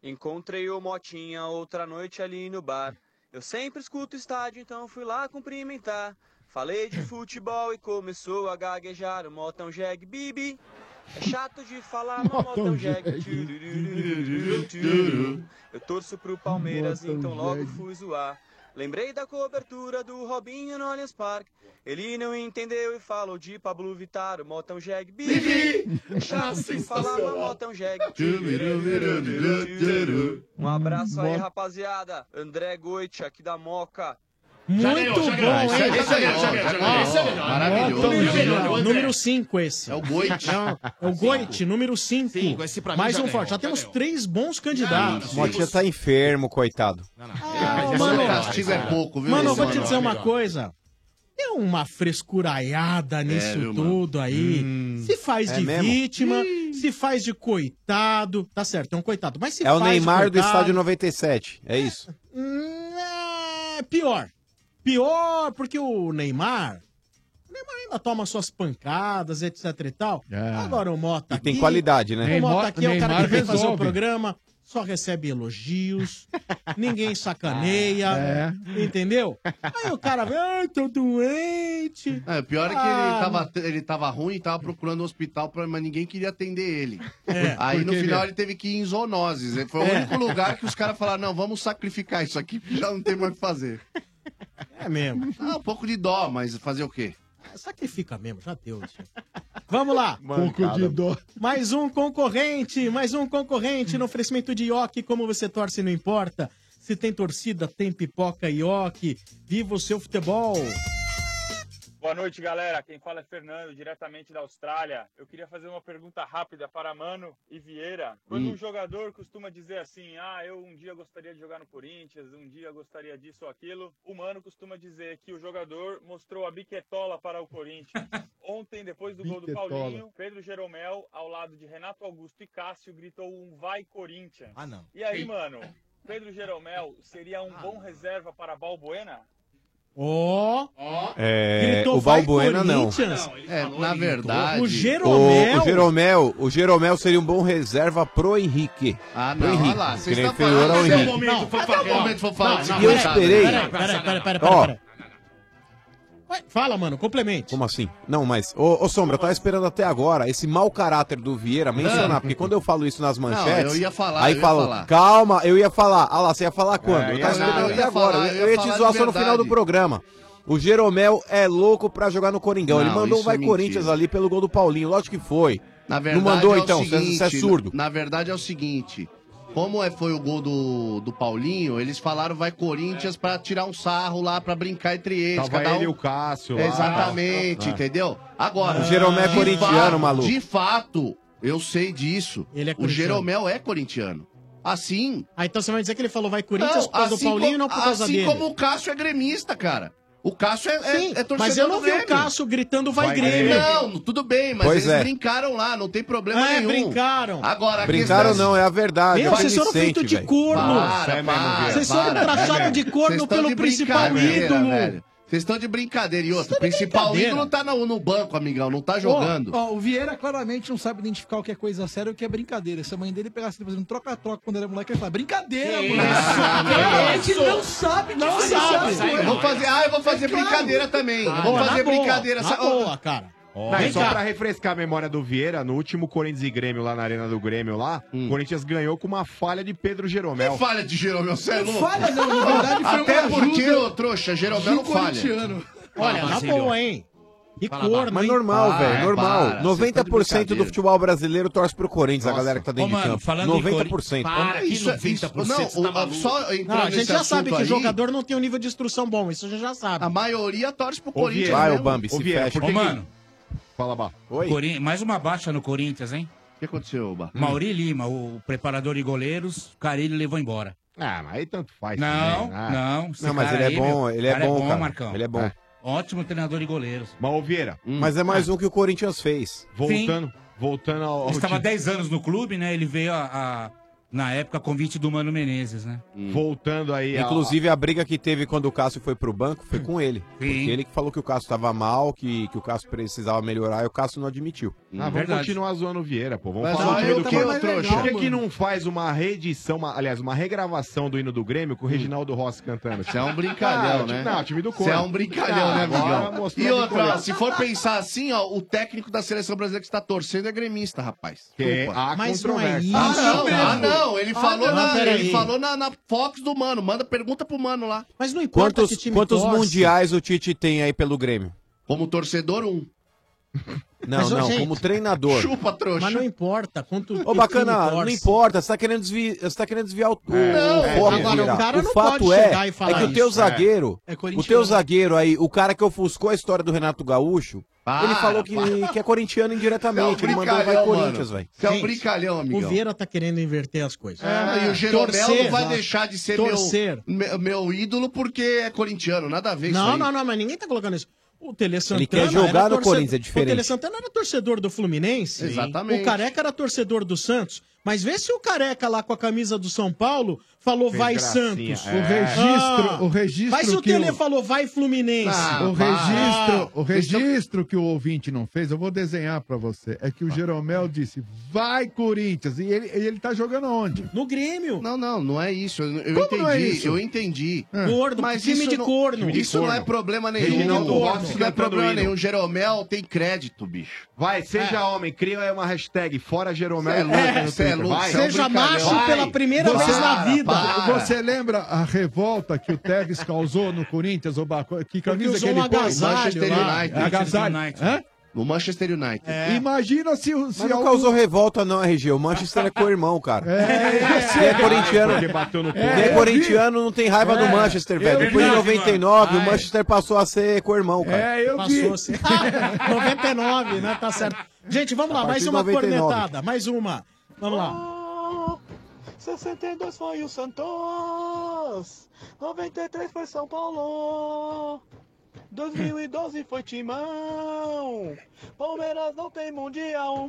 Speaker 3: Encontrei o Motinha outra noite ali no bar. Eu sempre escuto estádio, então fui lá cumprimentar. Falei de futebol e começou a gaguejar o Motão Jeg Bibi. É chato de falar, mas Motão Jeg. turururu, tururu. Eu torço pro Palmeiras,
Speaker 16: Motão
Speaker 3: então logo
Speaker 16: Jeg.
Speaker 3: fui zoar. Lembrei da cobertura do Robinho no Allianz Parque. Ele não entendeu e falou de Pablo Vittar, o Motão Jeg Bibi. É chato de falar, mas Motão Jeg. Um abraço aí,
Speaker 16: Mota-
Speaker 3: rapaziada. André Goit, aqui da Moca.
Speaker 5: Muito
Speaker 3: Janeiro,
Speaker 5: bom,
Speaker 3: Janeiro. Esse é
Speaker 5: hein?
Speaker 3: melhor, Janeiro, Janeiro, Janeiro. Esse é melhor.
Speaker 5: Maravilhoso.
Speaker 3: Número é
Speaker 5: Número,
Speaker 3: melhor, André.
Speaker 5: número 5 esse. É o
Speaker 11: Goit.
Speaker 5: É o Goit, número 5.
Speaker 6: pra mim
Speaker 5: Mais
Speaker 6: já
Speaker 5: um
Speaker 6: ganhou,
Speaker 5: forte. Já temos três bons candidatos.
Speaker 9: O Motinha tá enfermo, coitado.
Speaker 5: Ah, mano,
Speaker 9: é
Speaker 5: Mano, eu vou te dizer uma coisa. Tem uma frescuraiada
Speaker 10: É,
Speaker 5: nisso
Speaker 9: viu, mano?
Speaker 5: tudo aí.
Speaker 10: Hum.
Speaker 5: se faz
Speaker 9: É
Speaker 5: de
Speaker 9: mesmo?
Speaker 5: vítima, se faz de coitado. Tá certo, é um coitado. Mas se
Speaker 9: É o
Speaker 5: faz de
Speaker 9: Neymar do
Speaker 5: coitado-
Speaker 9: estádio 97. É isso.
Speaker 5: Hum, É pior. Pior porque o Neymar. o Neymar ainda toma suas pancadas, etc e tal. Agora o Mota
Speaker 9: E tem
Speaker 5: aqui-
Speaker 9: qualidade, né? É.
Speaker 5: O Mota
Speaker 9: Neymar-
Speaker 5: aqui é o cara
Speaker 9: Neymar
Speaker 5: que vem fazer o
Speaker 9: resolve.
Speaker 5: programa, só recebe elogios, ninguém sacaneia,
Speaker 9: Ah, é.
Speaker 5: entendeu? Aí o cara vem, ai, tô doente.
Speaker 11: É, o pior é que
Speaker 5: Ah,
Speaker 11: ele, tava, ele tava ruim e tava procurando um hospital, pra, mas ninguém queria atender ele.
Speaker 5: É,
Speaker 11: Aí no
Speaker 5: porque,
Speaker 11: final
Speaker 5: meu-
Speaker 11: ele teve que ir em zoonoses. né? Foi o
Speaker 5: É.
Speaker 11: único lugar que os caras falaram: não, vamos sacrificar isso aqui, porque já não tem mais o que fazer.
Speaker 5: É mesmo.
Speaker 11: Ah, um pouco de dó, mas fazer o quê?
Speaker 5: Sacrifica mesmo, já deu. isso. Vamos lá.
Speaker 11: Pouco de
Speaker 8: dó.
Speaker 5: Mais um concorrente, mais um concorrente no oferecimento de Ioki. Como você torce, não importa. Se tem torcida, tem pipoca Ioki. Viva o seu futebol.
Speaker 23: Boa noite, galera. Quem fala é Fernando, diretamente da Austrália. Eu queria fazer uma pergunta rápida para Mano e Vieira. Quando
Speaker 24: Hum.
Speaker 23: um jogador costuma dizer assim, ah, eu um dia gostaria de jogar no Corinthians, um dia gostaria disso ou aquilo, o Mano costuma dizer que o jogador mostrou a biquetola para o Corinthians. Ontem, depois do gol do
Speaker 16: Biquetola.
Speaker 23: Paulinho, Pedro Jeromel, ao lado de Renato Augusto e Cássio, gritou um vai Corinthians.
Speaker 16: Ah, não.
Speaker 23: E aí,
Speaker 16: Ei. Ah,
Speaker 23: mano, Pedro Jeromel seria um bom reserva para Balbuena?
Speaker 5: Ó.
Speaker 9: É,
Speaker 5: Gritou,
Speaker 9: o
Speaker 5: "Vai,
Speaker 9: Balbuena não.
Speaker 5: Corinthians!"
Speaker 11: É, na verdade.
Speaker 5: O
Speaker 9: O,
Speaker 5: Jeromel.
Speaker 9: o Jeromel, o Jeromel seria um bom reserva pro Henrique.
Speaker 11: Ah,
Speaker 9: pro
Speaker 11: não,
Speaker 9: Henrique,
Speaker 11: olha lá,
Speaker 9: porque
Speaker 11: vocês
Speaker 9: ele é
Speaker 11: estão
Speaker 9: inferior
Speaker 11: falando.
Speaker 9: ao
Speaker 11: Esse é o
Speaker 9: Henrique.
Speaker 11: momento fofoca. É o momento fofoca.
Speaker 9: E eu esperei.
Speaker 5: Peraí, peraí, peraí, peraí,
Speaker 9: Ó,
Speaker 5: peraí. Vai, Fala, mano, complemente.
Speaker 9: Como assim? Não, mas. Ô, ô Sombra, eu tava esperando até agora esse mau caráter do Vieira mencionar, porque quando eu falo isso nas manchetes.
Speaker 11: eu ia falar,
Speaker 9: Aí
Speaker 11: eu ia
Speaker 9: fala,
Speaker 11: falar.
Speaker 9: calma, eu ia falar. Ah lá, você ia falar quando?
Speaker 11: É,
Speaker 9: eu tava
Speaker 11: eu ia-
Speaker 9: esperando
Speaker 11: não, eu
Speaker 9: até
Speaker 11: ia
Speaker 9: agora.
Speaker 11: falar,
Speaker 9: eu,
Speaker 11: eu
Speaker 9: eu
Speaker 11: ia
Speaker 9: ia te
Speaker 11: falar de
Speaker 9: zoar só no final
Speaker 11: verdade.
Speaker 9: do programa. O Jeromel é louco pra jogar no Coringão. Ele
Speaker 11: Não,
Speaker 9: mandou um
Speaker 11: isso
Speaker 9: vai
Speaker 11: é
Speaker 9: Corinthians
Speaker 11: mentira.
Speaker 9: ali pelo gol do Paulinho. Lógico que foi.
Speaker 11: Na verdade,
Speaker 9: Não mandou
Speaker 11: é o
Speaker 9: então, você-
Speaker 11: seguinte,
Speaker 9: você é surdo.
Speaker 11: Na verdade é o seguinte, como é, foi o gol do, do Paulinho, eles falaram vai Corinthians pra tirar um sarro lá, pra brincar entre eles.
Speaker 10: Tava
Speaker 11: Cada um...
Speaker 10: ele e o Cássio lá.
Speaker 11: Exatamente,
Speaker 10: Ah.
Speaker 11: entendeu? Agora,
Speaker 10: O Jeromel é
Speaker 11: de
Speaker 10: corintiano,
Speaker 11: fato-
Speaker 10: maluco.
Speaker 11: De fato, eu sei disso.
Speaker 5: Ele é
Speaker 11: o
Speaker 5: corintiano.
Speaker 11: Jeromel é corintiano. Assim,
Speaker 5: Ah, então você vai dizer que ele falou vai Corinthians
Speaker 11: Não,
Speaker 5: por causa
Speaker 11: assim
Speaker 5: do Paulinho
Speaker 11: co-
Speaker 5: e não por causa
Speaker 11: assim
Speaker 5: dele.
Speaker 11: como o Cássio é gremista, cara. O Cássio é, é-
Speaker 5: Sim,
Speaker 11: é torcedor
Speaker 5: mas eu não
Speaker 11: do
Speaker 5: vi o
Speaker 11: Grêmio.
Speaker 5: Cássio gritando vai, Grêmio.
Speaker 11: Não, tudo bem, mas
Speaker 9: Pois
Speaker 11: eles
Speaker 9: é.
Speaker 11: brincaram lá, não tem problema
Speaker 5: É,
Speaker 11: nenhum.
Speaker 5: brincaram.
Speaker 11: Agora, a
Speaker 9: Brincaram
Speaker 11: questão-
Speaker 9: não, é a verdade.
Speaker 11: Meu,
Speaker 9: é
Speaker 11: vocês foram
Speaker 9: maledicente,
Speaker 11: feito de
Speaker 9: velho.
Speaker 11: corno.
Speaker 9: Para, para,
Speaker 5: Vocês foram
Speaker 9: para,
Speaker 5: taxados
Speaker 9: velho.
Speaker 5: de corno
Speaker 11: Vocês tão
Speaker 5: pelo
Speaker 11: de
Speaker 5: principal
Speaker 11: brincadeira,
Speaker 5: ídolo.
Speaker 11: velho. Vocês estão de brincadeira. E outro, o
Speaker 5: Vocês tão de
Speaker 11: principal
Speaker 5: brincadeira.
Speaker 11: ídolo tá no, no banco, amigão, não tá jogando.
Speaker 15: Ó, ó, o Vieira claramente não sabe identificar o que é coisa séria e o que é brincadeira. Se a mãe dele pegasse ele fazendo troca-troca quando era moleque, ele fala, brincadeira,
Speaker 11: Que
Speaker 15: moleque.
Speaker 11: isso,
Speaker 15: Claramente
Speaker 11: que
Speaker 15: ele não
Speaker 11: isso.
Speaker 15: sabe,
Speaker 11: Não
Speaker 15: que
Speaker 11: sabe,
Speaker 15: isso é
Speaker 11: sai
Speaker 15: coisa.
Speaker 11: não. Vou fazer- ah, eu vou
Speaker 14: É
Speaker 11: fazer brincadeira também.
Speaker 10: Ah,
Speaker 11: Eu vou
Speaker 15: na
Speaker 11: fazer
Speaker 15: boa,
Speaker 11: brincadeira,
Speaker 15: na
Speaker 11: sa-
Speaker 15: boa, cara.
Speaker 10: Não, e
Speaker 15: Vem
Speaker 10: só
Speaker 15: cá.
Speaker 10: pra refrescar a memória do Vieira, no último Corinthians e Grêmio lá na Arena do Grêmio lá, o Corinthians ganhou com uma falha de Pedro
Speaker 11: Hum.
Speaker 10: Jeromel.
Speaker 11: Que falha de Jeromel, você é
Speaker 10: Que
Speaker 11: louco?
Speaker 10: falha não, na verdade foi
Speaker 11: Até
Speaker 10: uma
Speaker 11: porque,
Speaker 10: ajuda
Speaker 11: ô trouxa, Jeromel não
Speaker 10: de
Speaker 11: falha. Ah,
Speaker 10: corintiano.
Speaker 9: Olha, na boa,
Speaker 5: hein?
Speaker 9: Que
Speaker 11: corno,
Speaker 9: Mas
Speaker 11: hein?
Speaker 9: normal,
Speaker 11: Tá Para,
Speaker 9: velho, normal.
Speaker 11: para, você tá de
Speaker 9: 90% do
Speaker 11: brincadeira.
Speaker 9: futebol brasileiro torce pro Corinthians, a galera que tá dentro
Speaker 11: Ô, mano,
Speaker 9: de campo.
Speaker 11: falando em Corinthians-
Speaker 9: 90%.
Speaker 11: Para, que você tá
Speaker 9: não, o-
Speaker 11: maluco.
Speaker 9: só
Speaker 11: entrando
Speaker 5: Não, a gente
Speaker 11: nesse
Speaker 5: já sabe que
Speaker 11: assunto aí-
Speaker 5: jogador não tem um nível de instrução bom, isso a gente já sabe. A
Speaker 11: maioria torce pro
Speaker 9: Vai, o Bambi,
Speaker 11: Ô,
Speaker 9: se
Speaker 11: né? Vieira,
Speaker 9: fecha.
Speaker 11: por que
Speaker 17: Ô, mano.
Speaker 10: Fala, Bá.
Speaker 17: Corin- Mais uma baixa no Corinthians, hein? Hum.
Speaker 11: O que aconteceu, Bá?
Speaker 17: Mauri Lima, o preparador de goleiros, o Carilli levou embora.
Speaker 11: é
Speaker 10: Ah, mas aí tanto faz.
Speaker 17: Não,
Speaker 10: também, né?
Speaker 17: não. esse
Speaker 10: Não, mas
Speaker 17: cara
Speaker 10: ele é
Speaker 17: aí,
Speaker 10: bom,
Speaker 17: meu,
Speaker 10: ele é
Speaker 17: cara
Speaker 10: bom, cara.
Speaker 17: Marcão.
Speaker 10: Ele é bom.
Speaker 17: Ótimo treinador de goleiros.
Speaker 10: Mas, ô Vieira,
Speaker 9: Mas é mais um que o Corinthians fez.
Speaker 10: voltando, voltando ao... ao
Speaker 17: Ele estava há
Speaker 10: time-
Speaker 17: 10 anos no clube, né? Ele veio a, a- na época a convite do Mano Menezes, né?
Speaker 10: Voltando aí
Speaker 9: Hum. Inclusive, a briga que teve quando o Cássio foi pro banco foi com ele. Porque ele que falou que o Cássio tava mal, que, que o Cássio precisava melhorar, e o Cássio não admitiu.
Speaker 11: Hum,
Speaker 10: Ah, vamos continuar zoando o Vieira, pô. Vamos
Speaker 9: Mas
Speaker 10: falar
Speaker 9: só
Speaker 10: do
Speaker 9: eu
Speaker 10: hino do
Speaker 9: tava
Speaker 10: Grêmio.
Speaker 9: mais legal,
Speaker 10: Por que,
Speaker 9: mano.
Speaker 10: que não faz uma reedição, uma- aliás, uma regravação do hino do Grêmio com o Reginaldo Rossi cantando? Você
Speaker 11: Hum. é um
Speaker 9: Ah,
Speaker 11: brincalhão, né?
Speaker 10: Não, o time do Corinthians. Ah,
Speaker 11: Você é um brincalhão, né, amigão? E outra, ó, se for
Speaker 10: pensar.
Speaker 11: pensar assim, ó, o técnico da seleção brasileira que está torcendo é gremista, rapaz.
Speaker 10: Que há Mas não é controvérsia.
Speaker 11: Ah,
Speaker 10: isso
Speaker 11: não,
Speaker 10: mesmo.
Speaker 11: ah, não, ele
Speaker 10: Ah,
Speaker 11: falou,
Speaker 10: não,
Speaker 11: na,
Speaker 10: peraí.
Speaker 11: ele falou na, na Fox do Mano. Manda pergunta pro Mano lá.
Speaker 5: Mas não
Speaker 9: Quantos, quantos mundiais o Tite tem aí pelo Grêmio?
Speaker 11: Como torcedor, um.
Speaker 9: Não,
Speaker 5: Mas, ô,
Speaker 9: não,
Speaker 5: gente,
Speaker 9: como treinador.
Speaker 11: Chupa, trouxa.
Speaker 5: Mas não importa quanto.
Speaker 9: Ô, bacana, não importa, você tá querendo, desvi... você tá querendo desviar o, o,
Speaker 5: É. Não,
Speaker 9: o foco.
Speaker 5: agora,
Speaker 9: Vieira.
Speaker 5: o cara não
Speaker 9: fato
Speaker 5: pode
Speaker 9: é,
Speaker 5: chegar e falar
Speaker 9: é que o teu
Speaker 5: isso.
Speaker 9: zagueiro,
Speaker 5: É. É
Speaker 9: o
Speaker 5: corintiano.
Speaker 9: teu zagueiro aí, o cara que ofuscou a história do Renato Gaúcho,
Speaker 11: Para,
Speaker 9: ele falou que, que é corintiano
Speaker 11: um
Speaker 5: é um
Speaker 9: indiretamente, ele mandou vai Corinthians, velho.
Speaker 11: é
Speaker 5: Gente, O Vieira tá querendo inverter as coisas.
Speaker 11: Ah, e o Jeromel
Speaker 5: Torcer,
Speaker 11: não vai
Speaker 5: né?
Speaker 11: deixar de ser
Speaker 5: Torcer.
Speaker 11: meu, meu, meu ídolo porque é corintiano. Nada a ver isso
Speaker 5: Não,
Speaker 11: aí.
Speaker 5: não, não, mas ninguém tá colocando isso. O Tele Santana.
Speaker 11: quer jogar
Speaker 5: era
Speaker 11: no
Speaker 5: torcedor-
Speaker 11: Corinthians, é diferente.
Speaker 5: O Tele Santana era torcedor do Fluminense.
Speaker 11: Exatamente.
Speaker 5: O Careca era torcedor do Santos. Mas vê se o Careca lá com a camisa do São Paulo falou
Speaker 8: Fez
Speaker 5: vai
Speaker 8: gracinha,
Speaker 5: Santos.
Speaker 8: é. O registro- o registro
Speaker 5: Mas se o
Speaker 8: que
Speaker 5: Tele
Speaker 8: o- Ah,
Speaker 5: falou vai Fluminense.
Speaker 8: o registro, o registro que o ouvinte não fez, eu vou desenhar pra você. É que o Jeromel disse: "Vai Corinthians". E ele, ele tá jogando onde?
Speaker 5: No Grêmio.
Speaker 11: Não, não, não é isso. Eu eu
Speaker 8: Como
Speaker 11: entendi,
Speaker 8: não é isso?
Speaker 11: eu entendi.
Speaker 8: É. Corno, time
Speaker 11: isso
Speaker 8: de
Speaker 11: não-
Speaker 8: corno. Time de
Speaker 11: Isso não é
Speaker 8: corno.
Speaker 11: problema nenhum.
Speaker 10: Reginaldo Rossi
Speaker 11: Isso não é
Speaker 10: cantando
Speaker 11: problema
Speaker 10: hino.
Speaker 11: nenhum. Jeromel tem crédito, bicho.
Speaker 10: Vai, seja
Speaker 11: É.
Speaker 10: homem, cria aí uma hashtag fora Jeromel.
Speaker 11: Cê é louco, cê é
Speaker 10: e Lucas no Twitter,
Speaker 11: louco,
Speaker 10: vai.
Speaker 11: cê é um Seja brincalhão. macho Vai. pela primeira
Speaker 8: Você-
Speaker 11: vez na vida. para.
Speaker 8: Você lembra a revolta que o Tevez causou no Corinthians? ô Baco? Que camisa que
Speaker 11: usou
Speaker 8: ele
Speaker 11: um agasalho
Speaker 8: Manchester
Speaker 11: lá.
Speaker 8: United.
Speaker 11: Manchester
Speaker 8: Agasalho.
Speaker 11: United.
Speaker 8: Hã?
Speaker 11: No Manchester United.
Speaker 9: É.
Speaker 8: Imagina se, o- se
Speaker 9: Mas não causou revolta não, RG. O Manchester é co-irmão, cara. Se é corintiano...
Speaker 10: Porque bateu no
Speaker 9: Se é corintiano, não tem raiva do Manchester, velho. Depois de 99, o Manchester passou a ser co-irmão, cara.
Speaker 8: É, eu
Speaker 5: vi. 99, né? Tá certo. Gente, vamos lá,
Speaker 9: A partir
Speaker 5: mais
Speaker 9: de
Speaker 5: uma
Speaker 9: 99.
Speaker 5: cornetada. Mais uma. Vamos lá.
Speaker 4: 62 foi o Santos, 93 foi São Paulo, 2012 foi Timão, Palmeiras não tem mundial.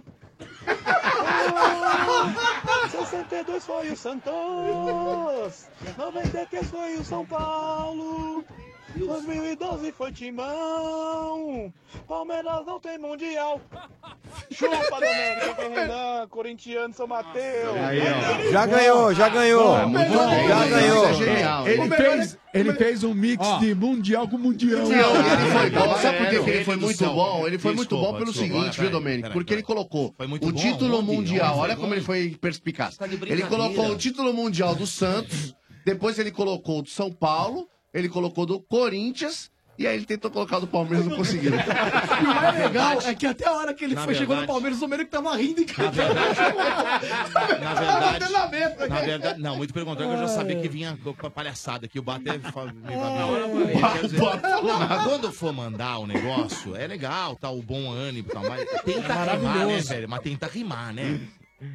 Speaker 4: Ah, 62 foi o Santos, 93 foi o São Paulo, 2012 foi Timão, Palmeiras não tem mundial. Chupa, Domênico, chupa, Renan, corintiano, São Mateus.
Speaker 9: Já ganhou, já ganhou.
Speaker 8: Bom, é muito bom.
Speaker 9: já ganhou.
Speaker 8: Isso é genial. Ele fez, ele fez um mix de mundial com mundial.
Speaker 11: Não, ele foi bom. Sabe por que que ele foi muito bom? Ele foi muito bom pelo seguinte, viu, Domênico? Porque ele colocou o
Speaker 8: bom,
Speaker 11: título
Speaker 8: onde?
Speaker 11: mundial.
Speaker 8: Onde?
Speaker 11: Olha como ele foi perspicaz.
Speaker 8: de
Speaker 11: Ele
Speaker 8: brincadeira.
Speaker 11: colocou o título mundial do Santos, depois ele colocou o do São Paulo, ele colocou do Corinthians. E aí ele tentou colocar do Palmeiras, não conseguiu.
Speaker 5: é
Speaker 14: E o mais legal é que até a hora que ele
Speaker 11: Na
Speaker 14: foi, chegou no
Speaker 11: verdade-
Speaker 14: Palmeiras, o Romero que tava rindo e cantando.
Speaker 6: Na
Speaker 14: Tava
Speaker 6: verdade,
Speaker 14: batendo na mesa,
Speaker 6: na
Speaker 14: cara.
Speaker 6: verdade, não, muito pelo contrário, que eu já sabia que vinha do- pra palhaçada, que o Baté fa- me vai-
Speaker 16: Ba-
Speaker 6: Quer dizer,
Speaker 16: Ba- falou nada.
Speaker 6: Quando for mandar o negócio, é legal, tá, o bom ânimo, tá, mas tenta rimar, né,
Speaker 11: maravilhoso.
Speaker 6: velho? Mas tenta rimar, né?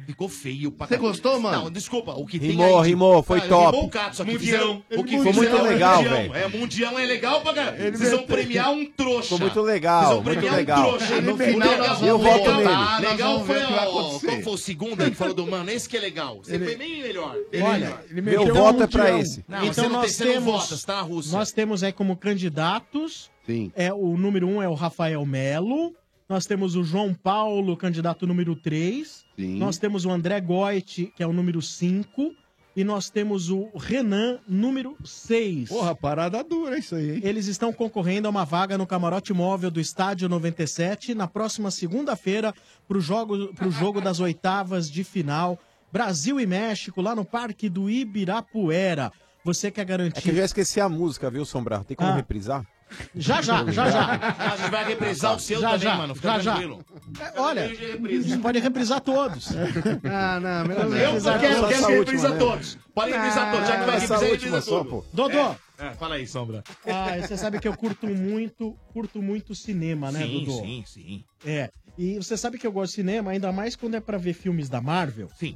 Speaker 6: Ficou feio pra
Speaker 11: Você gostou, mano?
Speaker 6: Não, desculpa, o que tem
Speaker 9: Rimou,
Speaker 6: aí, tipo,
Speaker 9: rimou, foi
Speaker 6: cara,
Speaker 9: top.
Speaker 6: Rimou o gato, só que
Speaker 5: Um
Speaker 9: Mundial.
Speaker 6: fizeram, o que
Speaker 9: Ficou muito
Speaker 6: fizeram é
Speaker 9: legal,
Speaker 6: mundial,
Speaker 9: velho.
Speaker 6: É, mundial é legal pra caralho. Vocês vão
Speaker 9: meteu-
Speaker 6: premiar um trouxa.
Speaker 9: Ficou muito legal,
Speaker 6: Vocês vão
Speaker 9: muito
Speaker 5: é
Speaker 6: premiar um
Speaker 9: legal.
Speaker 5: né?
Speaker 6: trouxa.
Speaker 9: Ele
Speaker 6: No
Speaker 9: meteu-
Speaker 6: final, nós
Speaker 9: eu
Speaker 6: vamos
Speaker 9: voto
Speaker 6: votar.
Speaker 9: nele.
Speaker 6: Ah,
Speaker 9: Nós
Speaker 6: Legal
Speaker 9: vamos ver
Speaker 6: foi,
Speaker 9: o que vai
Speaker 6: ó,
Speaker 9: acontecer.
Speaker 6: qual foi o segundo aí que falou do mano? Esse que é legal. Você
Speaker 5: Ele-
Speaker 6: foi bem melhor. bem melhor.
Speaker 5: Olha,
Speaker 9: Meu
Speaker 11: um
Speaker 9: voto é pra esse.
Speaker 6: Não,
Speaker 5: então
Speaker 6: você não
Speaker 5: nós
Speaker 6: tem- você não
Speaker 5: temos,
Speaker 6: vota, você tá na Rússia.
Speaker 5: nós temos aí como candidatos.
Speaker 11: Sim.
Speaker 5: É o número um é o Rafael Melo. Nós temos o João Paulo, candidato número 3.
Speaker 11: Sim.
Speaker 5: Nós temos o André Goit, que é o número 5. E nós temos o Renan, número 6. Porra,
Speaker 8: parada dura isso aí, hein?
Speaker 5: Eles estão concorrendo a uma vaga no camarote móvel do Estádio 97 na próxima segunda-feira para o jogo, pro jogo das oitavas de final. Brasil e México, lá no Parque do Ibirapuera. Você quer garantir.
Speaker 9: É que eu já esqueci a música, viu, Sombra? Tem como
Speaker 5: Ah.
Speaker 9: reprisar?
Speaker 5: Já, já, já, já.
Speaker 6: A gente vai reprisar o seu
Speaker 5: Já,
Speaker 6: também,
Speaker 5: já,
Speaker 6: mano. Fica
Speaker 5: já, já.
Speaker 6: tranquilo.
Speaker 5: É, olha, pode reprisar todos.
Speaker 11: Ah, não,
Speaker 5: melhor não.
Speaker 6: Eu
Speaker 5: Reprisar
Speaker 6: quero, quero
Speaker 5: todos. é Essa
Speaker 6: que
Speaker 5: última,
Speaker 6: reprisa
Speaker 5: né? Ah,
Speaker 6: todos. Pode reprisar todos. Já que vai
Speaker 5: Essa
Speaker 6: reprisar,
Speaker 5: última
Speaker 6: reprisa
Speaker 5: só,
Speaker 6: tudo.
Speaker 5: pô. Dodô.
Speaker 6: É, é, fala aí, Sombra.
Speaker 5: Ah, você sabe que eu curto muito, curto muito cinema, né,
Speaker 6: sim,
Speaker 5: Dudu?
Speaker 6: sim, sim.
Speaker 5: É. E você sabe que eu gosto de cinema, ainda mais quando é pra ver filmes da Marvel.
Speaker 6: Sim.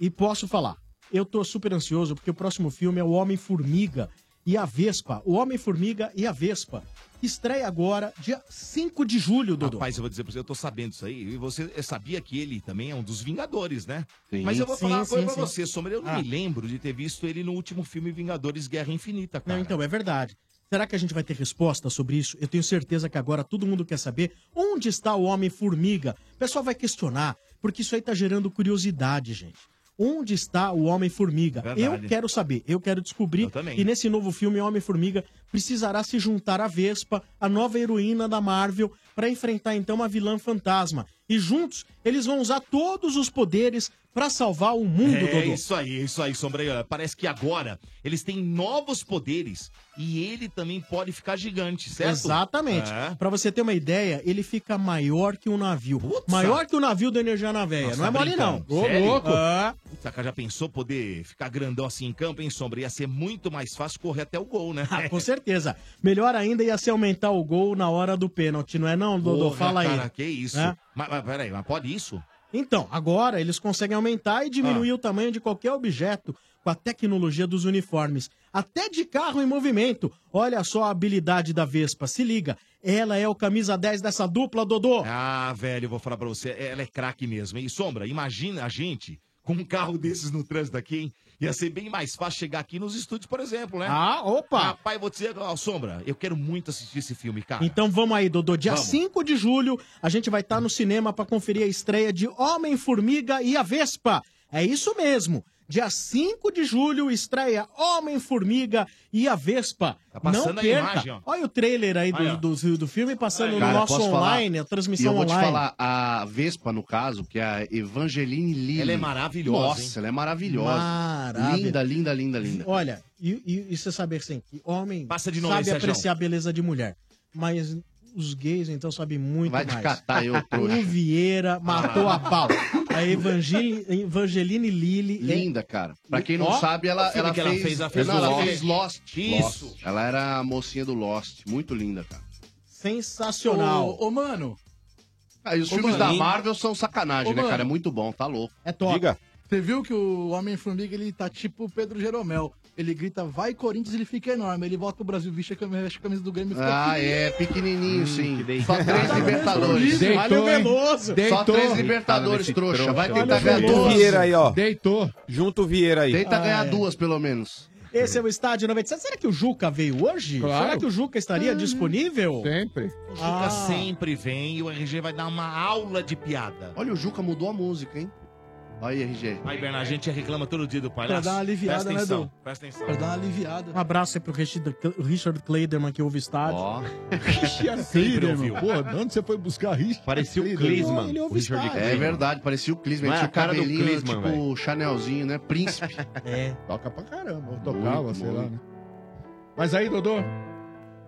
Speaker 5: E posso falar, eu tô super ansioso porque o próximo filme é o Homem-Formiga e a Vespa. O Homem-Formiga e a Vespa. Estreia agora, dia 5 de julho, Dudu.
Speaker 6: Rapaz, eu vou dizer pra você, eu tô sabendo isso aí. E você sabia que ele também é um dos Vingadores, né?
Speaker 11: Sim.
Speaker 6: Mas eu vou
Speaker 5: Sim,
Speaker 6: falar uma
Speaker 5: sim,
Speaker 6: coisa
Speaker 5: sim.
Speaker 6: pra você, Sombra. Eu não
Speaker 5: Ah.
Speaker 6: me lembro de ter visto ele no último filme Vingadores Guerra Infinita, cara.
Speaker 5: Não, então, é verdade. Será que a gente vai ter resposta sobre isso? Eu tenho certeza que agora todo mundo quer saber onde está o Homem-Formiga. O pessoal vai questionar, porque isso aí tá gerando curiosidade, gente. Onde está o Homem-Formiga? Eu
Speaker 6: Verdade.
Speaker 5: quero saber, eu quero descobrir.
Speaker 6: também.
Speaker 5: E nesse novo filme, Homem-Formiga precisará se juntar à Vespa, a nova heroína da Marvel, para enfrentar então a vilã fantasma. E juntos, eles vão usar todos os poderes para salvar o
Speaker 6: É
Speaker 5: mundo, Dodô.
Speaker 6: isso aí, é isso aí, Sombra. E, ó, Parece que agora eles têm novos poderes e ele também pode ficar gigante, certo?
Speaker 5: Exatamente.
Speaker 6: É.
Speaker 5: Pra você ter uma ideia, ele fica maior que um navio. Maior que o navio da Energia na Véia.
Speaker 6: Nossa,
Speaker 5: Não é
Speaker 6: tá
Speaker 5: mole, não.
Speaker 6: brincando. Sério?
Speaker 5: Ah.
Speaker 6: Puta, cara, já pensou poder ficar grandão assim em campo, hein, Sombra? Ia ser muito mais fácil correr até o gol, né?
Speaker 5: Ah, com certeza. Melhor ainda ia ser aumentar o gol na hora do pênalti, não é não, Dodô?
Speaker 6: Porra,
Speaker 5: Fala aí.
Speaker 6: Cara, que isso?
Speaker 5: É?
Speaker 6: Mas, mas peraí, mas pode isso?
Speaker 5: Então, agora eles conseguem aumentar e
Speaker 6: Ah.
Speaker 5: diminuir o tamanho de qualquer objeto com a tecnologia dos uniformes, até de carro em movimento. Olha só a habilidade da Vespa, se liga. Ela é o camisa 10 dessa dupla, Dodô.
Speaker 6: Ah, velho, eu vou falar pra você, ela é craque mesmo, hein? Sombra, imagina a gente com um carro desses no trânsito aqui, hein? Ia ser bem mais fácil chegar aqui nos estúdios, por exemplo, né?
Speaker 5: Ah, opa!
Speaker 6: Rapaz, vou te dizer, ó, Sombra, eu quero muito assistir esse filme, cara.
Speaker 5: Então vamos aí, Dodô. Dia
Speaker 6: Vamos.
Speaker 5: 5 de julho, a gente vai estar no cinema para conferir a estreia de Homem-Formiga e a Vespa. É isso mesmo. Dia 5 de julho, estreia Homem-Formiga e a Vespa.
Speaker 11: Tá
Speaker 6: passando
Speaker 5: Não
Speaker 6: a
Speaker 5: perca.
Speaker 6: imagem, ó.
Speaker 5: Olha o trailer aí do,
Speaker 11: Aí, ó.
Speaker 5: do, do filme passando no
Speaker 11: Cara,
Speaker 5: nosso
Speaker 11: posso falar?
Speaker 5: online, a transmissão
Speaker 11: E eu vou
Speaker 5: online.
Speaker 11: te falar, a Vespa, no caso, que é a Evangeline Lilly.
Speaker 5: Ela é maravilhosa,
Speaker 11: Nossa,
Speaker 5: hein?
Speaker 11: ela é maravilhosa.
Speaker 5: Maravilha.
Speaker 11: Linda, linda, linda, linda.
Speaker 5: Olha, e, e- e você saber assim, que homem
Speaker 11: Passa de novo
Speaker 5: sabe
Speaker 11: aí, Sérgio.
Speaker 5: apreciar a beleza de mulher. Mas os gays, então, sabem muito
Speaker 11: Vai te
Speaker 5: mais.
Speaker 11: catar, eu, trouxa.
Speaker 5: O Vieira matou
Speaker 11: Ah.
Speaker 5: a pau. A Evangel- Evangeline Lilly.
Speaker 11: Linda, cara. Pra quem não
Speaker 5: Ó,
Speaker 11: sabe, ela,
Speaker 5: o filme
Speaker 11: ela,
Speaker 5: que
Speaker 11: fez,
Speaker 5: ela fez, ela fez
Speaker 11: não,
Speaker 5: do
Speaker 11: ela
Speaker 5: Lost.
Speaker 11: fez Lost.
Speaker 5: Isso.
Speaker 11: Lost. Ela era a mocinha do Lost. Muito linda, cara.
Speaker 5: Sensacional.
Speaker 11: Ô,
Speaker 14: mano.
Speaker 11: Ah, e os
Speaker 14: Ô,
Speaker 11: filmes
Speaker 14: mano,
Speaker 11: da
Speaker 14: hein?
Speaker 11: Marvel são sacanagem,
Speaker 14: Ô,
Speaker 11: né,
Speaker 14: mano.
Speaker 11: cara? É muito bom, tá louco.
Speaker 5: É top.
Speaker 14: Você viu que o Homem-Formiga, ele tá tipo o Pedro Jeromel. Ele grita, vai Corinthians, ele fica enorme. Ele volta pro Brasil, veste a camisa, veste a camisa do Grêmio e fica
Speaker 11: Ah, é, pequenininho, sim. Só
Speaker 14: Tá
Speaker 11: três
Speaker 14: no
Speaker 11: Libertadores.
Speaker 14: mesmo nível. Olha o Veloso.
Speaker 11: Só três Libertadores, trouxa. Vai tentar ganhar
Speaker 9: Junto o
Speaker 11: duas.
Speaker 9: Vieira aí, ó.
Speaker 8: Deitou.
Speaker 9: Junto o Vieira aí.
Speaker 11: Tenta
Speaker 5: Ah,
Speaker 11: ganhar
Speaker 5: é.
Speaker 11: duas, pelo menos.
Speaker 5: Esse é o Estádio 97. Será que o Juca veio hoje?
Speaker 6: Claro.
Speaker 5: Será que o Juca estaria disponível? Ah.
Speaker 8: Sempre.
Speaker 6: O Juca sempre vem e o RG vai dar uma aula de piada.
Speaker 11: Olha, o Juca mudou a música, hein? Olha aí, RG.
Speaker 6: Aí, Bernardo, a gente reclama todo dia do
Speaker 5: Pra
Speaker 6: palhaço.
Speaker 5: dar uma aliviada,
Speaker 6: Presta
Speaker 5: né,
Speaker 6: atenção,
Speaker 5: Du?
Speaker 6: Presta atenção.
Speaker 14: Pra dar uma aliviada.
Speaker 5: Um abraço aí pro Richard, Richard Kleiderman que ouve o estádio.
Speaker 8: Richard Kleiderman. Pô, de onde você foi buscar Richard?
Speaker 11: Parecia
Speaker 8: o
Speaker 11: Clisman,
Speaker 8: Ele
Speaker 11: o
Speaker 8: ouve
Speaker 11: Richard
Speaker 8: estádio.
Speaker 11: É verdade, parecia o Clisman.
Speaker 8: Não
Speaker 11: Ele
Speaker 8: é
Speaker 11: tinha
Speaker 8: a
Speaker 11: o
Speaker 8: cara do
Speaker 11: cabelinho,
Speaker 8: Clisman,
Speaker 11: tipo Chanelzinho, né? Príncipe.
Speaker 5: É.
Speaker 8: Toca pra caramba. Ou tocava,
Speaker 11: Muito,
Speaker 8: sei lá,
Speaker 11: muito.
Speaker 8: né? Mas aí, Dodô,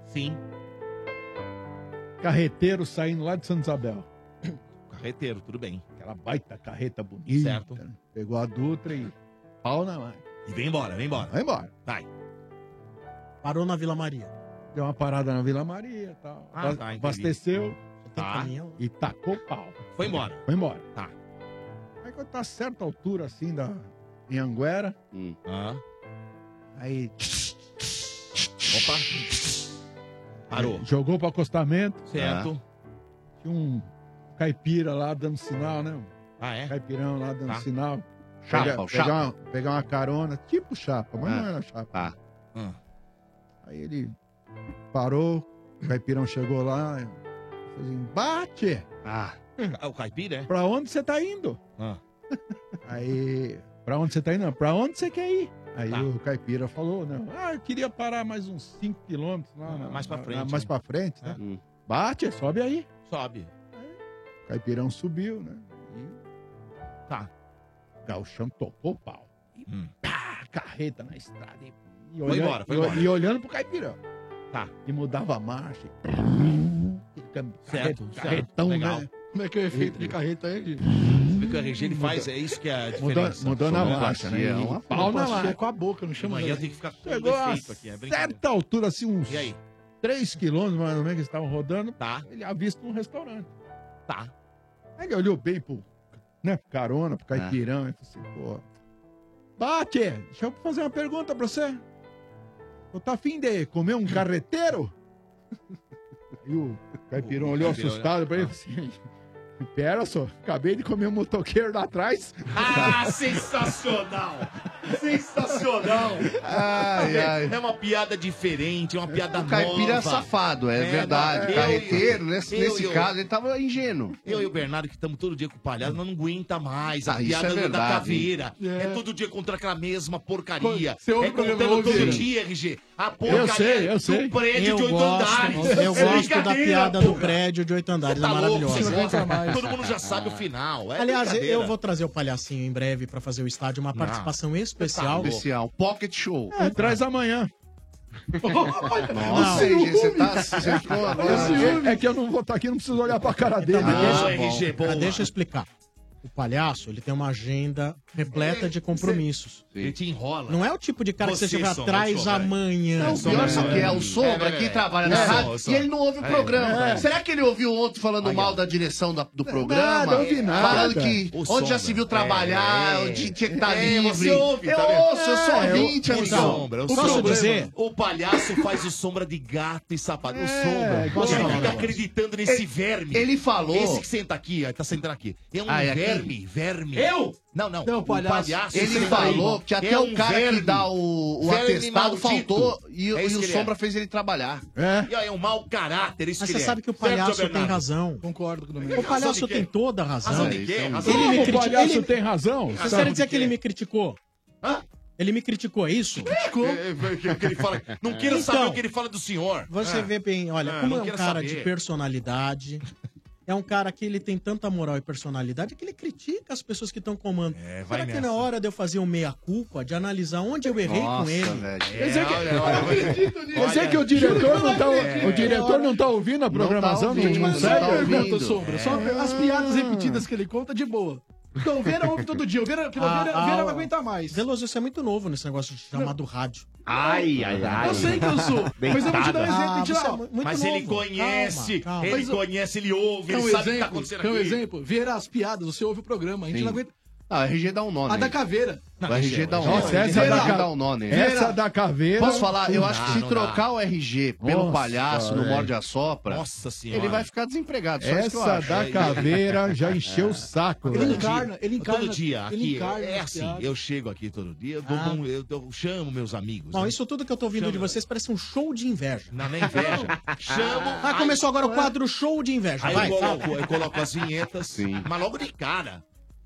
Speaker 6: Sim.
Speaker 8: Carreteiro saindo lá de Santa Isabel.
Speaker 6: Carreteiro, tudo bem.
Speaker 8: Aquela baita carreta bonita.
Speaker 6: Certo.
Speaker 8: Pegou a Dutra e pau na mãe.
Speaker 6: E vem embora, vem embora.
Speaker 8: Vai embora.
Speaker 6: Vai.
Speaker 5: Parou na Vila Maria.
Speaker 8: Deu uma parada na Vila Maria e tal.
Speaker 5: Ah, tá,
Speaker 8: Ba-
Speaker 5: entendi.
Speaker 8: Abasteceu.
Speaker 6: Tá.
Speaker 8: E tacou pau.
Speaker 6: Foi embora.
Speaker 8: Foi embora.
Speaker 6: Tá.
Speaker 8: Aí quando tá a certa altura assim da em Anguera.
Speaker 6: Hum.
Speaker 8: Aí.
Speaker 6: Opa! Parou.
Speaker 8: Jogou pro acostamento. Tá.
Speaker 6: Certo.
Speaker 8: Tinha um caipira lá dando sinal, né?
Speaker 6: Ah, é?
Speaker 8: Caipirão lá dando
Speaker 6: Tá.
Speaker 8: sinal.
Speaker 6: Chapa,
Speaker 8: Pegar-
Speaker 6: o
Speaker 8: pegar
Speaker 6: chapa.
Speaker 8: uma- pegar uma carona, tipo chapa, mas não
Speaker 6: Ah,
Speaker 8: era chapa.
Speaker 11: Tá.
Speaker 8: Aí ele parou, o caipirão chegou lá, falou assim, bate!
Speaker 11: Ah.
Speaker 6: O caipira, é?
Speaker 11: Hum.
Speaker 8: Pra onde você tá indo?
Speaker 6: Ah.
Speaker 8: Aí, pra onde você tá indo? Não, Pra onde você quer ir? Aí
Speaker 6: Tá.
Speaker 8: o caipira falou, não, ah, eu queria parar mais uns 5 quilômetros lá. na-
Speaker 6: mais pra
Speaker 8: na-
Speaker 6: frente,
Speaker 8: Ah, mais
Speaker 6: né?
Speaker 8: pra frente, né? Bate, sobe aí.
Speaker 6: Sobe. Hum,
Speaker 8: O caipirão subiu, né?
Speaker 6: Tá.
Speaker 8: Galchão tocou o pau.
Speaker 6: Hum.
Speaker 8: Pá, carreta na estrada. E, e
Speaker 6: Foi
Speaker 8: olhando,
Speaker 6: embora, foi
Speaker 8: e,
Speaker 6: embora.
Speaker 8: e olhando pro caipirão.
Speaker 6: Tá.
Speaker 8: E mudava a marcha. e-
Speaker 6: Certo, certo.
Speaker 8: carretão,
Speaker 6: Legal.
Speaker 8: né?
Speaker 14: Como é que é o efeito de carreta aí?
Speaker 6: Você vê que o RG
Speaker 11: Hum,
Speaker 6: ele faz, é isso que é a diferença.
Speaker 8: mudou na marcha,
Speaker 6: Sonoplastia,
Speaker 8: né?
Speaker 6: É uma pau na
Speaker 14: Sonoplastia
Speaker 6: marcha.
Speaker 14: é com a boca, não chama
Speaker 6: Amanhã
Speaker 14: nada.
Speaker 6: tem que ficar com
Speaker 8: Chegou a
Speaker 6: defeito aqui, é brincadeira.
Speaker 8: certa altura, assim, uns
Speaker 6: E aí?
Speaker 8: 3 quilômetros, mais ou menos, que eles estavam rodando.
Speaker 6: Tá.
Speaker 8: Ele avista um restaurante.
Speaker 6: Tá.
Speaker 8: Aí ele olhou bem pro, né, pro carona, pro caipirão,
Speaker 6: É.
Speaker 8: e falou assim, pô... Bate, deixa eu fazer uma pergunta pra você. Eu tá afim de comer um carreteiro? Aí o caipirão
Speaker 6: O
Speaker 8: olhou
Speaker 6: caipirão,
Speaker 8: assustado pra ele e falou assim... Pera só, acabei de comer um motoqueiro lá atrás.
Speaker 6: Ah, sensacional! Sensacional!
Speaker 11: Ai, ai.
Speaker 6: É uma piada diferente, é uma piada
Speaker 11: O caipira é
Speaker 6: nova.
Speaker 11: safado, é,
Speaker 6: É,
Speaker 11: verdade.
Speaker 6: eu-
Speaker 11: Carreteiro, nesse,
Speaker 6: eu-
Speaker 11: nesse
Speaker 6: eu-
Speaker 11: caso, ele tava ingênuo.
Speaker 6: Eu e o Bernardo que estamos todo dia com o palhaço, nós não aguenta mais. A
Speaker 11: Ah, isso
Speaker 6: piada
Speaker 11: é
Speaker 6: da
Speaker 11: verdade,
Speaker 6: caveira.
Speaker 11: hein?
Speaker 6: É. todo dia contra aquela mesma porcaria.
Speaker 11: Você ouve
Speaker 6: é
Speaker 11: o programa
Speaker 6: contando todo
Speaker 11: hoje, né?
Speaker 6: dia, RG. A porcaria
Speaker 5: Eu sei, eu sei.
Speaker 6: do prédio
Speaker 5: eu
Speaker 6: de oito
Speaker 5: gosto,
Speaker 6: andares.
Speaker 5: Eu
Speaker 6: É
Speaker 5: gosto da
Speaker 6: brincadeira,
Speaker 5: piada do
Speaker 6: porra.
Speaker 5: prédio de oito andares, é
Speaker 6: Tá louco,
Speaker 5: maravilhosa.
Speaker 6: você gosta? Todo mundo já sabe o final. é
Speaker 5: Aliás, eu-
Speaker 6: brincadeira. Tá
Speaker 5: eu vou trazer o palhacinho em breve pra fazer o estádio, uma participação especial.
Speaker 11: Especial. Pocket Show.
Speaker 8: É, traz amanhã.
Speaker 11: Nossa, gente, você tá. Você ficou agora.
Speaker 8: É, é que eu não vou estar aqui, não preciso olhar pra cara dele. né? Tá
Speaker 5: Mas deixa, mas Ah, deixa eu explicar. O palhaço, ele tem uma agenda repleta de compromissos.
Speaker 6: Ele te enrola.
Speaker 5: Não é o tipo de cara que
Speaker 6: Você,
Speaker 5: você chega
Speaker 6: Sombra,
Speaker 5: atrás
Speaker 6: Sombra,
Speaker 5: amanhã.
Speaker 11: Não, o pior sabe o que é? O Sombra que trabalha na rádio e ele não ouve o
Speaker 6: É.
Speaker 5: É.
Speaker 11: programa. Será que é ele ouviu outro falando mal da direção da- do programa?
Speaker 8: nada, ouvi nada.
Speaker 11: Falando que
Speaker 8: O
Speaker 11: onde já
Speaker 8: Sombra.
Speaker 11: se viu trabalhar,
Speaker 8: É,
Speaker 11: onde tinha que tá estar
Speaker 6: É,
Speaker 11: livre.
Speaker 6: você ouve,
Speaker 11: eu
Speaker 6: tá vendo?
Speaker 11: ouço, eu sou
Speaker 6: É,
Speaker 11: ouvinte,
Speaker 6: o- o
Speaker 11: amigão.
Speaker 6: sombra, o
Speaker 11: Posso
Speaker 6: sombra.
Speaker 11: dizer?
Speaker 6: O palhaço faz o sombra de gato e sapato.
Speaker 11: É,
Speaker 6: o sombra.
Speaker 11: posso
Speaker 6: Você
Speaker 11: falar um
Speaker 6: fica
Speaker 11: negócio?
Speaker 6: acreditando nesse
Speaker 11: Ele-
Speaker 6: verme.
Speaker 11: ele falou-
Speaker 6: Esse que senta aqui, ó, tá sentando aqui. É um
Speaker 11: Ah, é aqui?
Speaker 6: verme, verme.
Speaker 11: Eu?
Speaker 6: Não, não.
Speaker 11: Não,
Speaker 6: o
Speaker 11: palhaço. Ele
Speaker 6: senta
Speaker 11: falou
Speaker 6: aí.
Speaker 11: que até
Speaker 6: É
Speaker 11: o cara que dá o- o
Speaker 6: Verme
Speaker 11: atestado
Speaker 6: maldito.
Speaker 11: faltou e-
Speaker 6: É isso
Speaker 11: e o
Speaker 6: que ele
Speaker 11: Sombra fez ele trabalhar.
Speaker 6: E aí, é um mau caráter, isso
Speaker 5: Mas
Speaker 6: que
Speaker 5: você
Speaker 6: ele é.
Speaker 5: sabe que o
Speaker 6: Certo,
Speaker 5: palhaço
Speaker 6: Bernardo?
Speaker 5: tem razão.
Speaker 14: Concordo com o
Speaker 5: O palhaço tem toda a razão.
Speaker 6: Razão de quê?
Speaker 5: Ele
Speaker 6: Razão
Speaker 5: me
Speaker 6: de quê?
Speaker 5: critica-
Speaker 6: O palhaço
Speaker 5: ele-
Speaker 6: tem razão?
Speaker 5: Vocês
Speaker 6: Razão
Speaker 5: querem
Speaker 6: de
Speaker 5: dizer
Speaker 6: quê?
Speaker 5: que ele me criticou? Ele me criticou, é isso? Criticou.
Speaker 6: é, que ele fala. Não quero
Speaker 11: Então,
Speaker 6: saber o que ele fala do senhor.
Speaker 5: Você
Speaker 6: Ah.
Speaker 5: vê bem, olha,
Speaker 6: Ah,
Speaker 5: como
Speaker 6: não
Speaker 5: é um
Speaker 6: quero
Speaker 5: cara
Speaker 6: saber.
Speaker 5: de personalidade, é um cara que ele tem tanta moral e personalidade que ele critica as pessoas que estão comando.
Speaker 6: É, vai
Speaker 5: Será que
Speaker 6: nessa.
Speaker 5: na hora de eu fazer o meia-culpa, de analisar onde eu errei
Speaker 8: Nossa,
Speaker 5: com ele?
Speaker 8: velho.
Speaker 6: É,
Speaker 8: Quer dizer que- Quer dizer que o
Speaker 5: Juro
Speaker 8: diretor
Speaker 5: que
Speaker 8: não tá,
Speaker 5: eu acredito.
Speaker 8: o diretor não tá ouvindo a
Speaker 5: Não tá
Speaker 8: programação?
Speaker 5: ouvindo,
Speaker 8: não
Speaker 5: não
Speaker 8: sabe?
Speaker 5: tá
Speaker 14: Pergunta, Sombra. Só
Speaker 11: É.
Speaker 14: as piadas repetidas que ele conta, de boa. Então, Vera ouve todo dia. O Vera, o
Speaker 8: Ah,
Speaker 14: Vera, o Vera não aguenta
Speaker 5: mais. Veloso, você é muito novo nesse negócio de chamar do rádio.
Speaker 6: Ai, ai, ai.
Speaker 5: Eu sei que eu sou, mas eu vou te dar um exemplo.
Speaker 14: Ah,
Speaker 5: te
Speaker 14: você
Speaker 5: dar-
Speaker 14: é mu- muito
Speaker 6: Mas
Speaker 14: novo.
Speaker 6: ele conhece,
Speaker 14: Calma, calma.
Speaker 6: ele
Speaker 14: Mas o-
Speaker 6: conhece, ele ouve,
Speaker 14: Quer
Speaker 6: ele
Speaker 14: um
Speaker 6: sabe o que tá
Speaker 14: exemplo,
Speaker 6: acontecendo
Speaker 14: quer um
Speaker 6: aqui.
Speaker 14: exemplo. Vera as piadas, você ouve o programa, a gente
Speaker 11: Sim.
Speaker 14: não aguenta.
Speaker 11: Ah, o RG dá um nome.
Speaker 14: A da
Speaker 11: aí.
Speaker 14: caveira.
Speaker 11: O RG dá um nó.
Speaker 8: Nossa,
Speaker 14: é
Speaker 8: essa
Speaker 11: Vera,
Speaker 8: da
Speaker 11: dá
Speaker 8: ca-
Speaker 11: um nó nele.
Speaker 8: Essa da caveira.
Speaker 11: Posso falar? Eu
Speaker 8: Não
Speaker 11: acho
Speaker 8: dá,
Speaker 11: que se
Speaker 8: não
Speaker 11: trocar
Speaker 8: dá.
Speaker 11: o RG pelo
Speaker 8: Nossa, é.
Speaker 11: palhaço no
Speaker 6: é.
Speaker 8: velho.
Speaker 11: Morde a Sopra,
Speaker 6: Nossa senhora.
Speaker 8: É
Speaker 11: ele vai ficar desempregado. Só isso que eu
Speaker 8: Essa
Speaker 17: É,
Speaker 11: acho.
Speaker 8: da caveira já encheu o saco.
Speaker 11: Ele
Speaker 8: velho.
Speaker 11: encarna, ele encarna-
Speaker 6: Todo dia
Speaker 11: ele
Speaker 6: aqui.
Speaker 11: encarna
Speaker 6: é
Speaker 11: as
Speaker 6: assim,
Speaker 11: piadas.
Speaker 6: eu chego aqui todo dia, eu, dou
Speaker 5: Ah.
Speaker 6: um- eu dou- chamo meus amigos. né?
Speaker 5: Não, isso tudo que eu tô ouvindo
Speaker 6: Chama.
Speaker 5: de vocês parece um show de inveja.
Speaker 6: Não, nem inveja. Chamo.
Speaker 5: Ah, começou agora o quadro show É de inveja.
Speaker 6: Aí
Speaker 5: Vai,
Speaker 6: eu,
Speaker 5: fala.
Speaker 6: coloco, eu coloco as vinhetas, mas logo de cara.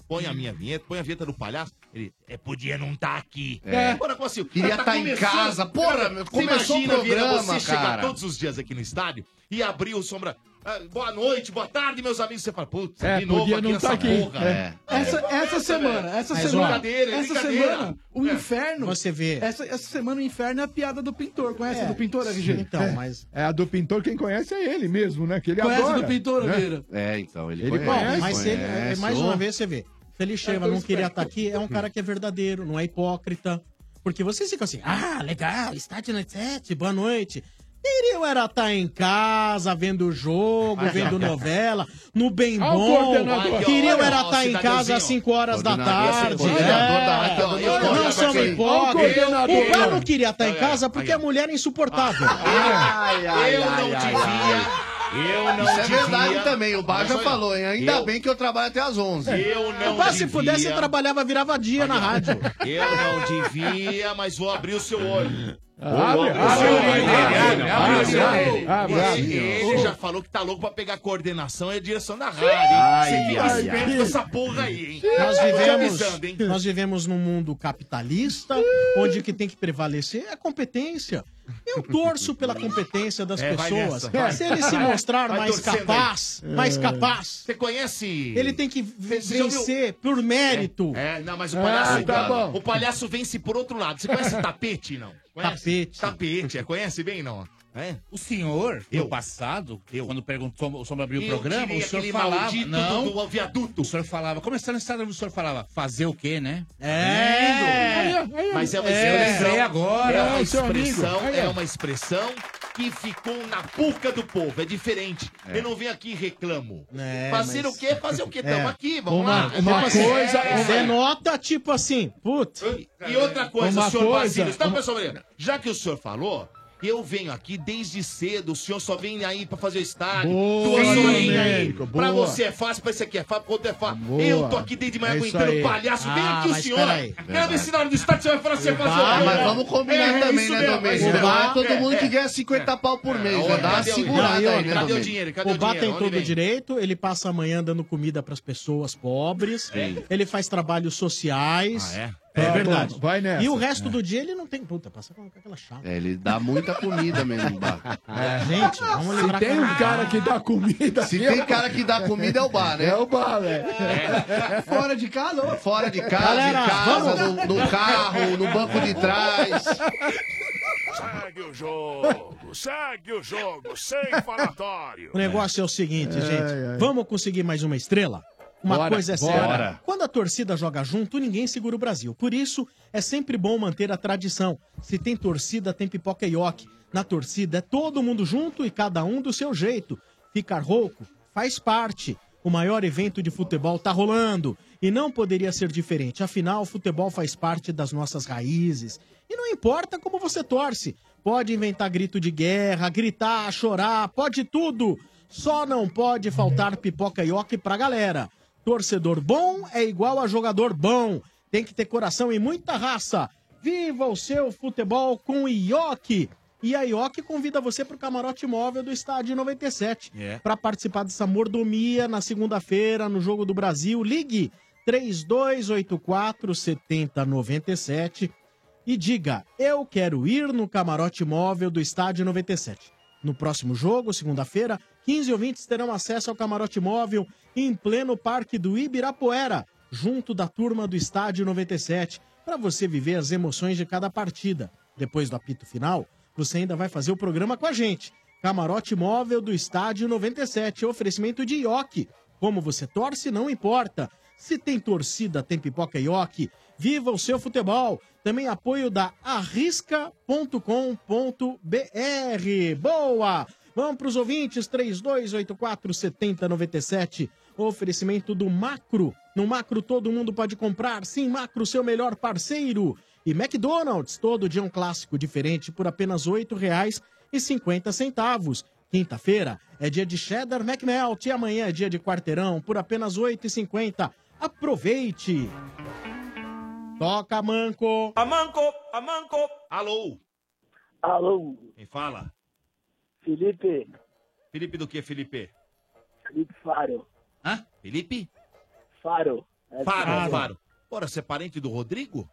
Speaker 6: Põe a minha vinheta, põe a vinheta do palhaço. Ele, é, podia não estar aqui.
Speaker 11: É.
Speaker 6: Porra, como assim?
Speaker 11: Queria
Speaker 6: Cara,
Speaker 11: tá em casa. Porra, meu,
Speaker 6: Você
Speaker 11: começou o
Speaker 6: imagina, Vieira,
Speaker 11: programa,
Speaker 6: você chegar
Speaker 11: cara.
Speaker 6: todos os dias aqui no estádio e abrir o sombra. "Ah, boa noite, boa tarde, meus amigos. Você fala, putz,
Speaker 8: É,
Speaker 6: de novo
Speaker 8: podia
Speaker 6: aqui
Speaker 8: não
Speaker 6: nessa
Speaker 8: tá aqui.
Speaker 6: porra.
Speaker 8: É.
Speaker 14: Essa, essa semana, essa
Speaker 6: Mas, ó,
Speaker 14: semana,
Speaker 6: brincadeira, é
Speaker 14: essa
Speaker 6: brincadeira.
Speaker 14: semana, o
Speaker 8: É.
Speaker 14: inferno.
Speaker 5: Você
Speaker 11: É.
Speaker 5: vê.
Speaker 14: Essa, essa semana o inferno é a piada do pintor. Conhece a do pintor, RG?
Speaker 8: é, É, a do pintor, quem conhece é ele mesmo, né? Que ele
Speaker 6: é
Speaker 14: Conhece a
Speaker 8: adora.
Speaker 14: do pintor,
Speaker 8: né?
Speaker 14: Vieira?
Speaker 11: É, então, ele, é,
Speaker 8: Ele
Speaker 11: conhece.
Speaker 8: conhece,
Speaker 5: Mas se ele-
Speaker 11: conhece,
Speaker 5: mais uma
Speaker 11: ô.
Speaker 5: vez você vê. Se ele chega,
Speaker 11: Eu tô
Speaker 5: não queria estar
Speaker 11: esperto.
Speaker 5: aqui, é um cara que é verdadeiro, não é hipócrita. Porque vocês ficam assim, ah, legal, estádio noite 7, boa noite. Queriam era estar em casa, vendo o jogo, vendo novela, no bem
Speaker 16: Olha o
Speaker 5: bom.
Speaker 16: coordenador.
Speaker 5: Queriam
Speaker 16: Olha,
Speaker 5: era
Speaker 16: ó,
Speaker 5: estar em casa
Speaker 16: cidadãozinho.
Speaker 5: às 5 horas da
Speaker 16: Coordenador,
Speaker 5: tarde.
Speaker 16: esse coordenador
Speaker 5: é.
Speaker 16: da rádio tá dando
Speaker 5: Não,
Speaker 16: olhada
Speaker 5: Não
Speaker 16: pra
Speaker 5: somos
Speaker 16: quem? Olha o
Speaker 5: hipócritas.
Speaker 16: coordenador.
Speaker 5: O cara não queria estar em
Speaker 16: Olha,
Speaker 5: casa porque a mulher é insuportável.
Speaker 11: Eu não devia.
Speaker 6: Eu
Speaker 11: não
Speaker 5: não
Speaker 11: Isso é
Speaker 5: devia.
Speaker 11: verdade também. O Bar
Speaker 5: Mas
Speaker 11: já
Speaker 5: olha,
Speaker 11: falou, hein? Ainda
Speaker 5: eu-
Speaker 11: bem que eu trabalho até às 11.
Speaker 6: Eu não
Speaker 5: Mas se
Speaker 6: devia.
Speaker 5: pudesse, eu trabalhava, virava dia na rádio.
Speaker 6: Eu não devia, mas vou abrir o seu olho.
Speaker 5: Ah, Abre,
Speaker 6: Vou abrir o seu
Speaker 5: abre,
Speaker 6: olho
Speaker 5: abre,
Speaker 6: dele,
Speaker 5: abre,
Speaker 6: abre o seu
Speaker 5: abre,
Speaker 6: olho
Speaker 5: abre,
Speaker 6: dele.
Speaker 5: abre.
Speaker 6: Ele-
Speaker 5: Ô.
Speaker 6: Ele já falou que tá louco pra pegar a coordenação e a direção da rádio.
Speaker 11: Ah,
Speaker 5: Ai,
Speaker 6: hein? Você
Speaker 5: ai,
Speaker 6: fica
Speaker 5: ai.
Speaker 6: esperto dessa porra aí, hein?
Speaker 5: Nós
Speaker 6: Tô te
Speaker 5: vivemos,
Speaker 6: avisando, hein?
Speaker 5: nós vivemos num mundo capitalista, onde o que tem que prevalecer é a competência. Eu torço pela competência das
Speaker 6: É, vai
Speaker 5: pessoas.
Speaker 6: nessa, vai.
Speaker 5: Se ele se
Speaker 6: Vai,
Speaker 5: mostrar
Speaker 6: vai
Speaker 5: mais
Speaker 6: torcendo aí.
Speaker 5: capaz, mais
Speaker 6: É.
Speaker 5: capaz,
Speaker 6: Você conhece.
Speaker 5: ele tem que v-
Speaker 6: Você já ouviu-
Speaker 5: vencer por mérito.
Speaker 6: É, não, mas o palhaço,
Speaker 5: Ah, tá bom.
Speaker 6: o palhaço vence por outro lado. Você conhece tapete, não? Tapete. Tapete, é. conhece bem, não? É?
Speaker 17: O senhor, no passado, quando perguntou sobre abrir o
Speaker 6: Eu
Speaker 17: programa,
Speaker 6: tirei
Speaker 17: o senhor
Speaker 6: aquele
Speaker 17: falava.
Speaker 6: maldito
Speaker 17: Não,
Speaker 6: do
Speaker 17: viaduto. O senhor falava. é Começando essa o senhor falava, fazer o quê, né?
Speaker 6: É.
Speaker 17: Tá vendo?
Speaker 6: Mas é uma
Speaker 17: Eu
Speaker 6: expressão.
Speaker 17: lembrei agora.
Speaker 6: É uma expressão, é uma expressão que ficou na boca do povo. É diferente.
Speaker 17: É.
Speaker 6: Eu não venho aqui e reclamo.
Speaker 5: É,
Speaker 6: fazer
Speaker 5: mas-
Speaker 6: o quê? Fazer o quê?
Speaker 5: É.
Speaker 6: Tamo aqui, vamos
Speaker 5: uma,
Speaker 6: lá.
Speaker 5: Uma
Speaker 6: É,
Speaker 5: coisa,
Speaker 6: é,
Speaker 5: denota tipo assim, puta.
Speaker 6: E outra coisa,
Speaker 5: Uma
Speaker 6: senhor
Speaker 5: coisa-
Speaker 6: Basílio, tá,
Speaker 5: uma-
Speaker 6: pessoal? Moreira? Já que o senhor falou, eu venho aqui desde cedo, o senhor só vem aí pra fazer o estádio.
Speaker 8: Boa,
Speaker 6: duas horinhas aí.
Speaker 8: Domênico,
Speaker 6: Pra
Speaker 8: boa.
Speaker 6: você é fácil, pra esse aqui é fácil, pra outro é fácil.
Speaker 8: Boa.
Speaker 6: Eu tô aqui desde de manhã
Speaker 8: É isso
Speaker 6: aguentando
Speaker 8: aí.
Speaker 6: o palhaço. Vem
Speaker 8: Ah,
Speaker 6: aqui o
Speaker 8: mas
Speaker 6: senhor.
Speaker 8: peraí.
Speaker 6: Quero ver se na hora do estádio você vai falar assim, fazer
Speaker 11: Ah,
Speaker 6: o quê?
Speaker 11: mas vamos combinar
Speaker 6: É, é
Speaker 11: também,
Speaker 6: isso
Speaker 11: né,
Speaker 6: mesmo, é isso
Speaker 11: Domênico?
Speaker 6: mesmo.
Speaker 11: Não é todo
Speaker 6: É,
Speaker 11: mundo
Speaker 6: é.
Speaker 11: que ganha 50 pau por mês. Vai dar uma segurada aí, né,
Speaker 5: Domênico?
Speaker 11: Domênico?
Speaker 5: o Bá tem todo o direito, ele passa a manhã dando comida pras pessoas pobres,
Speaker 11: Sim.
Speaker 5: ele faz trabalhos sociais.
Speaker 11: Ah,
Speaker 5: é?
Speaker 11: é? Tá
Speaker 5: verdade.
Speaker 11: bom, vai nessa.
Speaker 5: E o resto do dia ele não tem. Puta, passa com aquela chata.
Speaker 11: É, ele dá muita comida mesmo, Bar.
Speaker 5: É, Gente, vamos
Speaker 8: Se
Speaker 5: lembrar é
Speaker 8: tem um cara que dá comida.
Speaker 11: Se
Speaker 8: é
Speaker 11: tem
Speaker 8: o-
Speaker 11: cara que dá comida, é o bar, né? É
Speaker 8: É o bar, velho.
Speaker 14: Fora de casa? ô.
Speaker 11: Fora de casa,
Speaker 14: Galera,
Speaker 11: em casa,
Speaker 14: vamos-
Speaker 11: no, no carro, no banco de trás.
Speaker 2: Segue o jogo, segue o jogo, sem falatório.
Speaker 5: O negócio é o seguinte,
Speaker 2: Ai,
Speaker 5: gente.
Speaker 2: ai.
Speaker 5: Vamos conseguir mais uma estrela? Uma
Speaker 2: Bora,
Speaker 5: coisa é
Speaker 2: bora.
Speaker 5: certa. Quando a torcida joga junto, ninguém segura o Brasil. Por isso, é sempre bom manter a tradição. Se tem torcida, tem pipoca e ioki. Na torcida, é todo mundo junto e cada um do seu jeito. Ficar rouco faz parte. O maior evento de futebol tá rolando. E não poderia ser diferente. Afinal, o futebol faz parte das nossas raízes. E não importa como você torce. Pode inventar grito de guerra, gritar, chorar, pode tudo. Só não pode faltar pipoca e oque pra galera. Torcedor bom é igual a jogador bom. Tem que ter coração e muita raça. Viva o seu futebol com Ioki! E a Ioki convida você para o camarote móvel do Estádio 97.
Speaker 6: É.
Speaker 5: Para participar dessa mordomia na segunda-feira, no Jogo do Brasil, ligue 3284 7097 e diga: Eu quero ir no camarote móvel do Estádio 97. No próximo jogo, segunda-feira, 15 ouvintes terão acesso ao camarote móvel em pleno Parque do Ibirapuera, junto da turma do Estádio 97, para você viver as emoções de cada partida. Depois do apito final, você ainda vai fazer o programa com a gente. Camarote móvel do Estádio 97, oferecimento de Ioki. Como você torce, não importa. Se tem torcida, tem pipoca e ioki. Viva o seu futebol! Também apoio da arrisca.com.br. Boa! Vamos para os ouvintes, 3284 7097. Oferecimento do Macro. No Macro todo mundo pode comprar. Sim, Macro, seu melhor parceiro. E McDonald's, todo dia um clássico diferente por apenas R$ 8,50. Quinta-feira é dia de cheddar McMelt e amanhã é dia de quarteirão por apenas R$ 8,50. Aproveite! Toca, Manco!
Speaker 6: Amanco, Amanco. Alô?
Speaker 7: Alô,
Speaker 6: Quem fala?
Speaker 7: Felipe,
Speaker 6: Felipe do que, Felipe?
Speaker 7: Felipe Faro.
Speaker 6: Hã? Felipe?
Speaker 7: Faro. É
Speaker 6: Faro,
Speaker 7: Faro.
Speaker 6: Faro. Ora, você é parente do Rodrigo?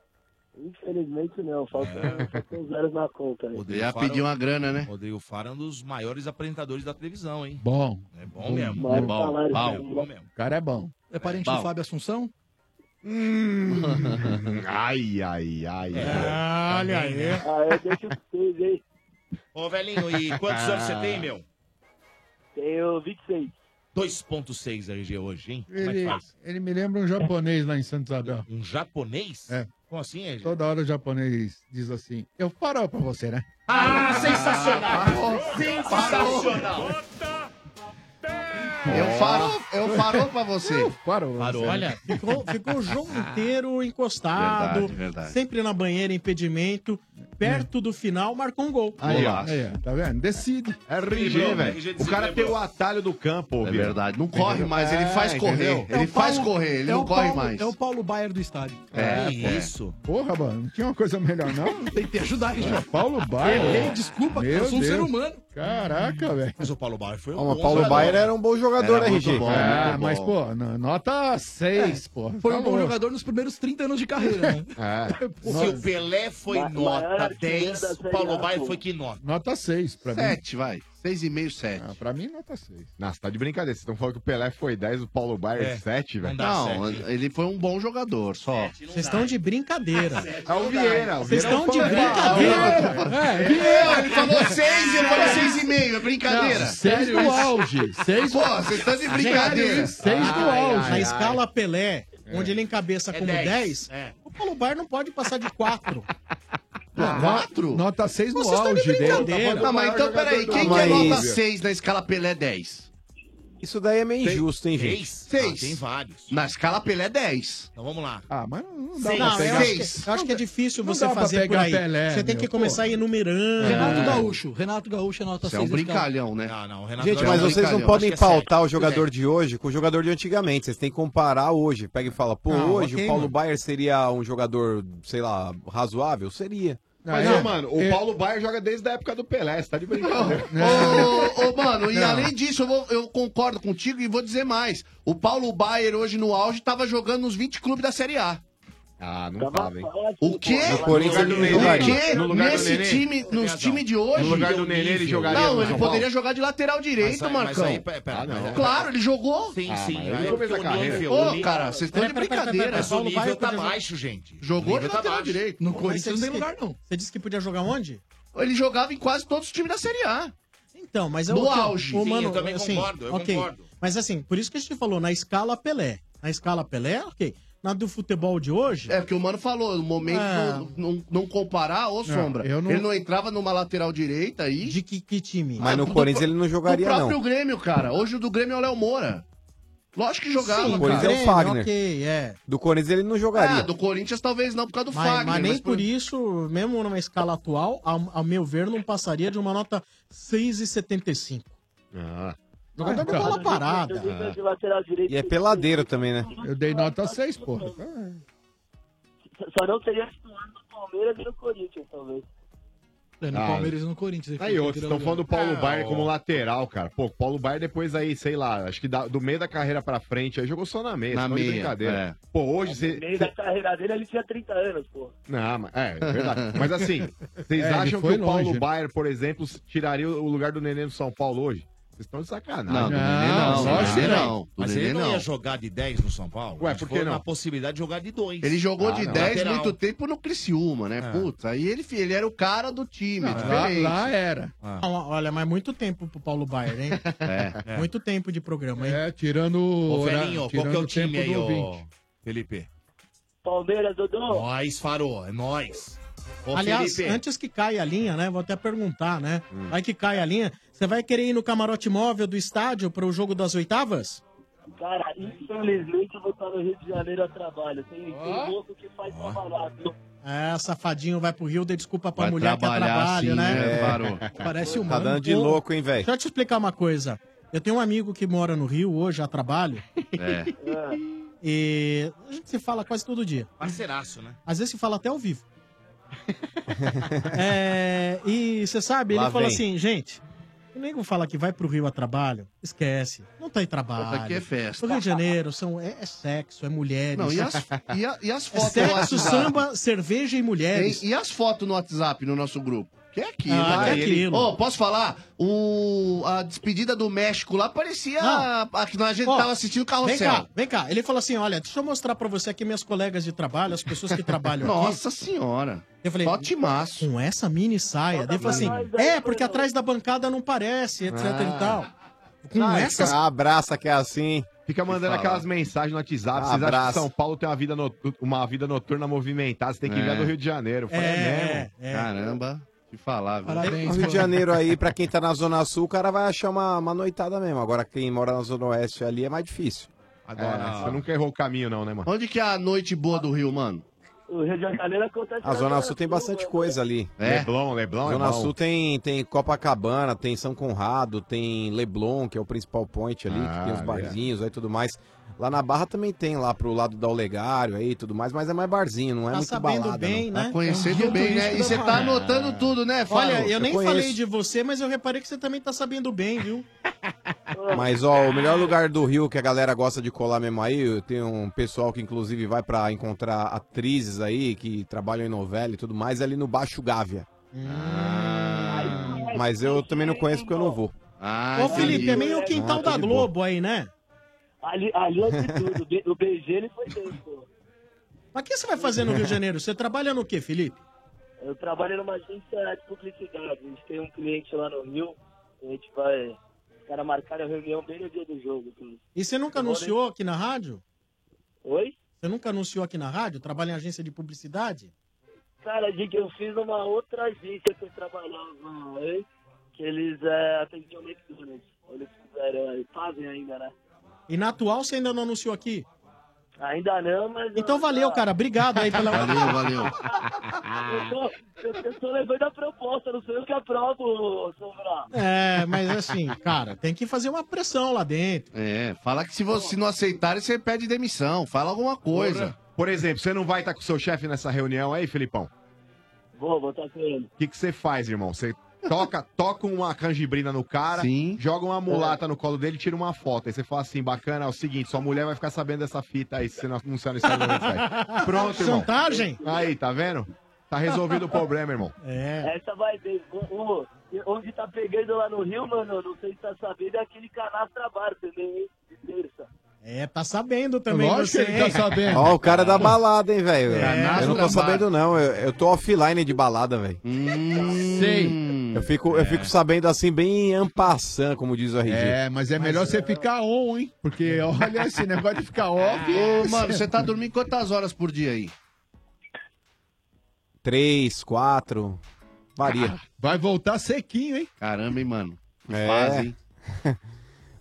Speaker 7: Infelizmente não, faltam faltam zeros na conta. aí.
Speaker 11: ia pedir uma grana, né?
Speaker 6: Rodrigo Faro é um dos maiores apresentadores da televisão, hein?
Speaker 8: Bom.
Speaker 6: É
Speaker 11: Hum,
Speaker 6: bom mesmo.
Speaker 8: Bom,
Speaker 6: É bom,
Speaker 8: salário,
Speaker 6: bom,
Speaker 8: né?
Speaker 6: bom mesmo.
Speaker 8: O cara é bom.
Speaker 15: É parente
Speaker 6: Bom.
Speaker 15: do Fábio Assunção?
Speaker 14: Hum.
Speaker 8: Hum.
Speaker 10: ai, ai, ai.
Speaker 11: É.
Speaker 15: olha aí.
Speaker 7: Ah, eu deixo vocês, hein?
Speaker 6: né? Ô, velhinho, e quantos anos você tem, meu?
Speaker 7: Tenho 26.
Speaker 6: 2.6 RG hoje, hein? Como é que
Speaker 8: Ele,
Speaker 6: faz?
Speaker 8: ele me lembra um japonês lá em Santo Isabel.
Speaker 6: Um japonês?
Speaker 8: É.
Speaker 6: Como assim, RG?
Speaker 8: Toda hora o japonês diz assim, eu farol pra você, né?
Speaker 6: Ah, sensacional!
Speaker 16: Sensacional.
Speaker 5: É.
Speaker 11: Eu farou, eu farou pra você. Eu
Speaker 8: farou.
Speaker 11: Farou,
Speaker 5: Olha, ficou, ficou o jogo inteiro encostado,
Speaker 11: né? Verdade, verdade.
Speaker 5: sempre na banheira, impedimento. Perto do final, marcou um gol.
Speaker 8: Aí, ó.
Speaker 5: Golaço. É.
Speaker 8: Aí, ó. Tá vendo? Decide.
Speaker 10: RG, velho. O cara
Speaker 15: é
Speaker 10: tem o atalho do campo,
Speaker 11: É verdade. É, Não corre mais, ele faz correr. Ele faz correr, ele não corre mais.
Speaker 15: É o Paulo Baier do estádio.
Speaker 11: É,
Speaker 8: É,
Speaker 11: isso.
Speaker 8: Porra, mano, não tinha uma coisa melhor, não?
Speaker 15: Tem que ajudar ele,
Speaker 8: É, Paulo Baier.
Speaker 15: Errei, desculpa,
Speaker 8: Meu
Speaker 15: eu sou um ser
Speaker 8: Deus.
Speaker 15: humano.
Speaker 8: Caraca, velho.
Speaker 6: Mas o Paulo Baier foi
Speaker 9: Ó, mas Paulo Baier era um bom jogador,
Speaker 8: Era
Speaker 9: né,
Speaker 8: muito
Speaker 9: RG?
Speaker 8: bom, Ah, muito bom. mas, pô, no- nota 6, pô.
Speaker 15: Foi
Speaker 8: Tá
Speaker 15: um bom
Speaker 8: louco.
Speaker 15: jogador nos primeiros 30 anos de carreira, né?
Speaker 11: É.
Speaker 6: Se o Pelé foi
Speaker 15: Ma- maior
Speaker 6: nota
Speaker 15: artilheiro
Speaker 6: 10,
Speaker 15: da Série
Speaker 6: Paulo
Speaker 15: A,
Speaker 6: Baier
Speaker 15: pô.
Speaker 6: foi que nota?
Speaker 8: Nota 6 pra mim.
Speaker 11: Sete, vai. Seis e meio, sete.
Speaker 8: Ah, pra mim, nota 6.
Speaker 10: Nossa, tá de brincadeira. Vocês estão falando que o Pelé foi 10, o Paulo Baier
Speaker 11: É.
Speaker 10: 7, velho.
Speaker 11: Não, ele foi um bom jogador, só.
Speaker 5: Vocês estão de brincadeira.
Speaker 10: É o
Speaker 11: um
Speaker 10: Vieira. o
Speaker 5: Vocês
Speaker 10: Vieira é o
Speaker 5: estão de
Speaker 10: Paulo Baier.
Speaker 5: brincadeira.
Speaker 11: É, Vieira, ele falou seis, ele falou seis e meio, é brincadeira.
Speaker 5: Não,
Speaker 8: seis
Speaker 11: Sério
Speaker 8: do
Speaker 11: isso?
Speaker 8: auge, seis-
Speaker 11: Pô, vocês estão de
Speaker 5: Gente,
Speaker 11: brincadeira.
Speaker 5: Seis do
Speaker 11: Ai,
Speaker 5: auge.
Speaker 11: ai,
Speaker 5: Na
Speaker 11: ai.
Speaker 5: escala Pelé, onde ele encabeça como
Speaker 11: dez. É.
Speaker 5: 10, o Paulo Baier não pode passar de 4.
Speaker 11: Quatro?
Speaker 8: Nota 6 no
Speaker 5: Vocês tão de
Speaker 8: auge
Speaker 5: brincadeira.
Speaker 8: dele.
Speaker 11: Não, mas então peraí, quem que é nota 6 na escala Pelé 10?
Speaker 9: Isso daí é meio injusto, hein, gente?
Speaker 11: Seis? Seis.
Speaker 6: Ah, tem vários.
Speaker 11: Na escala Pelé 10.
Speaker 6: Então vamos lá.
Speaker 8: Ah, mas não
Speaker 11: dá
Speaker 5: Não,
Speaker 11: pra pegar.
Speaker 5: eu acho, que,
Speaker 11: Seis.
Speaker 5: eu acho que é difícil
Speaker 11: Não
Speaker 5: você
Speaker 11: dá pra
Speaker 5: fazer por
Speaker 11: pegar
Speaker 5: aí.
Speaker 11: Pelé,
Speaker 5: você tem
Speaker 11: meu,
Speaker 5: que começar
Speaker 11: pô.
Speaker 5: enumerando.
Speaker 15: Renato Gaúcho. Renato Gaúcho é nota
Speaker 11: Você
Speaker 15: 6.
Speaker 11: é um brincalhão, né?
Speaker 6: Não, não,
Speaker 9: Gente,
Speaker 10: é
Speaker 9: mas vocês não podem pautar o jogador de hoje com o jogador de antigamente. Vocês têm que comparar hoje. Pega e fala, pô,
Speaker 10: Não,
Speaker 9: hoje
Speaker 10: ok,
Speaker 9: o Paulo
Speaker 10: mano.
Speaker 9: Baier seria um jogador, sei lá, razoável? Seria.
Speaker 10: Mas,
Speaker 9: Não,
Speaker 10: ô, mano, o
Speaker 9: é-
Speaker 10: Paulo Baier joga desde a época do Pelé, você tá de brincadeira.
Speaker 11: Ô, ô, mano, e
Speaker 10: Não.
Speaker 11: além disso, eu, vou- eu concordo contigo e vou dizer mais. O Paulo Baier hoje no auge tava jogando nos 20 clubes da Série A.
Speaker 10: Ah, não tava, hein?
Speaker 11: O quê?
Speaker 10: No Corinthians ele não
Speaker 11: o
Speaker 10: jogaria.
Speaker 11: quê?
Speaker 10: No lugar do
Speaker 11: Nesse
Speaker 10: Nenê.
Speaker 11: time, nos time de hoje.
Speaker 10: No lugar do Nenê, ele jogaria
Speaker 11: Não,
Speaker 10: no
Speaker 11: ele
Speaker 10: São
Speaker 11: poderia
Speaker 10: Paulo?
Speaker 11: jogar de lateral direito,
Speaker 6: Mas aí- mas
Speaker 11: Marcão.
Speaker 6: aí, pera- pera-
Speaker 11: Ah, não.
Speaker 6: mas-
Speaker 11: Claro, ele jogou.
Speaker 6: Sim, sim.
Speaker 11: Ah, mas
Speaker 6: é
Speaker 11: aí no
Speaker 6: que
Speaker 11: começo da
Speaker 6: o
Speaker 11: carreira.
Speaker 6: nível-
Speaker 11: Ô,
Speaker 6: o nível-
Speaker 11: cara, vocês estão de
Speaker 6: Pera, pera, pera,
Speaker 11: brincadeira. é
Speaker 6: pera, pera, O
Speaker 11: Paulo
Speaker 6: nível
Speaker 11: Baier
Speaker 6: tá
Speaker 11: podia-
Speaker 6: baixo, gente.
Speaker 11: Jogou
Speaker 6: O nível tá
Speaker 11: de lateral direito. No Corinthians não tem lugar, não.
Speaker 5: Você disse que podia jogar onde?
Speaker 11: Ele jogava em quase todos os times da Série A.
Speaker 5: Então, mas é
Speaker 11: No
Speaker 5: o que-
Speaker 11: auge.
Speaker 5: o
Speaker 11: Sim,
Speaker 5: mano,
Speaker 11: eu também
Speaker 5: assim,
Speaker 11: concordo, eu
Speaker 5: ok.
Speaker 11: concordo.
Speaker 5: Mas assim, por isso que a gente falou, na escala Pelé. Na escala Pelé, ok. Na do futebol de hoje.
Speaker 11: É, porque o Mano falou, no momento
Speaker 5: É.
Speaker 11: não, não, não comparar, ô
Speaker 5: Não,
Speaker 11: Sombra,
Speaker 5: eu não-
Speaker 11: ele não entrava numa lateral direita Ah, aí.
Speaker 5: De que, time?
Speaker 9: Mas no Corinthians ele não jogaria,
Speaker 11: O próprio
Speaker 9: não.
Speaker 11: Grêmio, cara. Hoje o do Grêmio é o Léo Moura. Lógico que jogava,
Speaker 9: Sim,
Speaker 11: cara.
Speaker 9: o Corinthians é o Fagner.
Speaker 5: é.
Speaker 9: Do Corinthians ele não jogaria.
Speaker 11: Ah, do Corinthians talvez não, por causa do
Speaker 5: mas,
Speaker 11: Fagner.
Speaker 5: mas nem
Speaker 11: mas
Speaker 5: por isso, mesmo numa escala atual, ao, ao meu ver, não passaria de uma nota 6,75.
Speaker 10: Ah.
Speaker 5: Jogador de bola parada.
Speaker 7: De lateral direito.
Speaker 9: E é peladeiro também, né?
Speaker 8: Eu dei nota 6, porra.
Speaker 7: Só não seria titular no Palmeiras e no Corinthians, talvez.
Speaker 15: É, no
Speaker 10: Ah.
Speaker 15: Palmeiras e no Corinthians. ele
Speaker 10: Aí,
Speaker 15: foi
Speaker 10: outros estão
Speaker 15: campeão do-
Speaker 10: falando do Paulo
Speaker 15: Ah,
Speaker 10: Baier
Speaker 15: ó.
Speaker 10: como lateral, cara. Pô, o Paulo Baier depois aí, sei lá, acho que da- do meio da carreira pra frente, aí jogou só na meia,
Speaker 11: Na
Speaker 10: na
Speaker 11: meia,
Speaker 10: brincadeira.
Speaker 11: é.
Speaker 10: Pô, hoje
Speaker 7: No
Speaker 10: você...
Speaker 7: meio da carreira dele, ele tinha 30 anos, pô.
Speaker 10: Não, mas, é, é verdade. Mas assim, vocês
Speaker 8: É, ele
Speaker 10: acham que
Speaker 8: foi
Speaker 10: o Paulo
Speaker 8: longe, né?
Speaker 10: Baier, por exemplo, tiraria o lugar do Nenê no São Paulo hoje? Vocês estão de sacanagem.
Speaker 11: Não, do Nenê não, do
Speaker 10: lógico
Speaker 11: Nenê
Speaker 10: que
Speaker 11: não, do
Speaker 6: Mas ele
Speaker 11: Nenê
Speaker 6: não
Speaker 11: não.
Speaker 6: ia jogar de 10 no São Paulo.
Speaker 11: Ué,
Speaker 6: Acho
Speaker 11: por
Speaker 6: que
Speaker 11: que
Speaker 6: foi
Speaker 11: não?
Speaker 6: Na possibilidade de jogar de 2.
Speaker 11: Ele
Speaker 5: Ah,
Speaker 11: jogou de 10
Speaker 6: Lateral.
Speaker 11: muito tempo no Criciúma, né? Putz, aí ele, ele era o cara do time,
Speaker 5: É. Não,
Speaker 11: diferente.
Speaker 5: lá- lá
Speaker 8: era.
Speaker 9: Ah.
Speaker 5: Não, olha, mas muito tempo pro Paulo Baier, hein?
Speaker 11: Ah. É.
Speaker 5: Muito tempo de programa, hein?
Speaker 8: É, tirando o.
Speaker 6: Ô, velhinho, qual que é o time aí, ô,
Speaker 8: ouvinte.
Speaker 6: Felipe?
Speaker 7: Palmeiras, Dodô.
Speaker 6: Nós, Farô, é nós. Ô,
Speaker 5: Aliás,
Speaker 6: Felipe.
Speaker 5: antes que caia a linha, né? Vou até perguntar, né? Vai que cai a linha. Você vai querer ir no camarote móvel do estádio pro jogo das oitavas?
Speaker 7: Cara, infelizmente eu vou estar no Rio de Janeiro a trabalho. Tem, tem louco que faz trabalhar, viu?
Speaker 5: É, safadinho, vai pro Rio, dê desculpa pra
Speaker 9: Vai
Speaker 5: mulher que é
Speaker 9: trabalhar
Speaker 5: trabalho,
Speaker 9: assim,
Speaker 5: né?
Speaker 9: né, Varô?
Speaker 5: Parece
Speaker 9: Tá
Speaker 5: humano.
Speaker 9: dando de
Speaker 5: Ô,
Speaker 9: louco, hein, velho?
Speaker 5: Deixa eu te explicar uma coisa. Eu tenho um amigo que mora no Rio hoje, a trabalho.
Speaker 11: É.
Speaker 5: E a gente se fala quase todo dia.
Speaker 6: Parceiraço, né?
Speaker 5: Às vezes se fala até ao vivo. É, e você sabe, ele
Speaker 6: Lá
Speaker 5: falou
Speaker 6: vem.
Speaker 5: assim, gente, O nego fala que vai pro Rio a trabalho, esquece. Não tá em trabalho.
Speaker 11: Aqui é festa.
Speaker 5: O Rio de Janeiro são, é, é sexo, é mulheres.
Speaker 11: Não, e as- e a- e as fotos
Speaker 5: É
Speaker 11: no
Speaker 5: sexo,
Speaker 11: WhatsApp?
Speaker 5: samba, cerveja e mulheres.
Speaker 11: E, e as fotos no WhatsApp no nosso grupo? Que é aquilo,
Speaker 5: Ah,
Speaker 11: né?
Speaker 5: que é aquilo.
Speaker 11: Ô, posso falar? O, a despedida do México lá parecia a, a que nós- a gente
Speaker 5: Ó,
Speaker 11: tava assistindo carrossel.
Speaker 5: Vem cá, vem cá. Ele falou assim: olha, deixa eu mostrar pra você aqui minhas colegas de trabalho, as pessoas que trabalham aqui.
Speaker 11: Nossa senhora.
Speaker 5: Eu falei,
Speaker 11: Ótimaço.
Speaker 5: Com essa mini saia. Daí ele falou assim: é, porque atrás da bancada não parece, etc
Speaker 11: Ah.
Speaker 5: e tal. Com
Speaker 9: Ah,
Speaker 5: essas.
Speaker 9: fica- abraça que é assim.
Speaker 10: Fica mandando aquelas mensagens no WhatsApp. Ah, Vocês acham que
Speaker 9: Abraço.
Speaker 10: São Paulo tem uma vida, no- uma vida noturna movimentada? Você tem que
Speaker 9: É.
Speaker 10: vir do Rio de Janeiro. Eu falei,
Speaker 9: É,
Speaker 10: mesmo?
Speaker 9: é.
Speaker 11: Caramba, te falar,
Speaker 9: No Rio de Janeiro aí, pra quem tá na Zona Sul, o cara vai achar uma, uma noitada mesmo. Agora, quem mora na Zona Oeste ali é mais difícil. É,
Speaker 10: Agora, você nunca errou o caminho, não, né, mano?
Speaker 11: Onde que é a noite boa do Rio, mano?
Speaker 15: O Rio de Janeiro acontece.
Speaker 9: A Zona Sul tem bastante coisa ali. né?
Speaker 11: É.
Speaker 10: Leblon, Leblon é
Speaker 9: Zona
Speaker 10: bom.
Speaker 9: Sul tem, tem Copacabana, tem São Conrado, tem Leblon, que é o principal point ali,
Speaker 10: Ah,
Speaker 9: que tem os
Speaker 10: é.
Speaker 9: barzinhos aí e tudo mais. Aí, Lá na Barra também tem, lá pro lado da Olegário aí e tudo mais, mas é mais barzinho,
Speaker 5: Tá
Speaker 9: não é muito balada. não. É um
Speaker 11: Tá
Speaker 5: É um
Speaker 11: conhecendo bem, né? E você tá anotando tudo, né, Fábio?
Speaker 5: né? Olha, eu nem
Speaker 9: conheço.
Speaker 5: falei de você, mas eu reparei que você também tá sabendo bem, viu?
Speaker 9: Mas, ó, o melhor lugar do Rio que a galera gosta de colar mesmo aí, tem um pessoal que inclusive vai pra encontrar atrizes aí que trabalham em novela e tudo mais, é ali no Baixo Gávea. Mas eu também não conheço porque eu não vou.
Speaker 11: Ah,
Speaker 5: Ô, Felipe, é meio o quintal da Globo aí, né?
Speaker 15: Ali, ali é de tudo. O B- O BG ele foi Deus, pô.
Speaker 5: Mas o que você vai fazer no Rio de Janeiro? Você trabalha no quê, Felipe?
Speaker 15: Eu trabalho numa agência de publicidade. A gente tem um cliente lá no Rio. A gente vai. Os caras marcaram a reunião bem no dia do jogo. assim. tudo.
Speaker 5: E você nunca
Speaker 15: Eu moro
Speaker 5: anunciou aqui na rádio?
Speaker 15: Oi?
Speaker 5: Você nunca anunciou aqui na rádio? Trabalha em agência de publicidade?
Speaker 15: Cara, de que eu fiz uma outra agência que eu trabalhava hein? que eles é, atendiam o McDonald's. Eles fizeram, eles fazem ainda, né?
Speaker 5: E na atual você ainda não anunciou aqui?
Speaker 15: Ainda não, mas.
Speaker 5: Então valeu, cara. Obrigado aí pela.
Speaker 11: Valeu, valeu.
Speaker 15: Eu tô, eu, eu tô levando a proposta, não sou eu que aprovo, Sombra.
Speaker 5: É, mas assim, cara, tem que fazer uma pressão lá dentro.
Speaker 11: É, fala que se, você, se não aceitarem, você pede demissão. Fala alguma coisa.
Speaker 10: Por exemplo, você não vai estar com o seu chefe nessa reunião aí, Filipão?
Speaker 15: Vou, vou estar com ele.
Speaker 10: O que, que você faz, irmão? Você toca, toca uma canjibrina no cara, joga uma
Speaker 5: É.
Speaker 10: mulata no colo dele e tira uma foto. Aí você fala assim, bacana, é o seguinte, sua mulher vai ficar sabendo dessa fita aí, se você não anunciar no Instagram. velho. Pronto, irmão.
Speaker 5: Chantagem?
Speaker 10: Aí, tá vendo? Tá resolvido o problema, irmão.
Speaker 5: É.
Speaker 15: Essa vai ter. O, o- onde tá pegando lá no Rio, mano, eu não sei se tá sabendo, é aquele canastra bar também, hein? De terça.
Speaker 5: É, tá sabendo também.
Speaker 9: Lógico
Speaker 5: você,
Speaker 9: que ele tá
Speaker 5: hein?
Speaker 9: sabendo. Ó, o cara da balada, hein, velho.
Speaker 5: É,
Speaker 9: eu não tô
Speaker 5: Nath
Speaker 9: sabendo, não. Eu, eu tô offline de balada, velho.
Speaker 11: Hum.
Speaker 8: Sei.
Speaker 9: Eu fico, eu
Speaker 11: É.
Speaker 9: fico sabendo assim, bem ampassando, como diz o RG.
Speaker 8: É, mas é melhor você ficar on, hein? Porque olha esse negócio de ficar off. é assim.
Speaker 11: Ô, mano, você tá dormindo quantas horas por dia aí?
Speaker 9: Três, quatro. Varia.
Speaker 8: Vai voltar sequinho, hein?
Speaker 11: Caramba, hein, mano.
Speaker 9: É.
Speaker 11: fase, hein?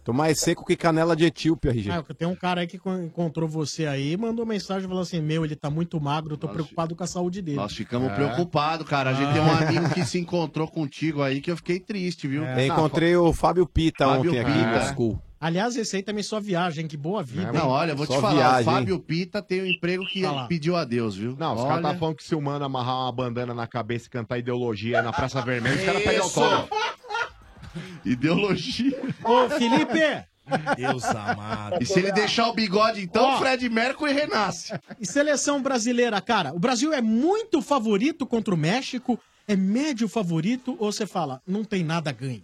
Speaker 9: Tô mais seco que canela de Etíope, RG.
Speaker 5: Ah, tem um cara aí que con- encontrou você aí, mandou mensagem falou assim: Meu, ele tá muito magro, tô preocupado com a saúde dele.
Speaker 11: Nós ficamos
Speaker 5: É.
Speaker 11: preocupados, cara. A gente
Speaker 5: Ah.
Speaker 11: tem um amigo que se encontrou contigo aí que eu fiquei triste, viu?
Speaker 5: É.
Speaker 9: Eu
Speaker 8: tá,
Speaker 9: encontrei o Fábio Pita
Speaker 11: é, Fábio
Speaker 9: ontem aqui em
Speaker 11: Pita.
Speaker 9: Moscou.
Speaker 5: Ah, Aliás, esse aí também é só viagem, que boa vida.
Speaker 11: Não,
Speaker 5: hein?
Speaker 11: olha, vou te falar, o Fábio Pita tem um emprego que
Speaker 5: Olha lá.
Speaker 11: pediu a Deus, viu?
Speaker 10: Não, os caras tá falando que se o mano amarrar uma bandana na cabeça e cantar ideologia na Praça Vermelha, os caras pedem
Speaker 11: Isso.
Speaker 10: autógrafo.
Speaker 11: Ideologia.
Speaker 5: Ô, Felipe!
Speaker 11: Deus amado. E se ele deixar o bigode, então,
Speaker 5: Ó.
Speaker 11: Fred Mercury renasce.
Speaker 5: E seleção brasileira, cara, o Brasil é muito favorito contra o México, é médio favorito, ou você fala, não tem nada a ganho?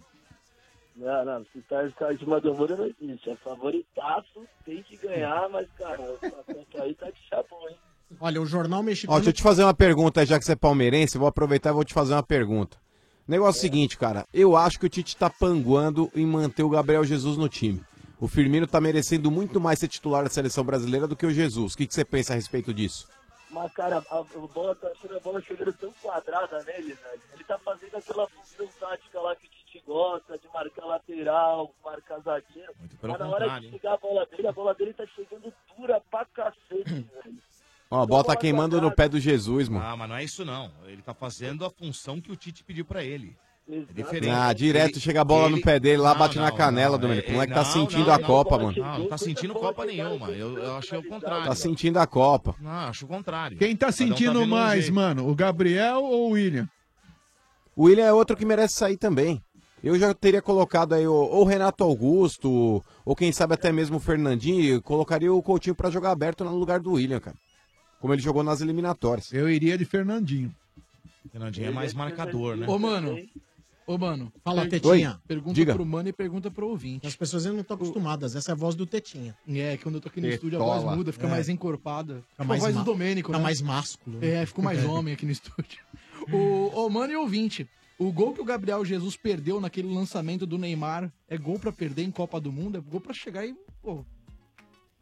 Speaker 15: Não, não, se tá ficar de uma demora não existe. É favoritaço, tem que ganhar, mas, cara, essa conta aí tá de chapão, hein?
Speaker 5: Olha, o jornal
Speaker 9: Ó,
Speaker 5: mexicano.
Speaker 9: deixa eu te fazer uma pergunta, já que você é palmeirense, eu vou aproveitar e vou te fazer uma pergunta. O negócio é o seguinte, cara. Eu acho que o Tite tá panguando em manter o Gabriel Jesus no time. O Firmino tá merecendo muito mais ser titular da seleção brasileira do que o Jesus. O que, que você pensa a respeito disso?
Speaker 15: Mas, cara, a, o bola tá achando a bola chegando tão quadrada nele, velho. Ele tá fazendo aquela função tática lá que o Tite gosta, de marcar lateral, marcar zagueiro.
Speaker 9: pelo
Speaker 15: mas na hora
Speaker 9: contrário,
Speaker 15: de
Speaker 9: hein?
Speaker 15: chegar a bola dele, a bola dele tá chegando dura pra cacete, velho.
Speaker 9: Ó, a bola tá queimando no pé do Jesus, mano.
Speaker 6: Ah, mas não é isso não. Ele tá fazendo a função que o Tite pediu pra ele. É diferente.
Speaker 9: Ah, direto
Speaker 6: Ele-
Speaker 9: chega a bola
Speaker 6: ele-
Speaker 9: no pé dele, lá
Speaker 6: Não,
Speaker 9: bate na
Speaker 6: não,
Speaker 9: canela,
Speaker 6: não,
Speaker 9: Domenico. O moleque
Speaker 6: é-
Speaker 9: tá
Speaker 6: não,
Speaker 9: sentindo
Speaker 6: não,
Speaker 9: a
Speaker 6: não,
Speaker 9: Copa,
Speaker 6: não,
Speaker 9: mano.
Speaker 6: Não, não tá sentindo Copa nenhuma. Eu, eu achei o contrário.
Speaker 9: Tá sentindo a Copa.
Speaker 6: Não, acho o contrário.
Speaker 8: Quem tá
Speaker 6: Cada um
Speaker 8: sentindo
Speaker 6: vendo um
Speaker 8: mais,
Speaker 6: jeito.
Speaker 8: mano? O Gabriel ou o William?
Speaker 9: O William é outro que merece sair também. Eu já teria colocado aí ou, ou Renato Augusto, ou quem sabe até mesmo o Fernandinho, eu colocaria o Coutinho pra jogar aberto no lugar do William, cara. Como ele jogou nas eliminatórias.
Speaker 8: Eu iria de Fernandinho.
Speaker 6: Fernandinho é mais marcador, né?
Speaker 14: Ô, mano. Ô, mano.
Speaker 5: Fala,
Speaker 14: per-
Speaker 5: Tetinha.
Speaker 14: Oi. Pergunta
Speaker 5: Diga.
Speaker 14: pro mano e pergunta pro ouvinte.
Speaker 5: As pessoas ainda não estão acostumadas. Essa é a voz do Tetinha.
Speaker 14: É, quando eu tô aqui no estúdio a voz muda, fica
Speaker 5: É.
Speaker 14: Tá mais encorpada. Fica
Speaker 5: mais
Speaker 14: a voz
Speaker 5: ma-
Speaker 14: do Domênico,
Speaker 5: fica
Speaker 14: né?
Speaker 5: mais másculo, né?
Speaker 14: É, ficou mais homem aqui no estúdio. O, ô, mano e ouvinte, o gol que o Gabriel Jesus perdeu naquele lançamento do Neymar é gol pra perder em Copa do Mundo? É gol pra chegar e, pô...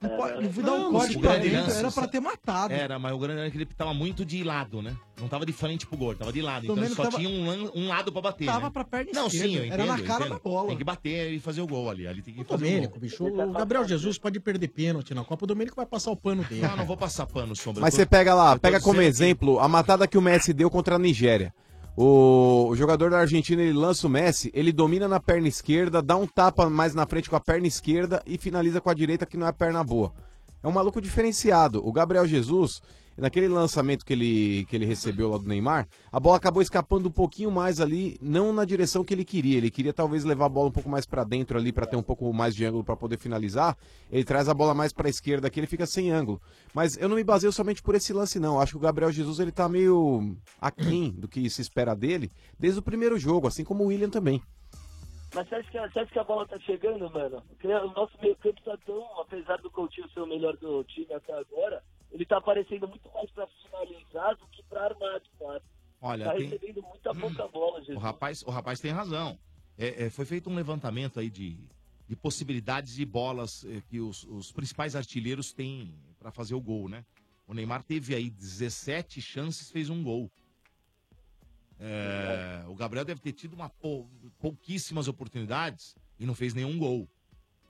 Speaker 14: Não, pode, não fui dar um
Speaker 6: Não,
Speaker 14: corte
Speaker 6: o
Speaker 14: pra
Speaker 6: grande
Speaker 14: dentro,
Speaker 6: lance,
Speaker 14: era pra
Speaker 6: sa-
Speaker 14: ter matado.
Speaker 6: Era, mas o grande lance é que ele tava muito de lado, né? Não tava de frente pro gol, tava de lado. Então
Speaker 14: Pelo
Speaker 6: ele
Speaker 14: menos
Speaker 6: só
Speaker 14: tava-
Speaker 6: tinha um, lan- um lado pra bater.
Speaker 14: Tava
Speaker 6: né?
Speaker 14: pra perna
Speaker 6: Não,
Speaker 14: esquerda,
Speaker 6: sim, eu entendo.
Speaker 14: era na
Speaker 6: eu
Speaker 14: cara
Speaker 6: entendo.
Speaker 14: da bola.
Speaker 6: Tem que bater e fazer o gol ali. Ali tem que fazer o
Speaker 5: Domênico,
Speaker 6: gol.
Speaker 5: bicho. O Gabriel Jesus pode perder pênalti na Copa. O Domênico vai passar o pano dele.
Speaker 6: Não, não vou passar pano, Sombra.
Speaker 9: Mas
Speaker 6: Eu tô-
Speaker 9: você pega lá,
Speaker 6: eu tô
Speaker 9: pega como
Speaker 6: dizendo
Speaker 9: exemplo a matada que o Messi deu contra a Nigéria. O, o jogador da Argentina, ele lança o Messi, ele domina na perna esquerda, dá um tapa mais na frente com a perna esquerda e finaliza com a direita, que não é perna boa. É um maluco diferenciado. O Gabriel Jesus, naquele lançamento que ele, que ele recebeu lá do Neymar, a bola acabou escapando um pouquinho mais ali, não na direção que ele queria. Ele queria talvez levar a bola um pouco mais pra dentro ali, pra ter um pouco mais de ângulo pra poder finalizar. Ele traz a bola mais pra esquerda aqui, ele fica sem ângulo. Mas eu não me baseio somente por esse lance, não. Acho que o Gabriel Jesus ele tá meio aquém do que se espera dele desde o primeiro jogo, assim como o William também.
Speaker 15: Mas você acha, que, você acha que a bola tá chegando, mano? Porque O nosso meio campo tá tão, apesar do Coutinho ser o melhor do time até agora, ele tá aparecendo muito mais pra finalizar do que pra armar, de fato.
Speaker 6: Olha,
Speaker 15: tá
Speaker 6: tem- Hum.
Speaker 15: recebendo muita pouca bola,
Speaker 6: O
Speaker 15: Jesus.
Speaker 6: rapaz, o rapaz tem razão. É, é, foi feito um levantamento aí de, de possibilidades de bolas é, que os, os principais artilheiros têm para fazer o gol, né? O Neymar teve aí 17 chances, fez um gol. É, o Gabriel deve ter tido uma pou- pouquíssimas oportunidades e não fez nenhum gol.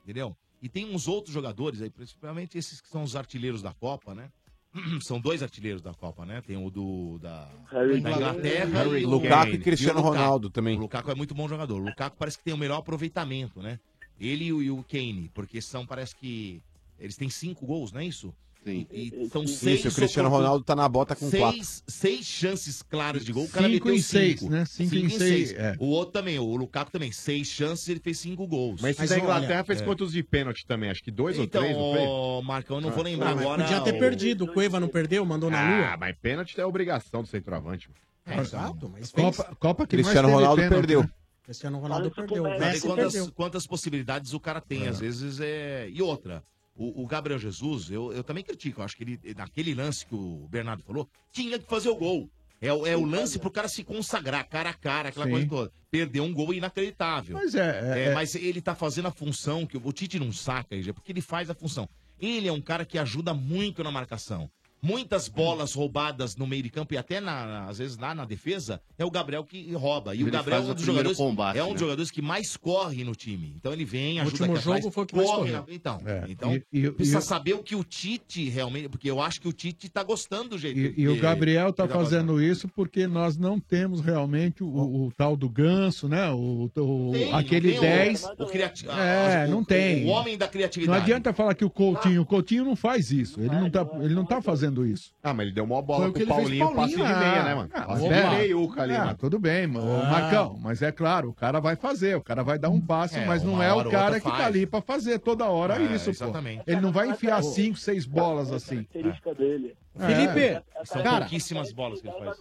Speaker 6: Entendeu? E tem uns outros jogadores aí, principalmente esses que são os artilheiros da Copa, né? São dois artilheiros da Copa, né? Tem o do da,
Speaker 9: Harry
Speaker 6: da
Speaker 9: Kane.
Speaker 6: Inglaterra,
Speaker 9: Harry
Speaker 6: o
Speaker 9: Kane.
Speaker 6: Kane.
Speaker 9: Lukaku e Cristiano
Speaker 6: o Lukaku.
Speaker 9: Ronaldo também.
Speaker 6: O Lukaku é muito bom jogador. O Lukaku parece que tem o melhor aproveitamento, né? Ele e o- e o Kane, porque são, parece que eles têm cinco gols, não é isso?
Speaker 11: Sim.
Speaker 6: E, e são
Speaker 9: Isso,
Speaker 6: seis
Speaker 9: o Cristiano
Speaker 6: oportun-
Speaker 9: Ronaldo tá na bota com
Speaker 6: seis,
Speaker 9: quatro.
Speaker 6: Seis chances claras de gol, o cara
Speaker 8: Cinco
Speaker 6: meteu
Speaker 8: em seis,
Speaker 6: cinco.
Speaker 8: né? Cinco em
Speaker 6: em
Speaker 8: seis,
Speaker 6: seis.
Speaker 8: é.
Speaker 6: O outro também, o Lukaku também, seis chances, ele fez cinco gols. é.
Speaker 10: Mas é. esse da Inglaterra fez quantos de pênalti também? Acho que dois
Speaker 6: Então,
Speaker 10: ou três, não foi?
Speaker 6: ô, Marcão, eu não vou lembrar
Speaker 10: Ah, mas
Speaker 6: agora.
Speaker 10: podia ter
Speaker 6: o-
Speaker 5: Perdido. O Cueva não perdeu, mandou na lua.
Speaker 10: Ah, mas pênalti é obrigação do centroavante.
Speaker 5: É, exato, mas fez.
Speaker 8: Copa, Copa que
Speaker 10: Cristiano
Speaker 8: mais teve
Speaker 10: Ronaldo
Speaker 8: pênalti,
Speaker 10: perdeu.
Speaker 8: né?
Speaker 5: Cristiano Ronaldo
Speaker 6: Olha,
Speaker 5: perdeu. O
Speaker 6: Sabe
Speaker 5: Messi
Speaker 6: quantas,
Speaker 5: perdeu.
Speaker 6: quantas possibilidades o cara tem,
Speaker 5: É.
Speaker 6: às vezes é. E outra, o, o Gabriel Jesus, eu, eu também critico. Eu acho que ele, naquele lance que o Bernardo falou, tinha que fazer o gol. É, o- é o lance pro cara se consagrar, cara a cara, aquela
Speaker 8: Sim.
Speaker 6: coisa toda. Perdeu um gol inacreditável.
Speaker 8: Mas é- é-
Speaker 6: É, mas ele tá fazendo a função que o o Tite não saca, já porque ele faz a função. Ele é um cara que ajuda muito na marcação. Muitas bolas roubadas no meio de campo e até na- na- às vezes lá na defesa é o Gabriel que rouba. E
Speaker 11: Ele
Speaker 6: o Gabriel é
Speaker 11: faz
Speaker 6: um
Speaker 11: o
Speaker 6: dos
Speaker 11: primeiro
Speaker 6: jogadores,
Speaker 11: combate,
Speaker 6: é um
Speaker 11: né?
Speaker 6: dos jogadores que mais corre no time. Então ele vem,
Speaker 5: O
Speaker 6: ajuda
Speaker 5: último
Speaker 6: aqui atrás,
Speaker 5: jogo foi o que mais
Speaker 6: corre,
Speaker 5: correu.
Speaker 6: Então,
Speaker 8: É.
Speaker 6: então
Speaker 8: E- e-
Speaker 6: precisa
Speaker 8: e-
Speaker 6: saber o que o Tite realmente, porque eu acho que o Tite tá gostando do jeito.
Speaker 8: E, e o
Speaker 6: que-
Speaker 8: Gabriel tá
Speaker 6: que
Speaker 8: fazendo isso porque nós não temos realmente o, o tal do ganso, né? O, o-
Speaker 6: Tem, não
Speaker 8: aquele
Speaker 6: tem um. o-
Speaker 8: 10.
Speaker 6: o criati-
Speaker 8: É,
Speaker 6: a-
Speaker 8: não
Speaker 6: Ah, o-
Speaker 8: tem.
Speaker 6: O homem da
Speaker 8: Não
Speaker 6: criatividade.
Speaker 8: adianta falar que o Coutinho, o Coutinho não faz isso. Ele não tá, ele não tá fazendo isso.
Speaker 10: Ah, mas ele deu uma
Speaker 8: Foi
Speaker 10: bola
Speaker 8: o que
Speaker 10: pro
Speaker 8: ele fez
Speaker 10: Paulinho,
Speaker 8: pro
Speaker 10: passe de
Speaker 8: Paulinho,
Speaker 10: meia,
Speaker 8: ah.
Speaker 10: né, mano?
Speaker 8: Ah,
Speaker 10: Passe
Speaker 8: vamos lá.
Speaker 10: de meiuca ali,
Speaker 8: Ah,
Speaker 10: mano.
Speaker 8: tudo bem, ma- ô,
Speaker 10: Ah.
Speaker 8: Marcão, mas é claro, o cara vai fazer, o cara vai dar um passe,
Speaker 10: É,
Speaker 8: mas não
Speaker 10: uma
Speaker 8: é
Speaker 10: hora
Speaker 8: o
Speaker 10: ou
Speaker 8: cara
Speaker 10: outra
Speaker 8: que tá
Speaker 10: faz.
Speaker 8: ali pra fazer toda hora
Speaker 10: É,
Speaker 8: isso, pô.
Speaker 10: exatamente.
Speaker 8: Ele não vai enfiar cinco, seis bolas assim.
Speaker 15: Característica dele.
Speaker 8: É.
Speaker 5: Felipe,
Speaker 6: São
Speaker 5: cara,
Speaker 6: pouquíssimas bolas que ele faz.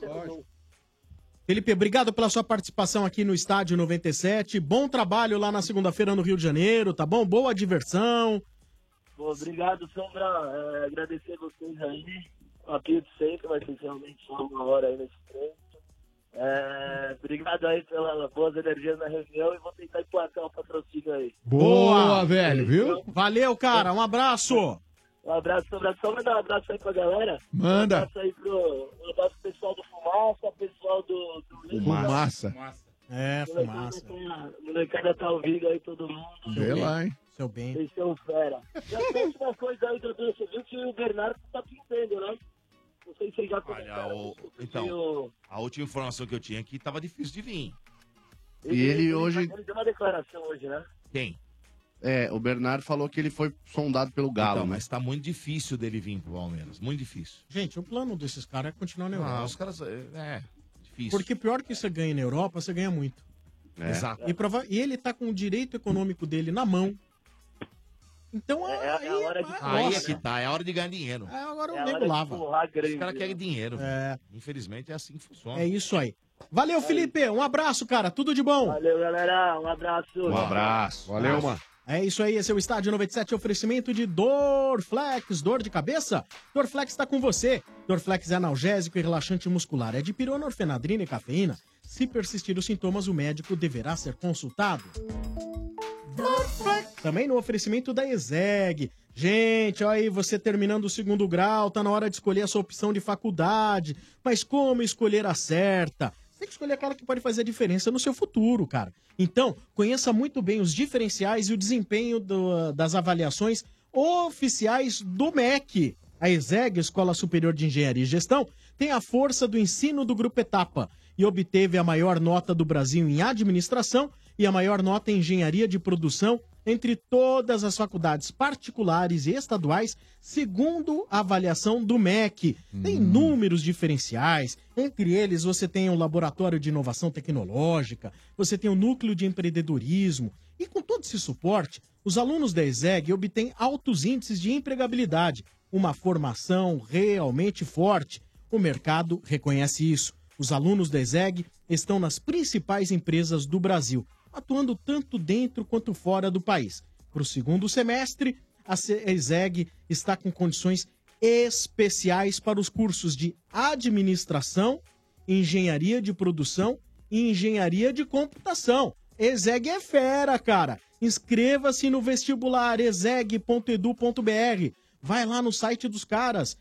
Speaker 5: Felipe, obrigado pela sua participação aqui no Estádio 97. Bom trabalho lá na segunda-feira no Rio de Janeiro, tá bom? Boa diversão.
Speaker 15: Bom, obrigado, Sombra. É, agradecer vocês aí. Aqui de sempre, mas vocês realmente são uma hora aí nesse treino. É, obrigado aí pelas boas energias na reunião e vou tentar emplacar o patrocínio aí.
Speaker 8: Boa, velho, viu?
Speaker 5: Valeu, cara. Um abraço.
Speaker 15: Um abraço, Sombra. Só mandar um abraço aí pra galera.
Speaker 8: Manda.
Speaker 15: Um abraço aí pro, um abraço pro pessoal do Fumaça, pessoal do... do
Speaker 8: Fumaça.
Speaker 5: É,
Speaker 15: fumaça. A molecada tá ouvindo aí todo mundo.
Speaker 8: Vê lá, hein?
Speaker 5: Seu bem.
Speaker 15: Vocês são fera. E a última coisa aí, Dudu, você viu que o Bernardo tá pintando, né? Não sei se vocês já
Speaker 6: Olha,
Speaker 15: comentaram.
Speaker 6: o- então, a última informação que eu tinha aqui tava difícil de vir.
Speaker 15: Ele deu uma declaração hoje, né?
Speaker 6: Quem?
Speaker 11: É, o Bernardo falou que ele foi sondado pelo Galo,
Speaker 6: Então,
Speaker 11: né?
Speaker 6: mas tá muito difícil dele vir pro Palmeiras. Muito difícil.
Speaker 5: Gente, o plano desses caras é continuar na Europa.
Speaker 6: Ah, os caras. É, é, difícil.
Speaker 5: Porque pior que você ganha na Europa, você ganha muito. É. Exato. E, prova- e ele tá com o direito econômico dele na mão. Então
Speaker 6: É,
Speaker 5: aí,
Speaker 6: a hora
Speaker 5: de-
Speaker 6: Aí é
Speaker 5: Nossa.
Speaker 6: que tá, é a hora de ganhar dinheiro.
Speaker 5: É, agora o É a nego hora de lava. empurrar a
Speaker 6: Os
Speaker 5: grande,
Speaker 6: caras
Speaker 5: né?
Speaker 6: querem dinheiro.
Speaker 5: É.
Speaker 6: velho. Infelizmente é assim que funciona.
Speaker 5: é isso aí. Valeu, Felipe. Um abraço, cara. Tudo de bom.
Speaker 7: Valeu, galera. Um abraço.
Speaker 5: Valeu, mano. É isso aí, esse é o Estádio 97, oferecimento de Dorflex. Dor de cabeça? Dorflex está com você. Dorflex é analgésico e relaxante muscular. É de pirona, orfenadrina e cafeína. Se persistir os sintomas, o médico deverá ser consultado. Também no oferecimento da Exeg. Gente, olha aí, você terminando o segundo grau, tá na hora de escolher a sua opção de faculdade. Mas como escolher a certa? Você tem que escolher aquela que pode fazer a diferença no seu futuro, cara. Então, conheça muito bem os diferenciais e o desempenho do- das avaliações oficiais do MEC. A ESEG, Escola Superior de Engenharia e Gestão, tem a força do ensino do Grupo Etapa e obteve a maior nota do Brasil em administração e a maior nota em engenharia de produção entre todas as faculdades particulares e estaduais, segundo a avaliação do MEC. Tem inúmeros diferenciais, entre eles você tem o Laboratório de Inovação Tecnológica, você tem o Núcleo de Empreendedorismo, e com todo esse suporte, os alunos da ESEG obtêm altos índices de empregabilidade, uma formação realmente forte. O mercado reconhece isso. Os alunos da ESEG estão nas principais empresas do Brasil, atuando tanto dentro quanto fora do país. Para o segundo semestre, a C- ESEG está com condições especiais para os cursos de administração, engenharia de produção e engenharia de computação. ESEG é fera, cara. Inscreva-se no vestibular exeg.edu.br. Vai lá no site dos caras,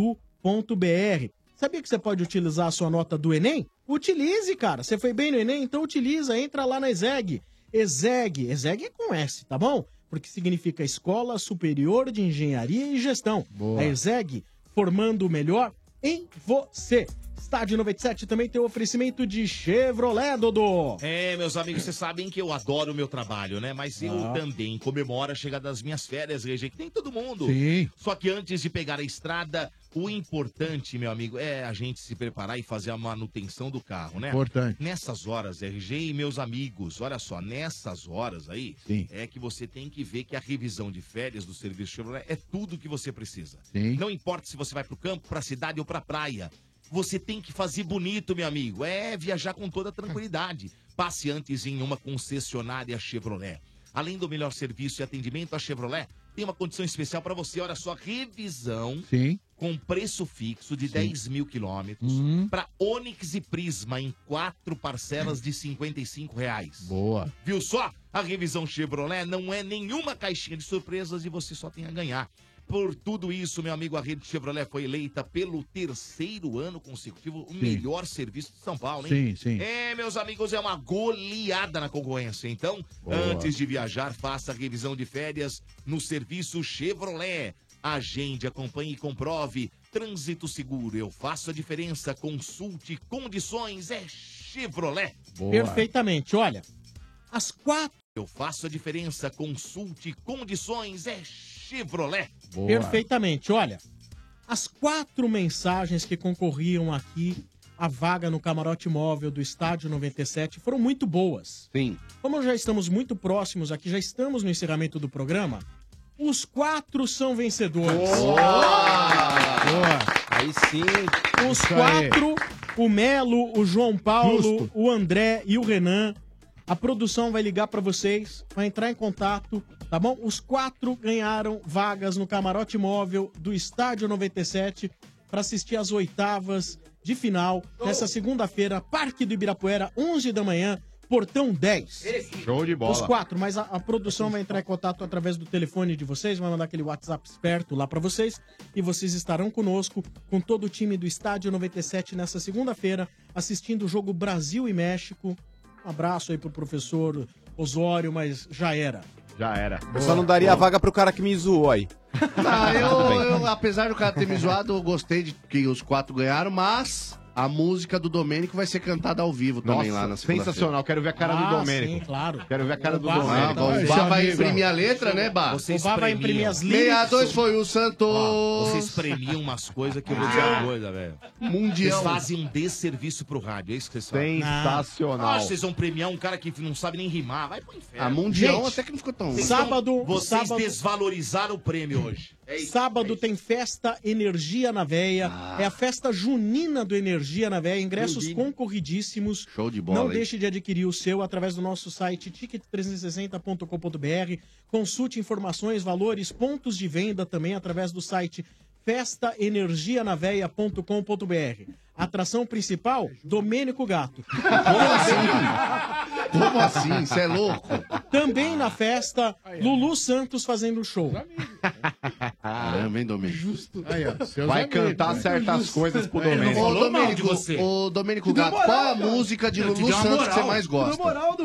Speaker 5: exeg.edu.br. Sabia que você pode utilizar a sua nota do Enem? Utilize, cara. Você foi bem no Enem, então utiliza, entra lá na ESEG. ESEG, ESEG é com S, tá bom? Porque significa Escola Superior de Engenharia e Gestão. É A ESEG, formando o melhor em você. Estádio 97 também tem o oferecimento de Chevrolet, Dodô.
Speaker 6: É, meus amigos, vocês sabem que eu adoro o meu trabalho, né? Mas eu
Speaker 5: Ah.
Speaker 6: também comemoro a chegada das minhas férias, Regê, que tem todo mundo.
Speaker 5: Sim.
Speaker 6: Só que antes de pegar a estrada, o importante, meu amigo, é a gente se preparar e fazer a manutenção do carro, né?
Speaker 8: Importante.
Speaker 6: Nessas horas, RG e meus amigos, olha só, nessas horas aí, é que você tem que ver que a revisão de férias do serviço Chevrolet é tudo que você precisa.
Speaker 8: Sim.
Speaker 6: Não importa se você vai pro campo, pra cidade ou pra praia. Você tem que fazer bonito, meu amigo. É viajar com toda tranquilidade. Passe antes em uma concessionária Chevrolet. Além do melhor serviço e atendimento, a Chevrolet tem uma condição especial pra você. Olha só, revisão
Speaker 8: Sim.
Speaker 6: com preço fixo de 10 mil quilômetros
Speaker 8: Uhum. Hum,
Speaker 6: pra Onix e Prisma em quatro parcelas de 55 reais.
Speaker 8: Boa.
Speaker 6: Viu só? A revisão Chevrolet não é nenhuma caixinha de surpresas e você só tem a ganhar. Por tudo isso, meu amigo, a rede Chevrolet foi eleita pelo terceiro ano consecutivo o
Speaker 8: Sim.
Speaker 6: melhor serviço de São Paulo, hein?
Speaker 8: Sim, sim.
Speaker 6: É, meus amigos, é uma goleada na concorrência. Então,
Speaker 8: Boa.
Speaker 6: antes de viajar, faça a revisão de férias no serviço Chevrolet. Agende, acompanhe e comprove. Trânsito seguro, eu faço a diferença. Consulte condições, é Chevrolet.
Speaker 5: Perfeitamente. Olha, as quatro.
Speaker 6: Eu faço a diferença, consulte condições, é Chevrolet.
Speaker 5: Perfeitamente. Olha, as quatro mensagens que concorriam aqui à vaga no camarote móvel do Estádio 97 foram muito boas.
Speaker 11: Sim.
Speaker 5: Como já estamos muito próximos aqui, já estamos no encerramento do programa, os quatro são vencedores.
Speaker 9: Aí sim.
Speaker 5: Os
Speaker 9: Isso aí.
Speaker 5: quatro, o Melo, o João Paulo,
Speaker 9: Justo.
Speaker 5: o André e o Renan. A produção vai ligar pra vocês, vai entrar em contato, tá bom? Os quatro ganharam vagas no camarote móvel do Estádio 97 pra assistir as oitavas de final nessa segunda-feira, Parque do Ibirapuera, 11 da manhã, portão 10.
Speaker 10: Show de bola.
Speaker 5: Os quatro, mas a, a produção vai entrar em contato através do telefone de vocês, vai mandar aquele WhatsApp esperto lá pra vocês e vocês estarão conosco com todo o time do Estádio 97 nessa segunda-feira assistindo o jogo Brasil e México. Um abraço aí pro professor Osório, mas já era.
Speaker 10: Já era.
Speaker 9: Eu só não daria a vaga pro cara que me zoou aí.
Speaker 11: Tá, eu, eu, apesar do cara ter me zoado, eu gostei de que os quatro ganharam, mas A música do Domênico vai ser cantada ao vivo também
Speaker 10: Nossa,
Speaker 11: lá na segunda-feira.
Speaker 10: sensacional. Quero ver a cara do
Speaker 11: Ah,
Speaker 10: Domênico.
Speaker 11: sim,
Speaker 5: claro.
Speaker 10: Quero ver a cara
Speaker 11: O
Speaker 10: do
Speaker 11: Bá-
Speaker 10: Domênico.
Speaker 11: Ah, o Bá vai imprimir a letra, né, Bá? O Bá vai imprimir as letras. 62 foi o Santos.
Speaker 6: vocês premiam umas coisas que eu vou dizer uma coisa, velho.
Speaker 11: Mundial.
Speaker 6: Vocês fazem um desserviço pro rádio, é isso que vocês fazem.
Speaker 10: Sensacional.
Speaker 6: Ah, vocês vão premiar um cara que não sabe nem rimar, vai pro inferno.
Speaker 11: A Mundial até que não ficou tão...
Speaker 6: Vocês estão- Vocês desvalorizaram o prêmio hoje.
Speaker 5: Sábado tem festa Energia na Veia.
Speaker 10: Ah.
Speaker 5: É a festa junina do Energia na Veia. Ingressos concorridíssimos.
Speaker 11: Show de bola,
Speaker 5: Não
Speaker 11: hein?
Speaker 5: deixe de adquirir o seu através do nosso site ticket360.com.br. Consulte informações, valores, pontos de venda também através do site festaenergianaveia.com.br. Atração principal, Domênico Gato.
Speaker 11: Como assim? Você é louco?
Speaker 5: Também na festa, Lulu Santos fazendo show.
Speaker 11: Caramba, hein, Domênico?
Speaker 15: Justo.
Speaker 11: Vai cantar
Speaker 10: né?
Speaker 11: certas coisas
Speaker 10: É,
Speaker 11: pro Domênico.
Speaker 6: Ô,
Speaker 11: Domênico, ô, Domênico Gato, qual é a música de Lulu Santos que você mais gosta?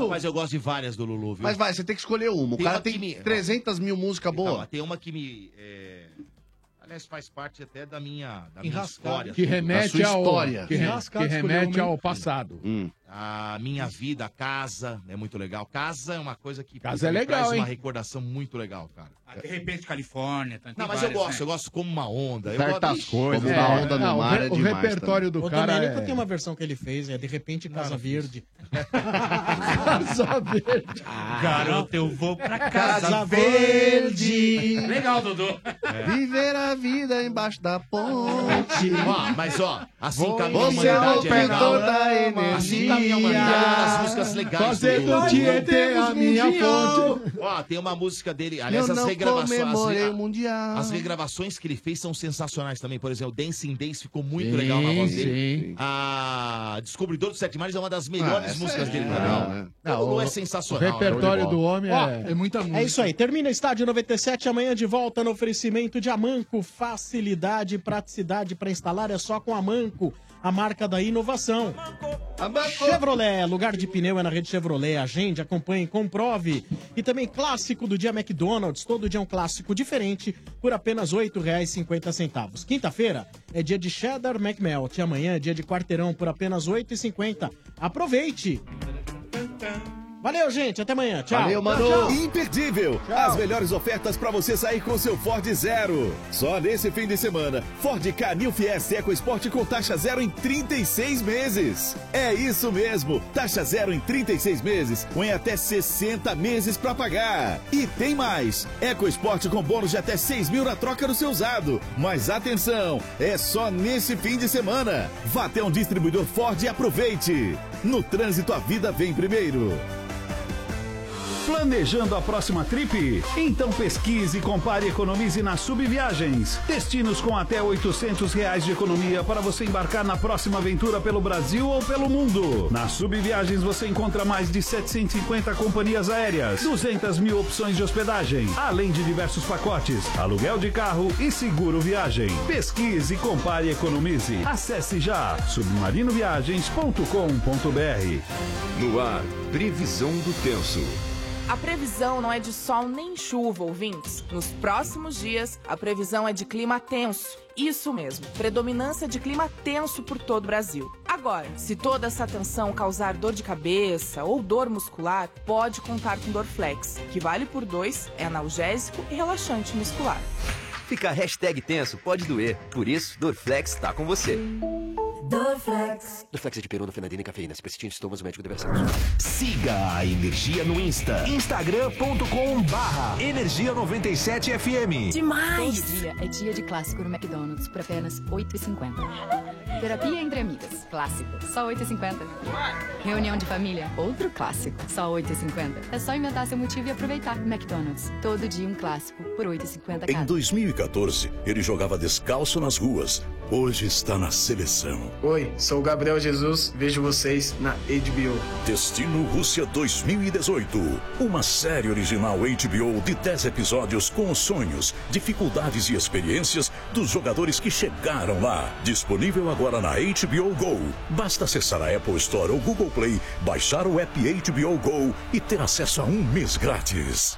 Speaker 6: Mas eu gosto de várias do Lulu, viu?
Speaker 11: Mas vai, você tem que escolher uma. O
Speaker 6: Tem
Speaker 11: cara
Speaker 6: uma que
Speaker 11: tem
Speaker 6: me-
Speaker 11: 300 mil músicas
Speaker 6: Não,
Speaker 11: boas.
Speaker 6: tem uma que me. é, Aliás, faz parte até da minha, da minha
Speaker 11: Enrascada.
Speaker 6: história. assim,
Speaker 11: Que remete
Speaker 6: da sua
Speaker 11: ao-
Speaker 6: história.
Speaker 11: que re- Enrascada que remete escolheu uma, hein? ao
Speaker 8: passado.
Speaker 10: Hum.
Speaker 6: A minha vida, a casa, é muito legal. Casa é uma coisa que
Speaker 8: Casa é
Speaker 6: me
Speaker 8: legal,
Speaker 6: traz uma
Speaker 8: hein?
Speaker 6: recordação muito legal, cara.
Speaker 17: Ah, De repente, Califórnia. tá- tem
Speaker 6: Não, mas eu
Speaker 17: várias,
Speaker 6: gosto,
Speaker 17: né?
Speaker 6: eu gosto como uma onda. Eu
Speaker 17: Certas
Speaker 6: gosto... Ixi,
Speaker 17: coisas,
Speaker 6: como
Speaker 17: né?
Speaker 6: uma
Speaker 17: É,
Speaker 6: onda
Speaker 17: não,
Speaker 6: no
Speaker 17: o
Speaker 6: mar
Speaker 17: re-
Speaker 6: é
Speaker 17: o
Speaker 6: demais
Speaker 17: repertório
Speaker 6: também.
Speaker 5: O Domênico tem uma versão que ele fez, é de repente Casa Verde. Ah,
Speaker 8: Casa Verde.
Speaker 17: Garota, eu vou pra
Speaker 16: Casa
Speaker 17: Casa,
Speaker 16: Verde.
Speaker 17: Verde. Legal, Dudu.
Speaker 6: É.
Speaker 11: Viver a vida embaixo da ponte.
Speaker 6: Ó, mas ó, assim
Speaker 11: Vou
Speaker 6: caminha a
Speaker 11: ser
Speaker 6: humanidade é
Speaker 11: open
Speaker 6: legal.
Speaker 11: toda a
Speaker 6: Assim
Speaker 11: energia.
Speaker 6: caminha a humanidade é uma das músicas legais.
Speaker 11: Fazendo
Speaker 6: do-
Speaker 11: Tietê a minha
Speaker 6: Mundial. Ó, tem uma música dele, aliás,
Speaker 11: Eu
Speaker 6: as
Speaker 11: não
Speaker 6: regravações. as
Speaker 11: comemorei
Speaker 6: re-
Speaker 11: o Mundial.
Speaker 6: As regravações que ele fez são sensacionais também. Por exemplo, Dancing Days ficou muito
Speaker 17: Sim,
Speaker 6: legal na voz
Speaker 17: sim.
Speaker 6: dele. A Descobridor dos Sete Mares é uma
Speaker 11: Ah,
Speaker 6: das melhores
Speaker 17: essa
Speaker 6: músicas
Speaker 17: é
Speaker 6: dele
Speaker 17: legal,
Speaker 6: também.
Speaker 17: né?
Speaker 6: Não,
Speaker 5: Não,
Speaker 6: Lulu
Speaker 5: o-
Speaker 6: é sensacional. né? show de bola.
Speaker 5: Ó,
Speaker 6: Ó,
Speaker 5: É isso aí. Termina Estádio 97. Amanhã de volta no oferecimento de Amanco. Facilidade e praticidade para instalar é só com Amanco, a marca da inovação. Chevrolet, lugar de pneu é na rede Chevrolet. Agende, acompanhe, comprove. E também clássico do dia McDonald's. Todo dia um clássico diferente por apenas R$ 8,50. Quinta-feira é dia de Cheddar McMelt. E amanhã é dia de quarteirão por apenas R$ 8,50. Aproveite! Valeu, gente. Até amanhã. Tchau.
Speaker 12: Valeu, mano.
Speaker 5: Tchau, tchau.
Speaker 12: Imperdível. As melhores ofertas para você sair com seu Ford Zero. Só nesse fim de semana, Ford K New Fiesta EcoSport com taxa zero em 36 meses. É isso mesmo. Taxa zero em 36 meses ou em até 60 meses para pagar. E tem mais. EcoSport com bônus de até 6 mil na troca do seu usado. Mas atenção, é só nesse fim de semana. Vá até um distribuidor Ford e aproveite. No trânsito, a vida vem primeiro.
Speaker 13: Planejando a próxima trip? Então pesquise, compare e economize na Subviagens. Destinos com até R$ 800 reais de economia para você embarcar na próxima aventura pelo Brasil ou pelo mundo. Na Subviagens você encontra mais de 750 companhias aéreas, 200 mil opções de hospedagem, além de diversos pacotes, aluguel de carro e seguro viagem. Pesquise, compare e economize. Acesse já submarinoviagens.com.br.
Speaker 18: No ar, previsão do tenso.
Speaker 24: A previsão não é de sol nem chuva, ouvintes. Nos próximos dias, a previsão é de clima tenso. Isso mesmo, predominância de clima tenso por todo o Brasil. Agora, se toda essa tensão causar dor de cabeça ou dor muscular, pode contar com Dorflex, que vale por dois, é analgésico e relaxante muscular.
Speaker 25: Ficar hashtag tenso pode doer. Por isso, Dorflex está com você.
Speaker 24: Dorflex.
Speaker 25: Dorflex é de perona, fenadina e cafeína. Se persistir em sintomas, o médico deve ser.
Speaker 12: Siga a Energia no Insta. Instagram.com barra Energia 97 FM.
Speaker 26: Todo dia é dia de clássico no McDonald's por apenas 8,50. Terapia entre amigas, clássico, só 8,50. Reunião de família, outro clássico, só 8,50. É só inventar seu motivo e aproveitar. McDonald's, todo dia um clássico por 8,50
Speaker 27: Em
Speaker 26: cada.
Speaker 27: 2014, ele jogava descalço nas ruas. Hoje está na seleção. Oi, sou o Gabriel Jesus, vejo vocês na HBO. Destino Rússia 2018. Uma série original HBO de 10 episódios com os sonhos, dificuldades e experiências dos jogadores que chegaram lá. Disponível agora na HBO Go. Basta acessar a Apple Store ou Google Play, baixar o app HBO Go e ter acesso a um mês grátis.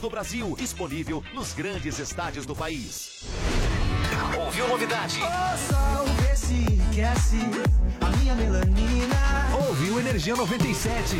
Speaker 6: do Brasil, disponível nos grandes estádios do país. Ouviu novidade? Ouviu Energia 97.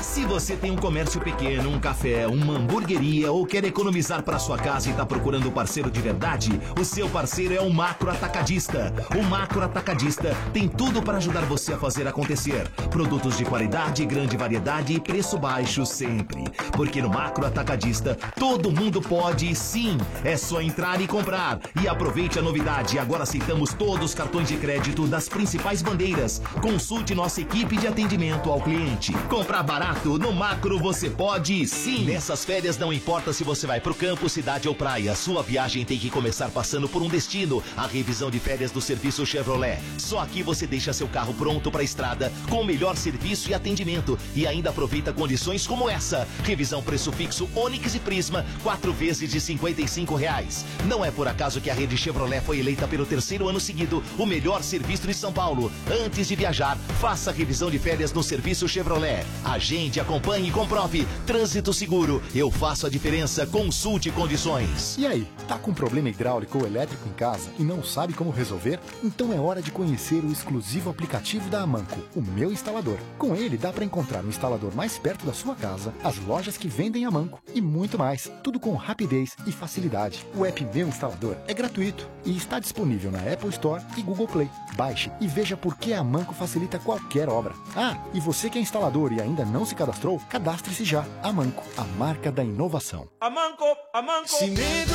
Speaker 6: Se você tem um comércio pequeno, um café, uma hamburgueria ou quer economizar para sua casa e está procurando um parceiro de verdade, o seu parceiro é o Macro Atacadista. O Macro Atacadista tem tudo para ajudar você a fazer acontecer. Produtos de qualidade, grande variedade e preço baixo sempre. Porque no Macro Atacadista, todo mundo pode e sim. É só entrar e comprar. E aproveite a novidade. Agora aceitamos todos os cartões de crédito das principais bandeiras. Consulte nossa equipe de atendimento ao cliente. Comprar barato no macro você pode sim. Nessas férias não importa se você vai pro campo, cidade ou praia. Sua viagem tem que começar passando por um destino. A revisão de férias do serviço Chevrolet. Só aqui você deixa seu carro pronto pra estrada com o melhor serviço e atendimento. E ainda aproveita condições como essa. Revisão preço fixo Onix e Prisma, quatro vezes de R$ 55 reais. Não é por acaso que a rede Chevrolet foi eleita pelo terceiro ano seguido o melhor serviço de São Paulo. Antes de viajar, faça a revisão de férias no serviço Chevrolet. Agende, acompanhe e comprove. Trânsito seguro. Eu faço a diferença. Consulte condições.
Speaker 20: E aí, tá com problema hidráulico ou elétrico em casa e não sabe como resolver? Então é hora de conhecer o exclusivo aplicativo da Amanco, o meu instalador. Com ele dá para encontrar um instalador mais perto da sua casa, as lojas que vendem Amanco e muito mais. Tudo com rapidez e facilidade. O app Meu Instalador é gratuito e está disponível na Apple Store e Google Play. Baixe e veja por que a Amanco facilita qualquer obra. Ah, e você que é instalador e ainda não se cadastrou, cadastre-se já. Amanco, a marca da inovação.
Speaker 8: Amanco, amanco. Cimento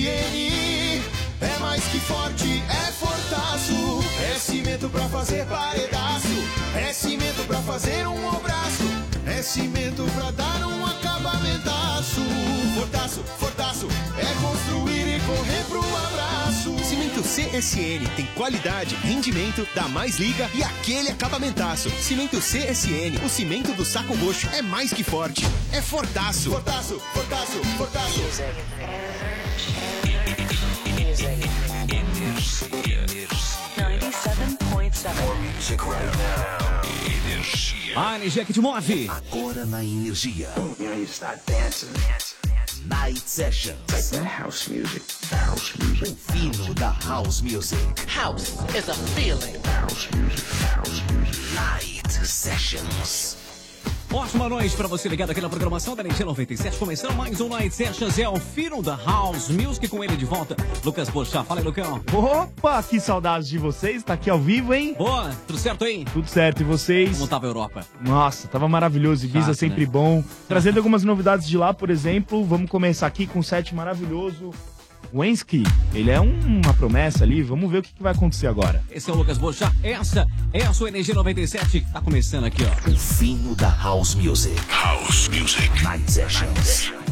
Speaker 8: CSN é mais que forte, é fortaço. É cimento pra fazer paredaço. É cimento pra fazer um obraço. É cimento pra dar um acabamentaço. Fortaço, fortaço, é construir e correr pro abraço.
Speaker 28: Cimento CSN tem qualidade, rendimento, dá mais liga e aquele acabamentaço. Cimento CSN, o cimento do saco roxo é mais que forte, é fortaço.
Speaker 8: Fortaço, fortaço, fortaço.
Speaker 9: A energia que te move.
Speaker 6: Agora na energia. Night Sessions. house music. House music. O fino da house music. House is a feeling. House music. House music. Night Sessions.
Speaker 9: Ótima noite pra você ligado aqui na programação da Energia 97. Começando mais um Night Sessions. É o Fino da House Music com ele de volta. Lucas Bochá. Fala aí, Lucão.
Speaker 12: Opa, que saudades de vocês, tá aqui ao vivo, hein?
Speaker 9: Boa, tudo certo aí?
Speaker 12: Tudo certo, e vocês?
Speaker 9: Como tava a Europa?
Speaker 12: Nossa, tava maravilhoso, Ibiza
Speaker 9: Chato,
Speaker 12: sempre
Speaker 9: né?
Speaker 12: bom. Trazendo algumas novidades de lá, por exemplo, vamos começar aqui com um set maravilhoso. Wensky, ele é um- uma promessa ali, vamos ver o que, que vai acontecer agora.
Speaker 9: Esse é o Lucas Bochá. Essa é a sua Energia 97 que tá começando aqui, ó.
Speaker 6: O fino da house music. House music. Night Sessions.